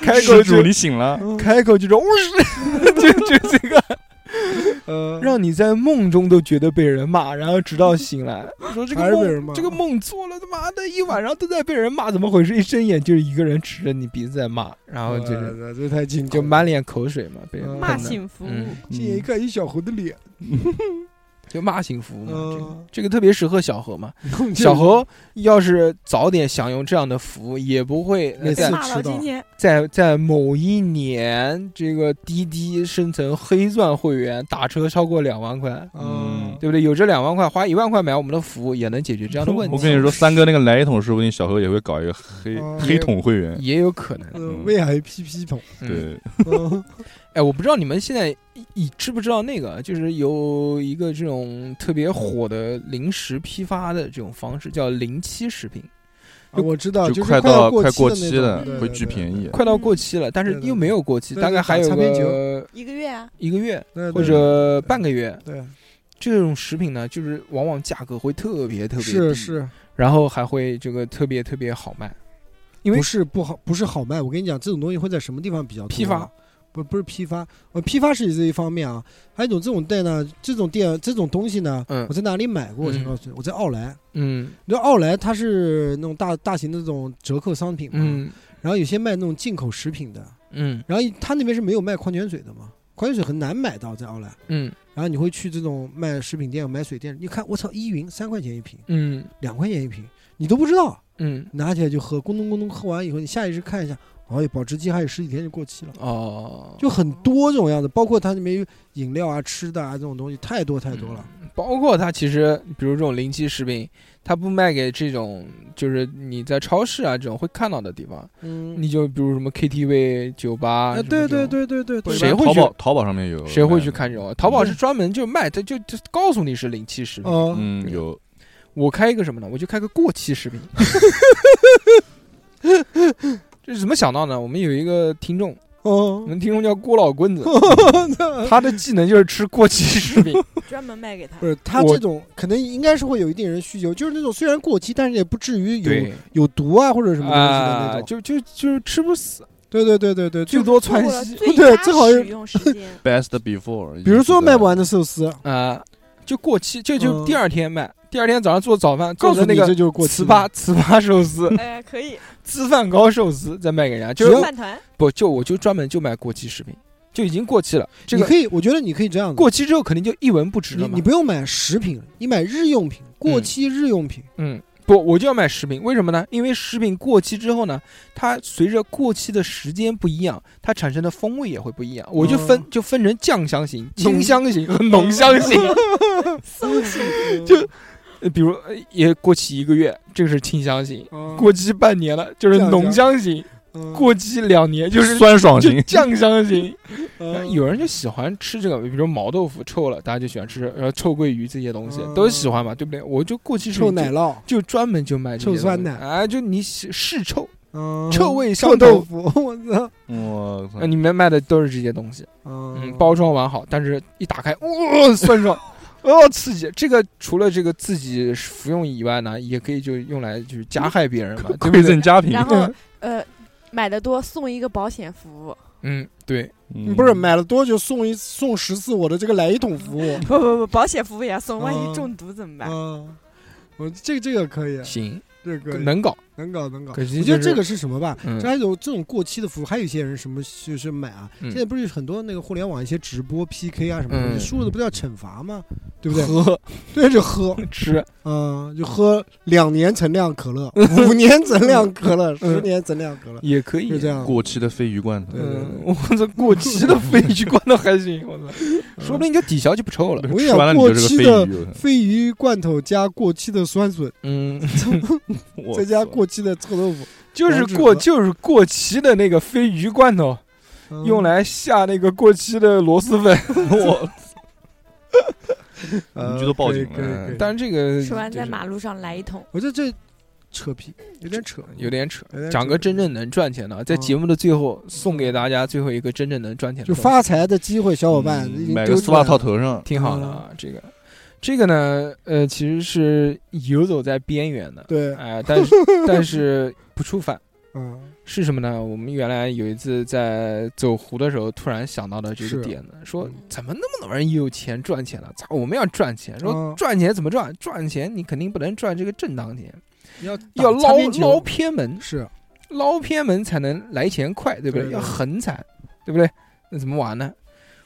[SPEAKER 1] 开口
[SPEAKER 3] 施主
[SPEAKER 1] 就
[SPEAKER 3] 你醒了，
[SPEAKER 2] 嗯
[SPEAKER 1] 开口就说我是 就就这个，
[SPEAKER 2] 呃，
[SPEAKER 1] 让你在梦中都觉得被人骂，然后直到醒来说这
[SPEAKER 2] 还
[SPEAKER 1] 个
[SPEAKER 2] 是被人骂
[SPEAKER 1] 梦这个梦做了他妈的一晚上都在被人骂，怎么回事？一睁眼就是一个人指着你鼻子在骂，然后就是
[SPEAKER 2] 我操这太近，
[SPEAKER 1] 就满脸口水嘛，被人
[SPEAKER 2] 嗯
[SPEAKER 1] 喷
[SPEAKER 4] 骂
[SPEAKER 1] 的
[SPEAKER 4] 醒服务，
[SPEAKER 1] 嗯
[SPEAKER 2] 这一看一小猴的脸，
[SPEAKER 1] 就骂醒服务嘛。这个
[SPEAKER 2] 嗯，
[SPEAKER 1] 这个特别适合小何 嘛。小何要是早点享用这样的服务，也不会
[SPEAKER 2] 每次
[SPEAKER 1] 在
[SPEAKER 4] 骂到
[SPEAKER 2] 迟到
[SPEAKER 4] 今天，
[SPEAKER 1] 在在某一年这个滴滴生成黑钻会员，打车超过两万块，
[SPEAKER 2] 嗯，
[SPEAKER 1] 对不对？有这两万块，花一万块买我们的服务，也能解决这样的问题。
[SPEAKER 3] 我跟你说，三哥那个来一桶，说不定小何也会搞一个黑
[SPEAKER 2] 哦
[SPEAKER 3] 黑桶会员。
[SPEAKER 1] 也有可能。
[SPEAKER 2] 嗯为啥有 PP 桶？
[SPEAKER 1] 嗯，
[SPEAKER 3] 对，
[SPEAKER 2] 嗯
[SPEAKER 1] 哎，我不知道你们现在你你知不知道那个，就是有一个这种特别火的零食批发的这种方式，叫零七食品，
[SPEAKER 2] 啊我知道，就是
[SPEAKER 3] 快
[SPEAKER 2] 要
[SPEAKER 3] 到
[SPEAKER 2] 过
[SPEAKER 3] 快过
[SPEAKER 2] 期
[SPEAKER 3] 期了
[SPEAKER 2] 那种，
[SPEAKER 3] 会巨便。宜。
[SPEAKER 1] 快到过期了，但是
[SPEAKER 2] 对对
[SPEAKER 1] 又没有过期，
[SPEAKER 2] 对
[SPEAKER 1] 大概还有
[SPEAKER 2] 打擦边
[SPEAKER 1] 个
[SPEAKER 5] 一个月啊，
[SPEAKER 1] 一个月
[SPEAKER 2] 对对对
[SPEAKER 1] 或
[SPEAKER 2] 对对
[SPEAKER 1] 者半个月。
[SPEAKER 2] 对，
[SPEAKER 1] 这种食品呢，就是往往价格会特别特别低
[SPEAKER 2] 是，是，
[SPEAKER 1] 然后还会这个特别特别好卖。因为
[SPEAKER 2] 不是不好，不是好卖。我跟你讲，这种东西会在什么地方比较多
[SPEAKER 1] 批发？
[SPEAKER 2] 不，不是批发，呃，批发是这一方面啊。还有一种这种店呢，这种店这种东西呢，
[SPEAKER 1] 嗯
[SPEAKER 2] 我在哪里买过？我先
[SPEAKER 1] 嗯
[SPEAKER 2] 告诉你，我在奥莱。
[SPEAKER 1] 嗯
[SPEAKER 2] 你知道奥莱它是那种大大型的这种折扣商品嘛，
[SPEAKER 1] 嗯
[SPEAKER 2] 然后有些卖那种进口食品的，
[SPEAKER 1] 嗯
[SPEAKER 2] 然后它那边是没有卖矿泉水的嘛，矿泉水很难买到在奥莱。
[SPEAKER 1] 嗯
[SPEAKER 2] 然后你会去这种卖食品店、买水店，你看我操，依云三块钱一瓶，
[SPEAKER 1] 嗯
[SPEAKER 2] 两块钱一瓶，你都不知道，
[SPEAKER 1] 嗯，
[SPEAKER 2] 拿起来就喝，咕咚咕咚喝完以后，你下意识看一下，哦，保质期还有十几天就过期了，
[SPEAKER 1] 哦，
[SPEAKER 2] 就很多这种样子，包括它里面有饮料啊、吃的啊这种东西，太多太多了。
[SPEAKER 1] 包括它其实，比如这种临期食品，它不卖给这种就是你在超市啊这种会看到的地方，
[SPEAKER 2] 嗯，
[SPEAKER 1] 你就比如什么 KTV、酒吧，
[SPEAKER 2] 啊，
[SPEAKER 1] 什么
[SPEAKER 2] 对
[SPEAKER 1] 这种，
[SPEAKER 2] 对对对对对，
[SPEAKER 1] 谁会
[SPEAKER 3] 淘
[SPEAKER 1] 去
[SPEAKER 3] 宝淘宝上面有？
[SPEAKER 1] 谁会去？看这种？淘宝
[SPEAKER 2] 对
[SPEAKER 1] 是专门就卖，它就就告诉你是临期食品。
[SPEAKER 2] 哦，
[SPEAKER 3] 嗯，有。，
[SPEAKER 1] 我开一个什么呢？我就开个过期食 品。这是怎么想到呢？我们有一个听众，我
[SPEAKER 2] 哦，
[SPEAKER 1] 们听众叫郭老棍子，他的技能就是吃过期食 品。
[SPEAKER 5] 专门卖给他
[SPEAKER 2] 不。是，它
[SPEAKER 1] 我
[SPEAKER 2] 这种可能应该是会有一定人需求，就是那种虽然过期，但是也不至于有
[SPEAKER 1] 对
[SPEAKER 2] 有毒啊或者什么东西的那
[SPEAKER 1] 啊，
[SPEAKER 2] 种。
[SPEAKER 1] 就就就是吃不死，
[SPEAKER 2] 对对对对对，
[SPEAKER 1] 最
[SPEAKER 2] 就
[SPEAKER 1] 多
[SPEAKER 5] 错
[SPEAKER 1] 窜
[SPEAKER 5] 过了
[SPEAKER 1] 稀
[SPEAKER 5] 最
[SPEAKER 2] 对
[SPEAKER 5] 佳
[SPEAKER 2] 正好是
[SPEAKER 5] 使用时间
[SPEAKER 3] Best before，
[SPEAKER 2] 比如说卖不完的寿司，
[SPEAKER 1] 啊，就过期，就就
[SPEAKER 2] 嗯
[SPEAKER 1] 第二天卖，第二天早上做早饭，
[SPEAKER 2] 告
[SPEAKER 1] 告诉
[SPEAKER 2] 诉
[SPEAKER 1] 那
[SPEAKER 2] 你
[SPEAKER 1] 个
[SPEAKER 2] 这就是过期
[SPEAKER 1] 糍
[SPEAKER 2] 了
[SPEAKER 1] 粑糍粑寿 司、
[SPEAKER 5] 哎，可以
[SPEAKER 1] 粢饭糕寿司再卖给人家，就
[SPEAKER 2] 只
[SPEAKER 1] 是
[SPEAKER 2] 要
[SPEAKER 5] 饭团，
[SPEAKER 1] 不就我就专门就卖过期食品，就已经过期了，这个
[SPEAKER 2] 你可以，我觉得你可以这样子，
[SPEAKER 1] 过期之后肯定就一文不值
[SPEAKER 2] 你
[SPEAKER 1] 了嘛
[SPEAKER 2] 你。不用买食品，你买日用品，过期日用品。
[SPEAKER 1] 嗯，不，我就要买食品，为什么呢？因为食品过期之后呢，它随着过期的时间不一样，它产生的风味也会不一样。我就分、
[SPEAKER 2] 嗯
[SPEAKER 1] 就分成酱香型、清香型和浓香型。
[SPEAKER 5] 搜起
[SPEAKER 1] 就呃比如呃也过期一个月，这个是清香型；过期半年了就是
[SPEAKER 2] 酱
[SPEAKER 1] 浓香型；
[SPEAKER 2] 嗯
[SPEAKER 1] 过期两年就是
[SPEAKER 3] 酸爽
[SPEAKER 1] 就
[SPEAKER 3] 型，
[SPEAKER 1] 酱香型。
[SPEAKER 2] 嗯
[SPEAKER 1] 有人就喜欢吃这个，比如说毛豆腐臭了，大家就喜欢吃，然后臭鳜鱼这些东西
[SPEAKER 2] 嗯
[SPEAKER 1] 都喜欢嘛，对不对？我就过期食
[SPEAKER 2] 臭
[SPEAKER 1] 品就
[SPEAKER 2] 奶酪，
[SPEAKER 1] 就专门就卖这
[SPEAKER 2] 臭
[SPEAKER 1] 些
[SPEAKER 2] 酸
[SPEAKER 1] 东西
[SPEAKER 2] 奶
[SPEAKER 1] 啊，就你喜是臭，
[SPEAKER 2] 嗯
[SPEAKER 1] 臭味
[SPEAKER 2] 臭
[SPEAKER 1] 上
[SPEAKER 2] 豆
[SPEAKER 1] 头
[SPEAKER 2] 腐， 我操，
[SPEAKER 3] 我操
[SPEAKER 1] 呃，！里面卖的都是这些东西，嗯，
[SPEAKER 2] 嗯
[SPEAKER 1] 包装完好，但是一打开，哇，酸爽，哦，刺激！这个除了这个自己服用以外呢，也可以就用来就是加
[SPEAKER 2] 嗯
[SPEAKER 1] 害别人嘛，对不
[SPEAKER 3] 馈
[SPEAKER 1] 对？
[SPEAKER 3] 赠佳品
[SPEAKER 5] 然，后呃，买的多送一个保险服务，
[SPEAKER 1] 嗯，对，
[SPEAKER 3] 嗯
[SPEAKER 2] 不是买了多久送一送十次我的这个来一桶服务。
[SPEAKER 5] 不不不，保险服务也要送，万
[SPEAKER 2] 嗯
[SPEAKER 5] 一中毒怎 么办？
[SPEAKER 2] 嗯，我这这个可以，啊
[SPEAKER 1] 行，
[SPEAKER 2] 这个可以
[SPEAKER 1] 能搞。
[SPEAKER 2] 能搞能搞。
[SPEAKER 1] 可惜
[SPEAKER 2] 我觉得
[SPEAKER 1] 就是
[SPEAKER 2] 这个是什么吧？
[SPEAKER 1] 嗯
[SPEAKER 2] 这还有这种过期的服务，还有一些人什么就是买啊。
[SPEAKER 1] 嗯
[SPEAKER 2] 现在不是有很多那个互联网一些直播 PK 啊什么的，
[SPEAKER 1] 嗯
[SPEAKER 2] 输了的不叫惩罚吗？对不对？
[SPEAKER 1] 喝
[SPEAKER 2] 对，就喝，
[SPEAKER 1] 吃，
[SPEAKER 2] 嗯，就 喝两年存量可乐，五年存量可乐，
[SPEAKER 1] 嗯
[SPEAKER 2] 十年存量可乐，
[SPEAKER 1] 也可以
[SPEAKER 2] 就这。样。
[SPEAKER 3] 过期的鲱鱼罐头，
[SPEAKER 1] 嗯，我这过期的鲱鱼罐头还行，我操，
[SPEAKER 2] 嗯
[SPEAKER 1] 说不定就抵消就不臭了。
[SPEAKER 2] 我跟你
[SPEAKER 3] 吃完了
[SPEAKER 2] 讲，
[SPEAKER 3] 你
[SPEAKER 2] 过
[SPEAKER 3] 就是
[SPEAKER 2] 期
[SPEAKER 3] 个
[SPEAKER 2] 的
[SPEAKER 3] 鲱鱼
[SPEAKER 2] 鲱鱼罐头加过期的酸笋，
[SPEAKER 1] 嗯，
[SPEAKER 3] 我操，
[SPEAKER 2] 再加过期的臭豆腐，
[SPEAKER 1] 就是
[SPEAKER 2] 王致
[SPEAKER 1] 过
[SPEAKER 2] 和
[SPEAKER 1] 就是过期的那个鲱鱼罐头，
[SPEAKER 2] 嗯
[SPEAKER 1] 用来下那个过期的螺蛳 粉。
[SPEAKER 3] 我
[SPEAKER 2] 呃
[SPEAKER 3] 你这都报
[SPEAKER 2] 嗯可以
[SPEAKER 3] 警了
[SPEAKER 2] 可以可以
[SPEAKER 1] 嗯但是这个
[SPEAKER 5] 吃完在
[SPEAKER 1] 就是
[SPEAKER 5] 马路上来一桶，
[SPEAKER 2] 我觉得这扯皮，有点扯，
[SPEAKER 1] 有点扯
[SPEAKER 2] 有点。扯
[SPEAKER 1] 讲个真正能赚钱的，在节目的最后送给大家最后一个真正能赚钱的
[SPEAKER 2] 就
[SPEAKER 1] 东西，
[SPEAKER 2] 发财的机会，小伙伴
[SPEAKER 1] 嗯
[SPEAKER 2] 已经
[SPEAKER 3] 买
[SPEAKER 2] 丢
[SPEAKER 3] 个
[SPEAKER 2] 出
[SPEAKER 3] 丝
[SPEAKER 2] 来
[SPEAKER 3] 袜
[SPEAKER 2] 了
[SPEAKER 3] 套头上，
[SPEAKER 1] 挺好的
[SPEAKER 2] 嗯
[SPEAKER 1] 啊。这个，这个呢，呃，其实是游走在边缘的，
[SPEAKER 2] 对，
[SPEAKER 1] 哎，但是但是不触犯。
[SPEAKER 2] 嗯，
[SPEAKER 1] 是什么呢？我们原来有一次在走湖的时候，突然想到的这
[SPEAKER 2] 是嗯
[SPEAKER 1] 个点子，说怎么那么多人有钱赚钱了？操，我们要赚钱，说
[SPEAKER 2] 嗯
[SPEAKER 1] 赚钱怎么赚？赚钱你肯定不能赚这个正当钱，
[SPEAKER 2] 要
[SPEAKER 1] 要
[SPEAKER 2] 打擦
[SPEAKER 1] 捞
[SPEAKER 2] 边球
[SPEAKER 1] 捞偏门，
[SPEAKER 2] 是
[SPEAKER 1] 捞偏门才能来钱快，对不对？
[SPEAKER 2] 对
[SPEAKER 1] 要
[SPEAKER 2] 对
[SPEAKER 1] 横财，对不对？那怎么玩呢？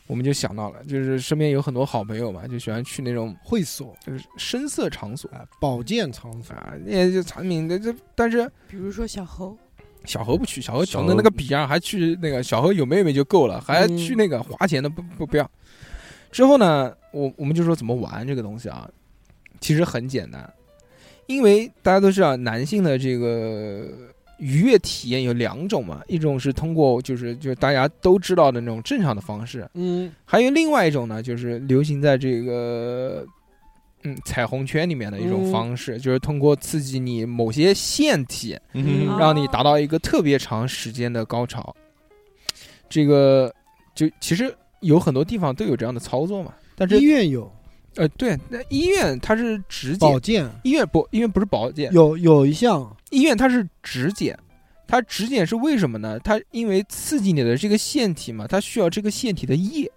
[SPEAKER 1] 我们就想到了，就是身边有很多好朋友嘛，就喜欢去那种
[SPEAKER 2] 会所
[SPEAKER 1] 就是深色场所
[SPEAKER 2] 啊，保健场所，
[SPEAKER 1] 啊，那些就产品的这，但是
[SPEAKER 4] 比如说小猴，
[SPEAKER 1] 小何不去，小何
[SPEAKER 3] 小
[SPEAKER 1] 穷的那
[SPEAKER 3] 何
[SPEAKER 1] 个逼样，还去那个小何有妹妹就够了，还
[SPEAKER 2] 嗯
[SPEAKER 1] 去那个花钱的不不不要。之后呢，我我们就说怎么玩这个东西啊，其实很简单，因为大家都知道男性的这个愉悦体验有两种嘛，一种是通过就是就是大家都知道的那种正常的方式，
[SPEAKER 2] 嗯
[SPEAKER 1] 还有另外一种呢，就是流行在这个嗯彩虹圈里面的一种
[SPEAKER 2] 嗯
[SPEAKER 1] 方式，就是通过刺激你某些腺体，
[SPEAKER 3] 嗯
[SPEAKER 4] 啊
[SPEAKER 3] 哼，
[SPEAKER 1] 让你达到一个特别长时间的高潮。这个就其实有很多地方都有这样的操作嘛，但
[SPEAKER 2] 医
[SPEAKER 1] 是
[SPEAKER 2] 院有
[SPEAKER 1] 呃，对，那医院它是直检
[SPEAKER 2] 保，健，
[SPEAKER 1] 医院不，医院不是保健，
[SPEAKER 2] 有有一项
[SPEAKER 1] 医院它是直检，它直检是为什么呢？它因为刺激你的这个腺体嘛，它需要这个腺体的液，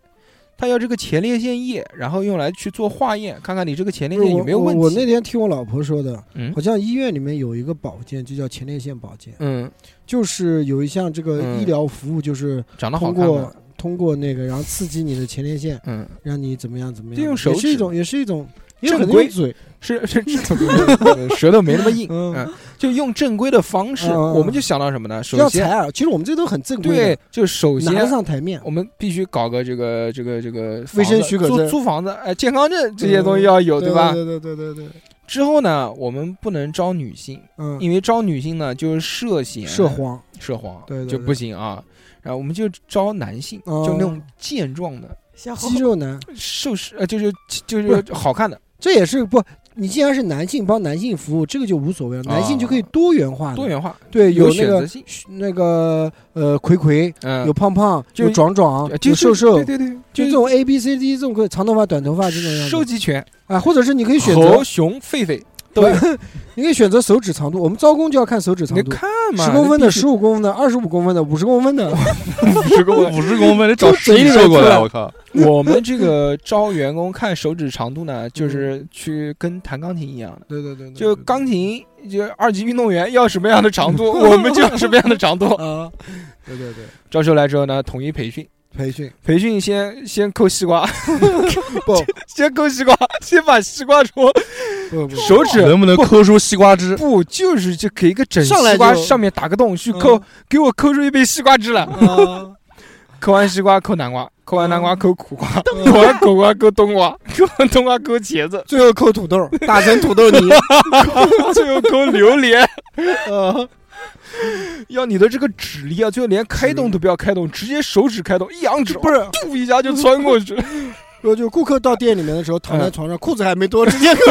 [SPEAKER 1] 它要这个前列腺液，然后用来去做化验，看看你这个前列腺有没有
[SPEAKER 2] 我
[SPEAKER 1] 问
[SPEAKER 2] 我
[SPEAKER 1] 题。
[SPEAKER 2] 我那天听我老婆说的，
[SPEAKER 1] 嗯
[SPEAKER 2] 好像医院里面有一个保健，就叫前列腺保健，
[SPEAKER 1] 嗯，
[SPEAKER 2] 就是有一项这个
[SPEAKER 1] 嗯
[SPEAKER 2] 医疗服务，就是
[SPEAKER 1] 长得好
[SPEAKER 2] 通
[SPEAKER 1] 看
[SPEAKER 2] 过
[SPEAKER 1] 吗？
[SPEAKER 2] 通过那个，然后刺激你的前列腺，
[SPEAKER 1] 嗯，
[SPEAKER 2] 让你怎么样怎么样，
[SPEAKER 1] 就用手
[SPEAKER 2] 也是一
[SPEAKER 1] 指
[SPEAKER 2] 种也是一种，也可
[SPEAKER 1] 正
[SPEAKER 2] 能
[SPEAKER 1] 规
[SPEAKER 2] 用嘴，
[SPEAKER 1] 是是是 舌头没那么硬，
[SPEAKER 2] 嗯
[SPEAKER 1] 嗯，就用正规的方式，
[SPEAKER 2] 嗯嗯嗯
[SPEAKER 1] 我们就想到什么呢？首
[SPEAKER 2] 要
[SPEAKER 1] 先，
[SPEAKER 2] 采耳，其实我们这都很正规
[SPEAKER 1] 对
[SPEAKER 2] 的，，
[SPEAKER 1] 就首
[SPEAKER 2] 拿得
[SPEAKER 1] 先
[SPEAKER 2] 上台面。
[SPEAKER 1] 我们必须搞个这个这个这个
[SPEAKER 2] 卫生
[SPEAKER 1] 房子
[SPEAKER 2] 许可
[SPEAKER 1] 租
[SPEAKER 2] 证嗯
[SPEAKER 1] 租房子，哎，健康证这些东西要有，
[SPEAKER 2] 对
[SPEAKER 1] 吧？
[SPEAKER 2] 对对对对对，
[SPEAKER 1] 之后呢，我们不能招女性，
[SPEAKER 2] 嗯，
[SPEAKER 1] 因为招女性呢就是涉嫌
[SPEAKER 2] 涉黄，
[SPEAKER 1] 涉黄，
[SPEAKER 2] 对对对
[SPEAKER 1] 就不行啊。然后我们就招男性，
[SPEAKER 2] 哦
[SPEAKER 1] 就那种健壮的、
[SPEAKER 4] 小猴
[SPEAKER 2] 肌肉男，
[SPEAKER 1] 瘦实呃，就是就
[SPEAKER 2] 不
[SPEAKER 1] 是
[SPEAKER 2] 是
[SPEAKER 1] 好看的、
[SPEAKER 2] 这也是不，你既然是男性帮男性服务，这个就无所谓了，男性就可以多元化的，
[SPEAKER 1] 啊多元化，
[SPEAKER 2] 啊对，
[SPEAKER 1] 有
[SPEAKER 2] 那
[SPEAKER 1] 选择
[SPEAKER 2] 个
[SPEAKER 1] 性，
[SPEAKER 2] 那个呃葵葵，
[SPEAKER 1] 嗯，
[SPEAKER 2] 有胖胖，
[SPEAKER 1] 就呃
[SPEAKER 2] 有壮壮，
[SPEAKER 1] 就
[SPEAKER 2] 有瘦瘦
[SPEAKER 1] 对，对对，
[SPEAKER 2] 就这
[SPEAKER 1] 是
[SPEAKER 2] 种 A B C D 这种可以长头发、短头发这种样
[SPEAKER 1] 收
[SPEAKER 2] 子
[SPEAKER 1] 集犬，
[SPEAKER 2] 啊，或者是你可以选择
[SPEAKER 1] 猴、，熊、狒狒都有，
[SPEAKER 2] 对， 你可以选择手指长度，我们招工就要看手指长
[SPEAKER 1] 你
[SPEAKER 2] 度，
[SPEAKER 1] 看嘛，
[SPEAKER 2] 十公分的、
[SPEAKER 1] 那必须哦
[SPEAKER 2] 十五公分的、二十五公分的、五十公分的，
[SPEAKER 3] 五 十公五十公分，得找
[SPEAKER 2] 从嘴里
[SPEAKER 3] 兽
[SPEAKER 2] 面
[SPEAKER 3] 兽过
[SPEAKER 2] 出
[SPEAKER 3] 来，
[SPEAKER 2] 来
[SPEAKER 3] 我靠！
[SPEAKER 1] 我们这个招员工看手指长度呢，就是去跟弹钢琴一样的。
[SPEAKER 2] 对对嗯对，对
[SPEAKER 1] 就钢琴，就二级运动员要什么样的长 度，我们就要什么样的长度。
[SPEAKER 2] 啊，对对对，
[SPEAKER 1] 招收来之后呢，统一培训，
[SPEAKER 2] 培训
[SPEAKER 1] 培训先先抠西瓜，
[SPEAKER 2] 不
[SPEAKER 1] 先抠西瓜，先把西瓜从
[SPEAKER 2] 不不
[SPEAKER 1] 手指
[SPEAKER 3] 能不能
[SPEAKER 1] 不
[SPEAKER 3] 抠出西瓜汁？
[SPEAKER 1] 不就是就给一个整
[SPEAKER 2] 上来
[SPEAKER 1] 西瓜
[SPEAKER 2] 就
[SPEAKER 1] 上面嗯打个洞去抠，给我抠出一杯西瓜汁来。
[SPEAKER 2] 啊，
[SPEAKER 1] 抠完西瓜抠南瓜，抠完南瓜抠苦嗯 瓜，
[SPEAKER 2] 嗯
[SPEAKER 1] 抠完苦瓜抠冬瓜， 抠完冬瓜抠茄子，
[SPEAKER 2] 最后抠 土豆，打成土豆泥，
[SPEAKER 1] 最后抠榴莲。 嗯
[SPEAKER 2] 啊，
[SPEAKER 1] 要你的这个指力啊，最后连开洞都不要开洞，直接手指开洞，一扬指，
[SPEAKER 2] 不是，
[SPEAKER 1] 噗一下就穿过 去。
[SPEAKER 2] 我就顾客到店里面的时候，躺在
[SPEAKER 1] 嗯
[SPEAKER 2] 床上，裤子还没脱，直接 就就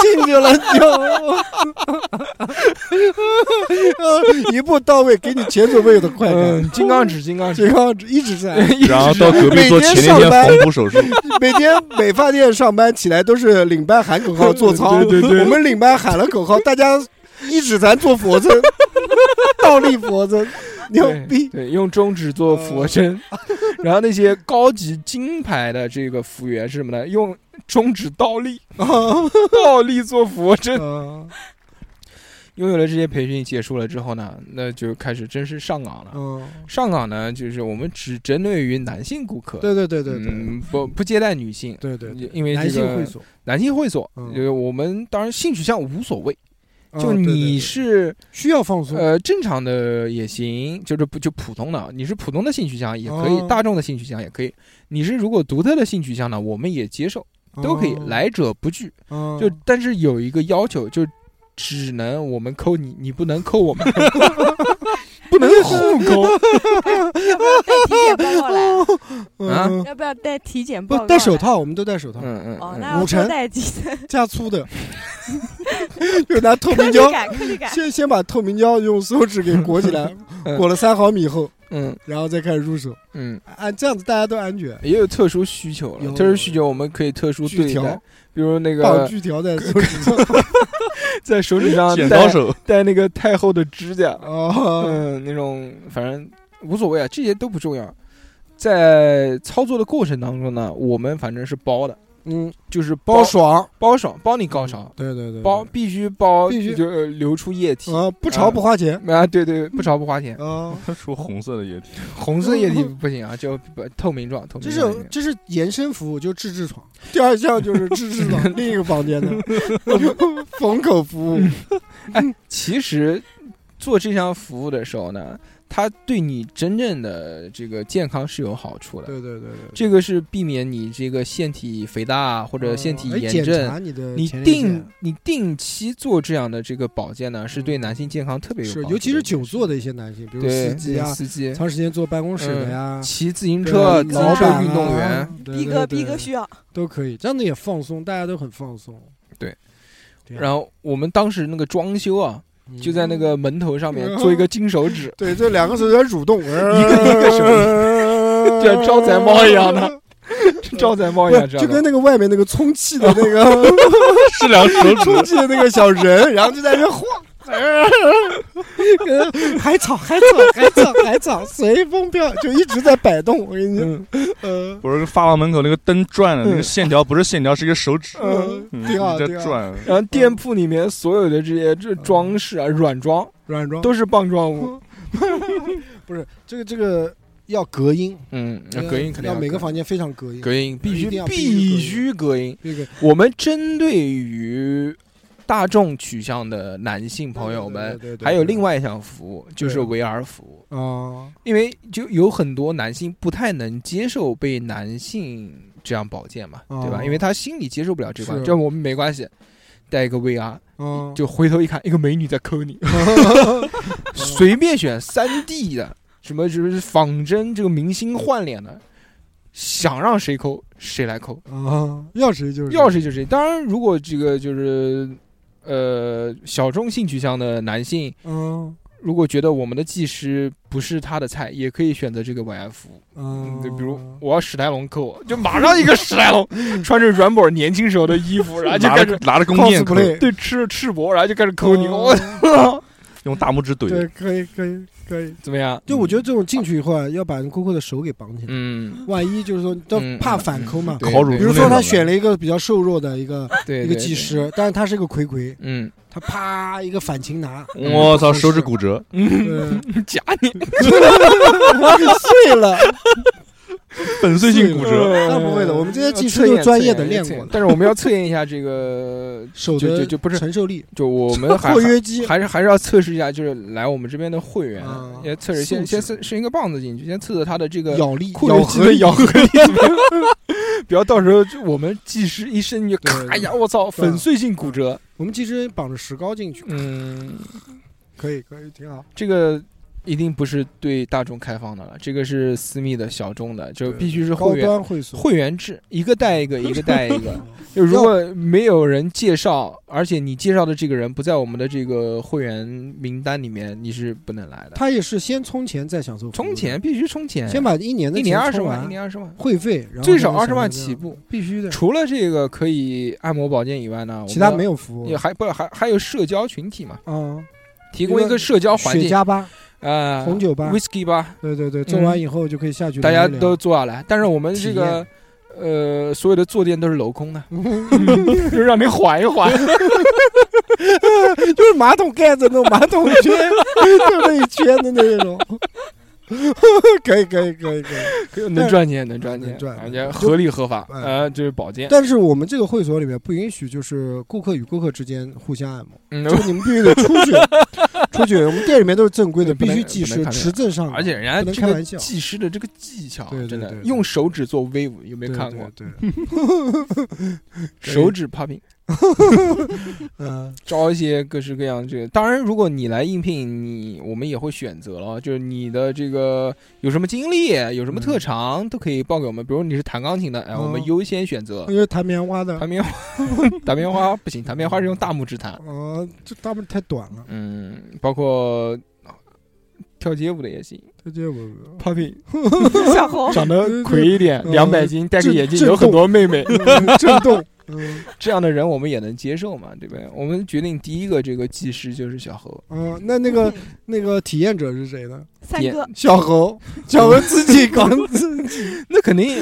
[SPEAKER 2] 进去了，就 一步到位，给你前所未有的快
[SPEAKER 1] 嗯
[SPEAKER 2] 感，。
[SPEAKER 1] 金刚指，金刚指，
[SPEAKER 2] 这个一直在，
[SPEAKER 3] 然后到隔壁做前列腺缝补 手术，
[SPEAKER 2] 每天美发店上班起来都是领班喊口号做操，
[SPEAKER 1] 嗯对对对
[SPEAKER 2] 我们领班喊了口号，大家一指禅做俯 卧撑，倒立俯卧撑，牛
[SPEAKER 1] 对
[SPEAKER 2] 逼！嗯
[SPEAKER 1] 对，用中指做俯卧撑， 然后那些高级金牌的这个服务员是什么呢？用中指倒立，
[SPEAKER 2] 哦
[SPEAKER 1] 倒立做俯卧撑。
[SPEAKER 2] 嗯
[SPEAKER 1] 拥有了这些培训结束了之后呢，那就开始正式上岗了。
[SPEAKER 2] 嗯，
[SPEAKER 1] 上岗呢，就是我们只针对于男性顾客，
[SPEAKER 2] 对对对对对
[SPEAKER 1] 嗯，不不接待女性，
[SPEAKER 2] 对对对，
[SPEAKER 1] 因为
[SPEAKER 2] 男
[SPEAKER 1] 这
[SPEAKER 2] 性
[SPEAKER 1] 个
[SPEAKER 2] 会所，
[SPEAKER 1] 男性会所，
[SPEAKER 2] 嗯
[SPEAKER 1] 就是我们当然性取向无所谓，
[SPEAKER 2] 啊
[SPEAKER 1] 就
[SPEAKER 2] 对对
[SPEAKER 1] 你
[SPEAKER 2] 对
[SPEAKER 1] 是
[SPEAKER 2] 需要放松，
[SPEAKER 1] 呃正常的也行，就是不就普通的，你是普通的性取向也可以
[SPEAKER 2] 哦，
[SPEAKER 1] 大众的性取向也可以，你是如果独特的性取向呢，我们也接受，都可以，
[SPEAKER 2] 嗯，
[SPEAKER 1] 来者不拒。
[SPEAKER 2] 嗯
[SPEAKER 1] 就但是有一个要求，就只能我们抠你，你不能抠我们， 不能互抠。
[SPEAKER 4] 体检报告来，
[SPEAKER 1] 啊
[SPEAKER 2] 嗯，
[SPEAKER 4] 要不要带体检报
[SPEAKER 2] 不
[SPEAKER 4] 告？
[SPEAKER 2] 戴手。套，我们都戴手套，
[SPEAKER 1] 嗯嗯
[SPEAKER 4] 哦，
[SPEAKER 1] 嗯，
[SPEAKER 4] 那要
[SPEAKER 2] 五
[SPEAKER 4] 多
[SPEAKER 2] 成
[SPEAKER 4] 带几
[SPEAKER 2] 加粗的， 就拿透明
[SPEAKER 4] 颗 粒
[SPEAKER 2] 胶，
[SPEAKER 4] 感，颗粒感。
[SPEAKER 2] 先先把透明胶用手指给裹起来，
[SPEAKER 1] 嗯
[SPEAKER 2] 裹了三毫米后，
[SPEAKER 1] 嗯
[SPEAKER 2] 然后再开始入手。
[SPEAKER 1] 嗯，
[SPEAKER 2] 啊，这样子大家都安全。
[SPEAKER 1] 也有特殊需求了，
[SPEAKER 2] 有
[SPEAKER 1] 特殊
[SPEAKER 2] 有
[SPEAKER 1] 需求我们可以特殊
[SPEAKER 2] 锯
[SPEAKER 1] 对
[SPEAKER 2] 条
[SPEAKER 1] 待，比如那
[SPEAKER 2] 绑
[SPEAKER 1] 个
[SPEAKER 2] 锯条在手指上
[SPEAKER 1] 在手指上
[SPEAKER 3] 剪
[SPEAKER 1] 戴
[SPEAKER 3] 刀手，
[SPEAKER 1] 戴那个太厚的指甲，
[SPEAKER 2] 啊，
[SPEAKER 1] 嗯，那种反正无所谓啊，这些都不重要。在操作的过程当中呢，我们反正是包的，
[SPEAKER 2] 嗯，
[SPEAKER 1] 就是包
[SPEAKER 2] 包爽，
[SPEAKER 1] 包爽，包你高潮，
[SPEAKER 2] 对对对，
[SPEAKER 1] 包必须包
[SPEAKER 2] 必须
[SPEAKER 1] 就呃流出液体
[SPEAKER 2] 啊，不潮不花钱
[SPEAKER 1] 啊，对对，不潮不花钱，
[SPEAKER 2] 啊，
[SPEAKER 3] 出红色的液体，
[SPEAKER 1] 红色液体不行啊，就不透明状，透
[SPEAKER 2] 这
[SPEAKER 1] 明状
[SPEAKER 2] 嗯是这是延伸服务，就自制床。第二项就是自 制床，另一个房间的缝口服
[SPEAKER 1] 嗯
[SPEAKER 2] 务。
[SPEAKER 1] 其实做这项服务的时候呢，它对你真正的这个健康是有好处的。
[SPEAKER 2] 对对对对，
[SPEAKER 1] 这个是避免你这个腺体肥大啊或
[SPEAKER 5] 哦
[SPEAKER 1] 者腺体
[SPEAKER 2] 哎
[SPEAKER 1] 炎
[SPEAKER 2] 检
[SPEAKER 1] 症。
[SPEAKER 2] 查你的
[SPEAKER 1] 你
[SPEAKER 2] 前列
[SPEAKER 1] 定
[SPEAKER 2] 腺
[SPEAKER 1] 你定期做这样的这个保健呢，是对男性健康特别有
[SPEAKER 2] 嗯是
[SPEAKER 1] 帮，助的
[SPEAKER 2] 尤其是久坐的一些男性，比如
[SPEAKER 1] 对
[SPEAKER 2] 司机啊，
[SPEAKER 1] 司机、
[SPEAKER 2] 长时间坐办公室的呀，
[SPEAKER 1] 骑自行
[SPEAKER 2] 对
[SPEAKER 1] 车、自行
[SPEAKER 2] 老
[SPEAKER 1] 车
[SPEAKER 2] 板啊
[SPEAKER 1] 运动员，，
[SPEAKER 2] 对
[SPEAKER 5] 逼
[SPEAKER 2] 对
[SPEAKER 5] 哥，
[SPEAKER 2] 对
[SPEAKER 5] 逼哥需要
[SPEAKER 2] 都可以，这样子也放松，大家都很放松。对啊
[SPEAKER 1] 然后我们当时那个装修啊，
[SPEAKER 2] 嗯
[SPEAKER 1] 就在那个门头上面做一个金手 指，
[SPEAKER 2] 对，这两个手要蠕动，一
[SPEAKER 1] 个手就像招财猫一样的，招财猫一样，知道
[SPEAKER 2] 就
[SPEAKER 1] 吧
[SPEAKER 2] 跟那个外面那个充气的那个
[SPEAKER 3] 是两手指，
[SPEAKER 2] 充气的那个小人，然后就在那 晃。海草，海草，海草，海草，随风飘，就一直在摆动。我跟你讲，呃，
[SPEAKER 3] 不是发廊门口那个灯转的那个
[SPEAKER 2] 嗯
[SPEAKER 3] 线条，不是线条，是一个手 指，
[SPEAKER 2] 嗯
[SPEAKER 3] 嗯
[SPEAKER 2] 挺好
[SPEAKER 3] 在
[SPEAKER 2] 挺好
[SPEAKER 3] 转。
[SPEAKER 1] 然后店铺里面所有的这些这
[SPEAKER 2] 嗯
[SPEAKER 1] 装饰啊、软装
[SPEAKER 2] 软装
[SPEAKER 1] 都是棒状物，
[SPEAKER 2] 不是这个这个要隔音，
[SPEAKER 1] 嗯，
[SPEAKER 2] 这
[SPEAKER 1] 隔音肯定
[SPEAKER 2] 要
[SPEAKER 1] 要
[SPEAKER 2] 每个
[SPEAKER 1] 隔
[SPEAKER 2] 房间非常隔音。
[SPEAKER 1] 隔音必须
[SPEAKER 2] 一定要
[SPEAKER 1] 必
[SPEAKER 2] 必
[SPEAKER 1] 须
[SPEAKER 2] 须
[SPEAKER 1] 隔音。
[SPEAKER 2] 这个
[SPEAKER 1] 我们针对于大众取向的男性朋友们，
[SPEAKER 2] 对，对对对对
[SPEAKER 1] 还有另外一项服务就是
[SPEAKER 2] 对
[SPEAKER 1] VR 服务。
[SPEAKER 2] 啊，
[SPEAKER 1] 因为就有很多男性不太能接受被男性这样保健嘛，
[SPEAKER 2] 哦
[SPEAKER 1] 对吧？因为他心里接受不了这关，
[SPEAKER 2] 是
[SPEAKER 1] 这我们没关系。带一个 VR，
[SPEAKER 2] 嗯，
[SPEAKER 1] 就回头一看，一个美女在抠 你，随便选三 D 的，什么就是仿真这个明星换脸的，想让谁抠谁来抠，
[SPEAKER 2] 啊，要谁就是
[SPEAKER 1] 要谁就谁。当然，如果这个就是呃小众性取向的男性，
[SPEAKER 2] 嗯
[SPEAKER 1] 如果觉得我们的技师不是他的菜，也可以选择这个 VR 服务。嗯，
[SPEAKER 2] 嗯，
[SPEAKER 1] 就比如我要史泰龙克我，就马上一个史泰龙 穿着阮宝年轻时候的衣服，然后就
[SPEAKER 3] 拿
[SPEAKER 1] 开
[SPEAKER 3] 着
[SPEAKER 1] 始
[SPEAKER 3] 拿着弓箭扣，
[SPEAKER 2] cosplay
[SPEAKER 1] 对吃着赤膊，然后就开始抠你，哦
[SPEAKER 2] 嗯
[SPEAKER 1] 我操，
[SPEAKER 3] 用大拇指怼
[SPEAKER 2] 对，，可以，可以，可以。
[SPEAKER 1] 怎么样？
[SPEAKER 2] 就我觉得这种进去以后啊，要把人扣扣的手给绑起来，
[SPEAKER 1] 嗯，
[SPEAKER 2] 万一就是说，都
[SPEAKER 1] 嗯
[SPEAKER 2] 怕反抠嘛。
[SPEAKER 1] 对
[SPEAKER 3] 烤乳
[SPEAKER 2] 比
[SPEAKER 3] 猪
[SPEAKER 2] 如
[SPEAKER 3] 那
[SPEAKER 2] 说
[SPEAKER 3] 种
[SPEAKER 2] 他
[SPEAKER 3] 的
[SPEAKER 2] 选了一个比较瘦弱的一个
[SPEAKER 1] 对
[SPEAKER 2] 一个技，
[SPEAKER 1] 对对
[SPEAKER 2] 师，但是他是个魁魁，
[SPEAKER 1] 嗯，
[SPEAKER 2] 他啪一个反擒拿，
[SPEAKER 3] 我操，手指骨折，
[SPEAKER 2] 嗯，
[SPEAKER 1] 夹你，
[SPEAKER 2] 碎了。嗯
[SPEAKER 3] 粉碎性骨折，
[SPEAKER 2] 那不会的我们这些技
[SPEAKER 1] 哦
[SPEAKER 2] 师
[SPEAKER 1] 测验
[SPEAKER 2] 都专业的
[SPEAKER 1] 测
[SPEAKER 2] 练
[SPEAKER 1] 测
[SPEAKER 2] 过的
[SPEAKER 1] 但是我们要测验一下这个，
[SPEAKER 2] 手
[SPEAKER 1] 就
[SPEAKER 2] 的
[SPEAKER 1] 就就不是
[SPEAKER 2] 承受力，
[SPEAKER 1] 就我们 还
[SPEAKER 2] 括约肌，
[SPEAKER 1] 还是还是要测试一下，就是来我们这边的会员
[SPEAKER 2] 啊
[SPEAKER 1] 也测试，先
[SPEAKER 2] 素
[SPEAKER 1] 先
[SPEAKER 2] 质
[SPEAKER 1] 伸伸一个棒子进去，先测测他的这个
[SPEAKER 2] 咬力，
[SPEAKER 1] 裤子
[SPEAKER 2] 合力
[SPEAKER 1] 咬合力，不要到时候就我们技师一伸就咔
[SPEAKER 2] 对
[SPEAKER 1] 呀，我操，
[SPEAKER 2] 对啊
[SPEAKER 1] 粉碎性骨折。
[SPEAKER 2] 我们技师绑着石膏进去，
[SPEAKER 1] 嗯，
[SPEAKER 2] 可以，可以，挺好。
[SPEAKER 1] 这个一定不是对大众开放的了，这个是私密的小众的，就
[SPEAKER 2] 对
[SPEAKER 1] 必须是
[SPEAKER 2] 高
[SPEAKER 1] 会员
[SPEAKER 2] 端会所，
[SPEAKER 1] 会员制，一个带一个，一个带一 个。就如果没有人介绍，而且你介绍的这个人不在我们的这个会员名单里面，你是不能来的。
[SPEAKER 2] 他也是先充钱再享受服务的
[SPEAKER 1] 充钱，必须充钱，
[SPEAKER 2] 先把一年的
[SPEAKER 1] 一年
[SPEAKER 2] 钱
[SPEAKER 1] 二十
[SPEAKER 2] 充
[SPEAKER 1] 万，
[SPEAKER 2] 完
[SPEAKER 1] 一年二十万，
[SPEAKER 2] 会费，然后
[SPEAKER 1] 最少
[SPEAKER 2] 再
[SPEAKER 1] 二十万
[SPEAKER 2] 享受
[SPEAKER 1] 起步。
[SPEAKER 2] 必须的，
[SPEAKER 1] 除了这个可以按摩保健以外呢，
[SPEAKER 2] 其他没
[SPEAKER 1] 有，
[SPEAKER 2] 有服务
[SPEAKER 1] 也。还不是还还有社交群体嘛，
[SPEAKER 2] 嗯，
[SPEAKER 1] 提供一个社交环
[SPEAKER 2] 雪
[SPEAKER 1] 境
[SPEAKER 2] 茄吧，
[SPEAKER 1] 啊，
[SPEAKER 2] 红酒吧
[SPEAKER 1] whisky 吧，
[SPEAKER 2] 对对对，做完以后就可以下去
[SPEAKER 1] 嗯
[SPEAKER 2] 聊
[SPEAKER 1] 大
[SPEAKER 2] 一
[SPEAKER 1] 家
[SPEAKER 2] 聊。
[SPEAKER 1] 都坐下来。但是我们这个呃，所有的坐垫都是镂空 的， 就让你缓一缓。
[SPEAKER 2] 就是马桶盖子那种马桶圈， 就那一圈的那种。 可以可以 可以可以，
[SPEAKER 1] 能赚钱，能赚钱，
[SPEAKER 2] 能赚
[SPEAKER 1] 而且合理合法，
[SPEAKER 2] 嗯
[SPEAKER 1] 呃，就是保健。
[SPEAKER 2] 但是我们这个会所里面不允许，就是顾客与顾客之间互相按摩，
[SPEAKER 1] 嗯
[SPEAKER 2] 这个你们必须得出去， 出去。我们店里面都是正规的，
[SPEAKER 1] 对不
[SPEAKER 2] 必
[SPEAKER 1] 能
[SPEAKER 2] 须技
[SPEAKER 1] 不
[SPEAKER 2] 师
[SPEAKER 1] 能看
[SPEAKER 2] 持证上的，
[SPEAKER 1] 而且人
[SPEAKER 2] 不
[SPEAKER 1] 家
[SPEAKER 2] 能
[SPEAKER 1] 这
[SPEAKER 2] 开
[SPEAKER 1] 个
[SPEAKER 2] 玩笑
[SPEAKER 1] 技师的这个技巧
[SPEAKER 2] 对，对
[SPEAKER 1] 真的
[SPEAKER 2] 对对
[SPEAKER 1] 用手指做 wave 有没
[SPEAKER 2] 对
[SPEAKER 1] 有看过？
[SPEAKER 2] 对， 对
[SPEAKER 1] 手指 popping，
[SPEAKER 2] 嗯，
[SPEAKER 1] 招一些各式各样的这个。当然，如果你来应聘，你我们也会选择了，就是你的这个有什么经历，有什么特长、都可以报给我们。比如你是弹钢琴的，哎，
[SPEAKER 2] 嗯
[SPEAKER 1] 我们优先选择。
[SPEAKER 2] 因为弹棉花的，
[SPEAKER 1] 弹棉花， 弹棉花不行，弹棉花是用大拇指弹。
[SPEAKER 2] 啊，这大拇指太短了，
[SPEAKER 1] 嗯，包括跳街舞的也行。
[SPEAKER 2] 这这我
[SPEAKER 1] Popping，
[SPEAKER 5] 小红
[SPEAKER 1] 长得魁一点，
[SPEAKER 2] 嗯
[SPEAKER 1] 两百斤，戴个
[SPEAKER 2] 震
[SPEAKER 1] 眼镜，
[SPEAKER 2] 震
[SPEAKER 1] 有很多 妹妹，
[SPEAKER 2] 震动，嗯
[SPEAKER 1] 这样的人我们也能接受嘛，对不对？我
[SPEAKER 2] 哦
[SPEAKER 1] 们决定第一个这个技师就是小侯，
[SPEAKER 2] 啊，那那个那个体验者是谁呢？
[SPEAKER 4] 三
[SPEAKER 1] 也
[SPEAKER 4] 哥，
[SPEAKER 2] 小猴，小猴自己刚自己
[SPEAKER 1] 那肯定，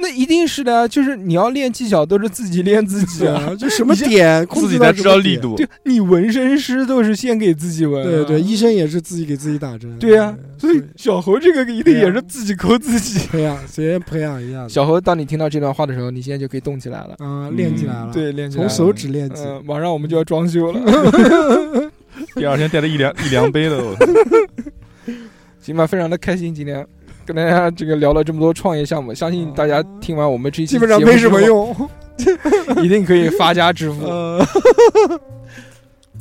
[SPEAKER 1] 那一定是的啊，就是你要练技巧，都是自己练自己啊。
[SPEAKER 2] 啊，就什么点控制
[SPEAKER 3] 自己
[SPEAKER 2] 到
[SPEAKER 3] 才
[SPEAKER 2] 什
[SPEAKER 3] 知
[SPEAKER 2] 么
[SPEAKER 3] 道力
[SPEAKER 2] 点。
[SPEAKER 3] 度。
[SPEAKER 1] 对你纹身师都是先给自己纹、啊
[SPEAKER 2] 对对，，医生也是自己给自己打针。
[SPEAKER 1] 嗯对呀、所以小猴这个一定
[SPEAKER 2] 对啊
[SPEAKER 1] 也是自己抠自己。
[SPEAKER 2] 培养先培养一下子，
[SPEAKER 1] 小猴，当你听到这段话的时候，你现在就可以动起来了。
[SPEAKER 2] 啊，练起来
[SPEAKER 3] 嗯
[SPEAKER 2] 了，，
[SPEAKER 1] 对，练起来
[SPEAKER 2] 从
[SPEAKER 1] 了
[SPEAKER 2] 手指练起。
[SPEAKER 1] 嗯，马上我们就要装修 了，
[SPEAKER 3] 第二天带了一两一两杯了，我
[SPEAKER 1] 行吧，非常的开心，今天跟大家这个聊了这么多创业项目，相信大家听完我们这一期
[SPEAKER 2] 基本上
[SPEAKER 1] 节目
[SPEAKER 2] 没
[SPEAKER 1] 之
[SPEAKER 2] 什
[SPEAKER 1] 后，
[SPEAKER 2] 么用，
[SPEAKER 1] 一定可以发家致富。
[SPEAKER 2] 呃，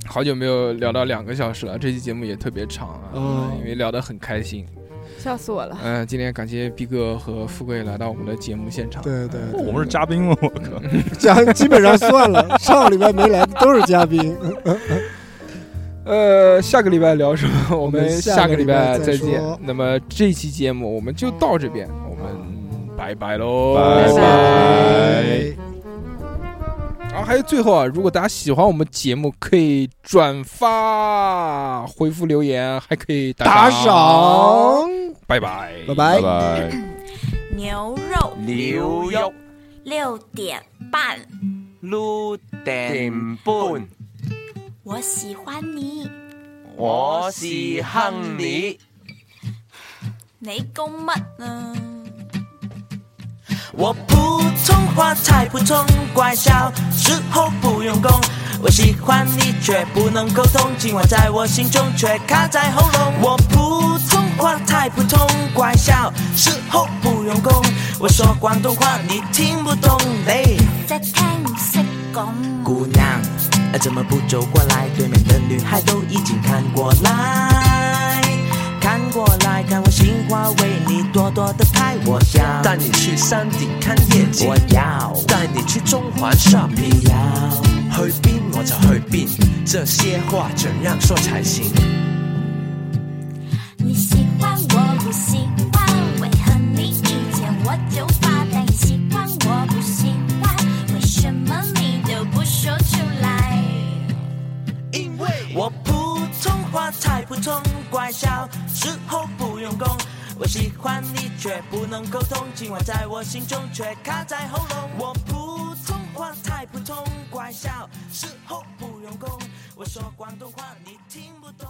[SPEAKER 1] 好久没有聊到两个小时了，这期节目也特别长啊，
[SPEAKER 2] 哦
[SPEAKER 1] 因为聊得很开 心。
[SPEAKER 5] 笑死我了。
[SPEAKER 1] 嗯、今天感谢逼哥和富贵来到我们的节目现场。
[SPEAKER 2] 对对
[SPEAKER 3] 我们是嘉宾哦吗？我 靠！
[SPEAKER 2] 讲基本上算了，上个礼拜没来的都是嘉宾，
[SPEAKER 1] 呃，下个礼拜聊什么？我们
[SPEAKER 2] 们
[SPEAKER 1] 下
[SPEAKER 2] 下
[SPEAKER 1] 个
[SPEAKER 2] 个
[SPEAKER 1] 礼
[SPEAKER 2] 礼
[SPEAKER 1] 拜
[SPEAKER 2] 拜
[SPEAKER 1] 再
[SPEAKER 2] 再
[SPEAKER 1] 见
[SPEAKER 2] 说。
[SPEAKER 1] 那么这期节目我们就到这边，我们拜拜喽，
[SPEAKER 3] 拜拜。
[SPEAKER 1] 然后还有最后啊，如果大家喜欢我们节目，可以转发、回复留言，还可以
[SPEAKER 2] 打
[SPEAKER 1] 赏。
[SPEAKER 2] 赏，
[SPEAKER 1] 拜拜，
[SPEAKER 2] 拜。
[SPEAKER 3] 拜
[SPEAKER 2] 拜。
[SPEAKER 3] 拜。
[SPEAKER 6] 牛肉
[SPEAKER 7] 牛肉
[SPEAKER 6] 六点半，
[SPEAKER 7] 六点半，
[SPEAKER 6] 我喜欢你，
[SPEAKER 7] 我是亨利，
[SPEAKER 6] 你讲乜啊？
[SPEAKER 7] 我普通话太普通，怪笑，时候不用功。我喜欢你却不能沟通，今晚在我心中却卡在喉咙。我普通话太普通，怪笑，时候不用功。我说广东话你听不懂嘞。
[SPEAKER 6] 只听唔识讲，
[SPEAKER 7] 姑娘，呃怎么不走过来？对面的女孩都已经看过来，看过来，看我心花为你朵朵的开，我要带你去山顶看夜景，我要带你去中环 shopping，要去边我就去边，这些话怎样说才行？
[SPEAKER 6] 你喜欢我不喜欢，为何你以前我就发呆？你喜欢我不喜欢，为什么你都不说出来？
[SPEAKER 7] 因为我普通话太普通，怪笑，时候不用功。我喜欢你却不能沟通，今晚在我心中却卡在喉咙。我普通话太普通，怪笑，时候不用功。我说广东话你听不懂。